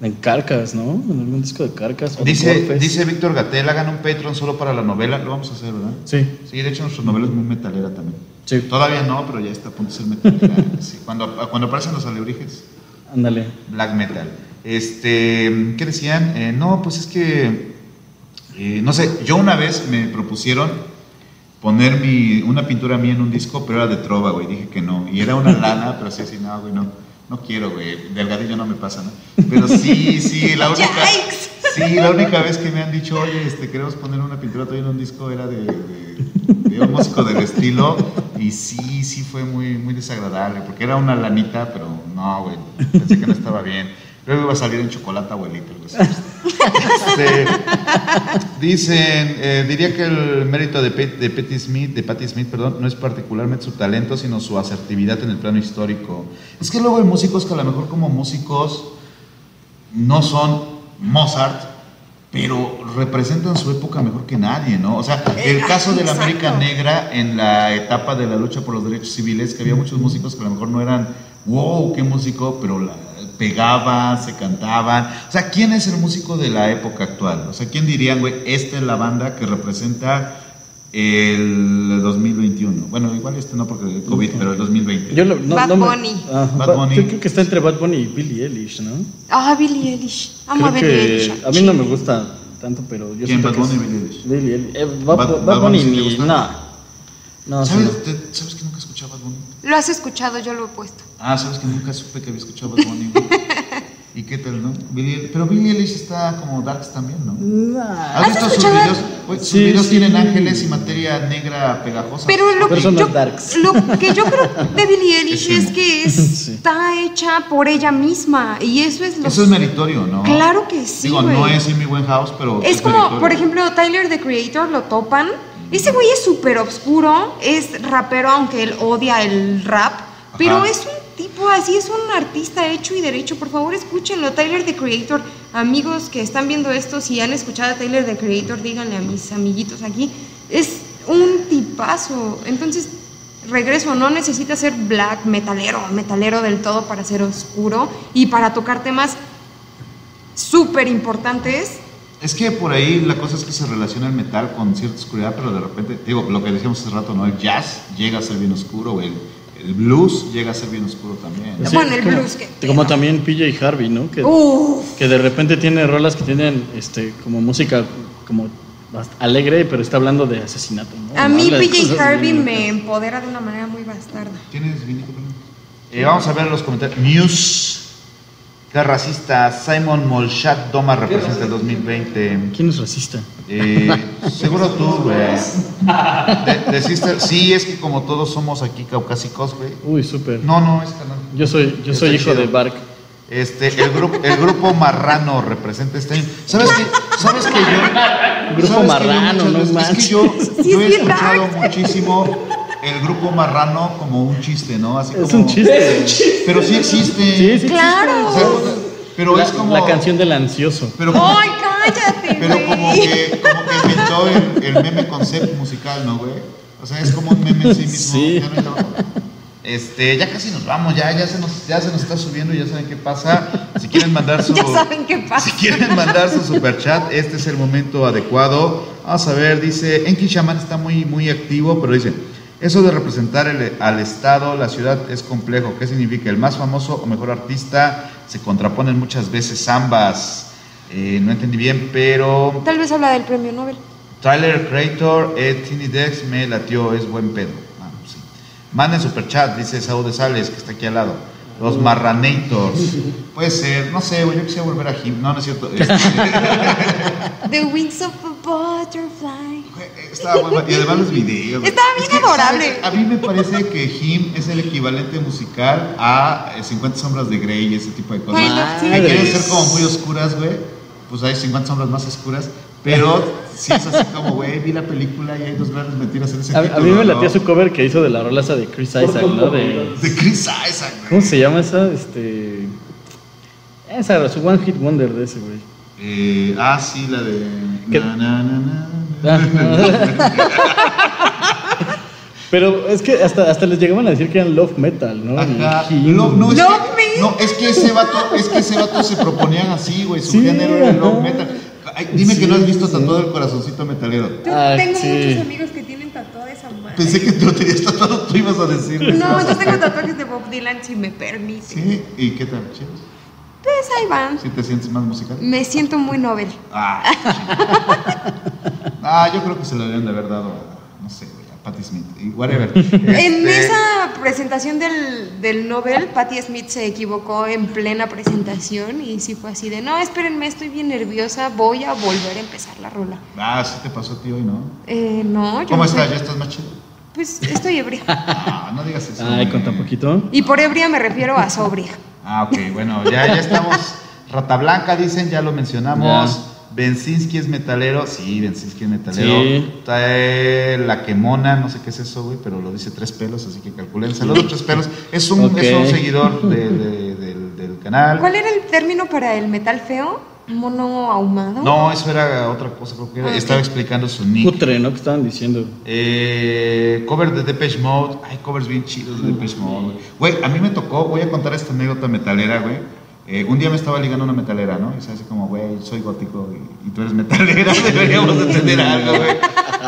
S3: En carcas, ¿no? En algún disco de carcas. o
S2: Dice,
S3: Corfes.
S2: dice Víctor Gatel, hagan un Patreon solo para la novela. Lo vamos a hacer, ¿verdad?
S3: Sí,
S2: Sí, de hecho nuestra novela es muy metalera también.
S3: sí.
S2: Todavía no, pero ya está a punto de ser metalera. sí. cuando, cuando aparecen los alebrijes,
S3: Ándale.
S2: black metal. Este, ¿Qué decían? Eh, no, pues es que, eh, no sé, yo una vez me propusieron poner mi, una pintura mía en un disco, pero era de trova, güey. Dije que no. Y era una lana, pero así, así, no, güey, no. No quiero, güey. Delgadillo no me pasa, ¿no? Pero sí, sí, la única.
S4: Yikes.
S2: Sí, la única vez que me han dicho, oye, este, queremos poner una pintura tuya en un disco era de, de, de un músico del estilo. Y sí, sí fue muy, muy desagradable, porque era una lanita, pero no, güey. Pensé que no estaba bien. Luego iba a salir en chocolate, abuelito. algo así. Este, dicen, eh, diría que el mérito de, Pe- de Patti Smith, de Patti Smith, perdón, no es particularmente su talento, sino su asertividad en el plano histórico. Es que luego hay músicos que a lo mejor como músicos no son Mozart, pero representan su época mejor que nadie, ¿no? O sea, el
S4: Eh,
S2: caso de la
S4: exacto.
S2: América Negra en la etapa de la lucha por los derechos civiles, que había muchos músicos que a lo mejor no eran, wow, qué músico, pero la pegaban, se cantaban. O sea, ¿quién es el músico de la época actual? O sea, ¿quién dirían, güey, esta es la banda que representa el 2021? Bueno, igual este no porque el COVID, pero el 2020.
S3: Yo lo- no-
S4: Bad
S3: no me-
S4: Bunny.
S3: Ah,
S2: Bad
S3: Ba-
S2: Bunny.
S3: Yo creo que está entre Bad Bunny y Billie Eilish, ¿no?
S4: Ah, Billie Eilish. Amo a
S3: Creo
S4: Billie
S3: que
S4: Eilish.
S3: a mí no me gusta tanto, pero yo
S2: ¿Quién,
S3: siento
S2: Bad
S3: que
S2: Bunny
S3: es-
S2: o Billie Eilish?
S3: Billie Eilish. Eh,
S2: Bad-
S3: Bad, Bad
S2: Bad Bunny
S3: Bunny,
S2: sí te
S3: ni-
S2: gusta.
S3: no. No, sí,
S2: ¿Sabes,
S3: no.
S2: te- sabes que nunca escuchaba Bad Bunny?
S4: Lo has escuchado, yo lo he puesto.
S2: Ah, sabes que nunca supe que había escuchado a Bad Bunny. güey. ¿Y qué tal, no? Billie Eil- pero Billie Eilish está como darks también, ¿no?
S3: Nah.
S4: Ah,
S2: ¿Has visto sus
S4: escuchado?
S2: videos? Güey, sus
S3: Sí,
S2: videos
S3: sí.
S2: tienen ángeles y materia negra pegajosa.
S4: Pero lo,
S3: Ah, Pero
S4: que
S3: son
S4: yo,
S3: los darks.
S4: lo que yo creo de Billie Eilish
S2: Es
S4: es,
S2: emo.
S4: que
S3: Sí.
S4: está hecha por ella misma. Y eso es lo
S2: Eso es meritorio, ¿no?
S4: Claro que sí,
S2: Digo, no
S4: güey.
S2: es Amy Winehouse, pero
S4: Es como,
S2: meritorio.
S4: por ejemplo, Tyler the Creator lo topan. Ese güey es súper obscuro, es rapero, aunque él odia el rap. Pero es un tipo así, es un artista hecho y derecho. Por favor, escúchenlo. Tyler the Creator, amigos que están viendo esto, si han escuchado a Tyler the Creator, díganle a mis amiguitos aquí. Es un tipazo. Entonces, regreso, no necesitas ser black, metalero, metalero del todo para ser oscuro y para tocar temas súper importantes
S2: Es que por ahí la cosa es que se relaciona el metal con cierta oscuridad, pero de repente, digo, lo que decíamos hace rato, ¿no? El jazz llega a ser bien oscuro, güey. El blues llega a ser bien oscuro también. ¿no?
S4: Sí. Bueno, el blues que-
S3: Como también PJ Harvey, ¿no? Que,
S4: Uf,
S3: que de repente tiene rolas que tienen este, como música como bast- alegre, pero está hablando de asesinato, ¿no?
S4: a mí
S3: Habla de
S4: PJ
S3: cosas
S4: Harvey
S3: bien-
S4: me empodera de una manera muy bastarda.
S2: ¿Tienes vinito, Bruno? Eh, vamos a ver los comentarios. News. Qué racista. Simon Molchat Doma representa el 2020.
S3: ¿Quién es racista?
S2: Eh, seguro tú, güey. De- de sister- Sí, es que como todos somos aquí caucásicos, güey.
S3: Uy, súper.
S2: No, no, es canal.
S3: Yo soy, yo
S2: Está
S3: soy hijo
S2: chido.
S3: de Bark.
S2: Este, el, grupo el grupo marrano representa este año. ¿Sabes qué? ¿Sabes que yo?
S3: Grupo
S2: ¿sabes que yo
S3: marrano,
S2: muchas
S3: no
S2: veces- Es que
S3: manches.
S2: yo,
S4: Sí,
S2: yo he
S4: es bien
S2: escuchado muchísimo el grupo marrano como un chiste, ¿no? Así
S3: Es
S2: como-
S3: un chiste.
S2: Pero sí existe.
S3: Sí, sí
S4: ¡Claro!
S2: O sea, pero
S3: la,
S2: es como.
S3: la canción del ansioso.
S2: Pero como,
S4: ¡Ay, cállate,
S2: pero como
S4: güey!
S2: que, como que inventó el, el meme concept musical, ¿no, güey? O sea, es como un meme en sí mismo.
S3: Sí.
S2: Ya no hay trabajo. este, ya casi nos vamos, ya, ya, se nos, ya se nos está subiendo, ya saben qué pasa. Si quieren mandar su.
S4: Ya saben qué pasa.
S2: Si quieren mandar su superchat, este es el momento adecuado. Vamos a ver, dice, Enki Shaman está muy, muy activo, pero dice, eso de representar el- al Estado, la ciudad, es complejo. ¿Qué significa? El más famoso o mejor artista se contraponen muchas veces ambas. Eh, no entendí bien, pero
S4: Tal vez habla del premio Nobel.
S2: Tyler Creator, eh, Tiny Dex me latió, es buen pedo. Ah, sí. Manden superchat, dice Saúl de Sales, que está aquí al lado. Los Marranators. Puede ser, no sé, güey, yo quisiera volver a Jim. No, no es cierto. este,
S4: The Wings of a Butterfly.
S2: Güey, Estaba muy mal. Y además los videos. güey.
S4: Estaba bien adorable.
S2: ¿sabes? A mí me parece que Him es el equivalente musical a eh, 50 sombras de Grey y ese tipo de cosas.
S4: I love
S2: Que
S3: Madres.
S2: quieren ser como muy oscuras, güey. Pues hay 50 sombras más oscuras. Pero si es así como, güey, vi la película y hay dos grandes mentiras en ese
S3: A, a
S2: título.
S3: mí me
S2: ¿no?
S3: latía su cover que hizo de la rola esa de Chris Isaac, ¿no? De,
S2: De Chris Isaac, güey.
S3: ¿Cómo se llama esa? Este. Esa, su One Hit Wonder de ese, güey.
S2: Eh, ah, sí, la de.
S3: ¿Qué?
S2: na, na, na, na,
S3: Ah,
S2: na.
S3: Pero es que hasta, hasta les llegaban a decir que eran love metal, ¿no?
S2: Ajá.
S3: Y-
S2: Lo- no, es
S4: Love
S2: que,
S4: me.
S2: no, es que ese vato, es que ese vato se proponían así, güey. Su
S3: Sí,
S2: género era el
S3: ajá.
S2: rock metal. Ay, dime que no has
S3: Sí,
S2: visto
S3: sí.
S2: tatuado el corazoncito metalero.
S4: Yo
S3: Ah,
S4: tengo
S3: sí.
S4: muchos amigos que tienen tatuajes a mano.
S2: Pensé que tú lo tenías tatuado, tú ibas a decir. güey.
S4: No, yo tengo tatuajes de Bob Dylan, si me permiten.
S2: Sí, ¿y qué tal, chicos?
S4: Pues ahí van.
S2: ¿Sí te sientes más musical?
S4: Me siento muy Nobel.
S2: Ah, chido. ah, yo creo que se lo deberían de haber dado, a, no sé, güey, a Patti Smith. Y whatever.
S4: En
S2: Este,
S4: esa presentación del, del Nobel, Patti Smith se equivocó en plena presentación y sí fue así de, no, espérenme, estoy bien nerviosa, voy a volver a empezar la rola.
S2: Ah, sí te pasó, tío, hoy, ¿no?
S4: Eh, no, yo
S2: ¿Cómo
S4: no
S2: estás?
S4: sé.
S2: ¿Ya estás más chido?
S4: Pues estoy ebria.
S2: Ah, no digas eso.
S3: Ay, con tan
S2: hombre.
S3: poquito.
S4: Y por ebria me refiero a sobria.
S2: Ah, ok, bueno, ya, ya estamos. Rata Blanca, dicen, ya lo mencionamos.
S3: Ya.
S2: Benzinski es metalero. Sí, Benzinski es metalero.
S3: Sí.
S2: Trae la quemona, no sé qué es eso, güey, pero lo dice tres pelos, así que calculen. Saludos, tres pelos. Es un,
S3: Ok.
S2: es un seguidor de- de- del, del canal.
S4: ¿Cuál era el término para el metal feo? ¿Mono ahumado?
S2: No, eso era otra cosa, creo que era.
S4: Ah,
S2: Estaba
S4: ok.
S2: explicando su nick.
S3: Cutre, ¿no? Que estaban diciendo.
S2: Eh, cover de Depeche Mode. Hay covers bien chidos de Depeche Mode. Güey, Güey, a mí me tocó, voy a contar esta anécdota metalera, güey. Eh, un día me estaba ligando una metalera, ¿no? Y se hace como, güey, soy gótico y, y tú eres metalera, deberíamos de tener algo, güey.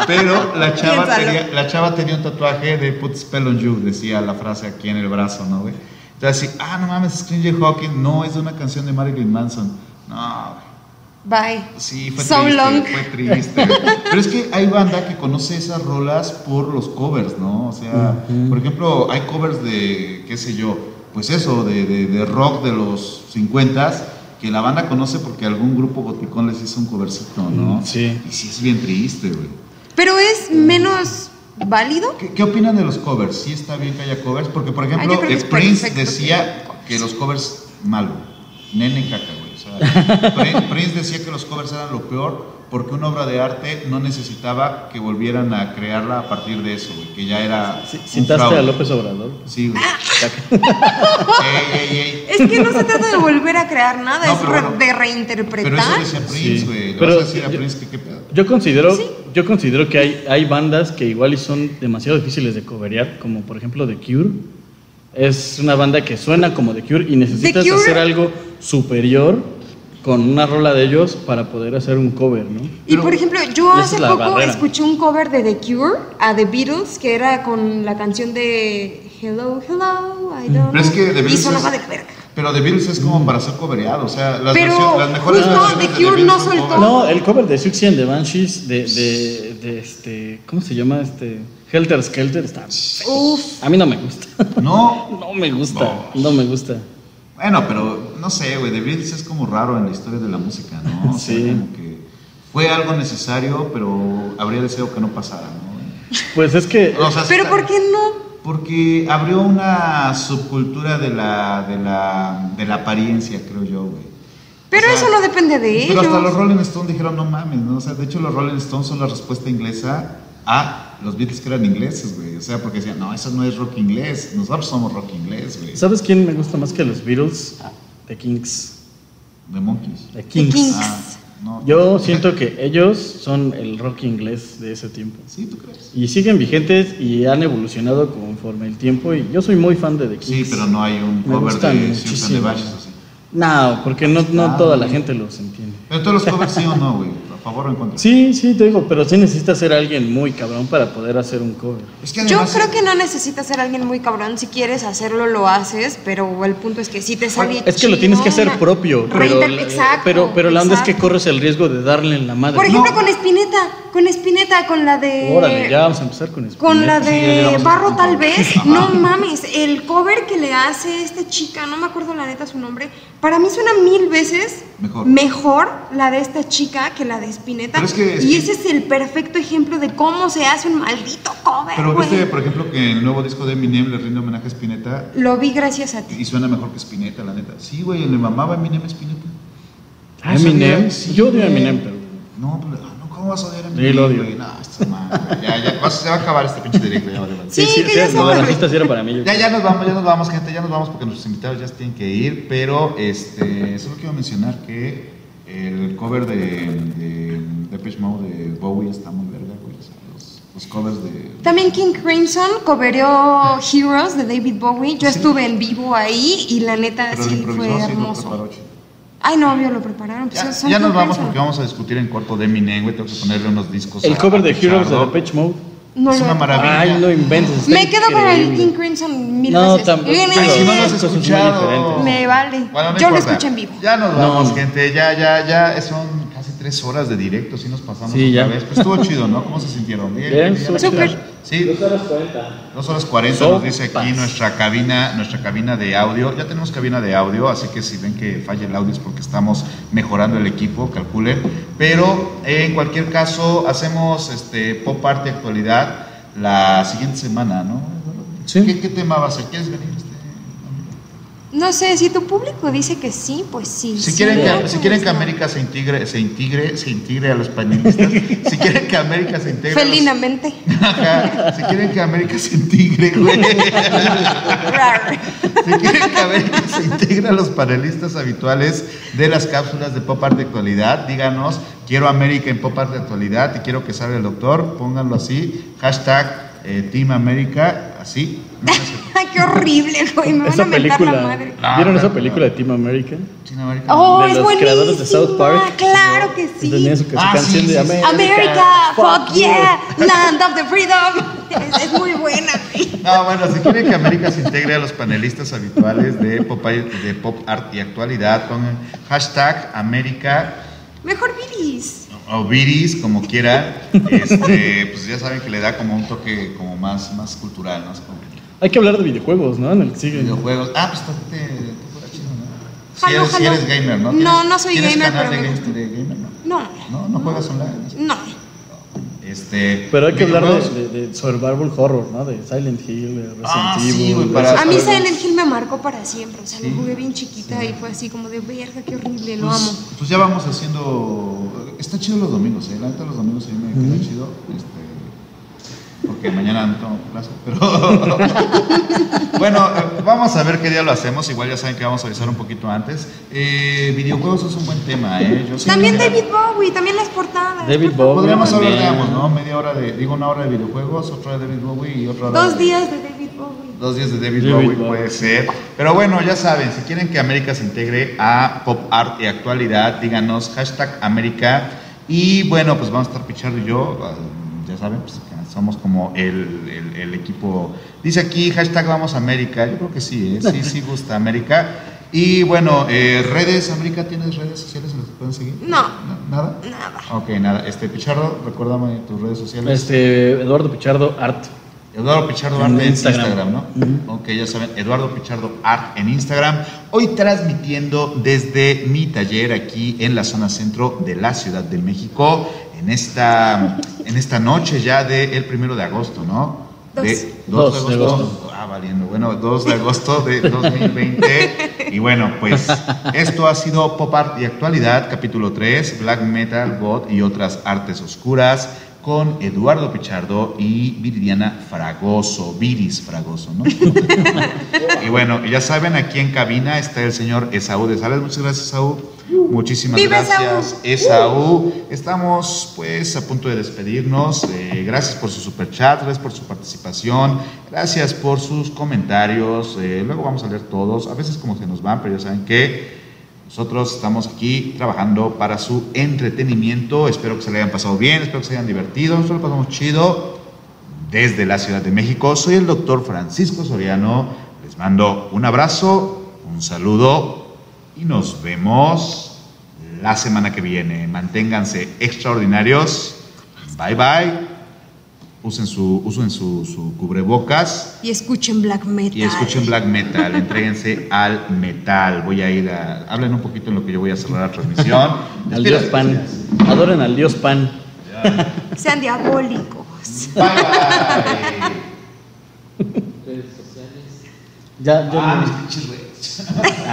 S2: Pero la chava,
S4: Piénsalo.
S2: tenía, la chava tenía un tatuaje de Put Spell on You, decía la frase aquí en el brazo, ¿no, güey? Entonces así, ah, no mames, es Stranger Hawking. No, es de una canción de Marilyn Manson. No, güey.
S4: Bye.
S2: Sí, fue
S4: So
S2: triste,
S4: long.
S2: fue triste. Pero es que hay banda que conoce esas rolas por los covers, ¿no? O sea, por ejemplo, hay covers de, qué sé yo, pues eso, de, de- de rock de los 50 que la banda conoce porque algún grupo goticón les hizo un covercito, ¿no?
S3: Mm, sí.
S2: Y sí es bien triste, güey.
S4: ¿Pero es menos válido?
S2: ¿Qué, qué opinan de los covers? ¿Sí está bien que haya covers? Porque, por
S4: yo
S2: ejemplo,
S4: creo que
S2: eh,
S4: es
S2: Prince
S4: perfecto que
S2: decía
S4: haya covers.
S2: que los covers malo, nene caca, güey. O sea, Prince, Prince decía que los covers eran lo peor porque una obra de arte no necesitaba que volvieran a crearla a partir de eso, güey, que ya era.
S3: Sí,
S2: un
S3: Citaste
S2: fraude.
S3: a López Obrador.
S2: Sí, güey.
S4: Ah.
S2: Ey, ey, ey.
S4: Es que no se trata de volver a crear nada,
S2: No,
S4: es
S2: pero
S4: re-
S2: bueno.
S4: de
S2: Pero eso
S4: reinterpretar.
S2: decía
S3: Sí.
S2: Prince, güey. Le
S3: Pero
S2: vas a decir a
S3: yo-
S2: Prince que qué pedo.
S3: Yo considero, yo considero que hay, hay bandas que igual y son demasiado difíciles de coverear, como por ejemplo The Cure. Es una banda que suena como The Cure y necesitas
S4: The Cure.
S3: hacer algo superior con una rola de ellos para poder hacer un cover, ¿no?
S4: Y por
S2: Pero-
S4: ejemplo, yo
S3: Esa
S4: hace
S3: es la
S4: poco
S3: barrera.
S4: escuché un cover de The Cure a The Beatles que era con la canción de Hello, Hello,
S3: Mm.
S4: I don't
S2: Pero es que The
S4: know. Y
S2: Beatles
S4: sonaba de
S2: es-
S4: verga.
S2: Pero The Beatles es como para ser cobereado, o sea, las,
S4: Pero
S2: versiones- las mejores
S4: justo
S2: versiones
S4: The
S2: de
S4: Cure
S2: Beatles
S4: no
S2: son
S4: soltó-
S2: covers.
S3: No, el cover de Suxy and the Banshees de, de, de este, ¿cómo se llama? Este, Helter Skelter está.
S4: Uf,
S3: A mí no me gusta.
S2: No,
S3: No me gusta. No me gusta.
S2: Bueno, pero no sé, güey, The Beatles es como raro en la historia de la música, ¿no? O sea,
S3: Sí.
S2: como que fue algo necesario, pero habría deseado que no pasara, ¿no?
S3: Pues es que
S2: O sea,
S4: pero
S2: está-
S4: ¿por qué no?
S2: Porque abrió una subcultura de la, de la, de la apariencia, creo yo, güey.
S4: Pero
S2: O sea,
S4: eso no depende de
S2: Pero hasta los
S4: ellos.
S2: Rolling Stones dijeron, no mames, ¿no? O sea, de hecho los Rolling Stones son la respuesta inglesa a los Beatles que eran ingleses, güey. O sea, porque decían, no, eso no es rock inglés, nosotros somos rock inglés, güey.
S3: ¿Sabes quién me gusta más que los Beatles? Ah, The Kings.
S2: De Monkeys.
S3: The Kings.
S4: Kings.
S2: Ah, no.
S3: Yo siento que ellos son el rock inglés de ese tiempo.
S2: Sí, ¿tú crees?
S3: Y siguen vigentes y han evolucionado conforme el tiempo. Y yo soy muy fan de The
S2: Sí,
S3: Kings.
S2: pero no hay un
S3: Me
S2: cover
S3: gustan
S2: de Simpson de
S3: muchísimo.
S2: Baches así.
S3: No, porque no, no
S2: Ah.
S3: toda la gente los entiende.
S2: Pero todos los covers sí o no, güey. A favor o en contra.
S3: Sí, sí, te digo, pero sí necesitas ser alguien muy cabrón para poder hacer un cover.
S2: Es que
S4: Yo
S2: además-
S4: creo que no necesitas ser alguien muy cabrón. Si quieres hacerlo, lo haces. Pero el punto es que si te sale.
S3: Es que lo tienes que hacer
S4: chingón,
S3: propio. Pero,
S4: reinter- exacto,
S3: pero, pero la onda es que
S4: exacto.
S3: corres el riesgo de darle en la madre.
S4: Por ejemplo, con Espineta. Con Espineta, con la de.
S3: Órale, ya vamos a empezar con eso.
S4: Con la
S2: Sí, ya
S4: de
S2: llegamos a
S4: Barro
S2: ese punto.
S4: tal vez,
S2: Ajá.
S4: no mames, el cover que le hace esta chica, no me acuerdo la neta su nombre, para mí suena mil veces
S2: Mejor.
S4: la de esta chica que la de Spinetta.
S2: Pero es que-
S4: y ese es el perfecto ejemplo de cómo se hace un maldito cover.
S2: Pero este
S4: güey.
S2: viste, por ejemplo, que el nuevo disco de Eminem le rinde homenaje a Spinetta
S4: Lo vi gracias a ti.
S2: y suena mejor que Spinetta, la neta. Sí, güey, le mamaba Eminem a Spinetta.
S3: ¿A Eminem?
S2: Sí,
S3: Ah, Yo odio a
S2: güey.
S3: Eminem, pero-
S2: No, pero, ah, no, ¿cómo vas a odiar a
S3: Sí,
S2: Eminem?
S3: lo odio.
S2: güey? No, esta madre. güey. Ya, ya, vas- se va a acabar este pinche directo. Ya, vale, vale.
S4: Sí, que ya se
S3: lo de
S4: acabe.
S3: racista sí era para mí. yo
S2: Ya,
S3: creo.
S2: ya nos vamos, ya nos vamos, gente, ya nos vamos porque nuestros invitados ya se tienen que ir, pero este, solo quiero mencionar que el cover de, de Depeche Mode de Bowie está muy verga, güey. o sea, los, los covers de...
S4: También King Crimson covereó Heroes de David Bowie. Yo
S2: Sí.
S4: estuve en vivo ahí y la neta
S2: pero lo
S4: sí
S2: improvisó,
S4: fue
S2: sí, lo
S4: hermoso.
S2: preparó chido.
S4: Ay, no, obvio, lo prepararon. pues
S2: Ya,
S4: son
S2: ya
S4: King
S2: nos vamos
S4: Crimson.
S2: porque vamos a discutir en corto de Eminem, güey, tengo que ponerle unos discos.
S3: El
S2: a-
S3: cover de
S2: a
S3: Heroes de
S2: Richardo.
S3: Depeche Mode.
S4: No
S2: es
S4: lo-
S2: una maravilla.
S3: Ay, no inventes. está
S4: Me quedo con el
S3: increíble.
S4: King Crimson mil
S3: No,
S4: veces.
S3: tampoco,
S4: Bien,
S2: Pero
S3: Sí,
S2: si no
S4: bien.
S2: lo has
S3: son cosas muy
S2: escuchado.
S3: diferentes.
S4: Me vale.
S2: Bueno, no
S4: Yo lo
S2: importa.
S4: escucho en vivo.
S2: Ya nos vamos,
S3: No.
S2: gente. Ya, ya, ya. Son casi tres horas de directo, sí nos pasamos
S3: Sí,
S2: otra
S3: ya.
S2: vez. Pero estuvo chido, ¿no? ¿Cómo se sintieron? Bien,
S3: Bien,
S2: bien,
S3: súper.
S2: acá. Sí,
S5: 2 horas 40.
S2: dos horas 40 nos dice aquí
S3: Sopas.
S2: nuestra cabina, nuestra cabina de audio. Ya tenemos cabina de audio, así que si ven que falla el audio es porque estamos mejorando el equipo, calculen. Pero eh, en cualquier caso, hacemos este pop art de actualidad la siguiente semana, ¿no?
S3: Sí.
S2: ¿Qué, qué tema va a ser? ¿Quieres venir? Este?
S6: No sé, si tu público dice que sí, pues sí.
S2: Si
S6: sí,
S2: quieren,
S6: claro
S2: que, si quieren que
S6: está.
S2: América se integre, se integre, se integre a los panelistas, si quieren que América se integre. a los-
S6: Felinamente.
S2: Ajá, si quieren que América se integre, güey.
S6: Rar.
S2: Si quieren que América se integre a los panelistas habituales de las cápsulas de Pop Art de Actualidad, díganos, quiero América en Pop Art de Actualidad y quiero que salga el doctor, pónganlo así, hashtag eh, Team América, así. No, no sé.
S6: Ay, qué horrible, güey. Me van a
S3: Esa
S6: mentar la
S3: película.
S6: madre.
S2: Ah,
S3: ¿Vieron esa
S2: claro,
S3: película de Team America?
S2: Team América.
S6: Oh,
S3: de
S6: es
S3: los creadores de
S6: buenísima.
S3: South Park.
S6: Claro que
S3: Y Tenía su,
S6: sí.
S3: su
S2: Ah,
S3: canción
S2: sí,
S3: de
S2: sí, sí.
S3: América.
S6: América, fuck yeah, land of the freedom. Es, es muy buena, güey.
S2: No, bueno, si quieren que América se integre a los panelistas habituales de Pop, de pop Art y Actualidad, pongan hashtag América
S6: Mejor Viris.
S2: o Viris, como quieran. Este, pues ya saben que le da como un toque como más, más cultural, más como
S3: Hay que hablar de videojuegos, ¿no? En el que sigue.
S2: videojuegos. Ah, pues te, te, te fuera chido, ¿no? Si
S6: Jalo,
S2: eres, si
S6: jalo.
S2: eres gamer, ¿no?
S6: No,
S2: ¿Tienes-
S6: no soy
S2: ¿tienes
S6: gamer,
S2: canal
S6: pero
S2: de,
S6: me
S2: game- de gamer, ¿no?
S6: No,
S2: No, no juegas online.
S6: no.
S2: Este,
S3: Pero hay que hablar de,
S2: videojuegos.
S3: de- de survival horror, ¿no? De Silent Hill, de Resident
S2: Ah, sí,
S3: Evil.
S2: güey,
S3: de
S2: para-
S3: esos
S6: A mí
S3: juegos.
S6: Silent Hill me marcó para siempre. O sea,
S2: Sí.
S6: lo jugué bien chiquita y fue así como de verga, qué horrible, lo amo.
S2: Pues, pues ya vamos haciendo. Está chido los domingos, ¿eh? La neta, los domingos a mí me queda chido. Este, porque mañana no tengo clase, pero. bueno, eh, vamos a ver qué día lo hacemos. Igual ya saben que vamos a avisar un poquito antes. Eh, videojuegos es un buen tema, ¿eh? Yo siento
S6: También
S2: que-
S6: David Bowie, también las portadas.
S3: David
S6: por favor.
S3: Bowie.
S2: Podríamos hablar de
S3: también.
S2: ambos, ¿no? Media hora de. Digo, una hora de videojuegos, otra de David Bowie y otra hora
S6: Dos
S2: de-
S6: días de David Bowie.
S2: Dos días de David,
S3: David
S2: Bowie,
S3: Bowie.
S2: puede ser. Pero bueno, ya saben, si quieren que América se integre a Pop Art y Actualidad, díganos hashtag América. Y bueno, pues vamos a estar Pichardo y yo. ah, Ya saben, pues que somos como el, el- el equipo. Dice aquí hashtag Vamos América. Yo creo que sí, ¿eh? sí, sí gusta América. Y bueno, eh, redes, América, ¿tienes redes sociales en las que pueden seguir?
S6: No.
S2: ¿Nada?
S6: Nada.
S2: Ok, nada. Este, Pichardo, recuérdame tus redes sociales.
S3: Este, Eduardo Pichardo, Art.
S2: Eduardo Pichardo
S3: En
S2: Art en Instagram,
S3: Instagram.
S2: ¿no? Ok, ya saben, Eduardo Pichardo Art en Instagram. Hoy transmitiendo desde mi taller aquí en la zona centro de la Ciudad de México, en esta, en esta noche ya del primero de agosto, ¿no?
S6: Dos.
S2: De, dos
S3: Dos
S2: de
S3: de
S2: agosto.
S3: agosto.
S2: Ah, valiendo. Bueno, 2 de agosto de 2020. Y bueno, pues esto ha sido Pop Art y Actualidad, capítulo 3, Black Metal, Bot y otras artes oscuras, con Eduardo Pichardo y Viridiana Fragoso, Viris Fragoso, ¿no? Y bueno, ya saben, aquí en cabina está el señor Esaú de Salas. Muchas gracias, Esaú. Muchísimas
S6: Viva
S2: gracias, Esaú. Estamos pues a punto de despedirnos. Eh, gracias por su superchat, gracias por su participación, gracias por sus comentarios. Eh, luego vamos a leer todos. A veces como se nos van, pero ya saben que nosotros estamos aquí trabajando para su entretenimiento. Espero que se le hayan pasado bien, espero que se hayan divertido. Nosotros lo pasamos chido desde la Ciudad de México. Soy el doctor Francisco Soriano. Les mando un abrazo, un saludo y nos vemos la semana que viene. Manténganse extraordinarios. Bye bye. Usen su, usen su, su cubrebocas
S6: Y escuchen Black Metal.
S2: y escuchen black metal. Entréguense al metal. Voy a ir a. Hablen un poquito en lo que yo voy a cerrar la transmisión.
S3: Al Dios
S2: Despídanse.
S3: Pan. Adoren al Dios Pan.
S6: Sean diabólicos.
S2: Bye bye.
S5: Redes sociales.
S3: Ya, ya no-
S2: Ah, mis pinches redes.